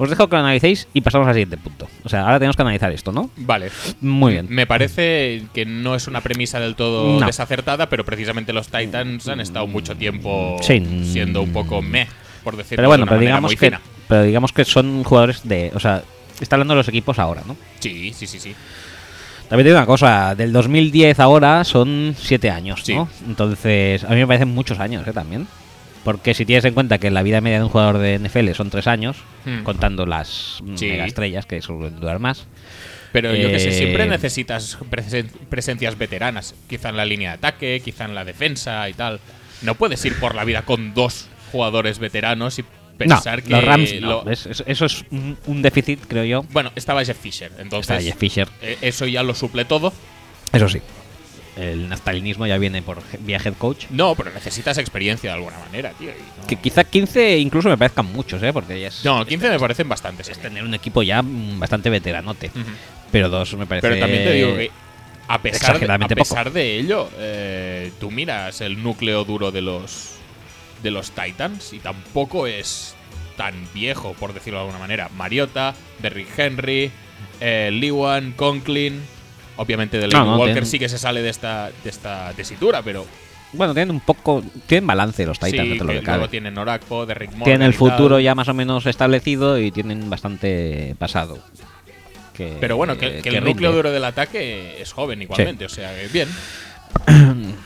S1: Os dejo que lo analicéis y pasamos al siguiente punto. O sea, ahora tenemos que analizar esto, ¿no?
S2: Vale.
S1: Muy bien.
S2: Me parece que no es una premisa del todo
S1: No.
S2: desacertada, pero precisamente los Titans han estado mucho tiempo
S1: Sí.
S2: siendo un poco meh, por decirlo
S1: pero bueno,
S2: de una
S1: pero
S2: manera
S1: digamos
S2: muy
S1: que
S2: fina.
S1: pero digamos que son jugadores de, o sea, está hablando de los equipos ahora, ¿no?
S2: Sí, sí, sí, sí.
S1: También te digo una cosa, del 2010 ahora son 7 años,
S2: Sí.
S1: ¿no? Entonces, a mí me parecen muchos años, ¿eh? También. Porque si tienes en cuenta que la vida media de un jugador de NFL son 3 años,
S2: Hmm.
S1: contando las mm,
S2: Sí.
S1: megaestrellas que suelen durar más.
S2: Pero yo que sé,
S1: Eh,
S2: siempre necesitas presen- presencias veteranas. Quizá en la línea de ataque, quizá en la defensa y tal. No puedes ir por la vida con dos jugadores veteranos y pensar
S1: no,
S2: que.
S1: los Rams no,
S2: lo-
S1: ¿ves? Es- Eso es un, un déficit, creo yo.
S2: Bueno, estaba Jeff Fisher, entonces.
S1: Está Jeff Fisher.
S2: eh, Eso ya lo suple todo.
S1: Eso sí. El naftalinismo ya viene por vía head coach.
S2: No, pero necesitas experiencia de alguna manera, tío. y no-
S1: Que quizá 15 incluso me parezcan muchos, ¿eh? Porque ya es,
S2: No, 15 me parecen bastantes. eh. a
S1: es
S2: mí.
S1: tener un equipo ya mm, bastante veteranote.
S2: Ujú.
S1: Pero dos me parece.
S2: Pero también te digo que a pesar, de, a
S1: Exageradamente poco.
S2: pesar de ello, eh, tú miras el núcleo duro de los de los Titans y tampoco es tan viejo, por decirlo de alguna manera. Mariota, Derrick Henry, eh, Lewan, Conklin. Obviamente, de
S1: No, Ah, no,
S2: Walker
S1: tienen-
S2: sí que se sale de esta, de esta tesitura, pero
S1: Bueno, tienen un poco. Tienen balance los Titans,
S2: sí,
S1: dentro de
S2: que
S1: lo que cabe.
S2: luego tienen Orakpo, Derrick Morgan.
S1: tienen el
S2: y tal.
S1: futuro ya más o menos establecido y tienen bastante pasado. eh, Que-
S2: Pero bueno, que, que el
S1: rinde.
S2: núcleo duro del ataque es joven igualmente, o sea, que bien.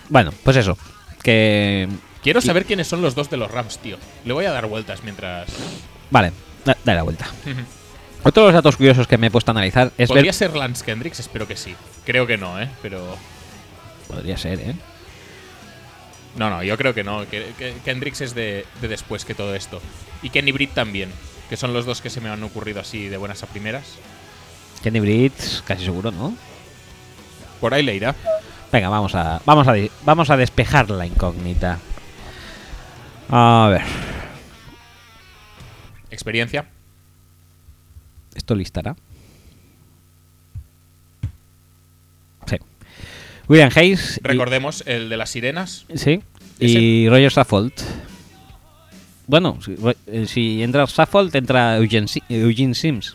S1: Bueno, pues eso. Que.
S2: Quiero saber quiénes son los dos de los Rams, tío. Le voy a dar vueltas mientras.
S1: Vale, da- dale la vuelta. Otro de los datos curiosos que me he puesto a analizar es
S2: ¿Podría
S1: ver.
S2: ser Lance Kendricks? Espero que sí. Creo que no, ¿eh? Pero.
S1: Podría ser, ¿eh?
S2: No, no, yo creo que no. Que, que- Kendricks es de, de después que todo esto. Y Kenny Britt también, que son los dos que se me han ocurrido así de buenas a primeras.
S1: Kenny Brits, casi seguro, ¿no?
S2: Por ahí le irá.
S1: Venga, vamos a, vamos a, di- vamos a despejar la incógnita. A ver,
S2: Experiencia.
S1: ¿esto listará? Sí. William Hayes. y-
S2: Recordemos el de las sirenas.
S1: sí.
S2: Ese.
S1: Y Roger Saffold. Bueno, si, Ro- eh, si entra Saffold, entra Eugene, Si- eh, Eugene Sims.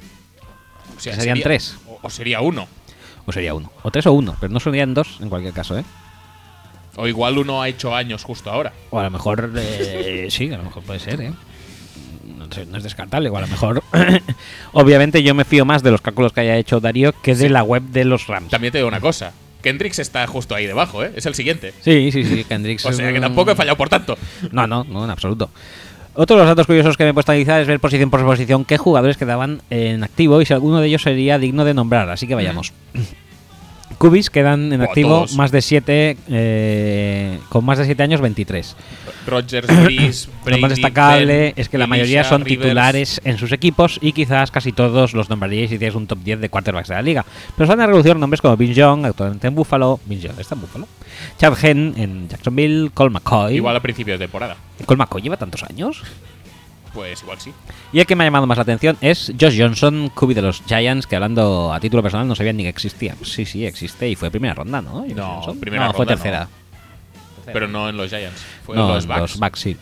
S2: O sea,
S1: Serían
S2: sería-
S1: tres.
S2: O, o sería uno.
S1: O sería uno. O tres o uno, pero no serían dos en cualquier caso, ¿eh?
S2: O igual uno ha hecho años justo ahora.
S1: O a lo mejor, eh, sí, a lo mejor puede ser, ¿eh? No, sé, no es descartable, o a lo mejor. Obviamente, yo me fío más de los cálculos que haya hecho Darío que de la web de los Rams.
S2: También te digo una cosa. Kendricks está justo ahí debajo, ¿eh? Es el siguiente.
S1: Sí, sí, sí, Kendricks.
S2: O sea que
S1: mm,
S2: tampoco he fallado por tanto.
S1: No, no, no, en absoluto. Otro de los datos curiosos que me he puesto a analizar es ver posición por posición qué jugadores quedaban en activo y si alguno de ellos sería digno de nombrar, así que vayamos. Cubis quedan en
S2: Buah,
S1: activo
S2: todos.
S1: más de 7, con más de 7 años 23.
S2: Rogers, Breeze,
S1: Lo
S2: Brady,
S1: más destacable
S2: Ben,
S1: es que la
S2: Elisha,
S1: mayoría son
S2: Rivers.
S1: titulares en sus equipos y quizás casi todos los nombraríais si hicierais un top 10 de quarterbacks de la liga. Pero salen a reducir nombres como Vince Young, actualmente en Buffalo. Vince Young está en Buffalo. Chad Hen en Jacksonville. Cole McCoy.
S2: Igual a principios de temporada.
S1: Cole McCoy lleva tantos años.
S2: Pues igual sí.
S1: Y el que me ha llamado más la atención es Josh Johnson, QB de los Giants, que hablando a título personal no sabía ni que existía. Sí, sí, existe y fue primera ronda, ¿no? Josh
S2: No,
S1: Johnson.
S2: primera
S1: No, fue
S2: ronda
S1: tercera.
S2: no. Pero no en los Giants. Fue
S1: no,
S2: en los Bucks.
S1: sí.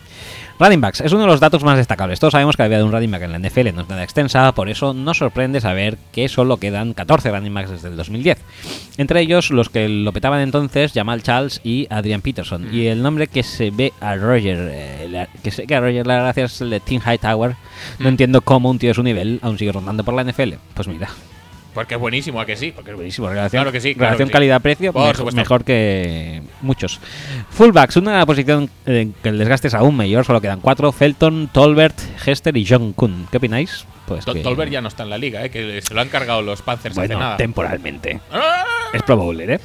S1: Running backs es uno de los datos más destacables. Todos sabemos que la vida de un running back en la NFL no es nada extensa, por eso no sorprende saber que solo quedan 14 running backs desde el 2010. Entre ellos los que lo petaban entonces, Jamal Charles y Adrian Peterson. Y el nombre que se ve a Roger, eh, la- que sé que a Roger la gracia es el de Tim Hightower. No entiendo cómo un tío de su nivel aún sigue rondando por la NFL. Pues mira,
S2: Porque es buenísimo, ¿a que sí?
S1: porque es buenísimo. Relación,
S2: Claro que sí, claro
S1: relación
S2: que sí.
S1: calidad-precio,
S2: Por
S1: mejor,
S2: supuesto.
S1: mejor que muchos. Fullbacks, una posición en que el desgaste es aún mayor, solo quedan cuatro: Felton, Tolbert, Hester y John Kuhn. ¿Qué opináis? Pues
S2: Tol-
S1: que-
S2: Tolbert ya no está en la liga, ¿eh? Que se lo han cargado los Panthers hace
S1: Bueno,
S2: nada.
S1: temporalmente.
S2: ¡Ah!
S1: Es Pro Bowler, ¿eh?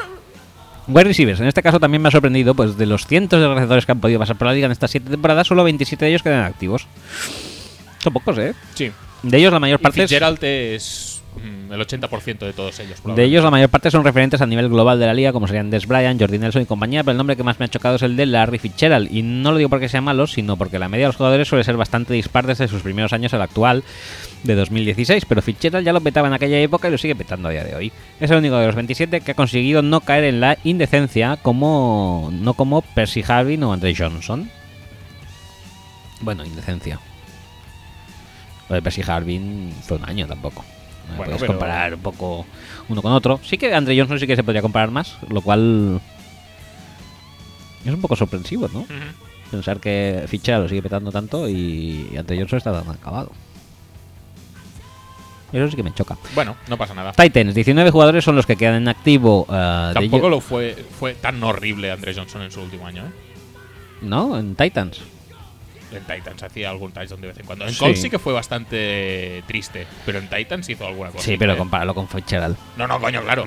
S1: Wide receivers, en este caso también me ha sorprendido, pues de los cientos de receptores que han podido pasar por la liga en estas siete temporadas, solo 27 de ellos quedan activos. Son pocos, ¿eh?
S2: Sí.
S1: De ellos la mayor
S2: Y
S1: parte es-
S2: Fitzgerald es mm, el 80% de todos ellos.
S1: De
S2: probablemente.
S1: ellos la mayor parte son referentes a nivel global de la liga, como serían Des Bryant, Jordi Nelson y compañía, pero el nombre que más me ha chocado es el de Larry Fitzgerald. Y no lo digo porque sea malo, sino porque la media de los jugadores suele ser bastante dispar desde sus primeros años al actual de 2016, pero Fitzgerald ya lo petaba en aquella época y lo sigue petando a día de hoy. Es el único de los 27 que ha conseguido no caer en la indecencia como no como Percy Harvin o Andre Johnson. Bueno, indecencia. Lo de Percy Harvin fue un año tampoco. No
S2: Bueno,
S1: puedes
S2: pero-
S1: comparar un poco uno con otro. Sí que Andre Johnson sí que se podría comparar más, lo cual es un poco sorpresivo, ¿no?
S2: Ujú.
S1: Pensar que Fitzgerald lo sigue petando tanto y Andre Johnson está tan acabado. Eso sí que me choca.
S2: Bueno, no pasa nada.
S1: Titans, 19 jugadores son los que quedan en activo. eh, de
S2: Tampoco
S1: ello-
S2: lo fue, fue tan horrible Andrés Johnson en su último año, ¿eh?
S1: ¿No? En Titans.
S2: En Titans hacía algún touchdown de vez en cuando. En
S1: Sí.
S2: Colts sí que fue bastante triste, pero en Titans hizo alguna cosa.
S1: Sí, pero compáralo con Fitzgerald.
S2: No, no, coño, claro.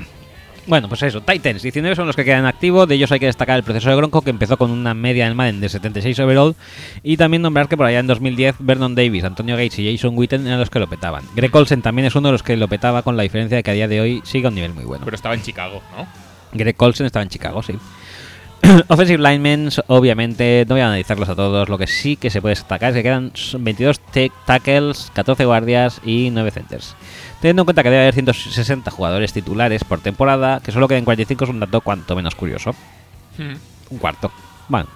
S1: Bueno, pues eso, Titans, 19 son los que quedan activos, de ellos hay que destacar el proceso de Gronco, que empezó con una media del Madden de 76 overall, y también nombrar que por allá en 2010 Vernon Davis, Antonio Gates y Jason Witten eran los que lo petaban. Greg Olsen también es uno de los que lo petaba con la diferencia de que a día de hoy sigue a un nivel muy bueno.
S2: Pero estaba en Chicago, ¿no?
S1: Greg Olsen estaba en Chicago, sí. Offensive linemen, so- obviamente, no voy a analizarlos a todos. Lo que sí que se puede destacar es que quedan s- 22 ta- tackles, 14 guardias y 9 centers. Teniendo en cuenta que debe haber 160 jugadores titulares por temporada, que solo queden 45 es un dato cuanto menos curioso. Un cuarto. Bueno.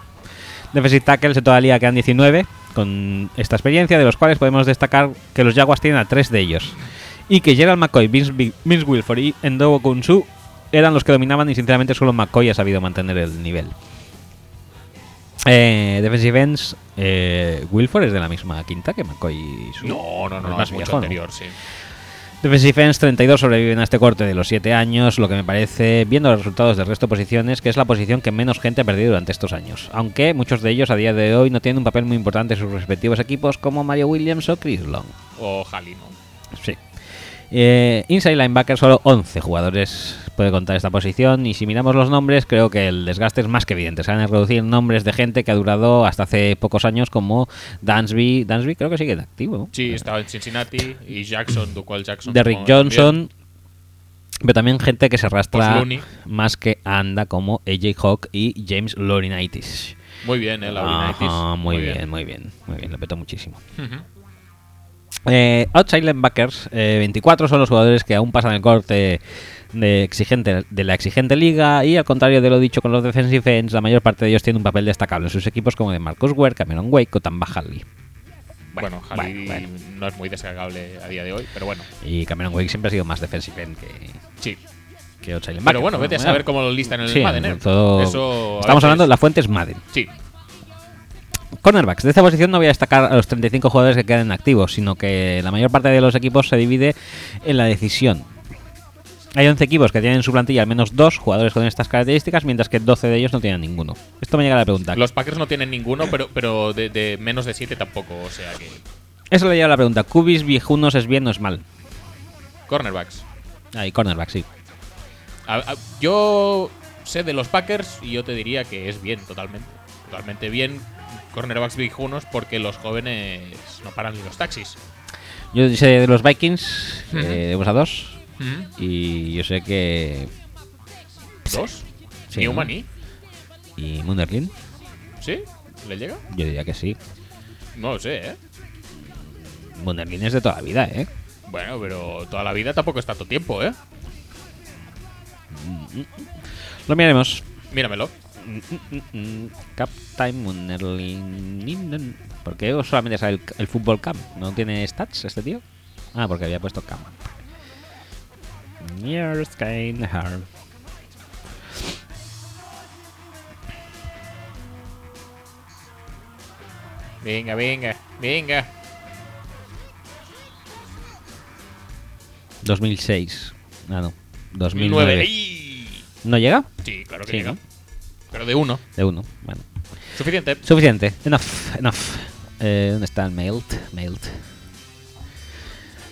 S1: Defensive tackles en toda la liga quedan 19 con esta experiencia, de los cuales podemos destacar que los Jaguars tienen a tres de ellos. Y que Gerald McCoy, Vince, Bi- Vince Wilford y Endobo Kunsu eran los que dominaban y sinceramente solo McCoy ha sabido mantener el nivel. Eh, defensive ends, eh, Wilford es de la misma quinta que McCoy y su
S2: No, no, no,
S1: es
S2: no,
S1: más
S2: es mucho
S1: viejo, ¿no?
S2: anterior, sí.
S1: Defensive Ends 32 sobreviven a este corte de los 7 años, lo que me parece, viendo los resultados del resto de posiciones, que es la posición que menos gente ha perdido durante estos años. Aunque muchos de ellos a día de hoy no tienen un papel muy importante en sus respectivos equipos como Mario Williams o Chris Long.
S2: O Jalino.
S1: Sí. Eh, inside linebacker, solo 11 jugadores puede contar esta posición. Y si miramos los nombres, creo que el desgaste es más que evidente. Se van a reducir nombres de gente que ha durado hasta hace pocos años, como Dansby. Dansby creo que sigue en activo. ¿no?
S2: Sí, estaba en Cincinnati y Jackson, Duqual Jackson.
S1: de Rick
S2: supongo que
S1: Johnson. Pero también gente que se
S2: Pues
S1: arrastra
S2: Looney.
S1: más que anda, como AJ Hawk y James Laurinaitis.
S2: también. Muy bien, eh, la Laurinaitis.
S1: Ajá, muy, bien, muy bien, muy bien, lo petó muchísimo.
S2: Ujú.
S1: Eh, outside linebackers, eh, 24 son los jugadores que aún pasan el corte de, exigente, de la exigente liga y al contrario de lo dicho con los defensive ends, la mayor parte de ellos tiene un papel destacable en sus equipos como de Marcus Ware, Cameron Wake o Tamba Hadley.
S2: Bueno,
S1: bueno,
S2: Jalí
S1: bueno.
S2: no es muy descargable a día de hoy, pero bueno,
S1: Y Cameron Wake siempre ha sido más defensive end que,
S2: sí.
S1: que outside linebacker.
S2: Pero bueno, vete a
S1: Bueno,
S2: saber cómo lo listan en el
S1: Sí,
S2: Madden, ¿eh?
S1: todo-
S2: Eso a
S1: Estamos
S2: veces-
S1: hablando, la fuente es Madden.
S2: Sí,
S1: Cornerbacks. De esta posición no voy a destacar a los 35 jugadores que quedan activos, sino que la mayor parte de los equipos se divide en la decisión. Hay 11 equipos que tienen en su plantilla al menos dos jugadores con estas características, mientras que 12 de ellos no tienen ninguno. Esto me llega a la pregunta.
S2: los Packers no tienen ninguno, pero, pero de, de menos de 7 tampoco, o sea que...
S1: Eso le llega a la pregunta. ¿Cubis viejunos es bien o es mal?
S2: Cornerbacks.
S1: Ahí, cornerbacks, sí.
S2: A- a- yo sé de los Packers y yo te diría que es bien, totalmente. Totalmente bien cornerbacks viejunos porque los jóvenes no paran ni los taxis.
S1: Yo sé de los Vikings, eh, de unos a dos,
S2: ¿Mm?
S1: y yo sé que.
S2: ¿Dos?
S1: Sí,
S2: Newman
S1: ¿no?
S2: y...
S1: ¿Y Munderlin?
S2: ¿Sí? ¿Le llega?
S1: Yo diría que sí.
S2: No lo sé, ¿eh?
S1: Munderlin es de toda la vida, ¿eh?
S2: Bueno, pero toda la vida tampoco es tanto tiempo, ¿eh?
S1: Lo miraremos.
S2: Míramelo.
S1: Captain Munderlin. ¿Por qué solamente sabe el, el fútbol cam? ¿No tiene stats este tío? Ah, porque había puesto cam. Years kind heart.
S2: Venga, venga, venga.
S1: 2006. Ah, no. 2009.
S2: 2009. ¡Ay!
S1: ¿No llega?
S2: Sí, claro que
S1: Sí,
S2: llega.
S1: ¿no?
S2: Pero de uno.
S1: De uno. Bueno.
S2: Suficiente.
S1: Suficiente. Enough. Enough. Eh, ¿Dónde está el mailed? Mailed.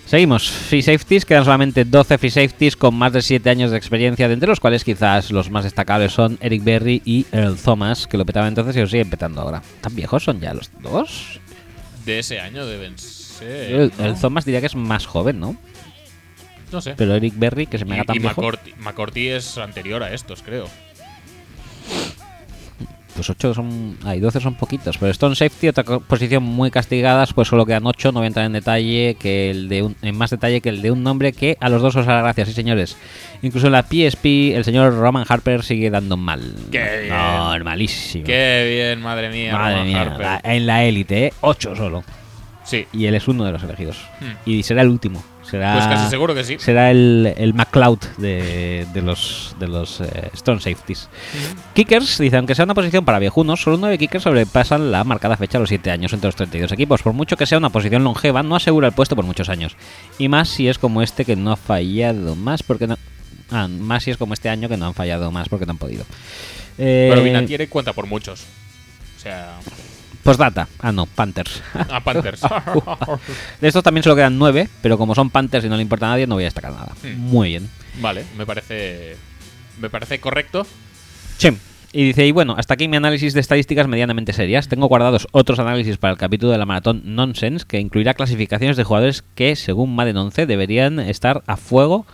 S1: Seguimos. Free safeties. Quedan solamente 12 free safeties con más de 7 años de experiencia, de entre los cuales quizás los más destacables son Eric Berry y Earl Thomas, que lo petaban entonces y lo siguen petando ahora. ¿Tan viejos son ya los dos?
S2: De ese año deben
S1: Yo, Earl
S2: ser.
S1: Thomas diría que es más joven, ¿no?
S2: No sé.
S1: Pero Eric Berry, que se me haga
S2: Y,
S1: tan
S2: y
S1: viejo,
S2: McCourty, McCourty es anterior a estos, creo.
S1: pues 8 son... Ay, 12 son poquitos. Pero Stone Safety, otra co- posición muy castigadas, pues solo quedan 8. No voy a entrar en detalle que el de un, en más detalle que el de un nombre que a los dos os hará gracia, sí señores. Incluso en la PSP, el señor Roman Harper sigue dando mal.
S2: Qué bien.
S1: Normalísimo.
S2: Qué bien, madre mía.
S1: Madre
S2: Roman
S1: mía,
S2: Harper.
S1: la- eh, en la élite, ¿eh? 8 solo.
S2: Sí,
S1: Y él es uno de los elegidos.
S2: Hmm.
S1: Y será el último. Será,
S2: pues casi seguro que sí.
S1: será el, el McCloud de, de los, de los eh, Stone Safeties. Kickers, dice, aunque sea una posición para viejunos, solo 9 kickers sobrepasan la marcada fecha a los 7 años entre los 32 equipos. Por mucho que sea una posición longeva, no asegura el puesto por muchos años. Y más si es como este que no ha fallado más porque no... Ah, más si es como este año que no han fallado más porque no han podido. Eh,
S2: Pero Vinatieri cuenta por muchos. O sea,
S1: Postdata. Ah, no, Panthers.
S2: a Panthers.
S1: De estos también solo quedan 9, pero como son Panthers y no le importa a nadie, no voy a destacar nada.
S2: Hmm.
S1: Muy bien.
S2: vale, me parece. Me parece correcto.
S1: Sí. Y dice, y bueno, hasta aquí mi análisis de estadísticas medianamente serias. Tengo guardados otros análisis para el capítulo de la maratón Nonsense, que incluirá clasificaciones de jugadores que, según Madden 11, deberían estar a fuego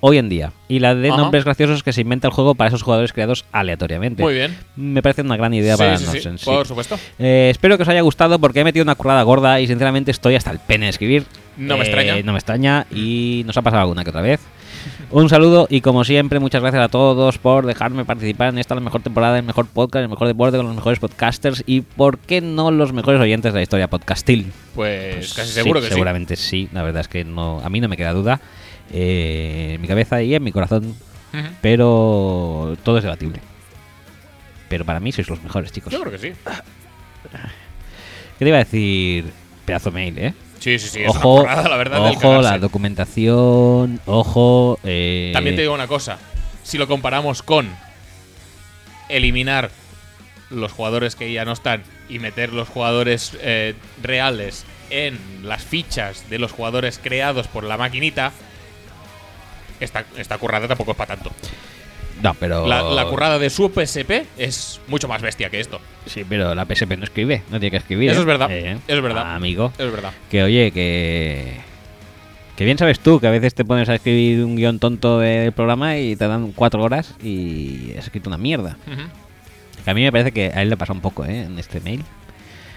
S1: hoy en día. Y la de
S2: Ajá.
S1: nombres graciosos que se inventa el juego para esos jugadores creados aleatoriamente.
S2: Muy bien.
S1: Me parece una gran idea
S2: Sí,
S1: para
S2: sí, sí,
S1: Nonsense, sí.
S2: Por supuesto.
S1: Eh, espero que os haya gustado porque he metido una currada gorda y sinceramente estoy hasta el pene de escribir.
S2: No me
S1: Eh,
S2: extraña.
S1: No me extraña y nos ha pasado alguna que otra vez. Un saludo y como siempre muchas gracias a todos por dejarme participar en esta la mejor temporada, el mejor podcast, el mejor deporte con los mejores podcasters y por qué no los mejores oyentes de la historia podcastil.
S2: Pues,
S1: Pues
S2: casi
S1: sí,
S2: seguro que sí.
S1: seguramente sí. La verdad es que no, a mí no me queda duda eh, en mi cabeza y en mi corazón,
S2: Ujú.
S1: pero todo es debatible. Pero para mí sois los mejores chicos.
S2: Yo creo que sí.
S1: ¿Qué te iba a decir? Pedazo de mail, ¿eh?
S2: Sí, sí, sí. Es
S1: ojo,
S2: una porrada, la verdad. del
S1: ojo la
S2: cagarse.
S1: documentación, ojo. eh,
S2: También te digo una cosa. Si lo comparamos con eliminar los jugadores que ya no están y meter los jugadores eh, reales en las fichas de los jugadores creados por la maquinita, esta, esta currada tampoco es para tanto.
S1: No, pero.
S2: La, la currada de su PSP es mucho más bestia que esto.
S1: Sí, pero la PSP no escribe, no tiene que escribir.
S2: Eso
S1: ¿eh?
S2: es verdad,
S1: Eh,
S2: es verdad.
S1: Amigo,
S2: Es verdad.
S1: que oye, que. Que bien sabes tú que a veces te pones a escribir un guión tonto del programa y te dan cuatro horas y has escrito una mierda.
S2: Ujú.
S1: Que a mí me parece que a él le pasa un poco, ¿eh? En este mail.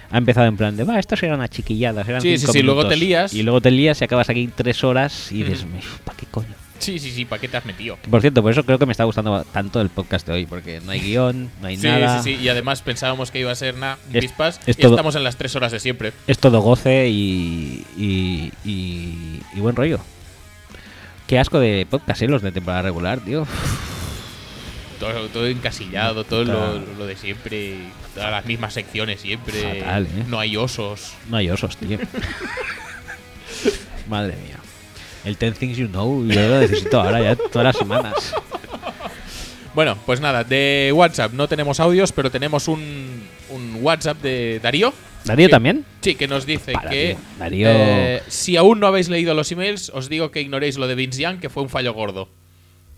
S1: Ha empezado en plan de, va, estos eran achiquilladas, eran
S2: Sí, sí,
S1: cinco
S2: sí, luego
S1: minutos".
S2: te lías.
S1: Y luego te lías y acabas aquí tres horas y dices, ¿para qué coño?
S2: Sí, sí, sí, ¿para qué te has metido?
S1: Que, Por cierto, por eso creo que me está gustando tanto el podcast de hoy, porque no hay guión, no hay
S2: Sí,
S1: nada.
S2: sí, sí. Y además pensábamos que iba a ser nada,
S1: Es-
S2: pispas.
S1: es
S2: y
S1: todo-
S2: estamos en las tres horas de siempre.
S1: Es todo goce y, y, y- y buen rollo. Qué asco de podcast, ¿eh? Los de temporada regular, tío.
S2: Todo, todo encasillado, todo
S1: Puta.
S2: lo, lo de siempre, todas las mismas secciones siempre.
S1: Fatal, ¿eh?
S2: No hay osos.
S1: No hay osos, tío. Madre mía. El Ten Things You Know, yo lo necesito ahora ya todas las semanas.
S2: Bueno, pues nada, de WhatsApp no tenemos audios, pero tenemos un, un WhatsApp de Darío.
S1: ¿Darío
S2: que-
S1: también?
S2: Sí, que nos dice
S1: Para,
S2: que
S1: tío. Darío-
S2: eh, si aún no habéis leído los emails, os digo que ignoréis lo de Vince Young, que fue un fallo gordo.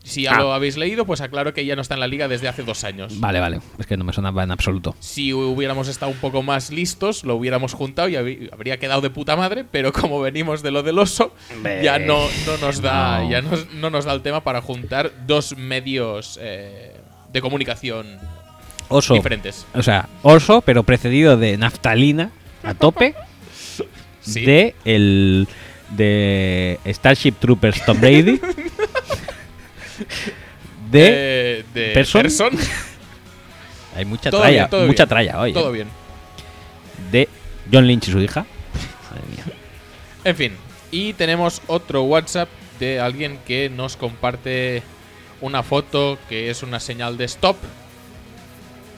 S2: Si ya
S1: Ah.
S2: lo habéis leído, pues aclaro que ya no está en la liga desde hace dos años.
S1: Vale, vale. Es que no me sonaba en absoluto.
S2: si hubiéramos estado un poco más listos, lo hubiéramos juntado y habi- habría quedado de puta madre, pero como venimos de lo del oso,
S1: Hombre,
S2: ya no, no nos da,
S1: no.
S2: ya nos- no nos da el tema para juntar dos medios eh, de comunicación
S1: Oso.
S2: diferentes.
S1: O sea, oso, pero precedido de naftalina a tope.
S2: Sí.
S1: de el de Starship Troopers Tom Brady de
S2: Eh, de
S1: Person.
S2: Person.
S1: hay mucha
S2: Todo
S1: tralla
S2: bien, todo
S1: mucha
S2: bien.
S1: tralla hoy
S2: Todo
S1: eh.
S2: bien.
S1: de John Lynch y su hija Madre mía.
S2: En fin, y tenemos otro WhatsApp de alguien que nos comparte una foto que es una señal de stop.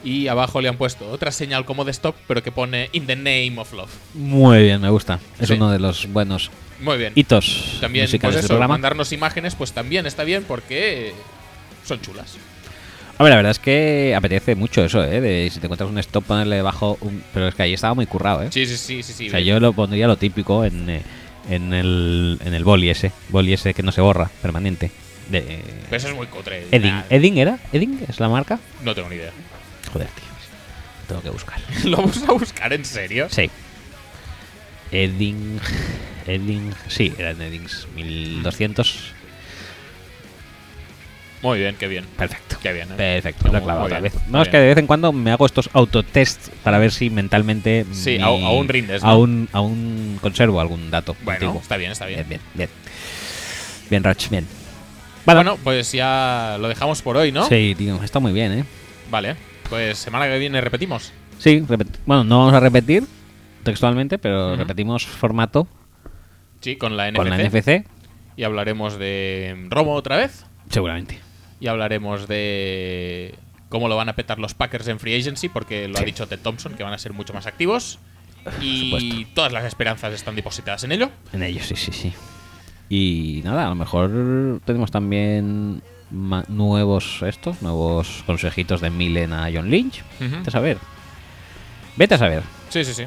S2: Y abajo le han puesto otra señal como de stop, pero que pone in the name of love.
S1: muy bien me gusta es
S2: Sí.
S1: uno de los buenos
S2: Muy bien.
S1: hitos
S2: también,
S1: musicales
S2: pues eso,
S1: del programa
S2: mandarnos imágenes, pues también está bien porque son chulas.
S1: a ver la verdad es que apetece mucho eso eh de si te encuentras un stop ponerle debajo un pero es que ahí estaba muy currado eh
S2: Sí, sí, sí, sí. sí.
S1: o sea yo lo pondría lo típico en, eh, en el en el boli ese boli ese que no se borra permanente de eh,
S2: Pero eso es muy cutre.
S1: Edin.
S2: Nah,
S1: ¿Edin era? ¿Edin es la marca?
S2: No tengo ni idea.
S1: Joder, tío. Tengo que buscar.
S2: ¿Lo vamos a buscar en serio?
S1: Sí. Edin. Edin. Sí, eran Edings 1200.
S2: Muy bien, qué bien.
S1: Perfecto.
S2: Qué bien. ¿eh?
S1: Perfecto,
S2: Muy-
S1: lo he clavado
S2: muy
S1: otra
S2: bien,
S1: vez.
S2: muy
S1: No, es que
S2: bien.
S1: de vez en cuando me hago estos autotests para ver si mentalmente.
S2: Sí,
S1: mi-
S2: au- aún rindes, ¿no?
S1: Aún, aún conservo algún dato.
S2: Bueno,
S1: antiguo.
S2: está bien, está bien.
S1: Bien, bien, bien. Bien, Rach, bien.
S2: Bueno, pues ya lo dejamos por hoy, ¿no?
S1: Sí, tío, está muy bien, ¿eh?
S2: Vale, pues semana que viene repetimos.
S1: Sí, repet- bueno, no vamos a repetir textualmente, pero
S2: Ujú.
S1: repetimos formato
S2: Sí, con la NFC.
S1: con la NFC,
S2: Y hablaremos de Romo otra vez.
S1: seguramente.
S2: Y hablaremos de cómo lo van a petar los Packers en Free Agency, porque lo ha
S1: Sí.
S2: dicho Ted Thompson, que van a ser mucho más activos. Y
S1: supuesto.
S2: todas las esperanzas están depositadas en ello.
S1: En ellos, sí, sí, sí. Y nada, a lo mejor tenemos también ma- nuevos estos, nuevos consejitos de Milen a John Lynch.
S2: Ujú.
S1: Vete a saber. Vete a saber.
S2: Sí, sí, sí.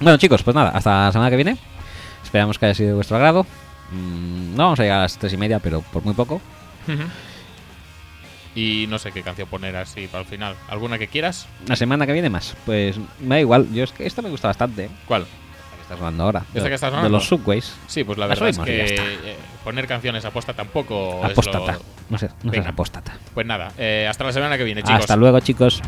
S1: Bueno, chicos, pues nada, hasta la semana que viene. Esperamos que haya sido de vuestro agrado. Mm, no vamos a llegar a las tres y media, pero por muy poco.
S2: Ujú. Y no sé qué canción poner así para el final. ¿Alguna que quieras?
S1: La semana que viene más. Pues me da igual, yo es que esta me gusta bastante.
S2: ¿Cuál?
S1: que está sonando ahora.
S2: Esta
S1: de-
S2: que está
S1: De
S2: sonando.
S1: los Subways.
S2: Sí, pues la
S1: Las
S2: verdad es
S1: oímos y
S2: que
S1: ya está.
S2: eh, poner canciones aposta tampoco es
S1: Apóstata.
S2: lo...
S1: No sé, no seas
S2: Venga.
S1: apóstata.
S2: Pues nada, eh, hasta la semana que viene, chicos.
S1: Hasta luego, chicos.